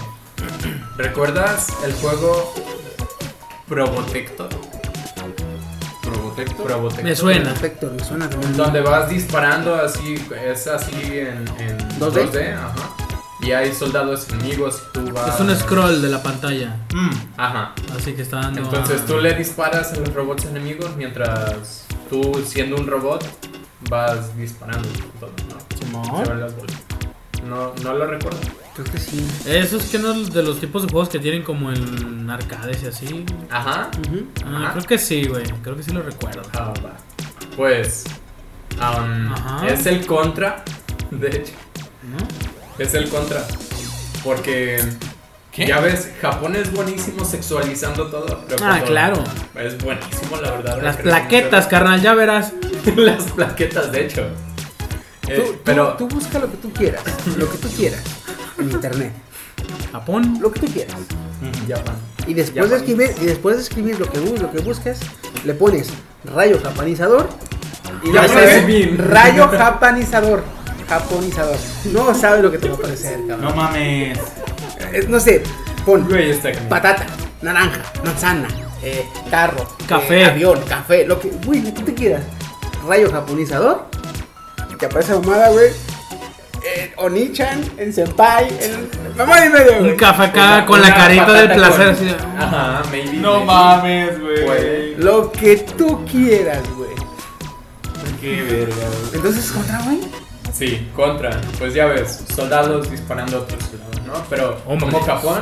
Speaker 4: ¿Recuerdas el juego Probotector? ¿Probotector? Probotector.
Speaker 2: Me suena.
Speaker 1: Perfecto, me suena también.
Speaker 4: Donde vas disparando así, es así en, en
Speaker 1: 2D.
Speaker 4: 2D, ajá. Y hay soldados enemigos y tú vas.
Speaker 2: Es un scroll de la pantalla.
Speaker 5: Mm.
Speaker 4: Ajá.
Speaker 2: Así que está dando.
Speaker 4: Entonces
Speaker 2: a-
Speaker 4: tú le disparas a los robots enemigos mientras tú, siendo un robot, vas disparando. con todo, ¿no?
Speaker 2: ¿Ah?
Speaker 4: Se ven las bolas. No, no lo recuerdo.
Speaker 1: Creo que sí.
Speaker 2: Esos que no de los tipos de juegos que tienen como en arcades y así.
Speaker 4: Ajá.
Speaker 2: Ah,
Speaker 4: Ajá.
Speaker 2: creo que sí, güey. Creo que sí lo recuerdo.
Speaker 4: Ah, va. Pues. am,
Speaker 2: Ajá.
Speaker 4: Es el contra. De hecho,
Speaker 2: ¿No?
Speaker 4: es el contra. Porque. Ya ves, Japón es buenísimo sexualizando todo. pero
Speaker 2: Ah,
Speaker 4: cuando-
Speaker 2: claro.
Speaker 4: Es buenísimo, la verdad.
Speaker 2: Las
Speaker 4: recrean,
Speaker 2: plaquetas, carnal, ya verás.
Speaker 4: pero- las plaquetas, de hecho. Eh,
Speaker 1: Tú- tú-
Speaker 4: pero.
Speaker 1: tú, busca lo que tú quieras, lo que tú quieras en internet,
Speaker 2: Japón.
Speaker 1: lo que tú quieras.
Speaker 4: Japón.
Speaker 1: Y después de escribir, y después de escribir lo que bu- lo que buscas, le pones rayo japanizador y
Speaker 4: Ya
Speaker 1: le
Speaker 4: sabes.
Speaker 1: pones rayo japanizador, japonizador. No sabes lo que te va a aparecer,
Speaker 5: No
Speaker 1: cabrón.
Speaker 5: mames.
Speaker 1: Es- no sé, pon
Speaker 4: Güey, está cañón.
Speaker 1: patata, naranja, manzana, eh, carro, eh,
Speaker 2: Café.
Speaker 1: avión, café, lo que, güey, lo que tú quieras. Rayo japonizador. y Te aparece mamada, güey. En Onichan, en Senpai, en. Mamá y medio, güey.
Speaker 2: Un café acá
Speaker 4: Una-
Speaker 2: con la
Speaker 4: una
Speaker 2: carita
Speaker 4: patata
Speaker 2: del placer.
Speaker 4: con-
Speaker 2: así de-
Speaker 4: Ajá, maybe.
Speaker 5: No
Speaker 4: maybe.
Speaker 5: mames,
Speaker 4: Güey.
Speaker 5: güey.
Speaker 1: Lo que tú quieras, güey.
Speaker 5: Qué verga, güey.
Speaker 1: Entonces, contra, güey.
Speaker 4: Sí, contra. Pues ya ves, soldados disparando a otros soldados, ¿no? Pero
Speaker 2: Hombres.
Speaker 4: como Japón,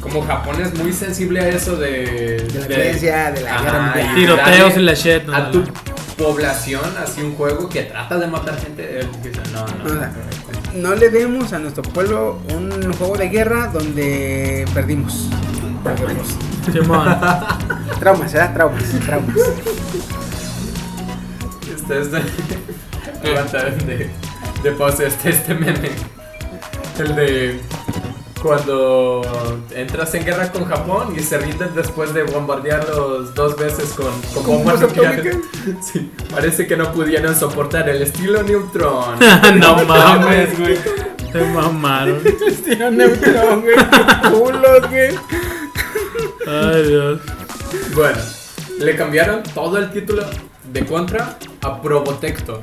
Speaker 4: como Japón es muy sensible a eso de.
Speaker 1: De la violencia, de la
Speaker 4: Ajá,
Speaker 1: guerra mundial.
Speaker 4: y
Speaker 2: Tiroteos
Speaker 4: darle
Speaker 2: y la shit, no,
Speaker 4: A
Speaker 2: no,
Speaker 4: tu
Speaker 2: no.
Speaker 4: población, así un juego que trata de matar gente. eh, dice, No, no.
Speaker 1: O
Speaker 4: no,
Speaker 1: sea, No le demos a nuestro pueblo un juego de guerra donde perdimos. Perdemos.
Speaker 2: Simón.
Speaker 1: Traumas, ¿verdad? Traumas, traumas.
Speaker 4: Este es de. Aguanta, de, de pause este, este meme. El de. Cuando entras en guerra con Japón y se rinden después de bombardearlos dos veces con, con
Speaker 1: ¿Con
Speaker 4: bombas
Speaker 1: bombas
Speaker 4: nucleares. Sí, parece que no pudieron soportar el estilo Neutron.
Speaker 2: no mames, güey. Te mamaron.
Speaker 1: Culos, güey.
Speaker 2: Ay, Dios.
Speaker 4: Bueno, le cambiaron todo el título de Contra a Probotector.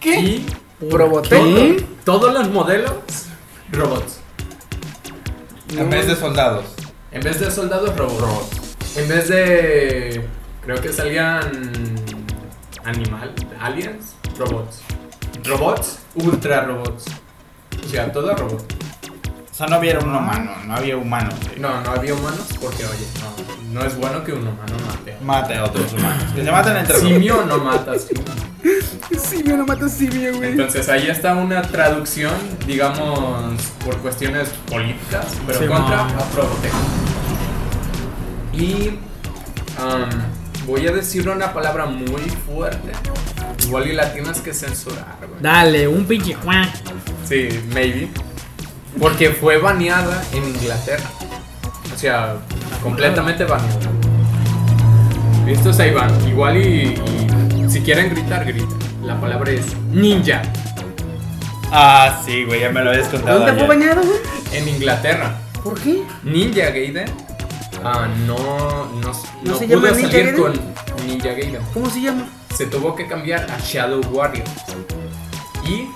Speaker 4: ¿Qué? Y
Speaker 1: Probotector.
Speaker 4: todo- todos los modelos, robots.
Speaker 5: En vez de soldados.
Speaker 4: En vez de soldados, robots. En vez de. Creo que salían. Animal. Aliens. Robots. Robots. Ultra robots. O sea, todo robot.
Speaker 5: O sea, no había un humano, no había humanos. güey.
Speaker 4: No, no había humanos porque, oye, no, no es bueno que un humano mate.
Speaker 5: Mate a otros humanos. Que se matan entre
Speaker 4: Simio no matas.
Speaker 1: Simio, no mata simio, güey.
Speaker 4: Entonces ahí está una traducción, digamos, por cuestiones políticas, pero
Speaker 2: Sí,
Speaker 4: contra
Speaker 2: ma.
Speaker 4: a Probotec. Y um, voy a decir una palabra muy fuerte. Igual y la tienes que censurar, güey.
Speaker 2: Dale, un pinche Juan.
Speaker 4: Sí, maybe. Porque fue baneada en Inglaterra. O sea, completamente baneada. Listos, ahí van. Igual y, y si quieren gritar, griten. La palabra es ninja
Speaker 5: Ah, sí, güey, ya me lo habías contado.
Speaker 1: ¿Dónde fue
Speaker 5: ayer.
Speaker 1: bañado, güey?
Speaker 4: en Inglaterra.
Speaker 1: ¿Por qué?
Speaker 4: Ninja Gaiden ah, no, no,
Speaker 1: ¿No
Speaker 4: no
Speaker 1: se
Speaker 4: pudo
Speaker 1: llama Ninja
Speaker 4: salir
Speaker 1: Gaiden?
Speaker 4: con Ninja Gaiden.
Speaker 1: ¿Cómo se llama?
Speaker 4: Se tuvo que cambiar a Shadow Warrior. Y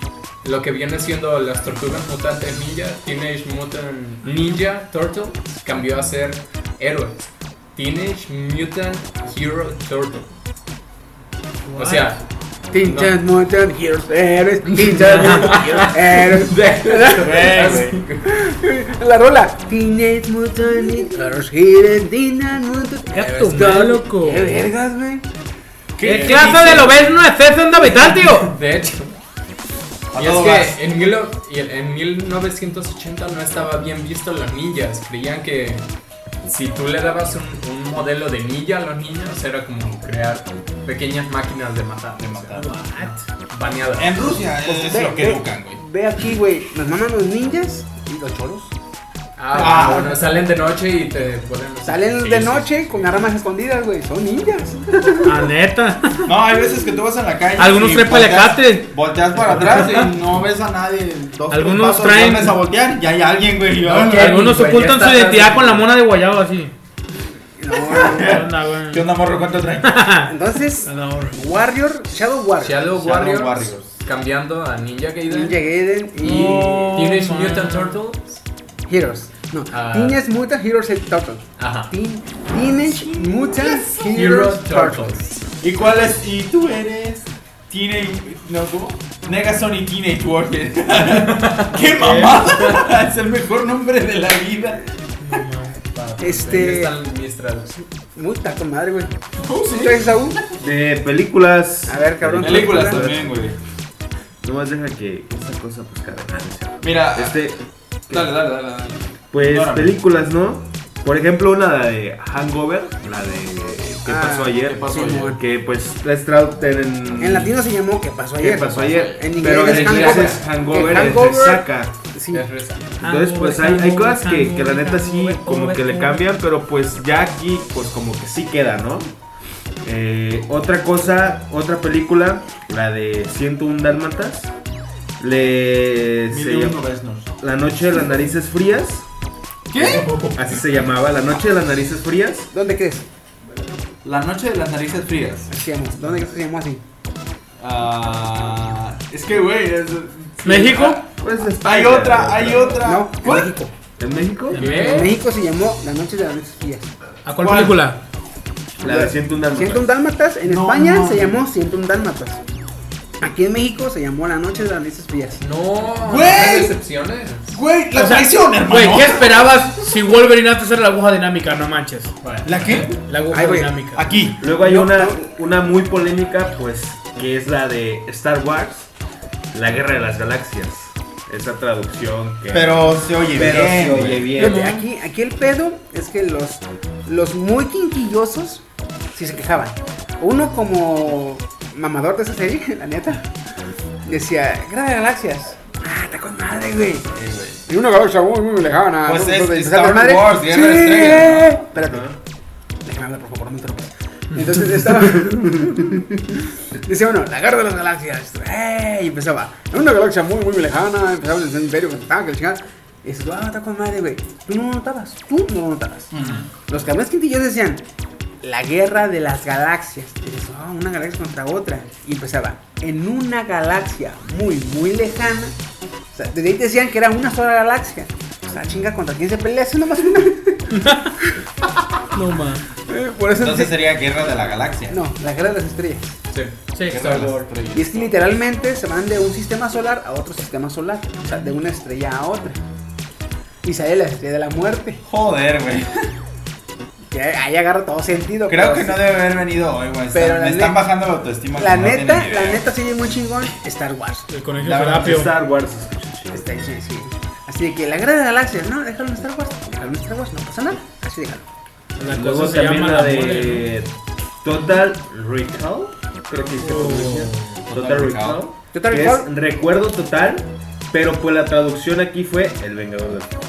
Speaker 4: lo que viene siendo las tortugas mutantes ninja, Teenage Mutant Ninja Turtle, cambió a ser héroes. Teenage Mutant Hero Turtle. O sea,
Speaker 1: Tinchan Mutant Heroes Heroes Tinchan Mutant Heroes Heroes
Speaker 5: Güey, güey.
Speaker 1: La rola Teenage Mutant Heroes Heroes Teenage Mutant
Speaker 2: Ya tu madre, loco.
Speaker 1: Qué vergas, güey
Speaker 2: ¿Qué clase de lo ves no es eso en Navidad, tío?
Speaker 4: de hecho,
Speaker 5: A
Speaker 4: Y es
Speaker 5: todo gas.
Speaker 4: que en, mil- y en- en 1980 no estaba bien visto los ninjas. Creían que si tú le dabas un, un modelo de ninja a los niños, era como crear pequeñas máquinas de matar.
Speaker 5: De matar. Eh.
Speaker 4: baneadas.
Speaker 5: En Rusia es
Speaker 1: Pues, Ve,
Speaker 5: lo que
Speaker 1: ve,
Speaker 5: educan, güey.
Speaker 1: Ve aquí, güey Nos maman los ninjas Y los choros
Speaker 4: Ah,
Speaker 5: Ah.
Speaker 4: bueno, salen de noche y te pueden.
Speaker 1: Salen
Speaker 4: Sí,
Speaker 1: de
Speaker 4: sí,
Speaker 1: noche con armas escondidas, güey Son ninjas
Speaker 2: La neta.
Speaker 5: No, hay veces que tú vas en la calle.
Speaker 2: Algunos
Speaker 5: y
Speaker 2: traen
Speaker 5: volteas-
Speaker 2: paliacate.
Speaker 5: Volteas para atrás y no ves a nadie. Dos,
Speaker 2: Algunos
Speaker 5: tres pasos,
Speaker 2: traen-
Speaker 5: vuelves a voltear y hay alguien, güey. y yo,
Speaker 4: No,
Speaker 5: "Ah,
Speaker 4: ¿qué?
Speaker 2: Algunos
Speaker 4: güey, ya
Speaker 2: ocultan su
Speaker 4: está
Speaker 2: identidad
Speaker 4: tarde.
Speaker 2: con la mona de guayabo así.
Speaker 1: No, güey.
Speaker 2: ¿Qué onda, güey?
Speaker 5: ¿Qué onda, morro? ¿Cuánto traen?
Speaker 1: Entonces
Speaker 2: Anda, güey.
Speaker 1: Warrior Shadow Warrior
Speaker 4: Shadow
Speaker 5: Shadow
Speaker 4: Warriors,
Speaker 5: Warriors.
Speaker 4: cambiando a Ninja Gaiden.
Speaker 1: Ninja Gaiden
Speaker 4: Y
Speaker 1: y
Speaker 2: No,
Speaker 4: Teenage
Speaker 2: man.
Speaker 4: Mutant Turtles.
Speaker 1: Heroes No
Speaker 4: Ah.
Speaker 1: Teenage Mutant Heroes and Turtles
Speaker 4: Ajá.
Speaker 1: Teen- Teenage Mutant
Speaker 4: Hero
Speaker 1: Heroes Turtles
Speaker 4: Turtles.
Speaker 5: ¿Y cuál es? ¿Y tú eres? Teenage. No, ¿cómo? Negasonic Teenage Warrior. ¡Qué mamada! es el mejor nombre de la vida.
Speaker 4: Ahí
Speaker 1: Este.
Speaker 4: están mis traducciones.
Speaker 1: Puta con madre, güey. ¿Tú traes Saúl?
Speaker 6: De películas.
Speaker 1: A ver, cabrón.
Speaker 5: Películas
Speaker 1: película.
Speaker 5: también, güey.
Speaker 6: Nomás deja que esta cosa pues cada ah, no es cierto.
Speaker 5: Mira,
Speaker 6: Este,
Speaker 5: dale, dale, dale. dale.
Speaker 6: pues
Speaker 5: Ignórame.
Speaker 6: películas, ¿no? Por ejemplo, una de Hangover, la de ¿Qué
Speaker 1: Ah,
Speaker 6: pasó ayer?
Speaker 5: ¿Qué pasó
Speaker 1: Sí,
Speaker 5: ayer?
Speaker 6: Que pues la traducen en
Speaker 1: En latino se llamó ¿Qué pasó
Speaker 6: ¿Qué
Speaker 1: ayer?
Speaker 6: pasó ayer?
Speaker 1: En inglés
Speaker 6: Pero
Speaker 1: es
Speaker 6: en inglés
Speaker 1: Hangover.
Speaker 6: es Hangover,
Speaker 1: Que
Speaker 6: es
Speaker 1: Hangover-
Speaker 6: resaca.
Speaker 1: Sí.
Speaker 4: Es risa.
Speaker 6: Entonces, pues hay, hay cosas que, que la neta sí, como que le cambian, pero pues ya aquí, pues como que sí queda, ¿no? Eh, otra cosa, otra película, la de 101 Dálmatas, le se
Speaker 5: Mil y
Speaker 6: llama-
Speaker 5: uno Vesnos.
Speaker 6: La Noche de las Narices Frías,
Speaker 5: ¿Qué?
Speaker 6: así se llamaba, La Noche de las Narices Frías.
Speaker 1: ¿Dónde crees?
Speaker 5: La noche de las narices frías.
Speaker 1: Así se llamó. ¿Dónde crees que se llamó así?
Speaker 5: Ah, es que, güey. es-
Speaker 4: Ah.
Speaker 2: ¿México?
Speaker 6: Pues, es-
Speaker 5: Hay otra, hay otra.
Speaker 1: No, en
Speaker 5: ¿Cuál?
Speaker 1: México.
Speaker 6: ¿En México?
Speaker 1: En
Speaker 4: ¿Qué?
Speaker 1: México se llamó La Noche de las Noches Frías.
Speaker 2: ¿A cuál
Speaker 5: ¿Cuál?
Speaker 2: película?
Speaker 6: La de 101 Dálmatas.
Speaker 1: 101 Dálmatas. En
Speaker 5: No,
Speaker 1: España
Speaker 5: no,
Speaker 1: se
Speaker 5: no.
Speaker 1: llamó 101 Dálmatas. Aquí en México se llamó La Noche de las Narices Frías.
Speaker 4: No,
Speaker 5: Güey.
Speaker 4: no decepciones.
Speaker 5: Güey, la
Speaker 2: O sea,
Speaker 5: traición,
Speaker 2: Güey,
Speaker 5: hermano.
Speaker 2: ¿qué esperabas si Wolverine antes era la aguja dinámica? No manches.
Speaker 5: ¿La qué?
Speaker 2: La aguja
Speaker 1: Ay, güey,
Speaker 2: dinámica.
Speaker 5: Aquí.
Speaker 6: Luego hay una, una muy polémica, pues, que es la de Star Wars, La Guerra de las Galaxias. Esa traducción que...
Speaker 5: Pero se oye
Speaker 6: Pero
Speaker 5: bien.
Speaker 6: se
Speaker 5: güey.
Speaker 6: oye bien.
Speaker 1: Fíjate, aquí, aquí el pedo es que los, los muy quinquillosos sí se quejaban. Uno como mamador de esa serie, la neta, decía, Guerra de Galaxias. Ah, está con madre, güey. Y una galaxia muy, muy lejana.
Speaker 5: Pues
Speaker 1: ¿no?
Speaker 5: es
Speaker 1: Entonces,
Speaker 5: Star
Speaker 1: ¿está con
Speaker 5: Wars, Guerra de
Speaker 1: Sí. eh.
Speaker 5: Estrellas,
Speaker 1: Espérate. Déjame hablar, por favor, no me interrumpas. Entonces estaba. Decía uno, la guerra de las galaxias. ¡Eh! Y empezaba. En una galaxia muy, muy lejana. Empezaba el imperio que estaba, que el chingada. Y dices, ah, está con madre, güey. Tú no lo notabas. Tú no lo notabas. Los cabrones quintillos decían, la guerra de las galaxias. Y dices, ah, una galaxia contra otra. Y empezaba, en una galaxia muy, muy lejana. O sea, desde ahí te decían que era una sola galaxia. O sea, chinga, ¿contra quién se pelea? Eso nomás una.
Speaker 2: No man.
Speaker 1: Eh, Por eso
Speaker 5: Entonces
Speaker 1: dice-
Speaker 5: sería Guerra de la Galaxia.
Speaker 1: No, la guerra de las estrellas.
Speaker 4: Sí.
Speaker 2: Sí,
Speaker 5: Guerra de las
Speaker 1: Y
Speaker 5: Estrellas.
Speaker 1: es que literalmente se van de un sistema solar a otro sistema solar. O sea, de una estrella a otra. Y sale la estrella de la muerte.
Speaker 5: Joder, güey.
Speaker 1: Que ahí agarra todo sentido.
Speaker 5: Creo
Speaker 1: pero
Speaker 5: que
Speaker 1: sí.
Speaker 5: no debe haber venido hoy, güey.
Speaker 1: Pero
Speaker 5: Están-
Speaker 1: la
Speaker 5: Me están
Speaker 1: neta-
Speaker 5: bajando la autoestima.
Speaker 1: La
Speaker 5: como no
Speaker 1: neta,
Speaker 5: tienen
Speaker 1: la
Speaker 5: idea.
Speaker 1: neta sigue muy chingón Star Wars.
Speaker 2: El conejo
Speaker 5: La verdad,
Speaker 2: Serapio.
Speaker 6: Star Wars.
Speaker 1: Está chido, sí. Así de que la guerra de las galaxias, no, déjalo en Star Wars, déjalo en Star Wars, no pasa nada, así déjalo.
Speaker 2: La
Speaker 6: Luego
Speaker 2: cosa se
Speaker 6: también
Speaker 2: llama
Speaker 6: la
Speaker 2: la mole.
Speaker 6: de Total Recall. Creo que se
Speaker 2: Oh.
Speaker 6: pronuncia.
Speaker 5: Total
Speaker 6: Total
Speaker 5: Recall.
Speaker 6: Recall.
Speaker 1: Total
Speaker 6: que
Speaker 1: Recall.
Speaker 6: Es recuerdo total, pero pues la traducción aquí fue El Vengador del Futuro.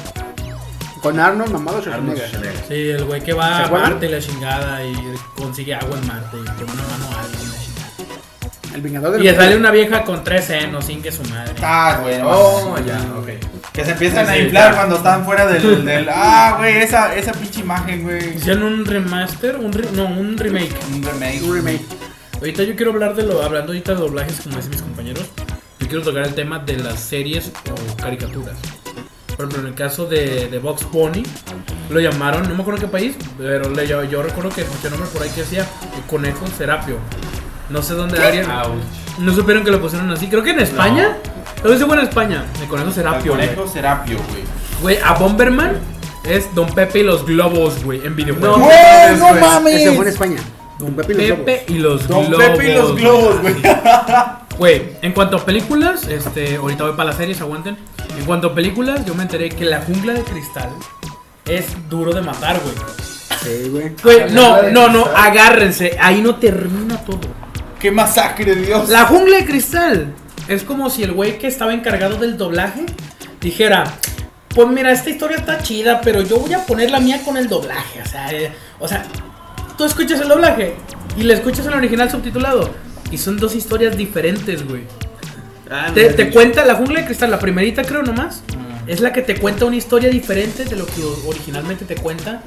Speaker 1: Con Arnold, mamado
Speaker 6: Arnold
Speaker 1: Schwarzenegger.
Speaker 6: Schwarzenegger.
Speaker 2: Sí, el güey que va
Speaker 1: ¿Se
Speaker 2: a
Speaker 1: acuerdan?
Speaker 2: Marte y la chingada y consigue agua en Marte y con una mano a alguien. la chingada.
Speaker 1: El Vengador del
Speaker 2: Y le
Speaker 1: Futuro.
Speaker 2: sale una vieja con tres senos sin que su madre.
Speaker 5: Ah, güey. no.
Speaker 4: Oh, ya, ok.
Speaker 5: Que se empiezan a
Speaker 2: Sí,
Speaker 5: inflar
Speaker 2: claro.
Speaker 5: cuando están fuera del. del- ah, güey, esa, esa pinche imagen, güey.
Speaker 2: Hicieron un remaster, un re- no, un remake.
Speaker 5: Un remake.
Speaker 1: Un remake.
Speaker 5: ¡Eh,
Speaker 2: Ahorita yo quiero hablar de lo, hablando ahorita de doblajes, como dicen mis compañeros, yo quiero tocar el tema de las series o caricaturas. Por ejemplo, en el caso de, de Box Pony, lo llamaron, no me acuerdo en qué país, pero le- yo, yo recuerdo que escuché un nombre por ahí que decía el conejo serapio. No sé dónde darían.
Speaker 4: Ouch.
Speaker 2: No supieron que lo pusieron así. Creo que en España. Lo dice bueno en España. El conejo
Speaker 5: El
Speaker 2: serapio, güey.
Speaker 5: conejo Serapio, güey.
Speaker 2: Güey, a Bomberman es Don Pepe y los globos, güey, en videojuegos.
Speaker 4: No.
Speaker 5: ¡Güey, no
Speaker 4: Güey,
Speaker 1: Ese fue en
Speaker 5: mames!
Speaker 1: España. Don Pepe y los
Speaker 2: Pepe y los
Speaker 5: Don
Speaker 2: globos.
Speaker 5: Pepe y los globos, güey.
Speaker 2: Güey, en cuanto a películas, este, ahorita voy para las series, aguanten. En cuanto a películas, yo me enteré que la jungla de cristal es duro de matar, güey.
Speaker 1: Lobos. Sí, güey.
Speaker 2: Güey,
Speaker 4: Jungla
Speaker 2: no,
Speaker 4: de
Speaker 2: no, no,
Speaker 4: Cristal.
Speaker 2: agárrense, ahí no termina todo.
Speaker 5: ¡Qué masacre, Dios!
Speaker 2: La jungla de cristal es como si el güey que estaba encargado del doblaje dijera, pues mira, esta historia está chida, pero yo voy a poner la mía con el doblaje. O sea, eh, o sea tú escuchas el doblaje y le escuchas el original subtitulado. Y son dos historias diferentes, güey.
Speaker 6: Ah, no
Speaker 2: Te,
Speaker 6: sé
Speaker 2: te
Speaker 6: si-
Speaker 2: cuenta la jungla de cristal, la primerita creo nomás. Es la que te cuenta una historia diferente de lo que o- originalmente te cuenta.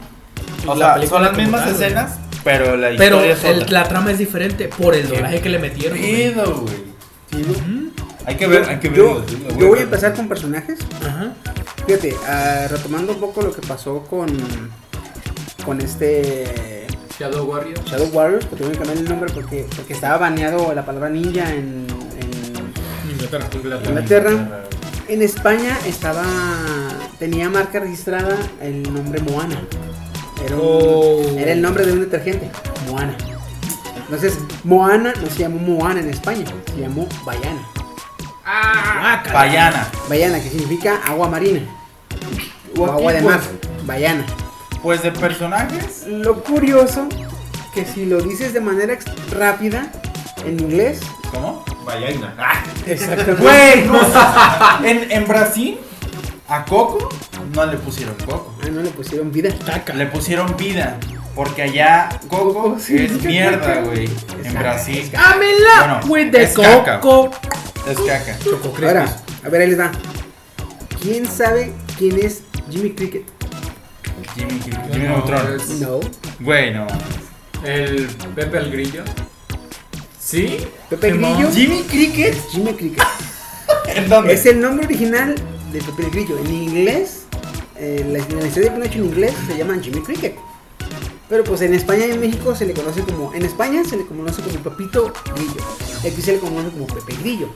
Speaker 5: O
Speaker 2: la
Speaker 5: sea,
Speaker 2: película
Speaker 5: son las
Speaker 2: como
Speaker 5: mismas
Speaker 2: tal, güey.
Speaker 5: escenas, pero la
Speaker 2: Pero
Speaker 5: historia es
Speaker 2: el-
Speaker 5: otra.
Speaker 2: la trama es diferente por el doblaje que le metieron. güey.
Speaker 5: Pedo, güey.
Speaker 2: Ujú,
Speaker 5: Hay que ver, hay que ver.
Speaker 1: Yo,
Speaker 5: güey,
Speaker 1: yo
Speaker 5: güey.
Speaker 1: voy a empezar con personajes.
Speaker 2: Ajá.
Speaker 1: Fíjate, ah, retomando un poco lo que pasó con con este
Speaker 4: Shadow Warrior.
Speaker 1: Shadow Warriors, que tuvieron que cambiar el nombre porque, porque estaba baneado la palabra ninja en, en
Speaker 2: Inglaterra.
Speaker 1: Inglaterra. En España estaba tenía marca registrada el nombre Moana. Era, un-
Speaker 2: Oh.
Speaker 1: era el nombre de un detergente, Moana. Entonces, Moana no se llamó Moana en España, se llamó Bayana.
Speaker 5: Payana.
Speaker 1: Bayana, que significa agua marina o
Speaker 5: Aquí,
Speaker 1: agua de
Speaker 5: pues,
Speaker 1: mar. Bayana.
Speaker 5: Pues de personajes.
Speaker 1: Lo curioso que si lo dices de manera ex- rápida en inglés,
Speaker 5: ¿Cómo?
Speaker 6: Vallaina. Ah,
Speaker 1: exactamente.
Speaker 5: Güey, no. en, en Brasil, a Coco no le pusieron Coco.
Speaker 1: Ah, no le pusieron vida.
Speaker 5: Le pusieron vida. Porque allá Coco Oh, es mierda, güey. En Brasil.
Speaker 2: ¡Ámela!
Speaker 5: Bueno,
Speaker 2: Güey, pues, de
Speaker 5: es caca.
Speaker 2: coco.
Speaker 5: Es caca.
Speaker 2: Choco Crispis.
Speaker 1: Ahora, a ver, ahí les va. ¿Quién sabe quién es Jimmy Cricket?
Speaker 5: Jimmy, Jimmy Neutron.
Speaker 4: Es
Speaker 1: No.
Speaker 5: Güey, no.
Speaker 4: El Pepe el Grillo. Sí.
Speaker 1: Pepe
Speaker 2: Simón.
Speaker 1: Grillo.
Speaker 5: Jimmy Cricket. Ah,
Speaker 1: Jimmy Cricket.
Speaker 5: ¿En dónde?
Speaker 1: Es el nombre original de Pepe el Grillo. En inglés, eh, la, la historia de Pinocho en inglés se llama Jimmy Cricket. Pero pues en España y en México se le conoce como. En España se le conoce como Pepito Grillo. Y aquí se le conoce como Pepe Grillo.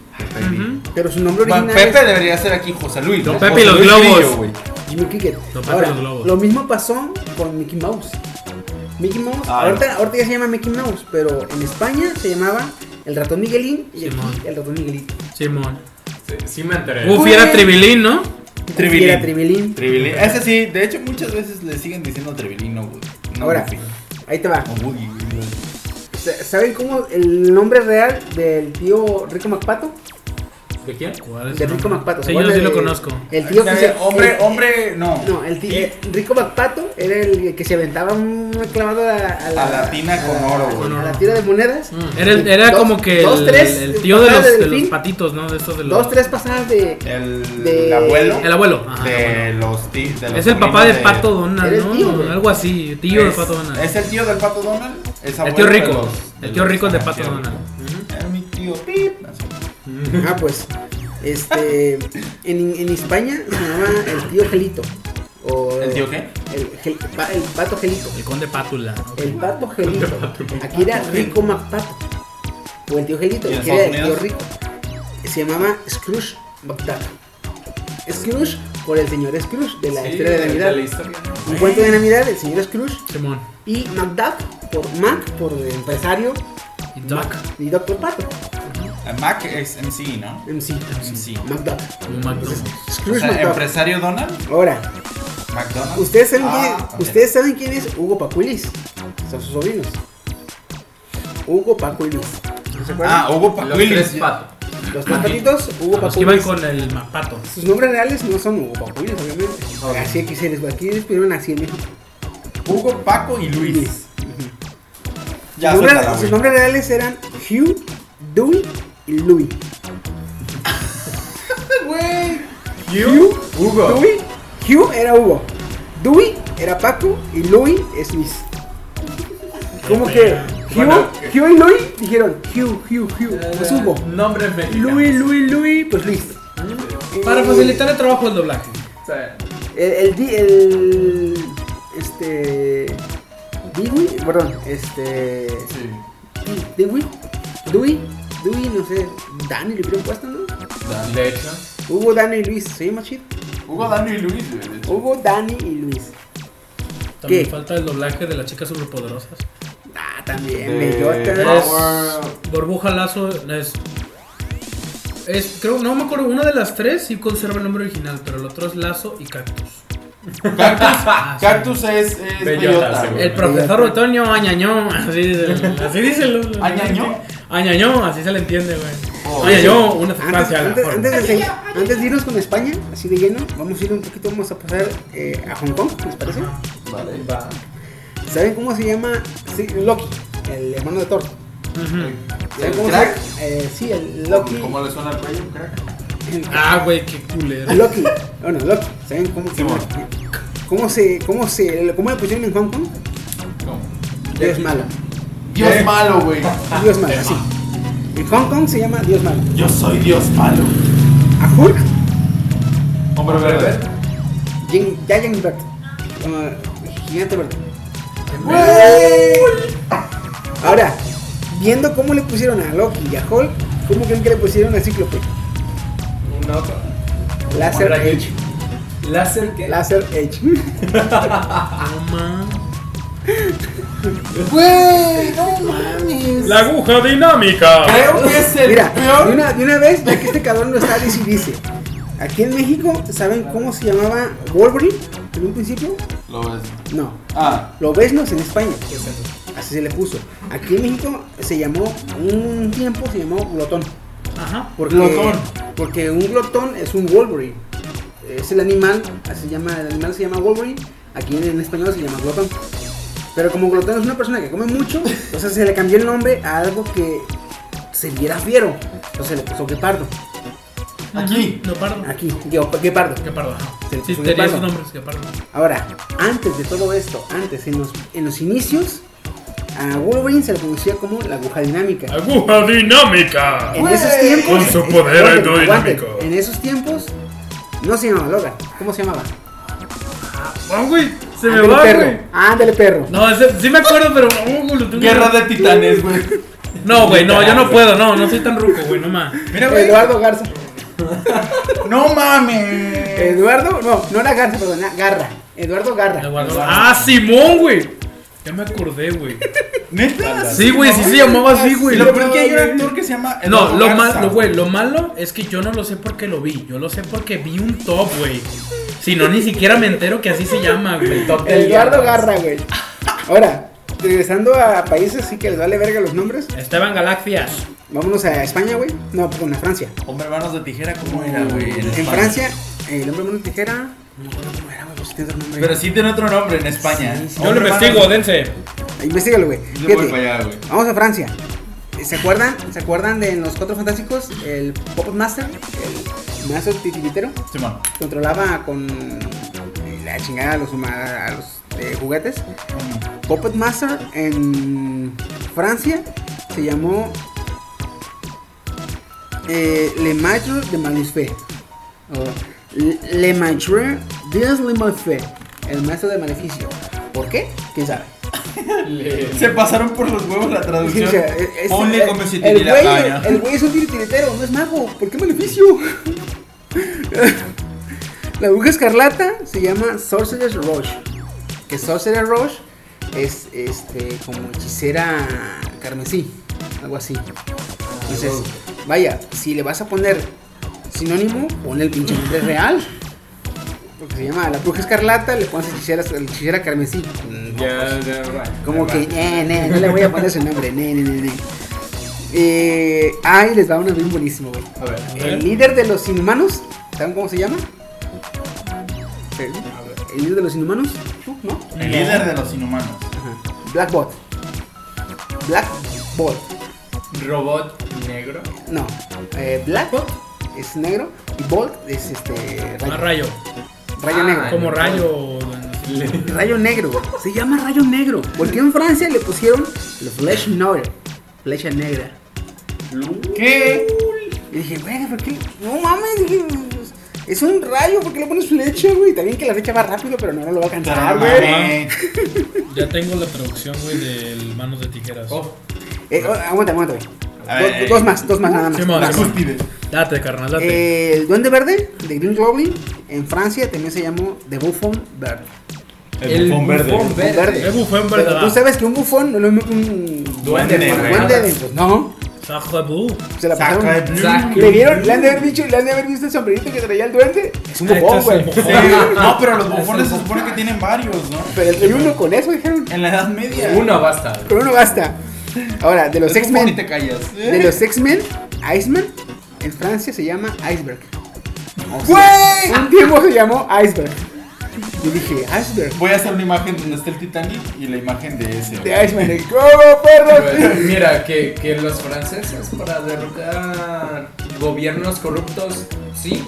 Speaker 1: Pero su nombre
Speaker 5: Juan
Speaker 1: original
Speaker 5: Pepe
Speaker 1: es
Speaker 5: debería ser aquí José Luis. ¿no?
Speaker 2: Don Pepe
Speaker 5: José
Speaker 2: y los
Speaker 5: Luis
Speaker 2: Globos.
Speaker 5: Grillo, güey.
Speaker 1: Jimmy Cricket.
Speaker 2: Don Pepe
Speaker 1: Ahora,
Speaker 2: los Globos.
Speaker 1: lo mismo pasó con Mickey Mouse. Mickey Mouse,
Speaker 5: Ah,
Speaker 1: ahorita, ahorita ya se llama Mickey Mouse, pero en España se llamaba el ratón Miguelín y aquí
Speaker 2: Simón.
Speaker 1: el ratón Miguelito.
Speaker 2: Simón.
Speaker 4: Sí, sí me enteré.
Speaker 2: Uf, y era Tribilín, ¿no?
Speaker 5: Tribilín.
Speaker 1: Y Era Tribilín.
Speaker 5: Tribilín. Ese sí, de hecho muchas veces le siguen diciendo Tribilín, no, güey. No,
Speaker 1: Ahora.
Speaker 5: Goofy.
Speaker 1: Ahí te va.
Speaker 5: O Boogie, güey.
Speaker 1: Sa- ¿Saben cómo el nombre real del tío Rico MacPato?
Speaker 4: ¿De quién?
Speaker 2: ¿Cuál es
Speaker 1: De
Speaker 2: su
Speaker 1: Rico
Speaker 2: nombre?
Speaker 1: MacPato. ¿se
Speaker 2: Ah, Sí, yo
Speaker 1: acuerdan
Speaker 2: sí lo
Speaker 1: de-
Speaker 2: conozco.
Speaker 1: El tío que
Speaker 5: Ya,
Speaker 1: se-
Speaker 5: hombre,
Speaker 1: el-
Speaker 5: hombre, no.
Speaker 1: No, el tío
Speaker 5: Eh,
Speaker 1: Rico MacPato era el que se aventaba un clavado a,
Speaker 5: A la tina
Speaker 1: a
Speaker 5: con
Speaker 1: la-
Speaker 5: oro, güey.
Speaker 1: A la tira de monedas.
Speaker 2: Mm. Era, el- era
Speaker 1: Dos-
Speaker 2: como que el,
Speaker 1: dos, tres,
Speaker 2: el tío de
Speaker 1: pasadas
Speaker 2: los,
Speaker 1: de
Speaker 2: de los
Speaker 1: delfín.
Speaker 2: patitos, ¿no? De estos de los...
Speaker 1: Dos, tres pasadas de.
Speaker 5: el,
Speaker 1: de-
Speaker 5: abuelo.
Speaker 2: El abuelo. Ajá,
Speaker 5: de los ti- de los
Speaker 2: Es el papá de
Speaker 5: sobrinos
Speaker 2: Pato Donald,
Speaker 1: Eres
Speaker 2: ¿no?
Speaker 1: tío, güey.
Speaker 2: Algo así, tío de
Speaker 5: es-
Speaker 2: Pato Donald.
Speaker 5: Es el tío del Pato Donald. es
Speaker 2: el
Speaker 5: abuelo
Speaker 2: tío
Speaker 5: de
Speaker 2: rico.
Speaker 5: los-
Speaker 2: El tío
Speaker 5: los-
Speaker 2: rico de
Speaker 5: ah,
Speaker 2: Pato
Speaker 5: tío rico.
Speaker 2: Donald.
Speaker 5: Era mi tío Pip. Así.
Speaker 1: Ah, pues. Este. En, en España se llamaba el tío Gelito. O,
Speaker 5: ¿El tío qué?
Speaker 1: El, gel- pa- el pato Gelito.
Speaker 2: El conde Pátula. ¿no?
Speaker 1: El pato Gelito. Aquí era Rico MacPato. O el tío Gelito.
Speaker 5: ¿Y en
Speaker 1: Aquí era el tío
Speaker 5: Estados
Speaker 1: Rico. Se llamaba Scrooge McDuck. Scrooge por el señor Scrooge de la
Speaker 4: Sí,
Speaker 1: historia de
Speaker 4: de la
Speaker 1: Navidad.
Speaker 4: historia.
Speaker 1: Un cuento de Navidad, el señor Scrooge.
Speaker 2: Simón.
Speaker 1: Y McDuck por Mac, por empresario.
Speaker 2: Y Duck.
Speaker 1: Y Doctor Pato.
Speaker 5: Eh, Mac es MC, ¿no?
Speaker 1: MC.
Speaker 5: MC.
Speaker 1: McDuck.
Speaker 2: Como McDonald's.
Speaker 5: O
Speaker 1: Scrooge
Speaker 5: sea,
Speaker 1: McDuck.
Speaker 5: empresario Donald,
Speaker 1: Ahora,
Speaker 5: McDonald's.
Speaker 1: ¿Ustedes saben,
Speaker 5: Ah,
Speaker 1: quién,
Speaker 5: ok.
Speaker 1: ¿ustedes saben quién es Hugo Paculis? Son sus sobrinos. Hugo Paculis. ¿No se acuerdan?
Speaker 5: Ah, Hugo
Speaker 4: Los
Speaker 5: Pacuilis.
Speaker 4: tres patos.
Speaker 1: Los tres patitos, Hugo
Speaker 2: Los que iban
Speaker 1: Paculis.
Speaker 2: con el mapato.
Speaker 1: Sus nombres reales no son Hugo Paculis, obviamente. Así aquí se les aquí les pidieron así en México.
Speaker 5: Hugo, Paco y Luis. Ya,
Speaker 1: Sus nombres-
Speaker 5: suéltala,
Speaker 1: sus
Speaker 5: güey.
Speaker 1: nombres reales eran Hugh, Dewey y Louis. Hugh,
Speaker 5: Hugo.
Speaker 1: Dewey, Hugh era Hugo. Dewey era Paco y Louis es Luis. Como que Hugh,
Speaker 4: Bueno,
Speaker 1: Hugh y Louis dijeron Hugh, Hugh, Hugh. Pues Hugo.
Speaker 4: Nombre mexicano.
Speaker 1: Louis, Louis, Louis, pues Luis.
Speaker 2: Para
Speaker 1: Eh,
Speaker 2: facilitar el trabajo del doblaje.
Speaker 4: O sea,
Speaker 1: El, el, di- el este Dewey, perdón, este Dewey, Dewey, Dewey, no sé, Dani le hubieran puesto, ¿no?
Speaker 4: De hecho,
Speaker 1: Hugo, Dani y Luis, soy más chido.
Speaker 5: Hugo, Dani y Luis. güey.
Speaker 1: Hugo, Dani y Luis.
Speaker 2: También
Speaker 1: ¿Qué?
Speaker 2: falta el doblaje de las chicas superpoderosas.
Speaker 1: Ah, también,
Speaker 5: De
Speaker 1: bellotas.
Speaker 5: Power-
Speaker 2: Borbuja Lazo es. Es, creo, no me acuerdo, una de las tres sí conserva el nombre original, pero el otro es Lazo y Cactus. Ah,
Speaker 5: Cactus, Cactus es, es
Speaker 4: Bellota,
Speaker 5: bellota.
Speaker 4: seguro.
Speaker 5: güey.
Speaker 2: El profesor Antonio Añañó, así dice, así dice el-
Speaker 5: ¿Añañó?
Speaker 2: Añañó, así se le entiende, güey.
Speaker 5: Oh.
Speaker 2: Añañó, una
Speaker 1: Antes,
Speaker 2: sustancia. a la
Speaker 1: antes,
Speaker 2: forma.
Speaker 1: antes de, antes de irnos con España, así de lleno, vamos a ir un poquito, vamos a pasar eh, a Hong Kong, ¿les parece?
Speaker 5: Vale.
Speaker 1: ¿Saben cómo se llama? Sí, Loki, el hermano de Thor.
Speaker 2: Ujú.
Speaker 1: ¿Saben
Speaker 5: ¿El
Speaker 1: cómo se
Speaker 5: crack?
Speaker 1: llama? Eh, sí, el Loki.
Speaker 5: ¿Cómo le suena el cuello, crack?
Speaker 2: Ah, güey, qué culero.
Speaker 1: A Loki. Bueno, Loki. ¿Saben cómo se
Speaker 5: Simón.
Speaker 1: ¿Cómo se, cómo se, cómo le pusieron en Hong Kong?
Speaker 5: ¿Cómo?
Speaker 1: Dios malo.
Speaker 5: Dios malo, güey.
Speaker 1: Dios malo, así. En Hong Kong se llama Dios malo.
Speaker 5: Yo soy Dios malo.
Speaker 1: A Hulk,
Speaker 5: Hombre verde.
Speaker 1: Jin- Giant Bird. Uh, gigante verde. Ahora, viendo cómo le pusieron a Loki y a Hulk, ¿cómo creen que le pusieron a Cíclope?
Speaker 4: un otro.
Speaker 1: Láser
Speaker 4: Hombre,
Speaker 1: Edge.
Speaker 4: ¿Láser qué?
Speaker 1: Láser Edge.
Speaker 2: Toma.
Speaker 1: Güey, no mames.
Speaker 7: La aguja dinámica.
Speaker 5: Creo que es el
Speaker 1: Mira, de
Speaker 5: peor.
Speaker 1: una, de una vez, ya que este cabrón lo está, dice y dice. Aquí en México, ¿saben cómo se llamaba Wolverine en un principio?
Speaker 5: Lo ves.
Speaker 1: No.
Speaker 5: Ah,
Speaker 1: Lo ves no es en España. Así se le puso. Aquí en México se llamó, un tiempo se llamó glotón.
Speaker 2: Ajá.
Speaker 1: Porque,
Speaker 5: Glotón.
Speaker 1: Porque un glotón es un Wolverine. Es el animal, así se llama, el animal se llama Wolverine. Aquí en, en español se llama glotón. Pero como glotón es una persona que come mucho, entonces se le cambió el nombre a algo que se viera fiero. Entonces le puso guepardo.
Speaker 5: aquí.
Speaker 2: No pardo.
Speaker 1: Aquí, gueo- guepardo.
Speaker 2: Qué pardo, ajá.
Speaker 1: Se le
Speaker 2: Sí,
Speaker 1: puso
Speaker 2: tenía
Speaker 1: guepardo.
Speaker 2: esos nombres, qué pardo.
Speaker 1: Ahora, antes de todo esto, antes, en los, en los inicios, a Wolverine se le conocía como la aguja dinámica.
Speaker 7: Aguja dinámica.
Speaker 1: En esos tiempos.
Speaker 7: Con su poder
Speaker 1: Aguanten,
Speaker 7: aerodinámico.
Speaker 1: aguanten. En esos tiempos no se llamaba Logan. ¿Cómo se llamaba?
Speaker 7: Ah, güey.
Speaker 2: Se me
Speaker 1: Ándale,
Speaker 2: va, güey.
Speaker 1: perro. Ándale, perro.
Speaker 2: No, ese- sí me acuerdo, pero. no, güey, lo tengo-
Speaker 5: Guerra de titanes, güey.
Speaker 2: No, güey, no, yo no puedo, no, no soy tan ruco, güey, no más.
Speaker 5: Mira, güey.
Speaker 1: Eduardo Garza.
Speaker 5: No mames.
Speaker 1: Eduardo, no, no era Garza, perdón, era Garra. Eduardo Garra.
Speaker 2: Ah, Simón, güey. Ya me acordé, güey.
Speaker 5: Neta.
Speaker 2: Sí, güey, sí se llamaba así, güey.
Speaker 5: Y lo peor que hay un actor que se llama.
Speaker 2: No,
Speaker 5: Eduardo
Speaker 2: lo,
Speaker 5: Garza.
Speaker 2: malo, güey, lo malo es que yo no lo sé porque lo vi. Yo lo sé porque vi un top, güey. Si no, ni siquiera me entero que así se llama, güey. Top del
Speaker 1: Eduardo
Speaker 2: diablo.
Speaker 1: Garra, güey. Ahora, regresando a países así que les vale verga los nombres,
Speaker 2: Esteban Galaxias.
Speaker 1: vámonos a España, güey. No, perdón, a Francia.
Speaker 5: Hombre, manos de tijera, ¿cómo era, güey?
Speaker 1: En
Speaker 5: España.
Speaker 1: Francia, eh, el hombre mano de tijera. No me acuerdo cómo era, güey, pues, tiene otro nombre.
Speaker 5: Pero sí tiene otro nombre en España.
Speaker 2: Yo lo
Speaker 5: Hombre,
Speaker 2: investigo,
Speaker 5: manos-
Speaker 2: dense.
Speaker 1: Investígalo, güey.
Speaker 5: Yo
Speaker 1: Fíjate,
Speaker 5: voy para allá, güey.
Speaker 1: Vamos a Francia. ¿Se acuerdan? ¿Se acuerdan de en los Cuatro Fantásticos? El Pop Master, el maestro titiritero,
Speaker 5: Simón.
Speaker 1: controlaba con la chingada a los, huma- a los eh, juguetes. Puppet Master en Francia se llamó eh, Le Maître de Malifé. O Le Maître des Le Malfait. El maestro de maleficio. ¿Por qué? ¿Quién sabe?
Speaker 4: eh,
Speaker 5: Se pasaron por los huevos la
Speaker 1: Sí,
Speaker 5: traducción.
Speaker 1: o sea, es-
Speaker 5: Ponle
Speaker 1: el-
Speaker 5: como si
Speaker 1: el
Speaker 5: tuviera-
Speaker 1: güey,
Speaker 5: Ah, ya.
Speaker 1: el güey es un titiritero, no es mago. ¿Por qué maleficio? La aguja escarlata se llama Sorcerer's Rush. Que Sorcerer's Rush es este como hechicera carmesí, algo así. Entonces, vaya, si le vas a poner sinónimo, ponle el pinche nombre real. Porque se llama la bruja escarlata, le pones hechicera, hechicera carmesí.
Speaker 4: Ya, ya, va.
Speaker 1: Como
Speaker 4: Ya
Speaker 1: que,
Speaker 4: va.
Speaker 1: ne, ne, no le voy a poner su nombre, ne, ne, ne, ne. Eh, ay, les va uno bien buenísimo, güey.
Speaker 4: A ver.
Speaker 1: El líder de los inhumanos, ¿saben cómo se llama? El líder de los inhumanos, ¿tú? ¿no?
Speaker 5: El líder de los inhumanos.
Speaker 1: Blackbot. Blackbot.
Speaker 4: Robot negro.
Speaker 1: No. Eh, Blackbot es negro y Bolt es este.
Speaker 2: Ah,
Speaker 1: Rayo,
Speaker 2: rayo.
Speaker 1: rayo negro.
Speaker 4: Ay,
Speaker 2: Como
Speaker 4: no.
Speaker 2: rayo.
Speaker 1: Rayo negro, güey. Se llama rayo negro. Porque en Francia le pusieron el Flesh Noir. Flecha negra.
Speaker 5: ¿Qué?
Speaker 1: Y dije, güey, ¿por qué? No mames, dije, pues, es un rayo, ¿por qué le pones flecha, güey? También que la flecha va rápido, pero no, no lo va a alcanzar, Ah, güey.
Speaker 2: Ya tengo la traducción, güey, del manos de tijeras.
Speaker 4: Oh,
Speaker 1: Eh, oh, aguanta, aguanta, güey.
Speaker 5: A
Speaker 1: Do-
Speaker 5: ver,
Speaker 1: dos
Speaker 5: eh,
Speaker 1: más, dos más nada más.
Speaker 2: Simón,
Speaker 5: La
Speaker 1: Vas.
Speaker 2: Simón.
Speaker 5: cúspide.
Speaker 2: Date, carnal, date.
Speaker 1: Eh, el Duende Verde de Green Goblin en Francia también se llamó The Buffon Verde.
Speaker 4: El bufón verde.
Speaker 1: Bufón verde.
Speaker 2: Es bufón,
Speaker 1: Pero tú
Speaker 2: ¿verdad?
Speaker 1: sabes que un bufón no es lo mismo que un
Speaker 5: Duende,
Speaker 1: un
Speaker 5: güey.
Speaker 1: duende de- pues, no,
Speaker 2: Sacre bleu.
Speaker 1: se la
Speaker 5: Saca de
Speaker 1: pasaron.
Speaker 5: blue.
Speaker 4: Saca.
Speaker 1: ¿Le vieron? ¿Le han de haber dicho, le han de haber visto el sombrerito que traía el duende? Es un
Speaker 2: Ah,
Speaker 1: bufón,
Speaker 2: este es el
Speaker 1: güey.
Speaker 5: Sí,
Speaker 2: bufón.
Speaker 5: No, pero los bufones se supone que tienen varios, ¿no?
Speaker 1: Pero el traía uno con eso, dijeron.
Speaker 5: En la Edad Media.
Speaker 4: Uno basta.
Speaker 1: Con uno basta. Ahora, de los
Speaker 5: Es bufón y
Speaker 1: X-Men.
Speaker 5: te callas.
Speaker 1: De los X-Men, Iceman en Francia se llama Iceberg. O sea,
Speaker 5: ¡Güey!
Speaker 1: un tiempo se llamó Iceberg. Yo dije, Iceberg.
Speaker 5: Voy a hacer una imagen donde está el Titanic y la imagen de ese. güey.
Speaker 1: De Iceman, "Oh, el cómo, perro.
Speaker 4: Pero, Pues, Mira, que, que los franceses para derrocar gobiernos corruptos, sí,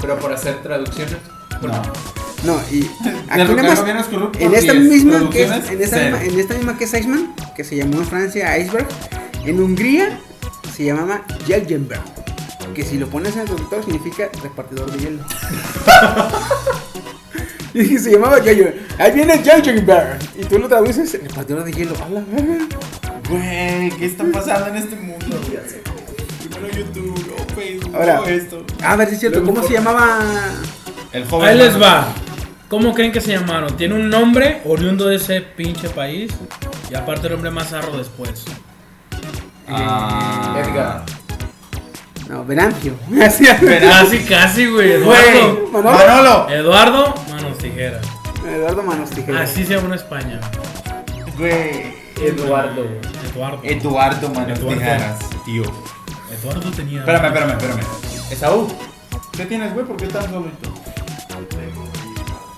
Speaker 4: pero para hacer traducciones.
Speaker 5: No.
Speaker 1: No, y
Speaker 5: De
Speaker 1: aquí
Speaker 5: los
Speaker 1: nada más.
Speaker 5: gobiernos corruptos.
Speaker 1: En esta
Speaker 5: 10,
Speaker 1: misma que es,
Speaker 5: producciones,
Speaker 1: en esta
Speaker 5: cero.
Speaker 1: misma, en esta misma que es Iceman, que se llamó en Francia Iceberg, en Hungría se llamaba Jelgenberg. Que si lo pones en el traductor significa repartidor de hielo. y dije, se llamaba Jelgenberg. Ahí viene Jelgenberg. Y tú lo traduces repartidor de hielo. A la verga.
Speaker 5: Güey, ¿qué está pasando en este mundo? Primero YouTube, luego Facebook,
Speaker 1: Ahora.
Speaker 5: luego esto.
Speaker 1: A ver, sí es cierto. ¿Cómo se llamaba?
Speaker 5: El joven.
Speaker 2: Ahí les va. ¿Cómo creen que se llamaron? Tiene un nombre oriundo de ese pinche país. Y aparte el hombre más arro después.
Speaker 5: Ah.
Speaker 4: Edgar.
Speaker 1: No, Venancio. Así es.
Speaker 2: Casi, casi, güey.
Speaker 5: Güey,
Speaker 2: Eduardo.
Speaker 1: Manolo.
Speaker 5: Manolo.
Speaker 2: Eduardo, manos tijeras.
Speaker 1: Eduardo Manos Tijeras.
Speaker 2: Así se llama en España.
Speaker 5: Güey.
Speaker 4: Eduardo.
Speaker 2: Eduardo.
Speaker 5: Eduardo Manos
Speaker 2: Eduardo.
Speaker 5: Tijeras, tío.
Speaker 2: Eduardo tenía.
Speaker 5: Espérame, espérame, espérame.
Speaker 4: Esaú.
Speaker 5: ¿Qué tienes, güey? ¿Por qué estás solito?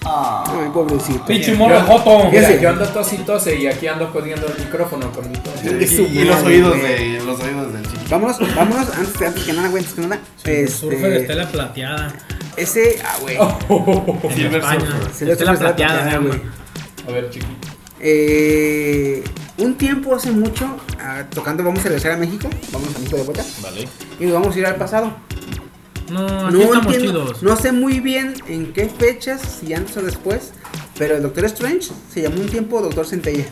Speaker 5: Ah.
Speaker 1: Ay, pobrecito.
Speaker 2: Pinche morro joto.
Speaker 1: ¿Qué
Speaker 4: Mira,
Speaker 1: es?
Speaker 4: yo ando tos y tose y aquí ando jodiendo el micrófono con mi tos.
Speaker 5: Y,
Speaker 1: su
Speaker 5: y los
Speaker 1: madre,
Speaker 5: oídos
Speaker 1: güey.
Speaker 5: de los oídos del chiquito.
Speaker 1: Vámonos, vámonos, antes, antes que nada, güey, antes que nada.
Speaker 2: Surfer
Speaker 1: Este,
Speaker 2: Estela Plateada.
Speaker 1: ese, ah, güey.
Speaker 5: Silver
Speaker 2: España.
Speaker 5: Surfer.
Speaker 1: Se le
Speaker 2: Estela
Speaker 1: hace una
Speaker 2: Plateada,
Speaker 1: plateada,
Speaker 2: güey.
Speaker 1: güey.
Speaker 4: A ver, chiquito.
Speaker 1: Eh, un tiempo hace mucho, ah, tocando, vamos a regresar a México, vamos a México de vuelta
Speaker 5: Vale.
Speaker 1: y nos vamos a ir al pasado.
Speaker 2: No, aquí
Speaker 1: No
Speaker 2: estamos
Speaker 1: entiendo,
Speaker 2: chidos.
Speaker 1: no sé muy bien en qué fechas, si antes o después, Pero el Doctor Strange se llamó un tiempo Doctor Centella.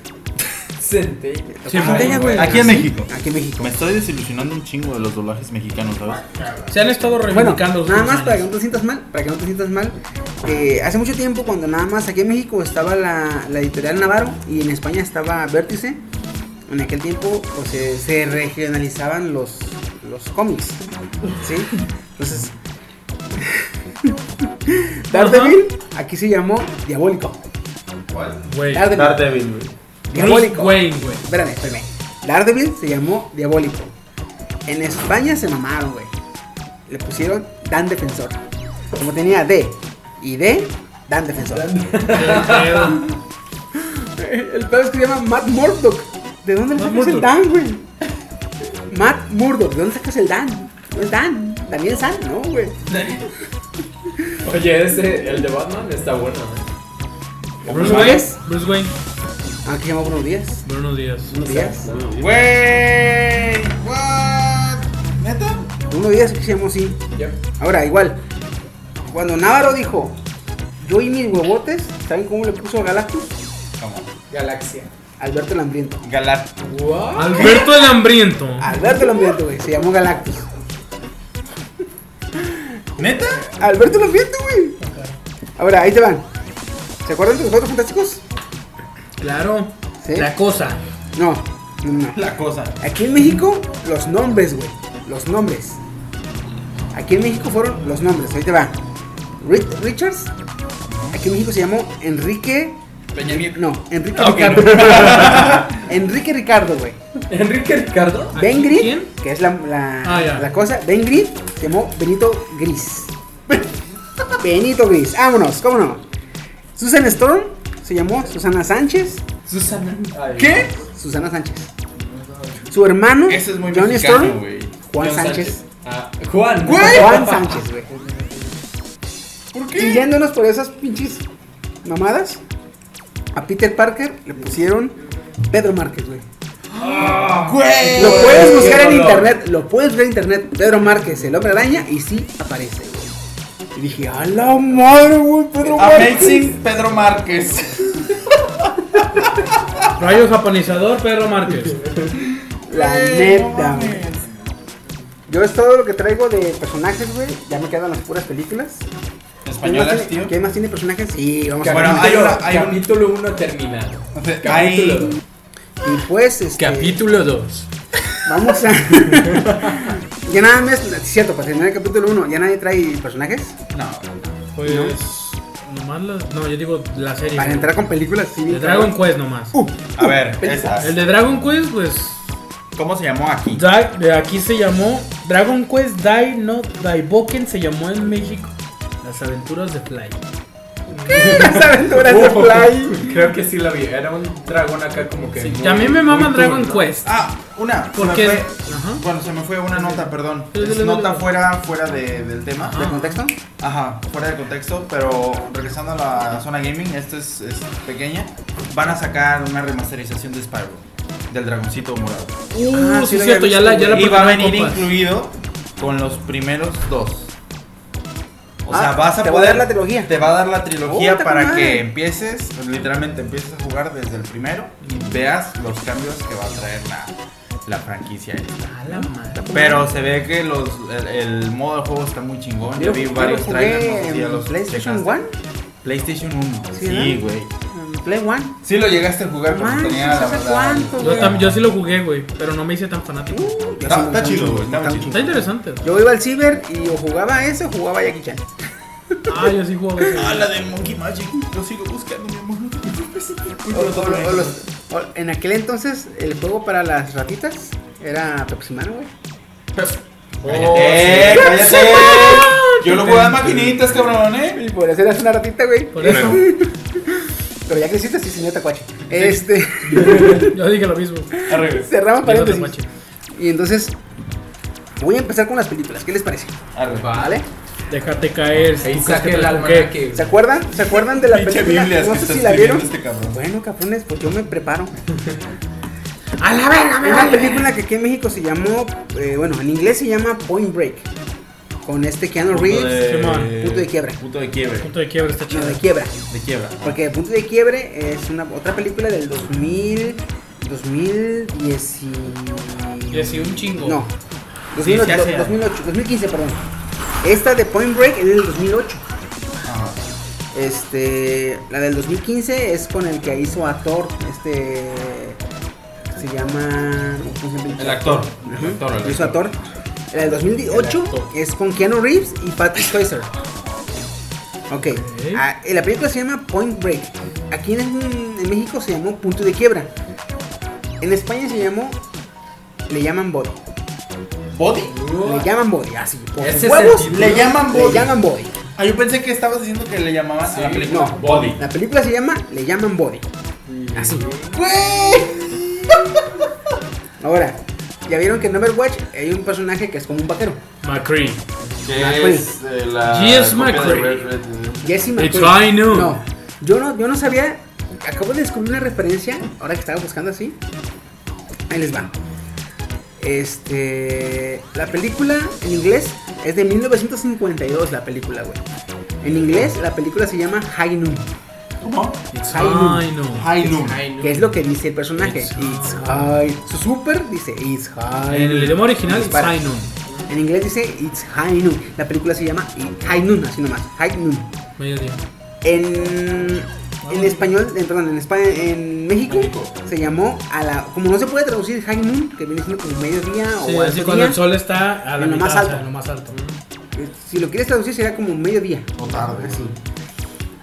Speaker 4: Sente.
Speaker 1: Doctor
Speaker 2: Sí,
Speaker 1: Centella,
Speaker 2: güey.
Speaker 1: güey.
Speaker 5: Aquí en México.
Speaker 1: Aquí en México.
Speaker 5: Me estoy desilusionando un chingo de los doblajes mexicanos, ¿sabes?
Speaker 2: Se han estado
Speaker 1: Bueno,
Speaker 2: reivindicando. los
Speaker 1: nada
Speaker 2: últimos
Speaker 1: más para que
Speaker 2: años.
Speaker 1: no te sientas mal, para que no te sientas mal. eh, hace mucho tiempo cuando nada más aquí en México estaba la, la editorial Navarro y en España estaba Vértice, en aquel tiempo pues, se, se regionalizaban los, los cómics. ¿Sí? Entonces... Daredevil, aquí se llamó Diabólico.
Speaker 2: Güey.
Speaker 1: Daredevil.
Speaker 6: Daredevil, güey.
Speaker 2: Bruce
Speaker 1: Diabólico.
Speaker 2: Wayne, güey.
Speaker 1: Espérame, espérame. Daredevil se llamó Diabólico. En España se mamaron, güey. Le pusieron Dan Defensor. Como tenía D y D, Dan Defensor. El pedo es que se llama Matt Murdock. ¿De dónde le
Speaker 2: Matt
Speaker 1: sacas el
Speaker 2: Murdock.
Speaker 1: Dan, güey? Matt Murdock, ¿de dónde sacas el Dan? No es Dan. También es Dan, ¿no, güey?
Speaker 4: Oye, ese, el de Batman está bueno, ¿eh?
Speaker 2: Bruce
Speaker 1: ¿Cómo
Speaker 2: Wayne.
Speaker 1: es?
Speaker 2: Bruce Wayne.
Speaker 1: Ah, Aquí llamó Bruno Díaz.
Speaker 2: Buenos días.
Speaker 1: Bruno Díaz.
Speaker 5: Güey, what? ¿Neta?
Speaker 1: Bruno Díaz que se llamó así.
Speaker 4: Ya.
Speaker 1: Ahora, igual, cuando Navarro dijo, yo y mis huevotes, ¿saben cómo le puso a Galactus?
Speaker 5: ¿Cómo?
Speaker 4: Galaxia.
Speaker 1: Alberto el Hambriento.
Speaker 5: Galactus.
Speaker 4: Wow.
Speaker 2: Alberto el Hambriento.
Speaker 1: Alberto el Hambriento, güey, se llamó Galactus.
Speaker 5: ¿Neta?
Speaker 1: Alberto el Hambriento, güey. Ahora, ahí te van. ¿Se acuerdan de los cuatro fantásticos?
Speaker 2: Claro.
Speaker 1: Sí.
Speaker 2: La cosa.
Speaker 1: No, no, no.
Speaker 5: La cosa.
Speaker 1: Aquí en México, los nombres, güey. Los nombres. Aquí en México fueron los nombres, ahí te va. Ri- Richards. Aquí en México se llamó Enrique.
Speaker 5: Peña Nieto.
Speaker 1: No, Enrique
Speaker 5: Ah, ok,
Speaker 1: Ricardo. Enrique Ricardo, güey.
Speaker 4: Enrique
Speaker 5: Ah,
Speaker 4: Ricardo.
Speaker 1: Ben
Speaker 2: ¿Aquí
Speaker 1: Green,
Speaker 2: quién?
Speaker 1: que es la, la,
Speaker 2: Ah, ya.
Speaker 1: la cosa, Ben Green se llamó Benito Gris. Benito Gris, vámonos, cómo no. Susan Storm se llamó Susana Sánchez.
Speaker 5: Susana.
Speaker 4: Ay,
Speaker 5: ¿Qué?
Speaker 1: Susana Sánchez. Su hermano,
Speaker 5: Ese es muy
Speaker 1: Johnny
Speaker 5: mexicano,
Speaker 1: Storm,
Speaker 5: güey.
Speaker 1: Juan
Speaker 4: John
Speaker 1: Sánchez.
Speaker 4: Ah, Juan.
Speaker 1: Juan Sánchez, güey.
Speaker 5: ¿Por
Speaker 1: Y
Speaker 5: qué?
Speaker 1: yéndonos por esas pinches mamadas, a Peter Parker le pusieron Pedro Márquez, güey.
Speaker 5: Güey.
Speaker 1: Lo puedes buscar en
Speaker 4: qué dolor.
Speaker 1: internet, lo puedes ver en internet, Pedro Márquez, el hombre araña, y sí aparece, güey. Y dije, a la madre, güey, Pedro Márquez.
Speaker 5: Amazing Pedro Márquez.
Speaker 2: Rayo japonizador Pedro Márquez.
Speaker 1: La
Speaker 5: Güey, no
Speaker 1: neta, güey.
Speaker 5: mames.
Speaker 1: Yo es todo lo que traigo de personajes, güey. Ya me quedan las puras películas. ¿Quién más
Speaker 5: Españolas,
Speaker 1: tiene,
Speaker 5: tío.
Speaker 1: ¿Quién más tiene personajes? Sí, vamos a ver.
Speaker 5: Bueno, hay
Speaker 4: Capítulo-
Speaker 5: una- hay un-
Speaker 4: capítulo 1 terminado.
Speaker 5: Ahí.
Speaker 4: Capítulo 2.
Speaker 1: Y pues, este,
Speaker 4: Capítulo 2.
Speaker 1: vamos a... ya nada más, es cierto, para terminar el capítulo 1, ¿ya nadie trae personajes?
Speaker 5: No.
Speaker 2: Pues. Nomás las. No, yo digo la serie.
Speaker 1: Para
Speaker 2: güey.
Speaker 1: entrar con películas, sí.
Speaker 2: De
Speaker 1: bien,
Speaker 2: Dragon
Speaker 1: cabrón.
Speaker 2: Quest nomás.
Speaker 1: Uh,
Speaker 5: A ver,
Speaker 1: Películas.
Speaker 2: El
Speaker 5: esas.
Speaker 2: de Dragon Quest, pues.
Speaker 5: ¿Cómo se llamó aquí?
Speaker 2: Dra- de aquí se llamó Dragon Quest Die No Daiboken se llamó en México. Las aventuras de Fly.
Speaker 1: Uh, las aventuras de
Speaker 2: Uh.
Speaker 1: Fly.
Speaker 4: Creo que sí la vi. Era un dragón acá como que. muy-
Speaker 2: Y a mí me
Speaker 4: muy
Speaker 2: mama
Speaker 4: cool,
Speaker 2: Dragon
Speaker 4: ¿no?
Speaker 2: Quest.
Speaker 5: Ah, una. se me
Speaker 2: Porque.
Speaker 5: fue-
Speaker 2: Ajá.
Speaker 5: Bueno, se me fue una nota, perdón.
Speaker 2: Sí, sí,
Speaker 5: Es
Speaker 2: sí,
Speaker 5: nota
Speaker 2: sí.
Speaker 5: fuera, fuera de- del
Speaker 2: Ah.
Speaker 5: tema.
Speaker 1: ¿De contexto?
Speaker 5: Ajá, fuera de contexto, pero regresando a la zona gaming, esta es, es pequeña. Van a sacar una remasterización de Spyro, del dragoncito morado.
Speaker 2: Uh,
Speaker 1: Ah, sí
Speaker 2: sí,
Speaker 1: la
Speaker 2: es cierto,
Speaker 1: había
Speaker 2: ya la,
Speaker 1: visto,
Speaker 2: ya la
Speaker 5: Y va a
Speaker 2: pusieron
Speaker 5: venir
Speaker 2: copas.
Speaker 5: incluido con los primeros dos. O
Speaker 1: Ah,
Speaker 5: sea, vas a
Speaker 1: te va a
Speaker 5: poder.
Speaker 1: dar la trilogía.
Speaker 5: Te va a dar la trilogía
Speaker 1: Oh, está con
Speaker 5: para
Speaker 1: madre.
Speaker 5: que empieces, pues, literalmente empieces a jugar desde el primero y veas los cambios que va a traer la, la franquicia. esta.
Speaker 2: A la madre.
Speaker 5: Pero se ve que los, el, el modo de juego está muy chingón. Yo
Speaker 1: Yo
Speaker 5: vi
Speaker 1: lo- yo
Speaker 5: varios
Speaker 1: lo jugué
Speaker 5: trailers. no sé si ya
Speaker 1: en
Speaker 5: los
Speaker 1: PlayStation
Speaker 5: checaste.
Speaker 1: 1,
Speaker 5: PlayStation 1.
Speaker 1: Sí,
Speaker 5: Sí,
Speaker 1: ¿verdad?
Speaker 5: güey.
Speaker 1: en Play 1.
Speaker 5: Sí lo llegaste a jugar porque
Speaker 1: Manches,
Speaker 5: tenía la
Speaker 1: ¿hace
Speaker 5: verdad.
Speaker 1: cuánto,
Speaker 2: Yo, tam- yo sí lo jugué, güey, pero no me hice tan fanático.
Speaker 5: Está, está chido, güey. Está muy chido.
Speaker 2: Está interesante.
Speaker 1: Yo iba al ciber y o jugaba ese o jugaba Jackie Chan.
Speaker 2: Ah, yo sí jugaba.
Speaker 5: Ah, la de Monkey Magic. Lo sigo buscando, mi amor. No te preocupes.
Speaker 1: O- o- o los- o- en aquel entonces, el juego para las ratitas era Pepsi Man, güey.
Speaker 4: Oh,
Speaker 5: Eh, Cállate, cállate. Yo lo jugaba en maquinitas, cabrón, eh.
Speaker 1: Y por eso eras una ratita, güey.
Speaker 2: Por eso.
Speaker 1: Pero ya creciste, sí, señor Tacuache. Este,
Speaker 2: yo dije lo mismo.
Speaker 1: cerramos
Speaker 2: Yo no te
Speaker 1: paréntesis.
Speaker 2: guache.
Speaker 1: Y entonces, voy a empezar con las películas. ¿Qué les parece?
Speaker 4: Vale.
Speaker 1: ¿Vale?
Speaker 2: Déjate caer. si
Speaker 4: eh, Ahí
Speaker 2: tú crees
Speaker 4: saqué
Speaker 2: que
Speaker 4: el
Speaker 2: te
Speaker 4: alma
Speaker 2: toqué.
Speaker 4: que.
Speaker 1: ¿Se acuerdan? ¿Se acuerdan de la
Speaker 5: Pinche
Speaker 1: película?
Speaker 5: Biblias
Speaker 1: No
Speaker 5: que
Speaker 1: sé
Speaker 5: está
Speaker 1: si la
Speaker 5: escribiendo
Speaker 1: vieron.
Speaker 5: este cabrón.
Speaker 1: Bueno, cabrones, pues yo me preparo.
Speaker 2: A la verga, me
Speaker 1: Una
Speaker 2: vale.
Speaker 1: película que aquí en México se llamó, eh, bueno, en inglés se llama Point Break. con este Keanu
Speaker 5: Punto
Speaker 1: Reeves.
Speaker 5: de-
Speaker 2: Simón.
Speaker 1: Punto de quiebra.
Speaker 5: Punto de quiebre.
Speaker 2: Punto de quiebra está
Speaker 1: No,
Speaker 2: chido.
Speaker 1: de quiebra.
Speaker 5: De quiebra.
Speaker 1: Porque Punto de Quiebre es una otra película del 2000. 2010. y-
Speaker 2: Y así un chingo.
Speaker 1: No.
Speaker 5: Sí,
Speaker 1: 2008,
Speaker 5: se hace.
Speaker 1: 2008, 2015, perdón. Esta de Point Break es del 2008.
Speaker 5: Ajá.
Speaker 1: Este, la del 2015 es con el que hizo a Thor, este se llama ¿cómo se llama?
Speaker 5: El actor.
Speaker 1: Ajá,
Speaker 5: El actor, el
Speaker 1: hizo a
Speaker 5: actor.
Speaker 1: Thor. La del 2008
Speaker 2: El actor.
Speaker 1: es con Keanu Reeves y Patrick Swayze. Ok. Ah, la película se llama Point Break. Aquí en, en México se llamó Punto de Quiebra. En España se llamó le llaman body.
Speaker 5: ¿Body?
Speaker 1: Le llaman body, así. Por
Speaker 4: Ese
Speaker 1: sus
Speaker 4: es
Speaker 1: huevos
Speaker 4: el título.
Speaker 1: le llaman body. Le llaman body.
Speaker 5: Ah, yo pensé que estabas diciendo que le llamaban a la película
Speaker 1: no.
Speaker 5: Body.
Speaker 1: La película se llama Le llaman Body. Así. Ahora, ya vieron que en Overwatch hay un personaje que es como un vaquero.
Speaker 2: McCree.
Speaker 1: McCree.
Speaker 5: es eh, la.
Speaker 2: Yes,
Speaker 5: copia de
Speaker 2: McCree.
Speaker 5: Red Red Dead.
Speaker 1: Jesse
Speaker 2: It's
Speaker 1: McCoy.
Speaker 2: I knew.
Speaker 1: No, yo no, yo no sabía. Acabo de descubrir una referencia. Ahora que estaba buscando así. Ahí les va. Este. La película en inglés es de 1952. La película, güey. En inglés, la película se llama High Noon.
Speaker 5: ¿Cómo?
Speaker 2: It's
Speaker 1: High noon.
Speaker 2: I knew.
Speaker 5: High Noon.
Speaker 1: Que es lo que dice el personaje.
Speaker 2: It's
Speaker 1: It's, high. Su super dice It's high.
Speaker 2: En el idioma original, it's
Speaker 1: Dispara.
Speaker 2: I knew.
Speaker 1: En inglés dice It's high noon. La película se llama It- High Noon, así nomás. High Noon.
Speaker 2: Mediodía.
Speaker 1: En, en español, en, perdón, en, España, en México, se llamó a la. Como no se puede traducir High Noon, que viene siendo como mediodía
Speaker 2: Sí,
Speaker 1: o
Speaker 2: así
Speaker 1: alto
Speaker 2: cuando
Speaker 1: día.
Speaker 2: el sol está a la
Speaker 1: en lo
Speaker 2: mitad,
Speaker 1: más
Speaker 2: o sea,
Speaker 1: alto.
Speaker 2: en lo más alto.
Speaker 1: eh, Si lo quieres traducir, será como mediodía.
Speaker 5: O tarde.
Speaker 1: Así.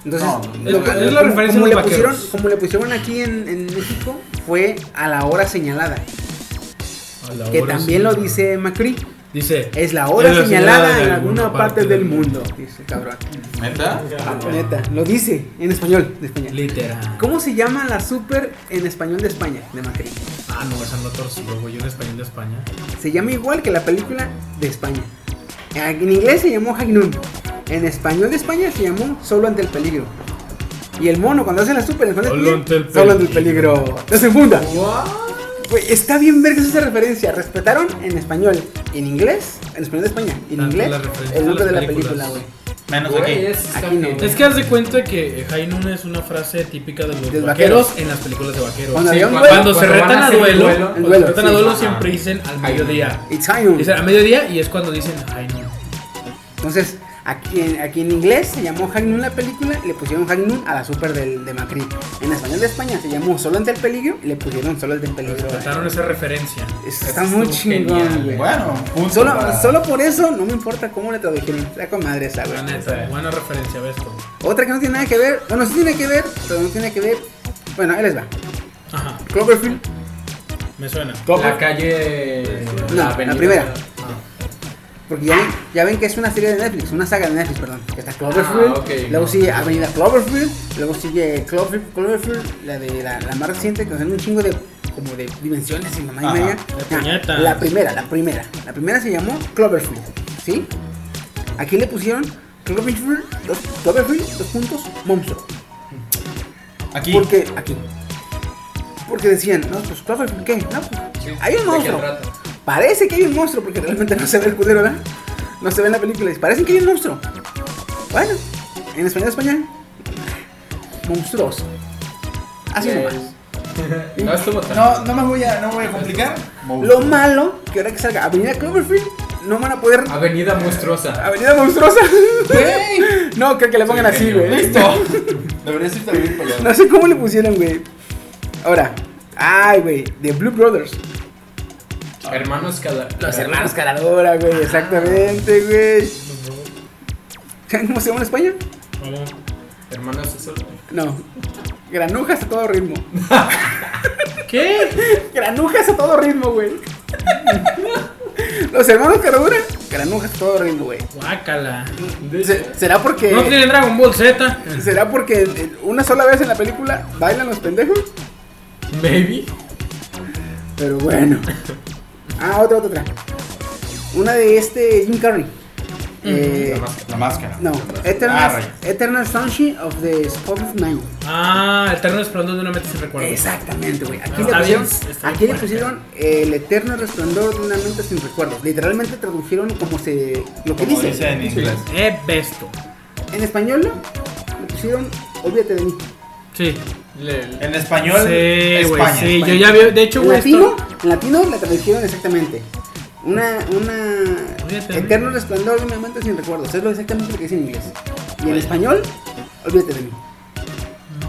Speaker 1: Entonces,
Speaker 5: No,
Speaker 1: lo-
Speaker 2: es la- es la
Speaker 1: como-
Speaker 2: referencia
Speaker 1: como
Speaker 2: de
Speaker 1: le
Speaker 2: los
Speaker 1: pusieron,
Speaker 2: vaqueros.
Speaker 1: como le pusieron aquí en, en México, fue a la hora señalada.
Speaker 2: A la
Speaker 1: Que
Speaker 2: hora
Speaker 1: también lo
Speaker 2: señalada.
Speaker 1: dice Macri.
Speaker 2: Dice.
Speaker 1: Es la hora
Speaker 2: Es la
Speaker 1: señalada
Speaker 2: señalada
Speaker 1: en
Speaker 2: de
Speaker 1: alguna
Speaker 2: alguna
Speaker 1: parte
Speaker 2: parte
Speaker 1: del
Speaker 2: del
Speaker 1: mundo. Dice, cabrón.
Speaker 5: ¿Neta?
Speaker 1: Neta, lo dice en español de España.
Speaker 2: Literal.
Speaker 1: ¿Cómo se llama la super en español de España, de Macri?
Speaker 2: Ah, no, esa no torcido, güey. Yo en español de España.
Speaker 1: Se llama igual que la película de España. En inglés se llamó High Noon. En español de España se llamó Solo ante el peligro. Y el mono cuando hace la super en español
Speaker 2: Solo
Speaker 1: también,
Speaker 2: ante el
Speaker 1: Solo ante el
Speaker 2: peligro".
Speaker 1: peligro. No se funda. está bien vergas esa referencia. Respetaron en español, en inglés, en español de España, en
Speaker 2: Tanto
Speaker 1: inglés,
Speaker 2: la referencia
Speaker 1: el nombre
Speaker 2: a
Speaker 1: de
Speaker 2: las
Speaker 1: la película,
Speaker 2: películas.
Speaker 1: güey.
Speaker 5: Menos
Speaker 4: Güey,
Speaker 5: aquí.
Speaker 4: es
Speaker 1: Aquí no.
Speaker 2: Es que haz de cuenta que eh, High Noon es una frase típica de los
Speaker 1: Del
Speaker 2: vaqueros, en las películas de vaqueros.
Speaker 1: Cuando
Speaker 2: Sí,
Speaker 1: había un duelo-
Speaker 2: cuando, se
Speaker 4: cuando van
Speaker 2: retan
Speaker 4: a
Speaker 2: a
Speaker 4: hacer
Speaker 2: duelo,
Speaker 4: duelo,
Speaker 2: cuando
Speaker 1: el duelo,
Speaker 2: se retan a
Speaker 1: sí.
Speaker 2: duelo
Speaker 4: Ajá.
Speaker 2: siempre dicen al
Speaker 4: High
Speaker 2: mediodía.
Speaker 1: It's High Noon.
Speaker 2: Dicen al mediodía y es cuando dicen High Noon.
Speaker 1: Entonces, aquí en, aquí en inglés se llamó High Noon la película y le pusieron High Noon a la super del, de Macri. En español de España se llamó Solo ante el peligro y le pusieron Solo ante el peligro.
Speaker 2: Trataron esa referencia.
Speaker 1: Es- Está muy chingón, güey.
Speaker 5: Bueno, punto
Speaker 1: Solo,
Speaker 5: para-
Speaker 1: solo por eso no me importa cómo le tradujeron. Está con madre esa, güey.
Speaker 2: La neta, buena referencia, ¿ves? Como-
Speaker 1: Otra que no tiene nada que ver. Bueno, sí tiene que ver, pero no tiene que ver. Bueno, ahí les va.
Speaker 2: Ajá,
Speaker 1: Cloverfield.
Speaker 2: me suena.
Speaker 4: La calle.
Speaker 1: No,
Speaker 4: la
Speaker 1: la
Speaker 4: avenida.
Speaker 1: primera.
Speaker 4: Ah.
Speaker 1: Porque ya, ven- ya ven que es una serie de Netflix, una saga de Netflix, perdón. Que está Cloverfield,
Speaker 4: Ah, ok.
Speaker 1: luego sigue Avenida Cloverfield, luego sigue Cloverfield, Cloverfield la de la, la más reciente, que son un chingo de como de dimensiones y mamá y
Speaker 5: Ajá,
Speaker 1: media.
Speaker 2: de
Speaker 1: Ah,
Speaker 2: puñetas.
Speaker 1: la primera, la primera. La primera se llamó Cloverfield, ¿sí? Aquí le pusieron Cloverfield, dos, Cloverfield, dos puntos, monstruo.
Speaker 5: Aquí.
Speaker 1: Porque aquí. Porque decían, no, pues Cloverfield, ¿qué? No, pues,
Speaker 4: Sí.
Speaker 1: hay
Speaker 4: ¿De
Speaker 1: un
Speaker 4: qué
Speaker 1: monstruo.
Speaker 4: trata?
Speaker 1: Parece que hay un monstruo, porque realmente no se ve el culero, ¿verdad? No se ve en la película. dice, Parece que hay un monstruo. Bueno, en español, español. Monstruoso. Así nomás.
Speaker 4: No estuvo tan.
Speaker 5: No, no me voy a, no voy a complicar.
Speaker 1: Lo malo que ahora que salga Avenida Cloverfield, no van a poder.
Speaker 4: Avenida monstruosa.
Speaker 1: Avenida Monstruosa. no, creo que le Ah, pongan así, güey.
Speaker 5: Deberías ir también para allá.
Speaker 1: No sé cómo le pusieron, güey. Ahora, ay, güey, de Blue Brothers.
Speaker 4: Hermanos cada.
Speaker 1: Los hermanos Caladora, güey, exactamente, güey. ¿Saben cómo se llama en España?
Speaker 2: Vamos.
Speaker 4: Hermanos eso-
Speaker 1: No. Granujas a todo ritmo.
Speaker 2: ¿Qué?
Speaker 1: Granujas a todo ritmo, güey. Los hermanos Caradura, granujas a todo ritmo, güey.
Speaker 2: Guácala.
Speaker 1: Se- ¿Será porque
Speaker 2: No tiene Dragon Ball Z.
Speaker 1: será porque eh, una sola vez en la película bailan los pendejos?
Speaker 4: Maybe.
Speaker 1: Pero bueno. Ah, otra, otra, otra. Una de este Jim Carrey. Eh,
Speaker 5: La máscara. La
Speaker 1: no,
Speaker 5: máscara. Ah,
Speaker 1: Eternal,
Speaker 5: rayos.
Speaker 1: Eternal Sunshine of the Spotless Mind.
Speaker 2: Ah, Eterno Esplendor de una mente sin recuerdo.
Speaker 1: Exactamente, güey. Aquí,
Speaker 2: Está
Speaker 1: le
Speaker 2: bien,
Speaker 1: pusieron,
Speaker 2: está
Speaker 1: aquí le
Speaker 2: bien.
Speaker 1: pusieron el eterno resplandor de una mente sin recuerdos. Literalmente tradujeron como se lo que
Speaker 5: Como
Speaker 1: dice.
Speaker 5: dice en inglés.
Speaker 2: Eh, besto.
Speaker 1: En español le pusieron Olvídate de mí.
Speaker 2: Sí.
Speaker 4: Le-
Speaker 5: En español.
Speaker 2: sí, güey.
Speaker 5: España,
Speaker 2: Sí,
Speaker 5: España.
Speaker 2: yo ya vi. De hecho,
Speaker 1: En
Speaker 2: güey.
Speaker 1: latino,
Speaker 2: esto-
Speaker 1: en latino la tradujeron exactamente. Una, una
Speaker 2: Olvídate de mí.
Speaker 1: eterno resplandor de una mente sin recuerdos. Es lo exactamente lo que dice en inglés. Y en español, olvídate de mí.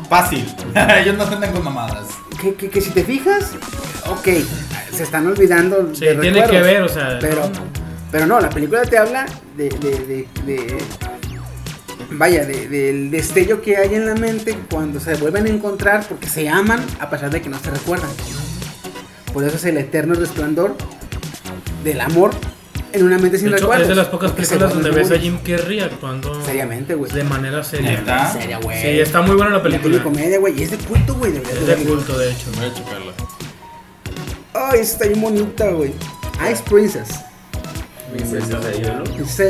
Speaker 5: Fácil. Ellos no se andan con mamadas.
Speaker 1: Que, que, que si te fijas, ok, se están olvidando.
Speaker 2: Sí,
Speaker 1: de
Speaker 2: tiene
Speaker 1: recuerdos,
Speaker 2: que ver, o sea.
Speaker 1: Pero,
Speaker 2: no,
Speaker 1: pero no, la película te habla de. de- de- de- vaya, de- del destello que hay en la mente cuando se vuelven a encontrar porque se aman a pesar de que no se recuerdan. Por eso es el eterno resplandor del amor en una mente sin
Speaker 2: de hecho,
Speaker 1: recuerdos.
Speaker 2: es de las pocas
Speaker 1: porque se
Speaker 2: películas donde
Speaker 1: vuelven
Speaker 2: ves a
Speaker 1: uno.
Speaker 2: Jim Carrey actuando pues,
Speaker 1: Seriamente, güey.
Speaker 2: de manera seria.
Speaker 5: Neta.
Speaker 1: Seria, güey.
Speaker 2: Sí, está muy buena la
Speaker 1: Una
Speaker 2: película.
Speaker 1: comedia, güey. Y es de culto, güey. deberías
Speaker 2: Es
Speaker 1: de
Speaker 2: de
Speaker 1: verla.
Speaker 2: culto, de hecho.
Speaker 5: Voy a checarla.
Speaker 1: Ay, está bien bonita, güey. Ice Princess. Princesa de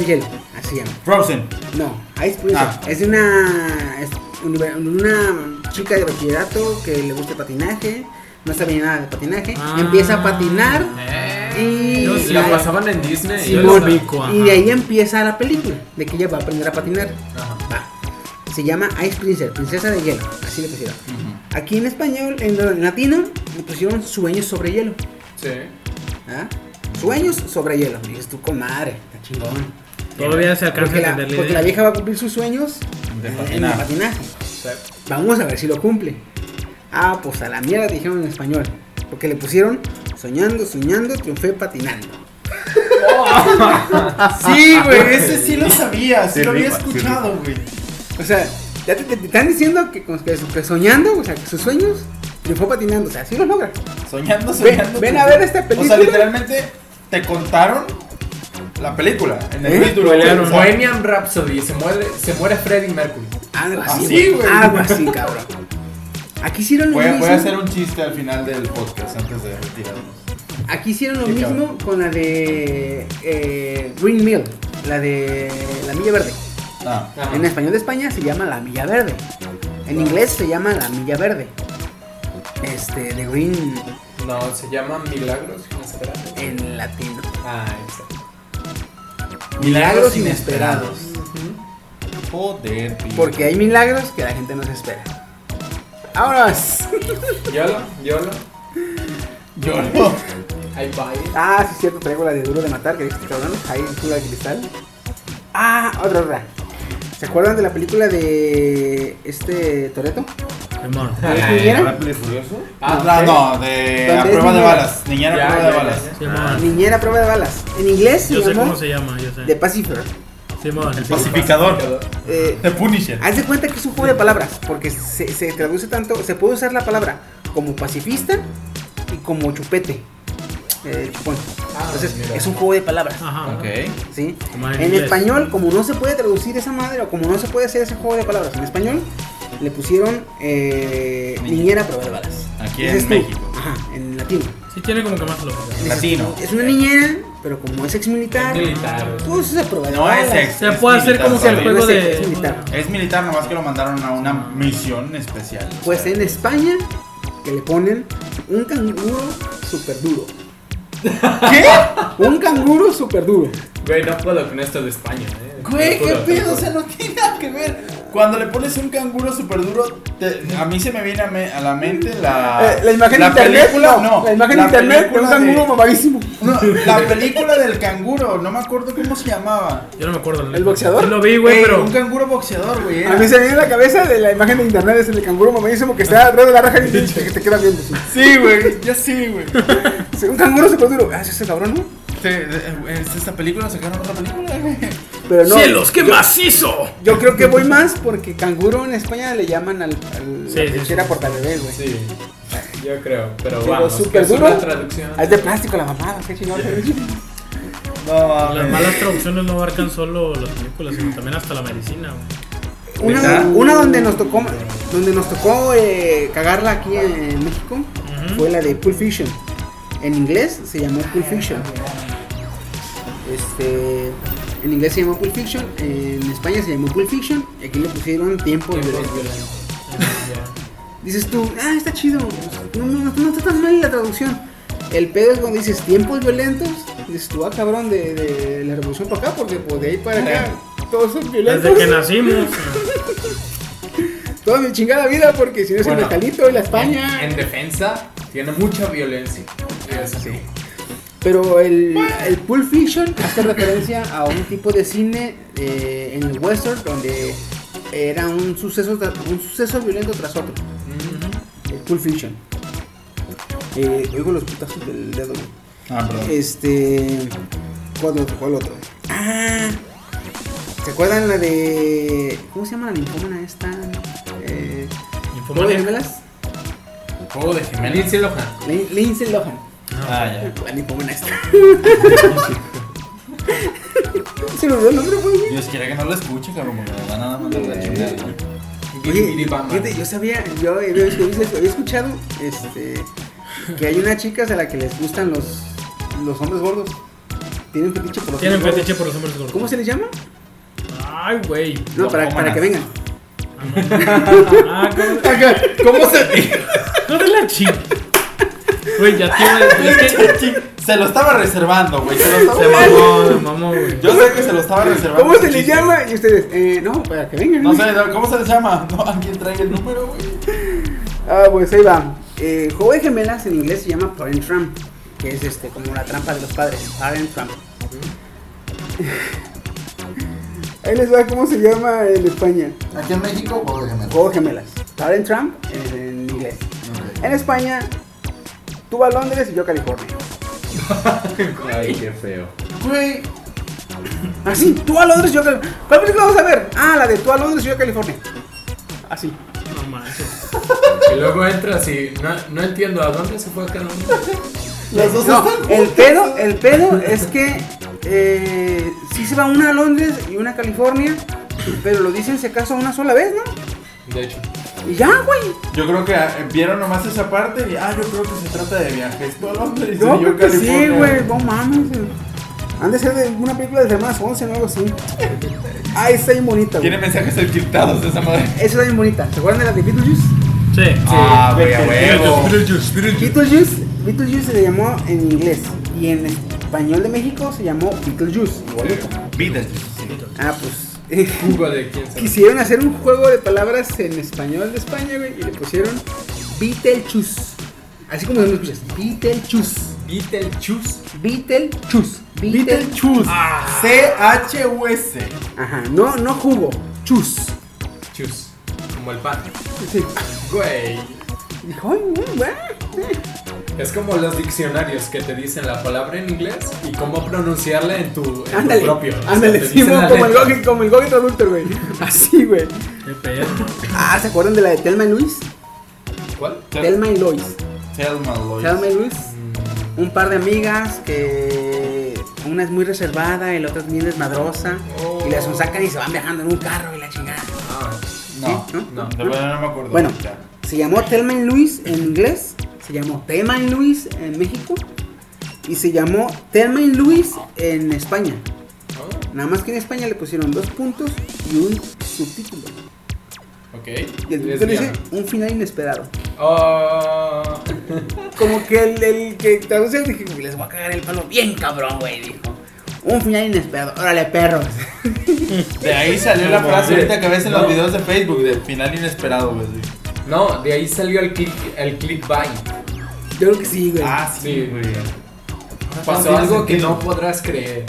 Speaker 1: hielo. Así llama.
Speaker 5: Frozen.
Speaker 1: No, Ice Princess.
Speaker 5: Ah.
Speaker 1: Es de una, es univer- una chica de bachillerato que le gusta el patinaje. No sabe nada de patinaje.
Speaker 2: Ah.
Speaker 1: empieza a patinar. Y,
Speaker 4: Yo-
Speaker 1: y
Speaker 4: la
Speaker 1: ahí-
Speaker 4: pasaban en Disney.
Speaker 2: Sí,
Speaker 1: y
Speaker 2: yo
Speaker 1: bueno,
Speaker 2: la ubico, ajá.
Speaker 1: y de ahí empieza la película. De que ella va a aprender a patinar. Va. Se llama Ice Princess, Princesa de Hielo. Así le pusieron. Aquí en español, en, lo- en latino, le pusieron Sueños sobre Hielo.
Speaker 4: Sí.
Speaker 1: ¿ah? Sueños sobre hielo. Y dices tú, comadre, está chingón.
Speaker 2: Todavía se alcanza
Speaker 1: Porque
Speaker 2: a
Speaker 1: la,
Speaker 2: entender
Speaker 1: porque
Speaker 2: la
Speaker 1: la
Speaker 2: idea.
Speaker 1: vieja va a cumplir sus sueños
Speaker 5: De
Speaker 1: en el
Speaker 5: patinar.
Speaker 1: patinaje. Vamos a ver si lo cumple. Ah, pues a la mierda te dijeron en español. Porque le pusieron soñando, soñando, triunfé patinando.
Speaker 5: Sí, güey, ese sí lo sabía, sí
Speaker 6: Sí
Speaker 5: lo había
Speaker 6: rifa, sí
Speaker 5: escuchado, güey.
Speaker 1: O sea, ya te, te- te están diciendo que, con- que su- que soñando, o sea, que sus sueños triunfó patinando. O sea, sí lo logra.
Speaker 5: Soñando, soñando.
Speaker 1: ven
Speaker 5: tú.
Speaker 1: a ver esta
Speaker 5: O sea,
Speaker 1: película.
Speaker 5: literalmente te contaron la película en el
Speaker 1: ¿Eh?
Speaker 5: título. güey, o sea,
Speaker 4: Bohemian Rhapsody. Se muere, se muere Freddie Mercury.
Speaker 1: Algo así,
Speaker 5: Así,
Speaker 1: güey.
Speaker 5: Ah, güey.
Speaker 1: Algo así, cabrón. Aquí hicieron lo
Speaker 5: Voy a,
Speaker 1: mismo.
Speaker 5: voy a hacer un chiste al final del podcast antes de retirarnos.
Speaker 1: Aquí hicieron lo
Speaker 5: Qué
Speaker 1: mismo
Speaker 5: cabrón.
Speaker 1: con la de eh, Green Mill, la de la Milla Verde.
Speaker 5: Ah,
Speaker 4: Ajá.
Speaker 1: En español de España se llama la Milla Verde. En inglés se llama la Milla Verde. Este, de Green
Speaker 4: No, se llama Milagros Inesperados.
Speaker 1: en latino.
Speaker 4: Ah, exacto.
Speaker 1: Milagros inesperados.
Speaker 5: Joder, tío.
Speaker 1: Porque hay milagros que la gente no se espera. Ahora,
Speaker 4: Yolo, Yolo.
Speaker 5: Yo no.
Speaker 4: Ahí va.
Speaker 1: ah, sí es cierto, traigo la de Duro de Matar, que viste cabrón, ahí en Cuba de Cristal. Ah, otra, otra. ¿Se acuerdan de la película de este Toreto?
Speaker 2: Simón.
Speaker 6: ¿Rápido y furioso?
Speaker 5: Ah, no, no, de a
Speaker 1: ¿Dónde es
Speaker 5: prueba de
Speaker 1: niñera?
Speaker 5: balas. Niñera a
Speaker 4: Ya,
Speaker 5: prueba de
Speaker 4: ya,
Speaker 5: balas.
Speaker 2: Simón.
Speaker 1: Niñera a prueba de balas. En inglés
Speaker 2: Ah. Yo
Speaker 1: se
Speaker 2: sé
Speaker 1: llamó
Speaker 2: cómo se llama, yo sé.
Speaker 1: The Pacifier.
Speaker 2: Simón.
Speaker 5: El pacificador.
Speaker 1: Eh,
Speaker 5: The Punisher.
Speaker 1: haz de cuenta que es un juego de palabras, porque se, se traduce tanto, se puede usar la palabra como pacifista y como chupete. eh, chupón.
Speaker 4: Ah,
Speaker 1: Entonces,
Speaker 4: mira.
Speaker 1: es un juego de palabras.
Speaker 2: Ajá.
Speaker 5: Ok.
Speaker 1: ¿sí?
Speaker 2: Como en
Speaker 1: En
Speaker 2: inglés.
Speaker 1: español, como no se puede traducir esa madre o como no se puede hacer ese juego de palabras en español, le pusieron eh,
Speaker 5: Niñera.
Speaker 1: niñera a prueba de balas.
Speaker 5: Aquí
Speaker 1: Dices
Speaker 5: en
Speaker 1: tú,
Speaker 5: México.
Speaker 1: Ajá, en latino.
Speaker 2: Sí, tiene como que más lógica.
Speaker 1: Dices,
Speaker 5: Latino.
Speaker 1: Es una niñera, pero como es ex militar,
Speaker 4: Militar.
Speaker 1: pues es a prueba de
Speaker 5: No
Speaker 1: balas.
Speaker 5: es ex.
Speaker 2: Se puede hacer como que el
Speaker 5: militar,
Speaker 2: juego
Speaker 1: Es
Speaker 2: de.
Speaker 1: militar.
Speaker 5: Es militar, nomás que lo mandaron a una misión especial.
Speaker 1: Pues en España, que le ponen un canguro super duro. ¿Qué? Un canguro super duro.
Speaker 4: Güey, no puedo con esto de España, eh.
Speaker 5: Güey,
Speaker 4: Te
Speaker 5: qué
Speaker 4: juro, te
Speaker 5: pedo, o
Speaker 4: juro.
Speaker 5: sea, no tiene nada que ver. Cuando le pones un canguro súper duro, te- a mí se me viene a, me- a la mente la.
Speaker 1: Eh, la imagen de internet,
Speaker 5: película,
Speaker 1: no, La imagen de internet de un
Speaker 5: película
Speaker 1: canguro mamadísimo.
Speaker 5: de- no, la película del canguro, no me acuerdo cómo se llamaba.
Speaker 2: Yo no me acuerdo.
Speaker 1: ¿El boxeador?
Speaker 2: Sí lo vi, güey,
Speaker 5: Ey,
Speaker 2: pero.
Speaker 5: Un canguro boxeador, güey.
Speaker 1: A
Speaker 5: era.
Speaker 1: mí se me viene a la cabeza de la imagen de internet es el de canguro mamadísimo que está alrededor de la raja y te, que te queda viendo. sí.
Speaker 5: Sí, güey, ya sí, güey.
Speaker 1: Sí, Un canguro super duro. Ah, sí, ese cabrón, ¿no?
Speaker 5: Te- eh, es Esta película sacaron otra película, güey.
Speaker 1: Pero no.
Speaker 2: ¡Cielos, qué macizo!
Speaker 1: Yo creo que voy más porque canguro en España le llaman al, al
Speaker 2: Sí,
Speaker 1: la
Speaker 2: sí,
Speaker 1: lechera
Speaker 2: sí.
Speaker 1: portabebés, güey.
Speaker 4: Sí, yo creo, pero
Speaker 1: Pero
Speaker 4: vamos.
Speaker 1: súper
Speaker 4: que es
Speaker 1: duro.
Speaker 4: una traducción.
Speaker 1: Ah, Es de plástico la mamada, qué chingón.
Speaker 5: No,
Speaker 2: Las
Speaker 5: mames.
Speaker 2: malas traducciones no abarcan solo las películas, sino también hasta la medicina, güey.
Speaker 1: Una,
Speaker 5: ¿Verdad?
Speaker 1: una donde nos tocó donde nos tocó eh, cagarla aquí en México
Speaker 2: Ujú.
Speaker 1: fue la de Pulp Fiction. En inglés se llamó Pulp Fiction. Este En inglés se llamó Pulp Fiction, en España se llamó Pulp Fiction, y aquí le pusieron Tiempo Violento. Dices tú, ah, está chido, no, no, no, no está tan mal la traducción. El pedo es cuando dices tiempos violentos, dices tú, ah, cabrón, de, de la revolución para acá, porque pues, de ahí para acá todos son violentos.
Speaker 2: Desde que nacimos.
Speaker 1: Toda mi chingada vida, porque si no es
Speaker 4: Bueno.
Speaker 1: el metalito y la España.
Speaker 4: En, en defensa, tiene mucha violencia. Es así.
Speaker 1: Pero el, el Pulp Fiction hace referencia a un tipo de cine eh, en el western donde era un suceso, tra- un suceso violento tras otro. El Pulp Fiction. Eh, oigo los putazos del dedo. güey.
Speaker 5: Ah, perdón.
Speaker 1: Este. ¿Cuál otro? ¿Cuál otro? Ah. ¿Se acuerdan la de. ¿Cómo se llama la ninfómana esta? Eh, ¿Cómo de
Speaker 2: Infomaniac.
Speaker 1: gemelas?
Speaker 4: Juego de Jiménez y Lohan.
Speaker 1: Lin- Lindsay Lohan.
Speaker 5: Ah, ya.
Speaker 1: La ninfómana esta. se me olvidó el nombre, güey.
Speaker 5: Dios quiera que no lo escuche, cabrón, porque me van a mandar la chingada. güey.
Speaker 1: Oye,
Speaker 4: Billy Bamba.
Speaker 1: fíjate, yo sabía, yo había, había escuchado este, que hay unas chicas a las que les gustan los, los hombres gordos. Tienen fetiche por los
Speaker 2: Tienen
Speaker 1: hombres
Speaker 2: fetiche
Speaker 1: gordos.
Speaker 2: por los hombres gordos.
Speaker 1: ¿Cómo se les llama?
Speaker 2: Ay, güey.
Speaker 1: No, para, para
Speaker 5: Locómanas.
Speaker 1: que vengan.
Speaker 2: Ah, ¿cómo-
Speaker 5: ¿Cómo se.?
Speaker 2: no de la chica. Güey, ya te iba a decir. es que-
Speaker 5: se lo estaba reservando, güey. Se lo estaba
Speaker 2: Se mamó,
Speaker 4: Pues,
Speaker 2: se mamó, güey.
Speaker 5: Yo sé que se lo estaba reservando.
Speaker 1: ¿Cómo se les
Speaker 5: chiste.
Speaker 1: llama? Y ustedes, eh, no, para que vengan.
Speaker 5: No sé, no, ¿cómo se les llama? No, alguien trae el número, güey.
Speaker 1: Ah, pues ahí va. Eh, juego de gemelas en inglés se llama Parent Trump, que es este como la trampa de los padres. Parent Trump. Ahí les va cómo se llama en España.
Speaker 8: Aquí en México, pues, juego de gemelas.
Speaker 1: Juego de gemelas. Parent Trump en, en inglés.
Speaker 8: Ok.
Speaker 1: En España, tú a Londres y yo a California.
Speaker 3: Ay, qué feo.
Speaker 8: Güey,
Speaker 1: Así, Ah, tú a Londres y yo a California. ¿Cuál película vamos a ver? Ah, la de tú a Londres y yo a California. Así.
Speaker 2: No manches.
Speaker 4: Y luego entras y no, no entiendo a dónde se fue cada uno.
Speaker 5: Las dos
Speaker 1: No,
Speaker 5: están.
Speaker 1: el pedo, el pedo es que eh, sí se va una a Londres y una a California, pero lo dicen se casa una sola vez, ¿no?
Speaker 4: De hecho,
Speaker 1: Y ya, güey.
Speaker 5: Yo creo que ah, vieron nomás esa parte y, ah, yo creo que se trata de viajes. Todo Londres.
Speaker 1: No,
Speaker 5: y yo
Speaker 1: creo que sí,
Speaker 5: California.
Speaker 1: güey. No mames. güey. Han de ser de una película de hermanas 11 o algo así. Ah, esa está bien bonita,
Speaker 5: Tiene
Speaker 1: güey.
Speaker 5: mensajes encriptados de esa madre.
Speaker 1: Esa está bien bonita. ¿Se acuerdan de la de Beetlejuice?
Speaker 2: Sí.
Speaker 5: Ah, güey, a huevo.
Speaker 1: Beetlejuice, Beetlejuice se le llamó en inglés y en español de México se llamó Beetlejuice. Igualito.
Speaker 5: Vidas.
Speaker 1: Ah, pues.
Speaker 4: Cuba de quién sabe.
Speaker 1: Quisieron hacer un juego de palabras en español de España, güey, y le pusieron Beetlejuice. Así como lo escuchas, Beetlejuice.
Speaker 4: Beetlejuice.
Speaker 1: Beetlejuice. Beetlejuice.
Speaker 5: Beetlejuice. C-H-U-S.
Speaker 1: Ajá, no, no jugo, chus.
Speaker 4: Chus. Como el pan.
Speaker 1: Sí.
Speaker 4: Güey.
Speaker 1: Dijo, ay, mm, eh". güey, güey.
Speaker 4: Es como los diccionarios que te dicen la palabra en inglés y cómo pronunciarla en tu, en tu
Speaker 1: Ándale,
Speaker 4: propio. O sea,
Speaker 1: ándale,
Speaker 4: te
Speaker 1: sí,
Speaker 4: dicen la
Speaker 1: como el
Speaker 4: letra.
Speaker 1: Gogi, como el Gogi Traductor, güey. Así, güey.
Speaker 2: Qué pedo.
Speaker 1: Ah, ¿se acuerdan de la de Telma y Luis?
Speaker 4: ¿Cuál? Mm,
Speaker 1: Telma y Lois.
Speaker 5: Thelma Lois.
Speaker 1: Telma y Luis. Un par de amigas que una es muy reservada y la otra es bien desmadrosa.
Speaker 4: Oh.
Speaker 1: Y las sacan y se van viajando en un carro y la chingada.
Speaker 4: Ah,
Speaker 5: No,
Speaker 1: ¿Sí? ¿No?
Speaker 5: no, de verdad no me acuerdo.
Speaker 1: Bueno.
Speaker 5: Ya.
Speaker 1: Se llamó Thelma and Luis en inglés, se llamó Thelma and Luis en México y se llamó Thelma and Luis en España.
Speaker 4: oh,
Speaker 1: Nada más que en España le pusieron dos puntos y un subtítulo.
Speaker 4: ok.
Speaker 1: Y el subtítulo dice
Speaker 4: Lesbiana.
Speaker 1: un final inesperado.
Speaker 4: Oh,
Speaker 1: Como que el, el que traduce dije, "Uy, les voy a cagar el palo bien cabrón, güey, dijo. Un final inesperado. Órale, perros.
Speaker 5: De ahí salió la frase
Speaker 4: güey.
Speaker 5: ahorita que ves en los
Speaker 4: No.
Speaker 5: videos de Facebook de final inesperado, güey. sí.
Speaker 4: no, de ahí salió el click, el clickbait.
Speaker 1: Yo creo que sí, güey. Ah,
Speaker 5: Ah, sí,
Speaker 4: Sí.
Speaker 5: güey.
Speaker 4: Pasó algo que no podrás creer.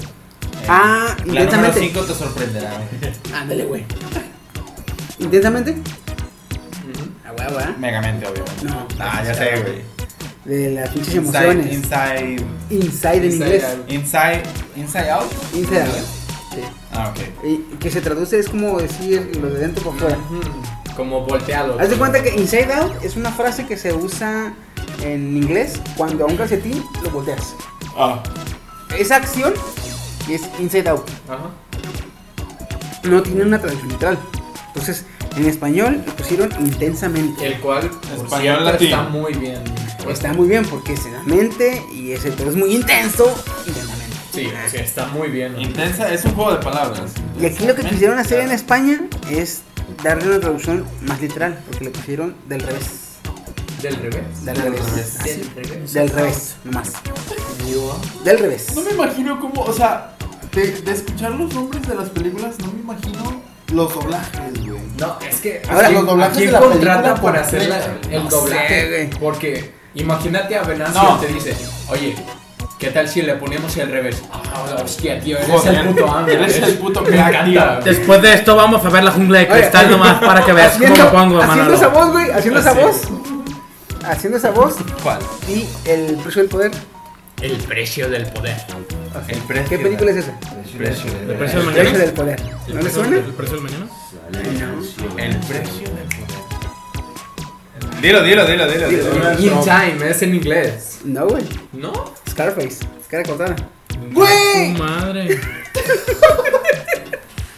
Speaker 1: Ah,
Speaker 5: La número
Speaker 1: intensamente.
Speaker 5: 5 te sorprenderá, güey.
Speaker 1: Ándale, güey. Intensamente. A huevo, ¿eh?
Speaker 5: Megamente, obviamente.
Speaker 1: No.
Speaker 5: Ah, ya sé, güey.
Speaker 1: De las pinches
Speaker 5: Inside,
Speaker 1: emociones.
Speaker 5: inside,
Speaker 1: Inside en
Speaker 4: Inside
Speaker 1: inglés.
Speaker 4: Out.
Speaker 5: inside, inside out.
Speaker 1: Inside Out.
Speaker 5: Ah, ok.
Speaker 1: Y que se traduce es como decir lo de dentro por fuera.
Speaker 4: Ujú. Como volteado.
Speaker 1: Haz de cuenta que inside out es una frase que se usa en inglés cuando a un calcetín lo volteas.
Speaker 5: Ah,
Speaker 1: Esa acción es inside out.
Speaker 4: Ajá.
Speaker 1: No tiene una traducción literal. Entonces, en español lo pusieron intensamente.
Speaker 4: El cual por
Speaker 5: Español
Speaker 4: cierto,
Speaker 5: latino.
Speaker 4: está muy bien.
Speaker 1: Pues, Está muy bien porque es en la mente y ese todo es muy intenso. Intensamente.
Speaker 4: Sí, sí, está muy bien. ¿no?
Speaker 5: Intensa, es un juego de palabras.
Speaker 1: Y aquí lo que quisieron hacer en España es darle una traducción más literal, porque le pusieron del revés.
Speaker 4: Del revés.
Speaker 1: Del revés.
Speaker 4: Del
Speaker 1: Así.
Speaker 4: revés.
Speaker 1: Del revés, nomás.
Speaker 4: Yo-
Speaker 1: Del revés.
Speaker 5: No me imagino cómo, o sea, de, de escuchar los nombres de las películas, no me imagino los doblajes, güey.
Speaker 4: No, es que.
Speaker 1: Ahora,
Speaker 4: ¿a quién-
Speaker 8: los doblajes
Speaker 4: ¿a quién
Speaker 8: de la
Speaker 4: contrata
Speaker 8: película
Speaker 4: para hacer
Speaker 8: completa?
Speaker 4: la- el
Speaker 1: No sé,
Speaker 4: doblaje?
Speaker 1: güey.
Speaker 4: Porque imagínate a Venancio
Speaker 5: No.
Speaker 4: te dice, oye, ¿qué tal si le ponemos el revés? Ah, hostia, tío, eres
Speaker 5: Joder,
Speaker 4: el puto amo.
Speaker 5: eres el puto
Speaker 4: Me
Speaker 5: crack,
Speaker 4: encanta. güey.
Speaker 2: Después de esto vamos a ver la jungla de
Speaker 1: Oye,
Speaker 2: cristal nomás para que veas cómo lo pongo,
Speaker 1: haciendo
Speaker 2: Manolo.
Speaker 1: esa voz, güey, haciendo esa
Speaker 4: Así.
Speaker 1: voz. Haciendo esa voz
Speaker 5: ¿Cuál?
Speaker 1: y el precio del poder.
Speaker 4: El precio del poder.
Speaker 5: El precio.
Speaker 1: ¿Qué película es esa?
Speaker 2: ¿El precio del
Speaker 1: El precio
Speaker 2: mañana?
Speaker 1: del poder.
Speaker 2: ¿El
Speaker 1: ¿No le
Speaker 2: precio-
Speaker 1: suena?
Speaker 2: ¿El precio del mañana?
Speaker 5: El precio. Dilo, dilo, dilo, dilo. dilo.
Speaker 4: In Time, es en inglés.
Speaker 1: No, güey.
Speaker 4: ¿No?
Speaker 1: Scarface. Es cara cortada.
Speaker 2: ¡Güey! madre!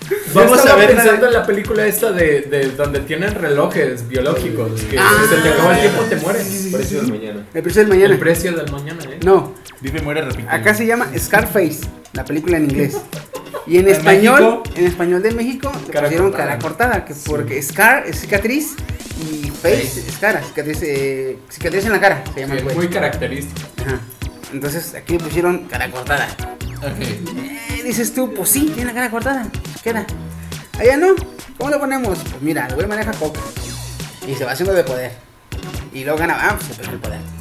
Speaker 4: Yo
Speaker 5: Vamos a
Speaker 4: estaba
Speaker 5: ver la-
Speaker 4: pensando en la película esta de, de donde tienen relojes biológicos. Que
Speaker 1: Ah,
Speaker 4: si se te acaba el
Speaker 1: sí,
Speaker 4: tiempo te mueres.
Speaker 3: Precio del mañana.
Speaker 1: El precio del
Speaker 4: El
Speaker 1: mañana.
Speaker 4: precio del mañana, ¿eh?
Speaker 1: No,
Speaker 5: Vive, muere, repite.
Speaker 1: acá se llama Scarface, la película en inglés. Y en
Speaker 5: En
Speaker 1: español,
Speaker 5: México.
Speaker 1: en español de México, le
Speaker 4: Cara
Speaker 1: pusieron
Speaker 4: cortada.
Speaker 1: cara cortada, que porque scar es cicatriz y face es cara, cicatriz, eh, cicatriz en la cara, se llama el
Speaker 4: Es
Speaker 1: güey.
Speaker 4: muy característico.
Speaker 1: Ajá. Entonces aquí le pusieron cara cortada.
Speaker 5: Ok.
Speaker 1: Eh, dices tú, pues sí, tiene la cara cortada. Queda. Allá no. ¿Cómo lo ponemos? Pues mira, el güey maneja coca. Y se va haciendo de poder. Y luego gana. Ah, pues se perdió el poder.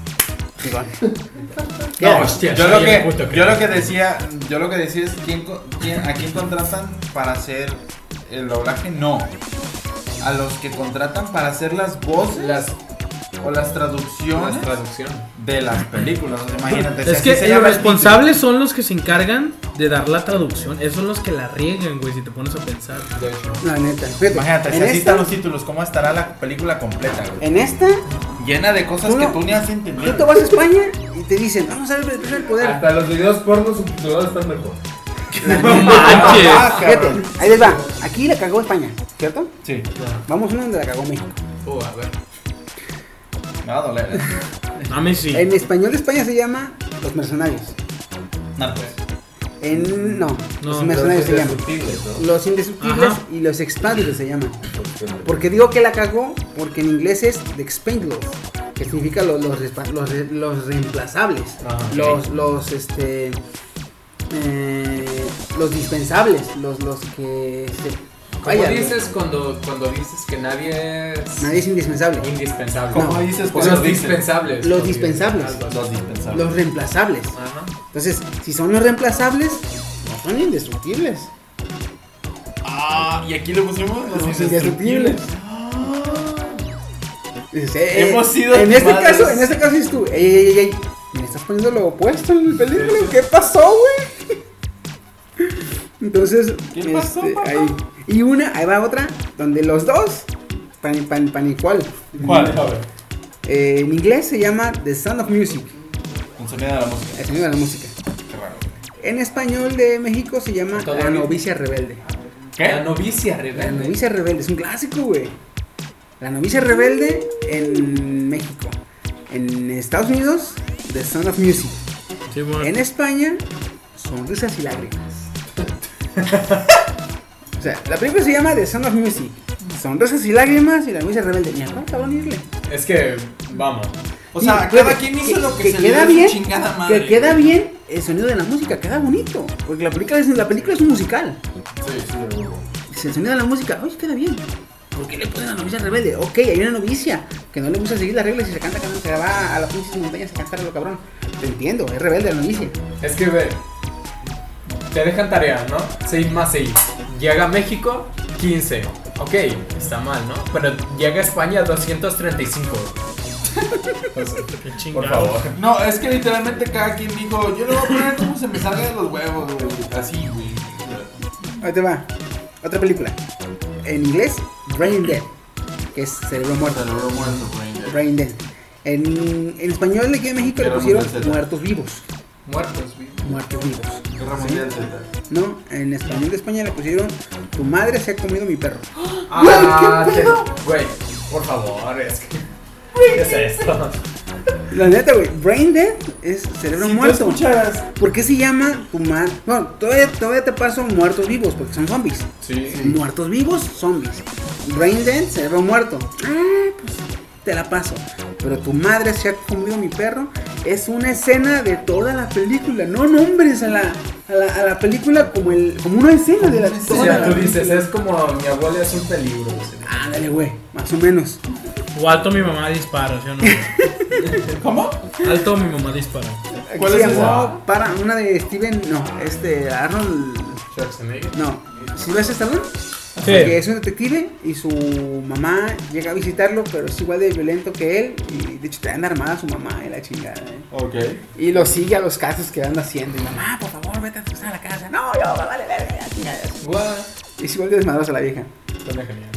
Speaker 1: Chingón.
Speaker 5: No,
Speaker 1: Queda.
Speaker 4: hostia,
Speaker 5: yo
Speaker 4: soy
Speaker 5: lo
Speaker 4: el
Speaker 5: que
Speaker 4: puto
Speaker 5: yo
Speaker 4: crack.
Speaker 5: lo que decía, yo lo que decía es quién, co- quién- a quién contratan para hacer el doblaje, no. A los que contratan para hacer las voces
Speaker 4: Las,
Speaker 5: o las traducciones
Speaker 4: las traducciones.
Speaker 5: de las películas. O sea, imagínate. si
Speaker 2: Es
Speaker 5: así
Speaker 2: que
Speaker 5: se
Speaker 2: los
Speaker 5: llama el
Speaker 2: responsables son los que se encargan de dar la traducción. Esos son los que la riegan, güey, si te pones a pensar.
Speaker 4: De hecho.
Speaker 1: No, neta. Fíjate,
Speaker 5: título. Imagínate, si
Speaker 1: en
Speaker 5: así
Speaker 1: esta,
Speaker 5: están los títulos, ¿cómo estará la película completa, güey?
Speaker 1: en esta,
Speaker 5: Llena de cosas
Speaker 1: Tú
Speaker 5: que
Speaker 1: no-
Speaker 5: tú ni has
Speaker 1: tú
Speaker 5: entendido.
Speaker 1: te vas a España y te dicen, "Ah, vamos a ver el precio del poder.
Speaker 3: Hasta los videos porno subtitulados están mejor.
Speaker 2: ¡No manches!
Speaker 1: Ah, Fíjate, ahí les va. Aquí la cagó España, ¿cierto?
Speaker 5: Sí,
Speaker 1: Vamos a una donde la cagó México.
Speaker 4: Uh, a ver.
Speaker 5: me va a doler. eh.
Speaker 2: A mí sí.
Speaker 1: En español de España se llama Los Mercenarios.
Speaker 5: Narcos.
Speaker 1: En, no, Los
Speaker 2: No,
Speaker 1: Mercenarios se llama.
Speaker 3: Susceptibles, ¿no?
Speaker 1: Los indestructibles
Speaker 2: Ajá.
Speaker 1: y los expendables se llaman. Porque digo que la cagó, porque en inglés es the expendables, que significa los, los, respa- los, re- los reemplazables, los, los, este, eh, los dispensables, los, los que se...
Speaker 4: ¿Cómo
Speaker 1: Vaya,
Speaker 4: dices cuando, cuando dices que nadie es
Speaker 1: nadie es indispensable.
Speaker 4: indispensable?
Speaker 1: ¿Cómo
Speaker 4: No.
Speaker 5: dices
Speaker 4: Pues
Speaker 5: cuando
Speaker 4: los
Speaker 5: dices?
Speaker 4: dispensables.
Speaker 1: Los
Speaker 4: porque-
Speaker 1: dispensables.
Speaker 4: Algo Ah,
Speaker 5: Los
Speaker 4: así.
Speaker 5: dispensables.
Speaker 1: Los reemplazables.
Speaker 4: Ajá.
Speaker 1: Entonces, si son los reemplazables, no son indestructibles.
Speaker 5: Ah, y aquí le pusimos los
Speaker 1: Los indestructibles. Dices, eh,
Speaker 5: Hemos
Speaker 1: eh,
Speaker 5: sido
Speaker 1: En este
Speaker 5: animales.
Speaker 1: caso, en este caso dices tú, ey, ey, ey, ey, me estás poniendo lo opuesto en el película, ¿qué pasó, güey? Entonces, este,
Speaker 5: ¿Qué pasó, papá?
Speaker 1: ahí. Y una, ahí va otra, donde los dos, pan, pan, pan igual.
Speaker 5: ¿Cuál? A ver.
Speaker 1: Eh, en inglés se llama The Sound of Music,
Speaker 5: El sonido de la música.
Speaker 1: el sonido de la música.
Speaker 5: Qué raro.
Speaker 1: En español de México se llama
Speaker 4: Todo
Speaker 1: La
Speaker 4: bien.
Speaker 1: novicia rebelde.
Speaker 4: La
Speaker 5: ¿Qué?
Speaker 4: novicia
Speaker 1: La
Speaker 4: rebelde.
Speaker 1: novicia rebelde, es un clásico, güey. La novicia rebelde en México. En Estados Unidos, The Sound of Music.
Speaker 2: Sí, bueno.
Speaker 1: En España, sonrisas y lágrimas. o sea, la película se llama The Sound of Music. Sonrisas y lágrimas y la novicia rebelde. Ni a cuál cabrón irle.
Speaker 4: Es que, vamos.
Speaker 5: O sea,
Speaker 1: Y, güey,
Speaker 5: cada quien hizo lo que, se
Speaker 1: pues, queda
Speaker 5: le dio
Speaker 1: bien,
Speaker 5: su chingada madre.
Speaker 1: Que queda bien el sonido de la música, queda bonito. Porque la película es, la película es un musical.
Speaker 5: Sí, sí.
Speaker 1: Si el sonido de la música, oye, queda bien. ¿Por qué le ponen a la novicia rebelde? Ok, hay una novicia que no le gusta seguir las reglas y se canta, canta, se va a las pinches montañas a cantar a lo cabrón. Te entiendo, es rebelde la novicia.
Speaker 4: Es que ve. Te dejan tarea, ¿no? 6 más 6. Llega a México, 15. Ok, está mal, ¿no? Pero llega a España, 235.
Speaker 2: Qué
Speaker 4: Por
Speaker 2: chingado.
Speaker 4: favor.
Speaker 5: No, es que literalmente cada quien dijo, yo le voy a poner como se me salga de los huevos, güey. Así, güey.
Speaker 1: Ahí te va. Otra película. En inglés, Brain Dead, que es cerebro muerto.
Speaker 5: Cerebro muerto, güey.
Speaker 1: Brain Dead. En, en español, aquí en México le
Speaker 5: Guerra
Speaker 1: pusieron
Speaker 5: Mundial Z.
Speaker 1: muertos vivos.
Speaker 4: Muertos, güey.
Speaker 1: Muertos vivos.
Speaker 5: Guerra Mundial Z.
Speaker 1: No, en español de España le pusieron tu madre se ha comido mi perro.
Speaker 4: Ah, te- güey, por favor, es que. ¿Qué es esto?
Speaker 1: La neta, güey. Brain Dead es cerebro
Speaker 5: Si tú
Speaker 1: muerto.
Speaker 5: escucharas.
Speaker 1: ¿Por qué se llama humano? Bueno, todavía, todavía te paso muertos vivos, porque son zombies.
Speaker 5: Sí.
Speaker 1: Muertos vivos, zombies. Brain Dead, cerebro muerto. Ah, pues te la paso. Pero tu madre se ha comido mi perro. Es una escena de toda la película. No nombres a la, a la, a la película como, el, como una escena de la toda
Speaker 4: Ya
Speaker 1: la
Speaker 4: tú dices,
Speaker 1: película.
Speaker 4: es como mi abuela es un peligro.
Speaker 1: Ándale, güey. Más o menos.
Speaker 2: O alto mi mamá dispara, ¿sí o no?
Speaker 5: ¿Cómo?
Speaker 2: Alto mi mamá dispara.
Speaker 5: ¿Cuál
Speaker 1: se
Speaker 5: es
Speaker 1: llamó
Speaker 5: esa?
Speaker 1: ah, para una de Steven. No, este Arnold.
Speaker 4: Schwarzenegger.
Speaker 1: No, Sylvester Stallone,
Speaker 2: Sí.
Speaker 1: que es un detective y su mamá llega a visitarlo, pero es igual de violento que él. Y de hecho, te anda armada su mamá y la chingada. ¿eh?
Speaker 5: Ok.
Speaker 1: Y lo sigue a los casos que anda haciendo. Y mamá, por favor, vete a tu a la casa. No, yo, vale, vale, chingada.
Speaker 4: Guau.
Speaker 1: Y se vuelve desmadrosa la vieja.
Speaker 4: Suena genial.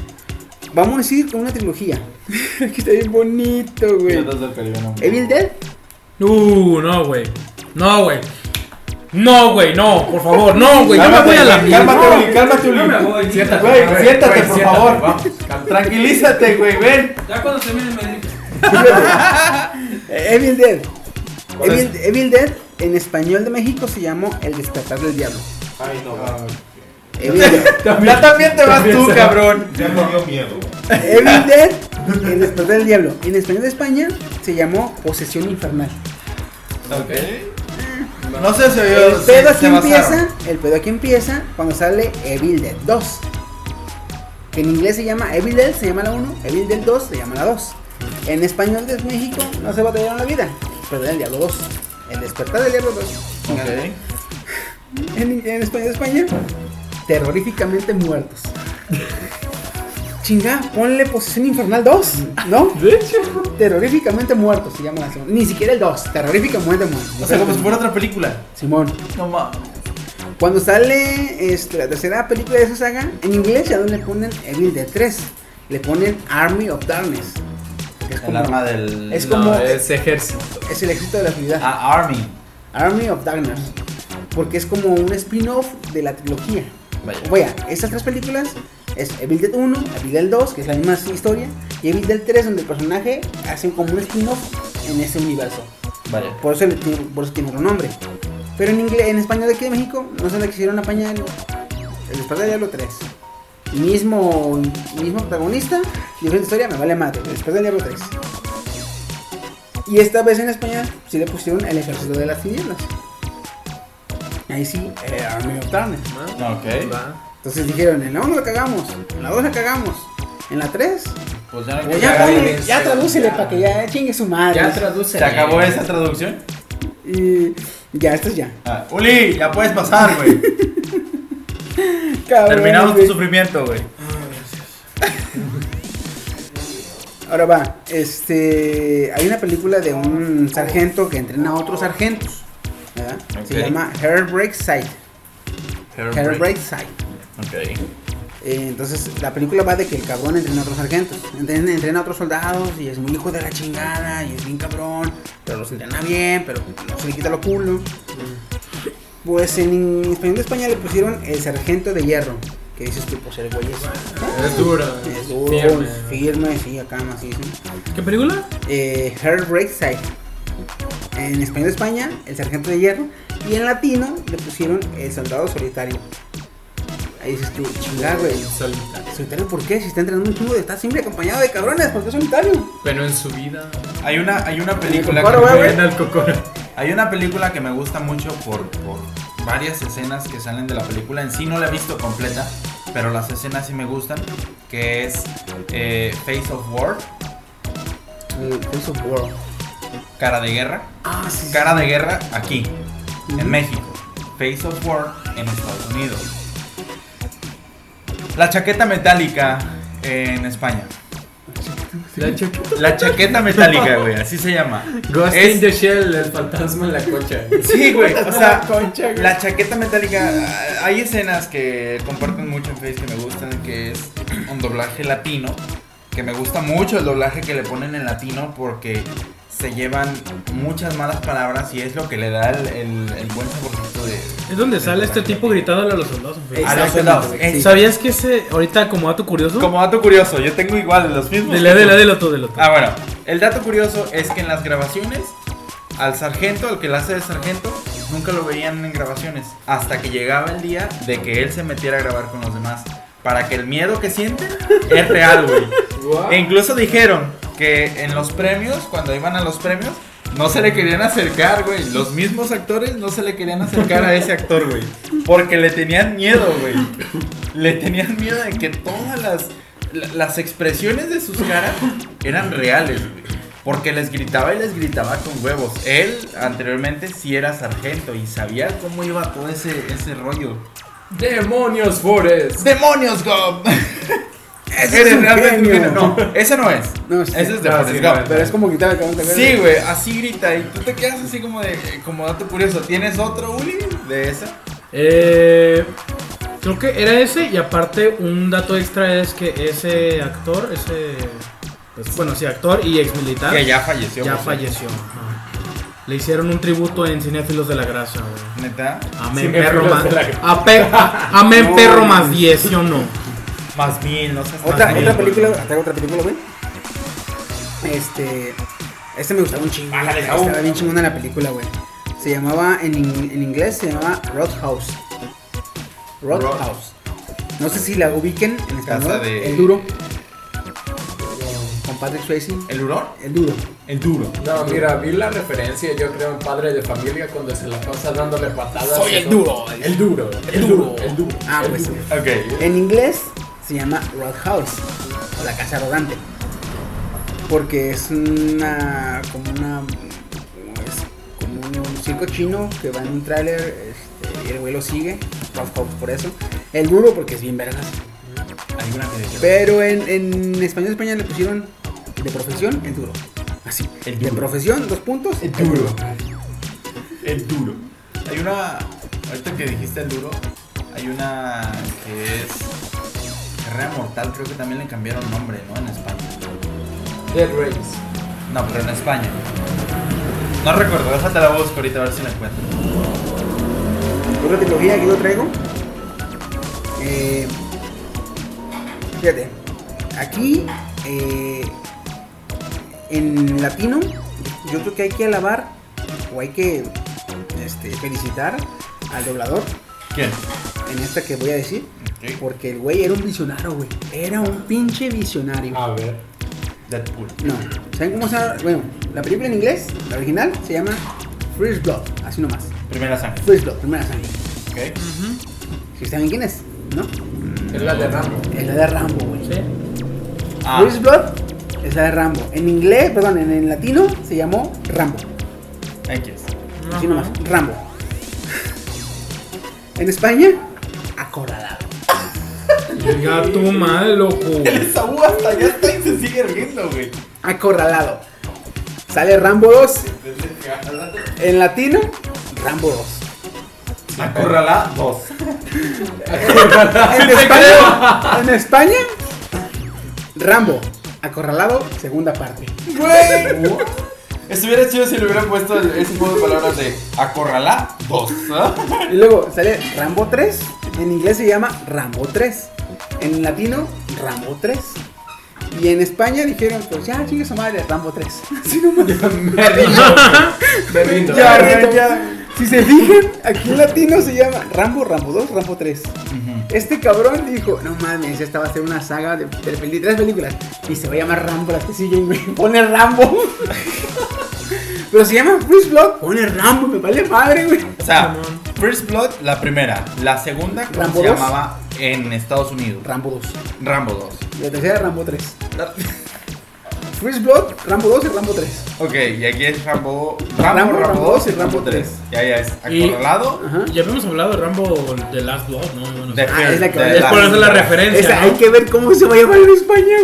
Speaker 1: Vamos a ir con una trilogía. que está bien bonito, güey.
Speaker 5: Piratas del Caribe, no.
Speaker 1: Evil Dead,
Speaker 2: Uh, no, güey. No, güey. No, güey, no, por favor, no, güey. Yo me
Speaker 5: Cálmate,
Speaker 2: voy a la
Speaker 5: Uli,
Speaker 2: mierda.
Speaker 5: Cálmate, Uli, cálmate, Uli.
Speaker 4: Siéntate,
Speaker 5: Güey,
Speaker 4: güey,
Speaker 5: siéntate,
Speaker 4: güey,
Speaker 5: por
Speaker 4: siéntate,
Speaker 5: favor.
Speaker 4: vamos, calma.
Speaker 5: Tranquilízate, güey, ven.
Speaker 2: Ya cuando termine me dices.
Speaker 1: eh, Evil Dead. Evil, Evil Dead en español de México se llamó El despertar del diablo.
Speaker 3: Ay, no,
Speaker 1: Evil Dead.
Speaker 5: Ya también te vas tú, cabrón.
Speaker 3: Ya me dio miedo.
Speaker 1: Evil Dead, el despertar del diablo. En español de España se llamó Posesión Infernal.
Speaker 5: No sé si
Speaker 1: El
Speaker 5: oyó.
Speaker 1: pedo aquí empieza, el pedo aquí empieza cuando sale Evil Dead 2. Que en inglés se llama Evil Dead, se llama la 1, Evil Dead 2 se llama la 2. En español de México no se batallaron la vida, pero era el diablo 2. El despertar del diablo 2. En, en español de España, terroríficamente muertos. Chinga, ponle posesión infernal 2, ¿no?
Speaker 2: De hecho.
Speaker 1: Terroríficamente muertos se llama la segunda. Ni siquiera el 2. Terroríficamente muertos.
Speaker 5: O sea, como si fuera otra película.
Speaker 1: Simón.
Speaker 5: No mames.
Speaker 1: Cuando sale este, la tercera película de esa saga, en inglés ya no le ponen Evil Dead 3. Le ponen Army of Darkness. que Es
Speaker 5: El
Speaker 1: como,
Speaker 5: arma del.
Speaker 1: Es
Speaker 4: No,
Speaker 1: como. Es,
Speaker 4: es ejército.
Speaker 1: el éxito de la ciudad.
Speaker 5: Ah, Army.
Speaker 1: Army of Darkness. Porque es como un spin-off de la trilogía.
Speaker 5: Vaya.
Speaker 1: Vaya, estas tres películas es Evil Dead 1, Evil Dead 2, que es la misma historia, y Evil Dead 3, donde el personaje hace como un spin-off en ese universo.
Speaker 5: Vaya.
Speaker 1: Por eso, le tiene, por eso tiene otro nombre. Pero en inglés, en español de aquí de México, no se le quisieron apañar el Espada de Diablo 3. Mismo, mismo protagonista, diferente historia, me vale madre, el Espada de Diablo 3. Y esta vez en España sí le pusieron el ejército de las tinieblas. Ahí sí, eh, Army of Darkness.
Speaker 5: Ok.
Speaker 4: Va.
Speaker 1: Entonces dijeron, en la 1 la cagamos, en la 2 la cagamos, en la 3,
Speaker 5: Pues ya no
Speaker 1: pues
Speaker 5: hay
Speaker 1: ya,
Speaker 5: que-
Speaker 1: ponle,
Speaker 4: ya,
Speaker 1: ya tradúcele
Speaker 4: ya.
Speaker 1: para que ya chingue su madre.
Speaker 4: Ya traduce.
Speaker 5: ¿Se acabó esa traducción?
Speaker 1: y ya, esto es ya.
Speaker 5: Ah, Uli, ya puedes pasar, güey.
Speaker 1: Cabrón,
Speaker 5: Terminamos tu
Speaker 1: güey.
Speaker 5: sufrimiento, güey.
Speaker 1: Ahora va, este, hay una película de un sargento que entrena a otros sargentos, ¿verdad? Se
Speaker 5: Ok.
Speaker 1: llama Hairbreak Sight. Hairbreak Sight.
Speaker 5: Ok.
Speaker 1: Eh, entonces, la película va de que el cabrón entrena a otros sargentos, entrena, entrena a otros soldados y es muy hijo de la chingada y es bien cabrón, pero los entrena bien, pero no se le quita lo culo. Pues en español de España le pusieron el sargento de hierro, que dices tú, pues el güey es,
Speaker 2: Es dura.
Speaker 1: es duro,
Speaker 2: Firme.
Speaker 1: firme, sí, acá macizo.
Speaker 2: ¿Qué película?
Speaker 1: eh, Heartbreak Side. En español de España, el sargento de hierro. Y en latino le pusieron el soldado solitario. Ahí dices tú, chingada, güey.
Speaker 4: Solitario.
Speaker 1: ¿Solitario por qué? Si está entrenando un chingo, está siempre acompañado de cabrones, ¿por qué solitario?
Speaker 4: Pero en su vida.
Speaker 5: Hay una, hay una película
Speaker 1: Comparo,
Speaker 5: que me-
Speaker 1: güey, güey.
Speaker 2: Buena al cocora.
Speaker 5: Hay una película que me gusta mucho por, por varias escenas que salen de la película. En sí no la he visto completa, pero las escenas sí me gustan. Que es eh, Face of War, Mm,
Speaker 1: Face of War.
Speaker 5: Cara de Guerra.
Speaker 1: Ah, sí. sí.
Speaker 5: Cara de Guerra aquí,
Speaker 1: Ujú.
Speaker 5: en México. Face of War en Estados Unidos. La chaqueta metálica en España.
Speaker 4: La chaqueta.
Speaker 5: La chaqueta metálica, güey, así se llama.
Speaker 4: Ghost
Speaker 5: Es-
Speaker 4: in the Shell, el fantasma en la cocha.
Speaker 5: Sí, güey. O sea, la chaqueta metálica. ah, Hay escenas que comparten mucho en Face que me gustan, que es un doblaje latino. Que me gusta mucho el doblaje que le ponen en latino porque se llevan muchas malas palabras y es lo que le da el, el- el buen saborcito de.
Speaker 2: Es donde sale este tipo gritándole a los soldados.
Speaker 1: Eh,
Speaker 5: A los
Speaker 1: Exactamente,
Speaker 5: soldados.
Speaker 1: güey,
Speaker 5: Eh,
Speaker 1: sí.
Speaker 2: ¿Sabías que ese, ahorita como dato curioso?
Speaker 5: Como dato curioso, yo tengo igual los mismos.
Speaker 2: Dele, dele, dele otro, del otro.
Speaker 5: Ah, bueno. El dato curioso es que en las grabaciones, al sargento, al que la hace de sargento, nunca lo veían en grabaciones. Hasta que llegaba el día de que él se metiera a grabar con los demás. Para que el miedo que sienten es real, güey. E incluso dijeron que en los premios, cuando iban a los premios, no se le querían acercar, güey. Los mismos actores no se le querían acercar a ese actor, güey. Porque le tenían miedo, güey. Le tenían miedo de que todas las, la- las expresiones de sus caras eran reales, güey. Porque les gritaba y les gritaba con huevos. Él anteriormente sí era sargento y sabía cómo iba todo ese, ese rollo.
Speaker 4: ¡Demonios Forest!
Speaker 5: ¡Demonios, Gob!
Speaker 1: Ese
Speaker 5: Eres
Speaker 1: es un
Speaker 5: realmente un
Speaker 1: genio.
Speaker 5: genio. No, esa no es.
Speaker 1: No, sí.
Speaker 5: Ese es de
Speaker 1: No,
Speaker 5: Forrest
Speaker 1: sí,
Speaker 5: Gump.
Speaker 1: no, Pero es como quitar el cabrón.
Speaker 5: Sí, güey, así grita y tú te quedas así como de como dato curioso. ¿Tienes otro Uli de esa?
Speaker 2: Eh, creo que era ese y aparte un dato extra es que ese actor, ese... pues, bueno, sí, actor y ex militar,
Speaker 5: Que ya falleció.
Speaker 2: ya
Speaker 5: por
Speaker 2: falleció. ajá. Le hicieron un tributo en Cinéfilos de la Grasa, güey.
Speaker 5: cierto. Neta.
Speaker 2: Amén, perro más. Ape- a- Amén, perro más 10, ¿sí o no?
Speaker 5: Más bien, no sé.
Speaker 1: Otra,
Speaker 2: Más
Speaker 1: otra
Speaker 2: bien,
Speaker 1: película, hasta otra película, güey. Este. Este me gustaba un chingo.
Speaker 5: Ah, la de
Speaker 1: güey.
Speaker 5: Saúl.
Speaker 1: Estaba bien chingona la película, güey. Se llamaba, en, in- en inglés se llamaba Roadhouse. Roadhouse. No sé si la ubiquen en español.
Speaker 5: de-
Speaker 1: El duro. Con Patrick Swayze.
Speaker 5: ¿El hurón?
Speaker 1: El duro.
Speaker 5: El duro.
Speaker 4: No, mira, vi la referencia, yo creo, en Padre de Familia cuando se la pasa dándole patadas.
Speaker 5: Soy el
Speaker 4: ¿no?
Speaker 5: duro.
Speaker 4: El duro, el duro, el duro.
Speaker 1: Ah,
Speaker 4: el
Speaker 1: pues,
Speaker 4: duro.
Speaker 5: Ok.
Speaker 1: En inglés se llama Roadhouse, o la casa rodante. Porque es una. como una. es como un circo chino que va en un tráiler este, y el güey lo sigue. Roadhouse por eso. El duro porque es bien vergas.
Speaker 5: Hay una que decía.
Speaker 1: Pero en, en español España le pusieron de profesión el duro. Así.
Speaker 5: El
Speaker 1: De
Speaker 5: duro.
Speaker 1: profesión, dos puntos.
Speaker 5: El duro. El duro. Hay una. Ahorita que dijiste el duro, hay una que es. Carrera Mortal, creo que también le cambiaron nombre, ¿no? En España.
Speaker 4: Dead Race.
Speaker 5: No, pero en España. No recuerdo, déjate la voz ahorita a ver si la encuentro.
Speaker 1: Otra trilogía que yo traigo. Eh, fíjate, aquí eh, en latino, yo creo que hay que alabar o hay que este, felicitar al doblador
Speaker 5: ¿Quién?
Speaker 1: en esta que voy a decir. Porque el güey era un visionario, güey. Era un pinche visionario.
Speaker 5: Ah.
Speaker 4: A ver.
Speaker 5: Deadpool.
Speaker 1: No, ¿saben cómo se llama? Bueno, la película en inglés, la original, se llama First Blood. Así nomás.
Speaker 5: Primera sangre.
Speaker 1: First Blood, primera sangre.
Speaker 5: Ok.
Speaker 1: Si saben quién es, ¿no?
Speaker 4: Es la de Rambo.
Speaker 1: Es la de Rambo, güey.
Speaker 2: Sí.
Speaker 5: Ah,
Speaker 1: First Blood es la de Rambo. En inglés, perdón, en, en latino se llamó Rambo.
Speaker 5: X.
Speaker 1: Así nomás, Rambo. En España, acorralado.
Speaker 2: Diga tu madre, loco.
Speaker 5: El Saúl hasta allá está y se sigue riendo, güey.
Speaker 1: Acorralado. Sale Rambo 2. En latino, Rambo 2.
Speaker 5: Acorralá 2.
Speaker 1: En España, en España, Rambo. Acorralado, segunda parte.
Speaker 5: Güey. Estuviera chido si le hubieran puesto el- ese juego de palabras de Acorralá 2.
Speaker 1: Y luego sale Rambo 3. En inglés se llama Rambo 3. En latino, Rambo 3. Y en España dijeron, pues ya, chingue su madre, Rambo 3. Así nomás.
Speaker 4: Me rindo.
Speaker 1: Ya, ya, ya. Si se fijan, aquí en latino se llama Rambo, Rambo 2, Rambo 3. Este cabrón dijo, no mames, esta va a ser una saga de, de peli- tres películas. Y se va a llamar Rambo, la que sigue y me pone Rambo. Pero se llama First Blood, pone Rambo, me vale madre, güey.
Speaker 5: O sea, First Blood, la primera. La segunda, ¿cómo
Speaker 1: Rambo
Speaker 5: se
Speaker 1: dos.
Speaker 5: llamaba en Estados Unidos?
Speaker 1: Rambo 2.
Speaker 5: Rambo 2.
Speaker 1: Y la tercera, Rambo 3. First Blood, Rambo 2 y Rambo 3.
Speaker 5: Ok, y aquí es Rambo, Rambo,
Speaker 1: Rambo,
Speaker 5: Rambo,
Speaker 1: Rambo
Speaker 5: 2 y
Speaker 1: tres.
Speaker 5: Rambo 3. Ya, ya, es
Speaker 2: Y-
Speaker 5: acorralado.
Speaker 1: Ajá.
Speaker 2: Ya habíamos hablado de Rambo de Last Blood, ¿no? Bueno,
Speaker 5: ¿Ah? de
Speaker 1: Ah,
Speaker 5: Fer-
Speaker 1: es la que-
Speaker 5: de
Speaker 2: es por eso la referencia.
Speaker 1: Esa,
Speaker 2: ¿no?
Speaker 1: hay que ver cómo se va a llamar en España,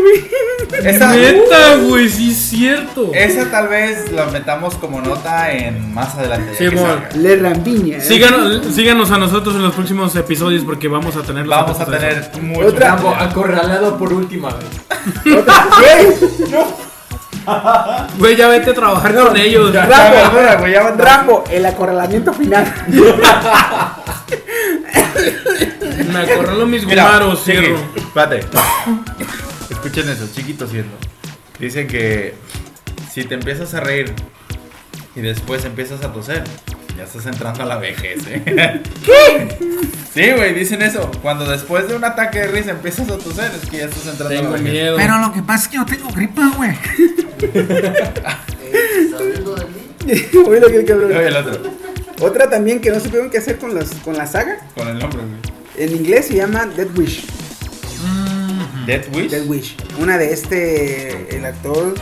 Speaker 1: güey.
Speaker 5: Esa, Eh,
Speaker 2: Neta, güey, sí es cierto.
Speaker 5: esa tal vez la metamos como nota en más adelante. ya que
Speaker 2: Simón.
Speaker 5: salga.
Speaker 1: Le Rambiña. ¿eh?
Speaker 2: Síganos, síganos a nosotros en los próximos episodios porque vamos a tener los
Speaker 5: Vamos a
Speaker 2: datos de eso.
Speaker 5: tener mucho.
Speaker 1: Otra-
Speaker 4: Rambo acorralado por última vez.
Speaker 1: Otra- güey.
Speaker 2: Güey, ya vete a trabajar con ellos.
Speaker 5: Ya,
Speaker 1: Rambo,
Speaker 5: ya, güey, ya va a entrar.
Speaker 1: Rambo, el acorralamiento final.
Speaker 2: Me acorralo mis
Speaker 5: Mira,
Speaker 2: gumaros,
Speaker 5: sigue.
Speaker 2: cierro.
Speaker 5: Espérate. Escuchen eso, chiquito siendo. Dicen que si te empiezas a reír y después empiezas a toser, ya estás entrando a la vejez, ¿eh? ¿Qué? Sí, güey, dicen eso. Cuando después de un ataque de risa empiezas a toser, es que ya estás entrando a
Speaker 2: Tengo
Speaker 5: la vejez.
Speaker 2: miedo.
Speaker 9: Pero lo que pasa es que yo tengo gripa, güey.
Speaker 8: ¿Estás viendo de mí?
Speaker 1: Oye, lo que el cabrón.
Speaker 5: Oye, el otro,
Speaker 1: Otra también que no supieron qué hacer con, las, con la saga.
Speaker 5: con el nombre, güey.
Speaker 1: En inglés se llama Dead Wish.
Speaker 5: Dead Wish.
Speaker 1: Dead Wish. Una de este. El actor.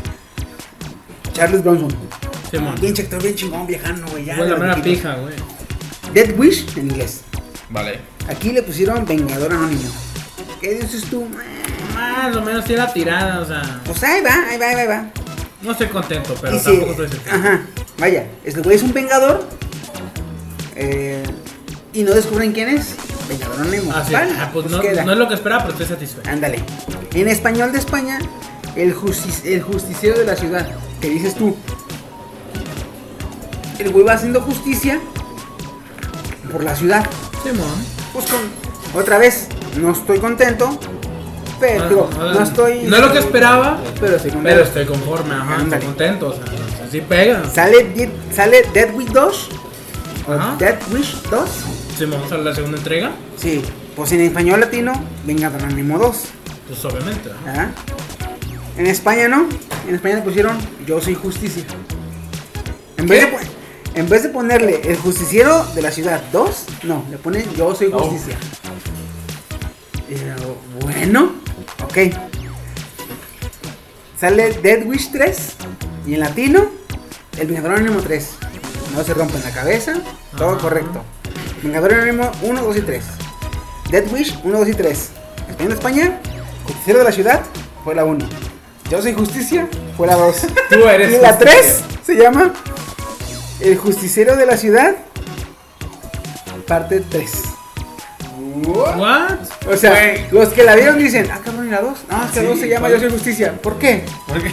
Speaker 1: Charles Bronson.
Speaker 2: Simón.
Speaker 1: Bien Ah, actor, bien chingón, viejano, güey. ya,
Speaker 2: Güey, la mera
Speaker 1: loquito.
Speaker 2: pija, güey.
Speaker 1: Dead Wish en inglés.
Speaker 5: Vale.
Speaker 1: Aquí le pusieron Vengador Anónimo. ¿Qué dices tú? Eh,
Speaker 2: Más o menos tiene la tirada, o sea.
Speaker 1: Pues ahí va, ahí va, ahí va, ahí va.
Speaker 2: No estoy contento, pero
Speaker 1: Y
Speaker 2: tampoco
Speaker 1: sí,
Speaker 2: estoy sentido.
Speaker 1: Ajá, vaya, este güey es un vengador. eh, y no descubren quién es. Vengador anónimo.
Speaker 2: Así,
Speaker 1: Vale,
Speaker 2: ah, pues
Speaker 1: pues
Speaker 2: no,
Speaker 1: queda.
Speaker 2: no es lo que esperaba, pero estoy satisfecho.
Speaker 1: Ándale. En español de España, el, justi- el justiciero de la ciudad. ¿Qué dices tú? El güey va haciendo justicia por la ciudad.
Speaker 2: Simón.
Speaker 1: Pues con- otra vez, no estoy contento. Pero
Speaker 2: No,
Speaker 1: digo,
Speaker 2: Eh, no,
Speaker 1: no estoy.
Speaker 2: Ah, no es lo que esperaba,
Speaker 1: Pero estoy
Speaker 2: Pero
Speaker 1: contento.
Speaker 2: estoy conforme, ajá, estoy
Speaker 1: Ándale.
Speaker 2: contento, o sea, o sea, sí pega.
Speaker 1: Sale, Dead- sale Dead Wish 2. o
Speaker 2: Ajá.
Speaker 1: Dead Wish 2.
Speaker 2: Simón sale la segunda entrega,
Speaker 1: Sí, pues en español latino, Vengador Anónimo 2.
Speaker 2: pues obviamente. ajá.
Speaker 1: ¿verdad? En España no, en España le pusieron Yo soy justicia. En vez, de, po- en vez de ponerle el justiciero de la ciudad 2, no, le ponen Yo soy justicia. Y yo, bueno, ok. Sale Dead Wish 3 y en latino el Vengador Anónimo 3. No se rompen la cabeza, todo correcto. Vengador Anónimo 1, 2 y 3. Dead Wish 1, 2 y 3. En España, Justiciero de la Ciudad fue la 1. Yo soy Justicia fue la 2.
Speaker 5: Tú eres. este?
Speaker 1: Y la
Speaker 5: justicia.
Speaker 1: 3 se llama El Justiciero de la Ciudad, parte 3.
Speaker 2: What?
Speaker 1: O sea, los que la vieron dicen, ah, cabrón, y la 2. Ah, esta 2 se llama Yo soy Justicia. ¿Por qué?
Speaker 5: ¿Por qué?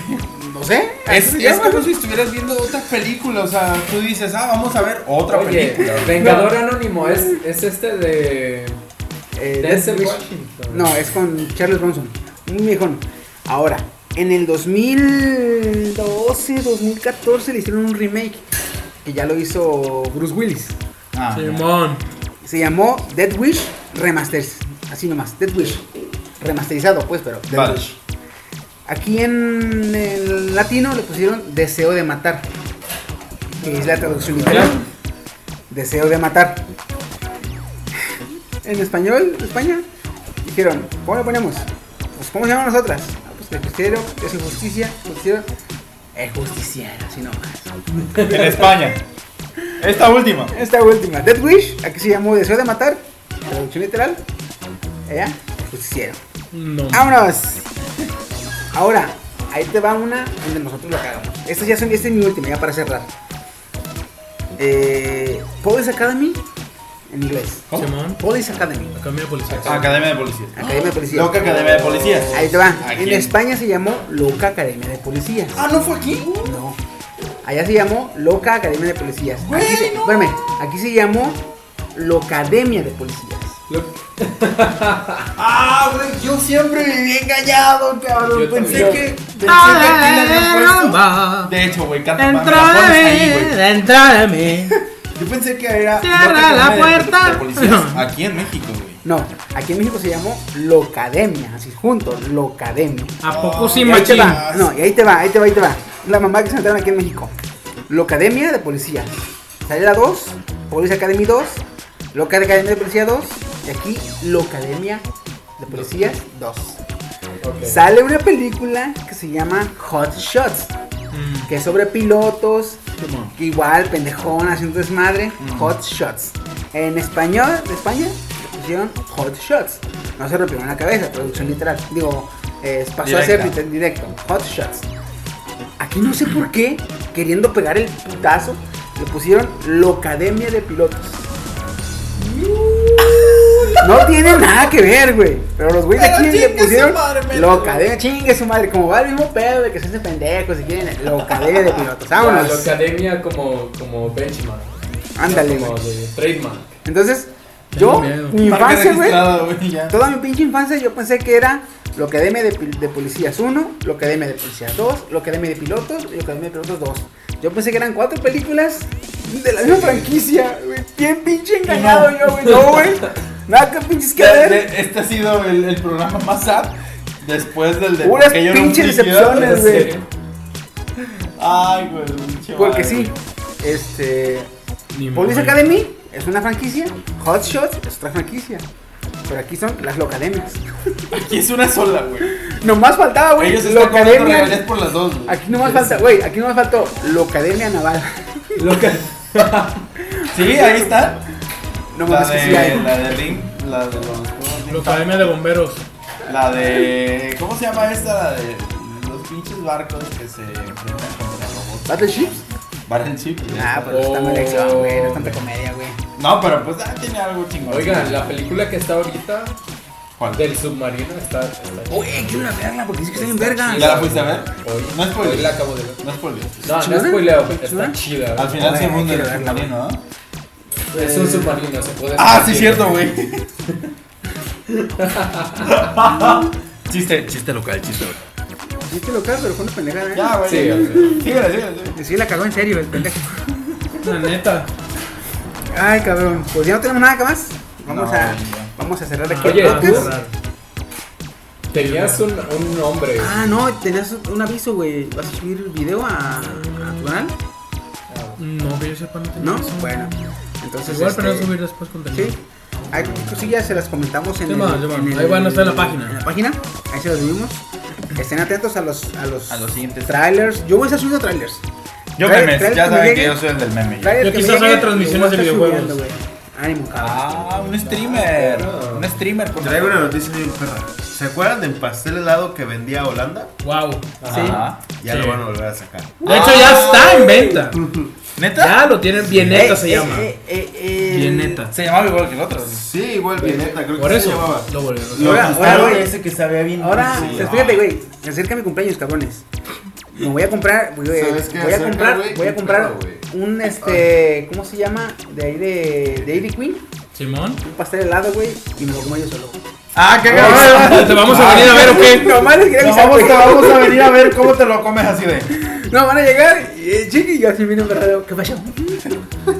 Speaker 1: No sé. así
Speaker 4: Ah,
Speaker 5: Es,
Speaker 1: se
Speaker 5: es
Speaker 1: llama.
Speaker 5: como si estuvieras viendo otra película, o sea, tú dices, ah, vamos a ver otra
Speaker 4: Oye,
Speaker 5: película.
Speaker 4: Vengador Anónimo es, es este de.
Speaker 1: Eh,
Speaker 4: Denzel
Speaker 1: Death Wish.
Speaker 4: Washington.
Speaker 1: No, es con Charles Bronson. Un viejón. Ahora, en el 2012, 2014 le hicieron un remake. Que ya lo hizo Bruce Willis.
Speaker 5: Ah,
Speaker 2: Simón.
Speaker 1: Se llamó Dead Wish Remasters. Así nomás, Dead Wish. Remasterizado, pues, pero Dead
Speaker 5: Vale.
Speaker 1: Wish. Aquí en el latino le pusieron Deseo de Matar. Que es la traducción literal. Deseo de Matar. En español, de España, dijeron, ¿cómo le ponemos? Pues, ¿cómo se llaman las otras? Ah, pues, el justiciero, es injusticia, justiciero. El justiciero, así nomás.
Speaker 5: en España. Esta última.
Speaker 1: Esta última, Dead Wish, aquí se llamó Deseo de Matar, traducción literal. Allá, justiciero.
Speaker 2: No.
Speaker 1: ¡Vámonos! Ahora, ahí te va una donde nosotros la cagamos. Esta ya son, esta es mi última, ya para cerrar. Eh, Police Academy, en inglés.
Speaker 2: Simón.
Speaker 1: Police Academy,
Speaker 2: La cambia de policía.
Speaker 5: Academia de Policías.
Speaker 1: Academia de Policía.
Speaker 5: Loca Academia de Policías.
Speaker 1: Ahí te va.
Speaker 5: ¿A
Speaker 1: En
Speaker 5: quién?
Speaker 1: España se llamó Loca Academia de Policías. Ah, ¿no fue aquí? No. Allá se llamó Loca Academia de Policías. aquí, se, espérame, aquí se llamó Locademia de Policías.
Speaker 8: Ah, güey, yo siempre viví engañado, cabrón.
Speaker 4: Yo
Speaker 8: pensé
Speaker 4: también.
Speaker 8: que. Pensé que aquí le habían puesto.
Speaker 2: Va.
Speaker 5: De hecho, güey, canta mami, la
Speaker 2: Entra
Speaker 5: pones ahí,
Speaker 2: de mí,
Speaker 5: güey.
Speaker 2: entra de mí.
Speaker 5: Yo pensé que era.
Speaker 2: Cierra
Speaker 5: Loca Academia
Speaker 2: la
Speaker 5: de-
Speaker 2: puerta.
Speaker 5: de Policías aquí en México, güey.
Speaker 1: No, aquí en México se llamó Locademia, así juntos, Locademia.
Speaker 2: ¿A poco sí,
Speaker 1: Y ahí te
Speaker 2: machín?
Speaker 1: va, no, y ahí te va, ahí te va, ahí te va. La mamá que se entraron aquí en México. Locademia de Policías. Sale la 2, Police Academy 2, Loca Academia de Policía 2, y aquí Locademia de Policías 2. Sale una película que se llama Hot Shots, Mm. que es sobre pilotos, que igual pendejón haciendo desmadre, Hot Shots. En español, de España, le pusieron Hot Shots. No se rompieron la cabeza, traducción literal. Digo, eh, pasó a ser
Speaker 5: Directa.
Speaker 1: lite- directo, Hot Shots. Aquí no sé por qué, queriendo pegar el putazo, le pusieron Locademia de Pilotos. No tiene nada que ver, güey. Pero los güeyes de
Speaker 8: Pero
Speaker 1: aquí le
Speaker 8: chingue su
Speaker 1: pusieron
Speaker 8: madre, me-
Speaker 1: Locademia, chingue su madre. Como va el mismo pedo de que se hacen pendejos y quieren Locademia de Pilotos.
Speaker 4: La
Speaker 1: Vámonos.
Speaker 4: academia como, como benchmark.
Speaker 1: Ándale,
Speaker 4: Como
Speaker 1: güey.
Speaker 4: de trademark.
Speaker 1: Entonces, yo,
Speaker 2: Tengo miedo.
Speaker 1: mi
Speaker 5: Marca
Speaker 1: infancia, güey.
Speaker 5: registrada, güey, ya.
Speaker 1: Toda mi pinche infancia yo pensé que era Lo que deme de, pil- de policías 1, lo que deme de policías 2, lo que deme de pilotos y lo que deme de pilotos 2. Yo pensé que eran cuatro películas de la misma franquicia. güey. Bien pinche engañado yo, güey. No, güey. Nada que pinches que
Speaker 5: De-
Speaker 1: ver.
Speaker 5: de- Este ha sido el, el programa más sad después del de
Speaker 1: Puras
Speaker 5: porque yo era un
Speaker 1: pinches
Speaker 5: friki, ¿verdad?
Speaker 1: decepciones, güey.
Speaker 5: Sí. Ay, güey, pinche
Speaker 1: Porque
Speaker 5: madre.
Speaker 1: sí, este.
Speaker 2: Ni
Speaker 1: Police
Speaker 2: madre.
Speaker 1: Academy es una franquicia, Hot Shots es otra franquicia. Pero aquí son las locademias.
Speaker 5: Aquí es una sola, güey.
Speaker 1: Nomás faltaba, güey.
Speaker 5: Ellos están cobrando regalías
Speaker 1: Locademia.
Speaker 5: por las dos, güey.
Speaker 1: Aquí nomás falta, güey, aquí nomás faltó Locademia Naval.
Speaker 5: Sí, ahí está.
Speaker 1: No
Speaker 5: La
Speaker 1: mames que sí
Speaker 5: de,
Speaker 1: hay.
Speaker 5: la de Link, la de los juegos Link.
Speaker 2: Academia de Bomberos.
Speaker 5: La de. ¿Cómo se llama esta? La de los pinches barcos que se enfrentan contra robots.
Speaker 1: Battleships.
Speaker 5: Battleship. güey.
Speaker 1: Ah, pero está mal hecho, güey. No es tanta comedia, güey.
Speaker 5: No, pero pues ah, tiene algo chingón.
Speaker 4: Oigan, la película que está ahorita
Speaker 5: ¿Cuál?
Speaker 4: del submarino está. está-
Speaker 9: Oye, quiero una verla porque dice que está bien verga.
Speaker 5: ¿Ya la fuiste a ver?
Speaker 4: Hoy,
Speaker 5: No es
Speaker 4: hoy
Speaker 5: spoiler.
Speaker 4: la acabo de ver.
Speaker 5: No es spoiler.
Speaker 4: No, no
Speaker 1: ¿Chingona?
Speaker 4: es spoileo, está
Speaker 1: ¿Chingona?
Speaker 4: chida.
Speaker 5: Al
Speaker 4: güey.
Speaker 5: final se
Speaker 1: Ay,
Speaker 5: hunde el
Speaker 1: quiero verla,
Speaker 5: submarino, ¿no?
Speaker 4: Es un submarino, se puede.
Speaker 5: eh. Ah, sí,
Speaker 4: es
Speaker 5: cierto, güey.
Speaker 7: Chiste, chiste local, chiste local.
Speaker 1: Chiste local, pero fue una pendejada.
Speaker 5: Ya,
Speaker 1: ¿eh?
Speaker 5: güey.
Speaker 4: Sí,
Speaker 5: Sí,
Speaker 4: al
Speaker 5: síguele, síguele, síguele.
Speaker 1: Sí, la cagó en serio el pendejo.
Speaker 2: La neta.
Speaker 1: Ay, cabrón. Pues ya no tenemos nada que más. Vamos
Speaker 5: No,
Speaker 1: a.
Speaker 5: ya.
Speaker 1: Vamos a
Speaker 2: Ah,
Speaker 1: cerrar aquí
Speaker 4: Oye,
Speaker 1: el podcast.
Speaker 4: tú- Tenías un, un nombre.
Speaker 1: Ah, no, tenías un aviso, güey. ¿Vas a subir video a, a tu canal?
Speaker 2: No, que yo sepa, no tenía
Speaker 1: ¿No?
Speaker 2: eso.
Speaker 1: Bueno, entonces.
Speaker 2: Igual, pero no
Speaker 1: este,
Speaker 2: subir después contenido.
Speaker 1: Sí. Hay cosillas, se las comentamos en
Speaker 2: Sí, va, sí, va. Ahí van a estar en la página.
Speaker 1: En la página, ahí se las subimos. Estén atentos a los, a los,
Speaker 5: A los siguientes.
Speaker 1: trailers. Yo voy a estar subiendo trailers.
Speaker 5: Yo
Speaker 1: Trae-
Speaker 5: memes,
Speaker 1: trae
Speaker 5: ya
Speaker 1: que me
Speaker 5: saben
Speaker 1: llegue.
Speaker 5: que yo soy el del meme. ya.
Speaker 1: Trailers
Speaker 2: Yo
Speaker 1: que
Speaker 2: quizás
Speaker 1: me
Speaker 2: haga
Speaker 1: lleguen,
Speaker 2: transmisiones
Speaker 1: los
Speaker 2: de
Speaker 1: voy a estar
Speaker 2: videojuegos.
Speaker 1: subiendo, güey. Ánimo, cabrón.
Speaker 5: Ah, un streamer. Un streamer, por
Speaker 6: Traigo una noticia bien perra. ¿Se acuerdan del pastel helado que vendía Holanda?
Speaker 2: Wow.
Speaker 5: Ajá.
Speaker 6: Ya
Speaker 2: Sí.
Speaker 6: lo van a volver a sacar.
Speaker 2: De hecho, ya está en venta.
Speaker 5: ¿Neta?
Speaker 2: Ya lo tienen. Bieneta se llama.
Speaker 1: Eh, eh, eh,
Speaker 2: Bieneta.
Speaker 5: Se llamaba igual que el otro.
Speaker 6: Sí, igual que neta, creo
Speaker 2: Por
Speaker 6: que se
Speaker 2: eso
Speaker 6: llamaba.
Speaker 2: lo volvieron.
Speaker 6: Lo
Speaker 1: Ahora,
Speaker 6: ajustaron
Speaker 1: ahora, güey.
Speaker 8: ese que sabía bien.
Speaker 1: Ahora,
Speaker 6: Sí.
Speaker 1: pues, fíjate, güey, se acerca mi cumpleaños, cabrones. Me voy a comprar, güey,
Speaker 6: ¿Sabes qué
Speaker 1: voy a
Speaker 6: acerca,
Speaker 1: comprar,
Speaker 6: güey?
Speaker 1: voy a
Speaker 6: Qué
Speaker 1: comprar
Speaker 6: pedo, güey.
Speaker 1: un este, ¿cómo se llama? De ahí de Dairy Queen,
Speaker 2: Simón.
Speaker 1: un pastel helado, güey, y me lo como yo solo.
Speaker 5: Ah, qué
Speaker 2: ¿Te vamos a venir a ver o qué?
Speaker 1: No, van a quería
Speaker 5: Nos
Speaker 1: avisar,
Speaker 5: vamos,
Speaker 1: güey.
Speaker 5: te vamos a venir a ver cómo te lo comes así de.
Speaker 1: No, van a llegar, y, eh, chiqui, y yo así viene un verdadero, ¿qué pasó?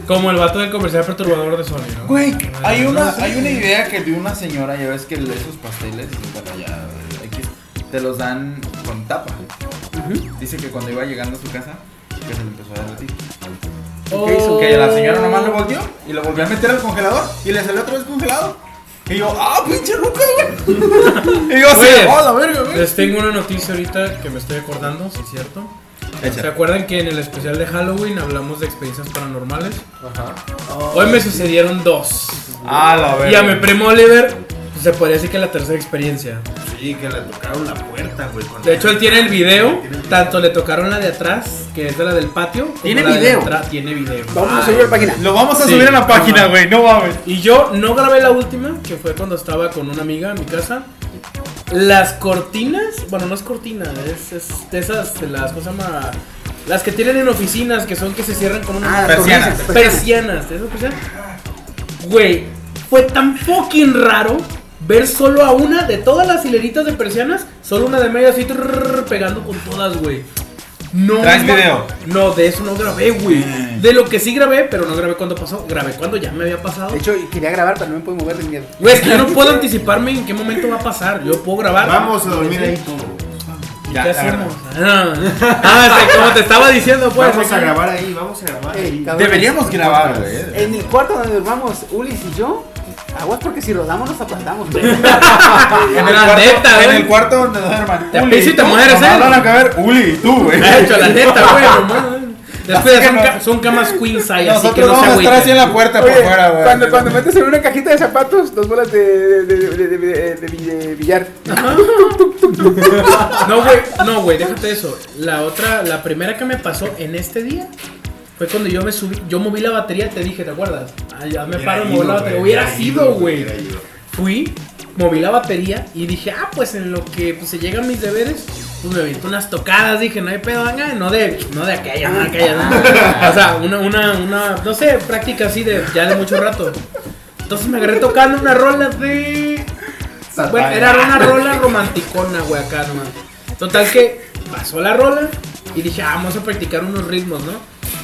Speaker 2: Como el vato del comercial perturbador de Sony, ¿no?
Speaker 5: Güey, hay una, hay una idea que dio una señora, ya ves que esos pasteles, bueno, ya, X, te los dan con tapa. Dice que cuando iba llegando a su casa, que se le empezó a derretir.
Speaker 1: ¿Qué hizo?
Speaker 5: Que la señora nomás lo volteó y lo volvió a meter al congelador y le salió otra vez congelado. Y yo, ah, pinche ruca, güey. y yo así,
Speaker 2: Oye.
Speaker 5: oh, la verga, güey.
Speaker 2: Les tengo una noticia ahorita que me estoy acordando, si es cierto. ¿Se acuerdan que en el especial de Halloween hablamos de experiencias paranormales?
Speaker 4: Ajá.
Speaker 2: Hoy me sucedieron dos.
Speaker 5: Ah, la verga.
Speaker 2: Y a mi primo Oliver pues, se podría decir que la tercera experiencia.
Speaker 6: Sí, que le tocaron la puerta, güey. con-
Speaker 2: De hecho, él tiene el video. Tanto le tocaron la de atrás, que es de la del patio. como
Speaker 1: ¿Tiene
Speaker 2: la de
Speaker 1: video?
Speaker 2: atrás. Tiene video. Ah,
Speaker 1: Vamos a subir la página.
Speaker 5: Lo vamos a
Speaker 2: Sí,
Speaker 5: subir a la
Speaker 2: no
Speaker 5: página,
Speaker 2: mames.
Speaker 5: güey, no mames.
Speaker 2: Y yo no grabé la última, que fue cuando estaba con una amiga en mi casa. Las cortinas, bueno, no es cortina, es, es de esas, de las, ¿cómo se llama? Las que tienen en oficinas, que son que se cierran con una
Speaker 1: Ah,
Speaker 5: Persianas,
Speaker 1: persianas, persianas.
Speaker 2: persianas, de esas persianas. Güey, fue tan fucking raro ver solo a una de todas las hileritas de persianas, solo una de medio así trrr, pegando con todas, güey. No,
Speaker 5: ¿Traes
Speaker 2: ma-
Speaker 5: video?
Speaker 2: No, de eso no grabé, güey. De lo que sí grabé, pero no grabé cuando pasó, grabé cuando ya me había pasado.
Speaker 1: De hecho, quería grabar, pero no me pude mover de miedo.
Speaker 2: Güey, es que yo no puedo anticiparme en qué momento va a pasar. Yo puedo grabar.
Speaker 6: Vamos a dormir ahí todo.
Speaker 2: ¿Y
Speaker 5: Ya,
Speaker 2: ¿Qué
Speaker 5: la verdad.
Speaker 2: hacemos? Ah, ah, sí, como te estaba diciendo, pues.
Speaker 6: Vamos a
Speaker 2: aquí.
Speaker 6: grabar ahí, vamos a grabar
Speaker 1: Ey,
Speaker 6: ahí.
Speaker 1: cabrones,
Speaker 5: Deberíamos grabar, güey.
Speaker 1: En el cuarto donde durmamos Ulis y yo, aguas porque si rodamos nos aplastamos. güey.
Speaker 5: En el,
Speaker 2: La
Speaker 5: cuarto,
Speaker 2: neta,
Speaker 5: en
Speaker 2: güey.
Speaker 5: el cuarto donde duerman.
Speaker 2: Te
Speaker 5: Uli,
Speaker 2: piso y te
Speaker 5: tú,
Speaker 2: mueres,
Speaker 5: nomás
Speaker 2: ¿eh?
Speaker 5: van a caber Uli y tú, güey.
Speaker 2: De hecho, la neta, güey, nomás. Después
Speaker 5: Así
Speaker 2: son,
Speaker 5: que
Speaker 2: ca-
Speaker 5: no-
Speaker 2: son camas queen size, así que
Speaker 5: Nosotros
Speaker 2: no se
Speaker 5: vamos a estar así
Speaker 2: agüiten.
Speaker 5: en la puerta por
Speaker 1: Oye,
Speaker 5: fuera, güey.
Speaker 1: Cuando, cuando metes en una cajita de zapatos, dos bolas de, de, de, de- de- de- de billar.
Speaker 2: No, güey, no, güey, déjate eso. La otra, la primera que me pasó en este día fue cuando yo me subí, yo moví la batería, te dije, ¿te acuerdas? Ah, ya me paro, moví la batería. Hubiera sido, güey. Fui, moví la batería y dije, ah, pues en lo que pues, se llegan mis deberes, pues me aventé unas tocadas, dije, no hay pedo, venga, no de, no de aquella, no de aquella, no. O sea, una, una, una, no sé, práctica así de ya de mucho rato. Entonces me agarré tocando una rola de Bueno, era una rola romanticona, güey, acá nomás. Total que pasó la rola y dije, ah, vamos a practicar unos ritmos, ¿no?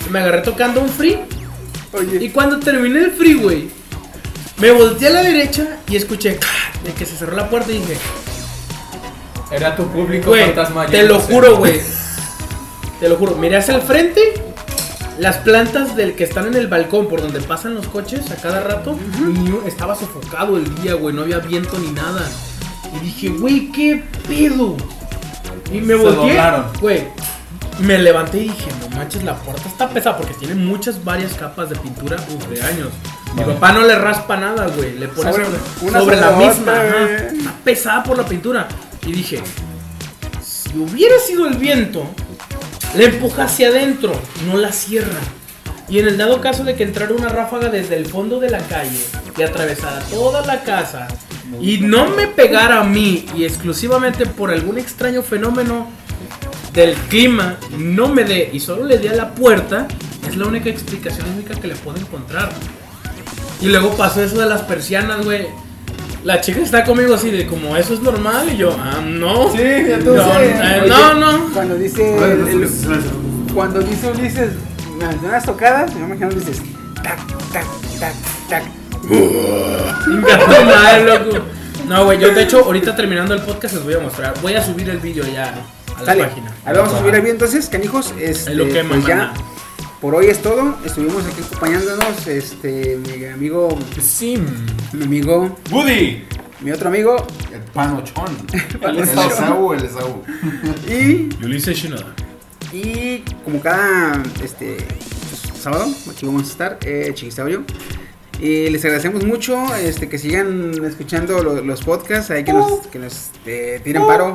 Speaker 2: Y me agarré tocando un free. Y cuando terminé el free, güey, me volteé a la derecha y escuché "Ah", de que se cerró la puerta y dije,
Speaker 4: Era tu público
Speaker 2: Güey,
Speaker 4: fantasma.
Speaker 2: te lo
Speaker 4: yéndose.
Speaker 2: juro, güey. Te lo juro. Miré hacia el frente. Las plantas del que están en el balcón por donde pasan los coches a cada rato. y yo estaba sofocado el día, güey. No había viento ni nada. Y dije, güey, qué pedo. Y me
Speaker 5: Se
Speaker 2: volteé.
Speaker 5: doblaron.
Speaker 2: Güey. Me levanté y dije, no manches, la puerta está pesada porque tiene muchas, varias capas de pintura, uf, de años. Mi
Speaker 5: Vale.
Speaker 2: papá no le raspa nada, güey. Le pone sobre,
Speaker 8: Sobre- una
Speaker 2: sobre
Speaker 8: sobre
Speaker 2: la
Speaker 8: la
Speaker 2: misma.
Speaker 8: otra,
Speaker 2: ajá.
Speaker 8: güey.
Speaker 2: Está pesada por la pintura. Y dije, si hubiera sido el viento, la empuja hacia adentro, no la cierra. Y en el dado caso de que entrara una ráfaga desde el fondo de la calle y atravesara toda la casa y no me pegara a mí y exclusivamente por algún extraño fenómeno del clima no me dé y solo le dé a la puerta, es la única explicación única que le puedo encontrar. Y luego pasó eso de las persianas, güey. La chica está conmigo así de como eso es normal y yo, ah, no.
Speaker 8: Sí,
Speaker 2: no,
Speaker 8: entonces.
Speaker 2: eh, no, no.
Speaker 1: Cuando dice.
Speaker 3: Ay,
Speaker 1: el-
Speaker 3: no sé
Speaker 1: el-
Speaker 3: qué se suena eso.
Speaker 1: cuando dice Ulises. "Me- Unas tocadas, yo me imagino que dices. Tac, tac, tac, tac.
Speaker 2: Venga, tu madre, loco. No, güey, yo de hecho ahorita terminando el podcast les voy a mostrar. Voy a subir el vídeo ya a la
Speaker 1: Sale.
Speaker 2: página.
Speaker 1: Ahí vamos a subir el video entonces, canijos. Este,
Speaker 2: Es lo que
Speaker 1: pues ya.
Speaker 2: mamá.
Speaker 1: Por hoy es todo. Estuvimos aquí acompañándonos. Este, mi amigo.
Speaker 2: Sim.
Speaker 1: Mi amigo.
Speaker 5: Woody.
Speaker 1: Mi otro amigo.
Speaker 5: El panochón. El
Speaker 1: Panochón.
Speaker 5: esaú, el esaú.
Speaker 1: Y.
Speaker 2: Ulises Shinoda.
Speaker 1: Y como cada este sábado, aquí vamos a estar, eh, Chiquisaurio. Y les agradecemos mucho este, que sigan escuchando lo- los podcasts, ahí que nos, que nos eh, tiren paro.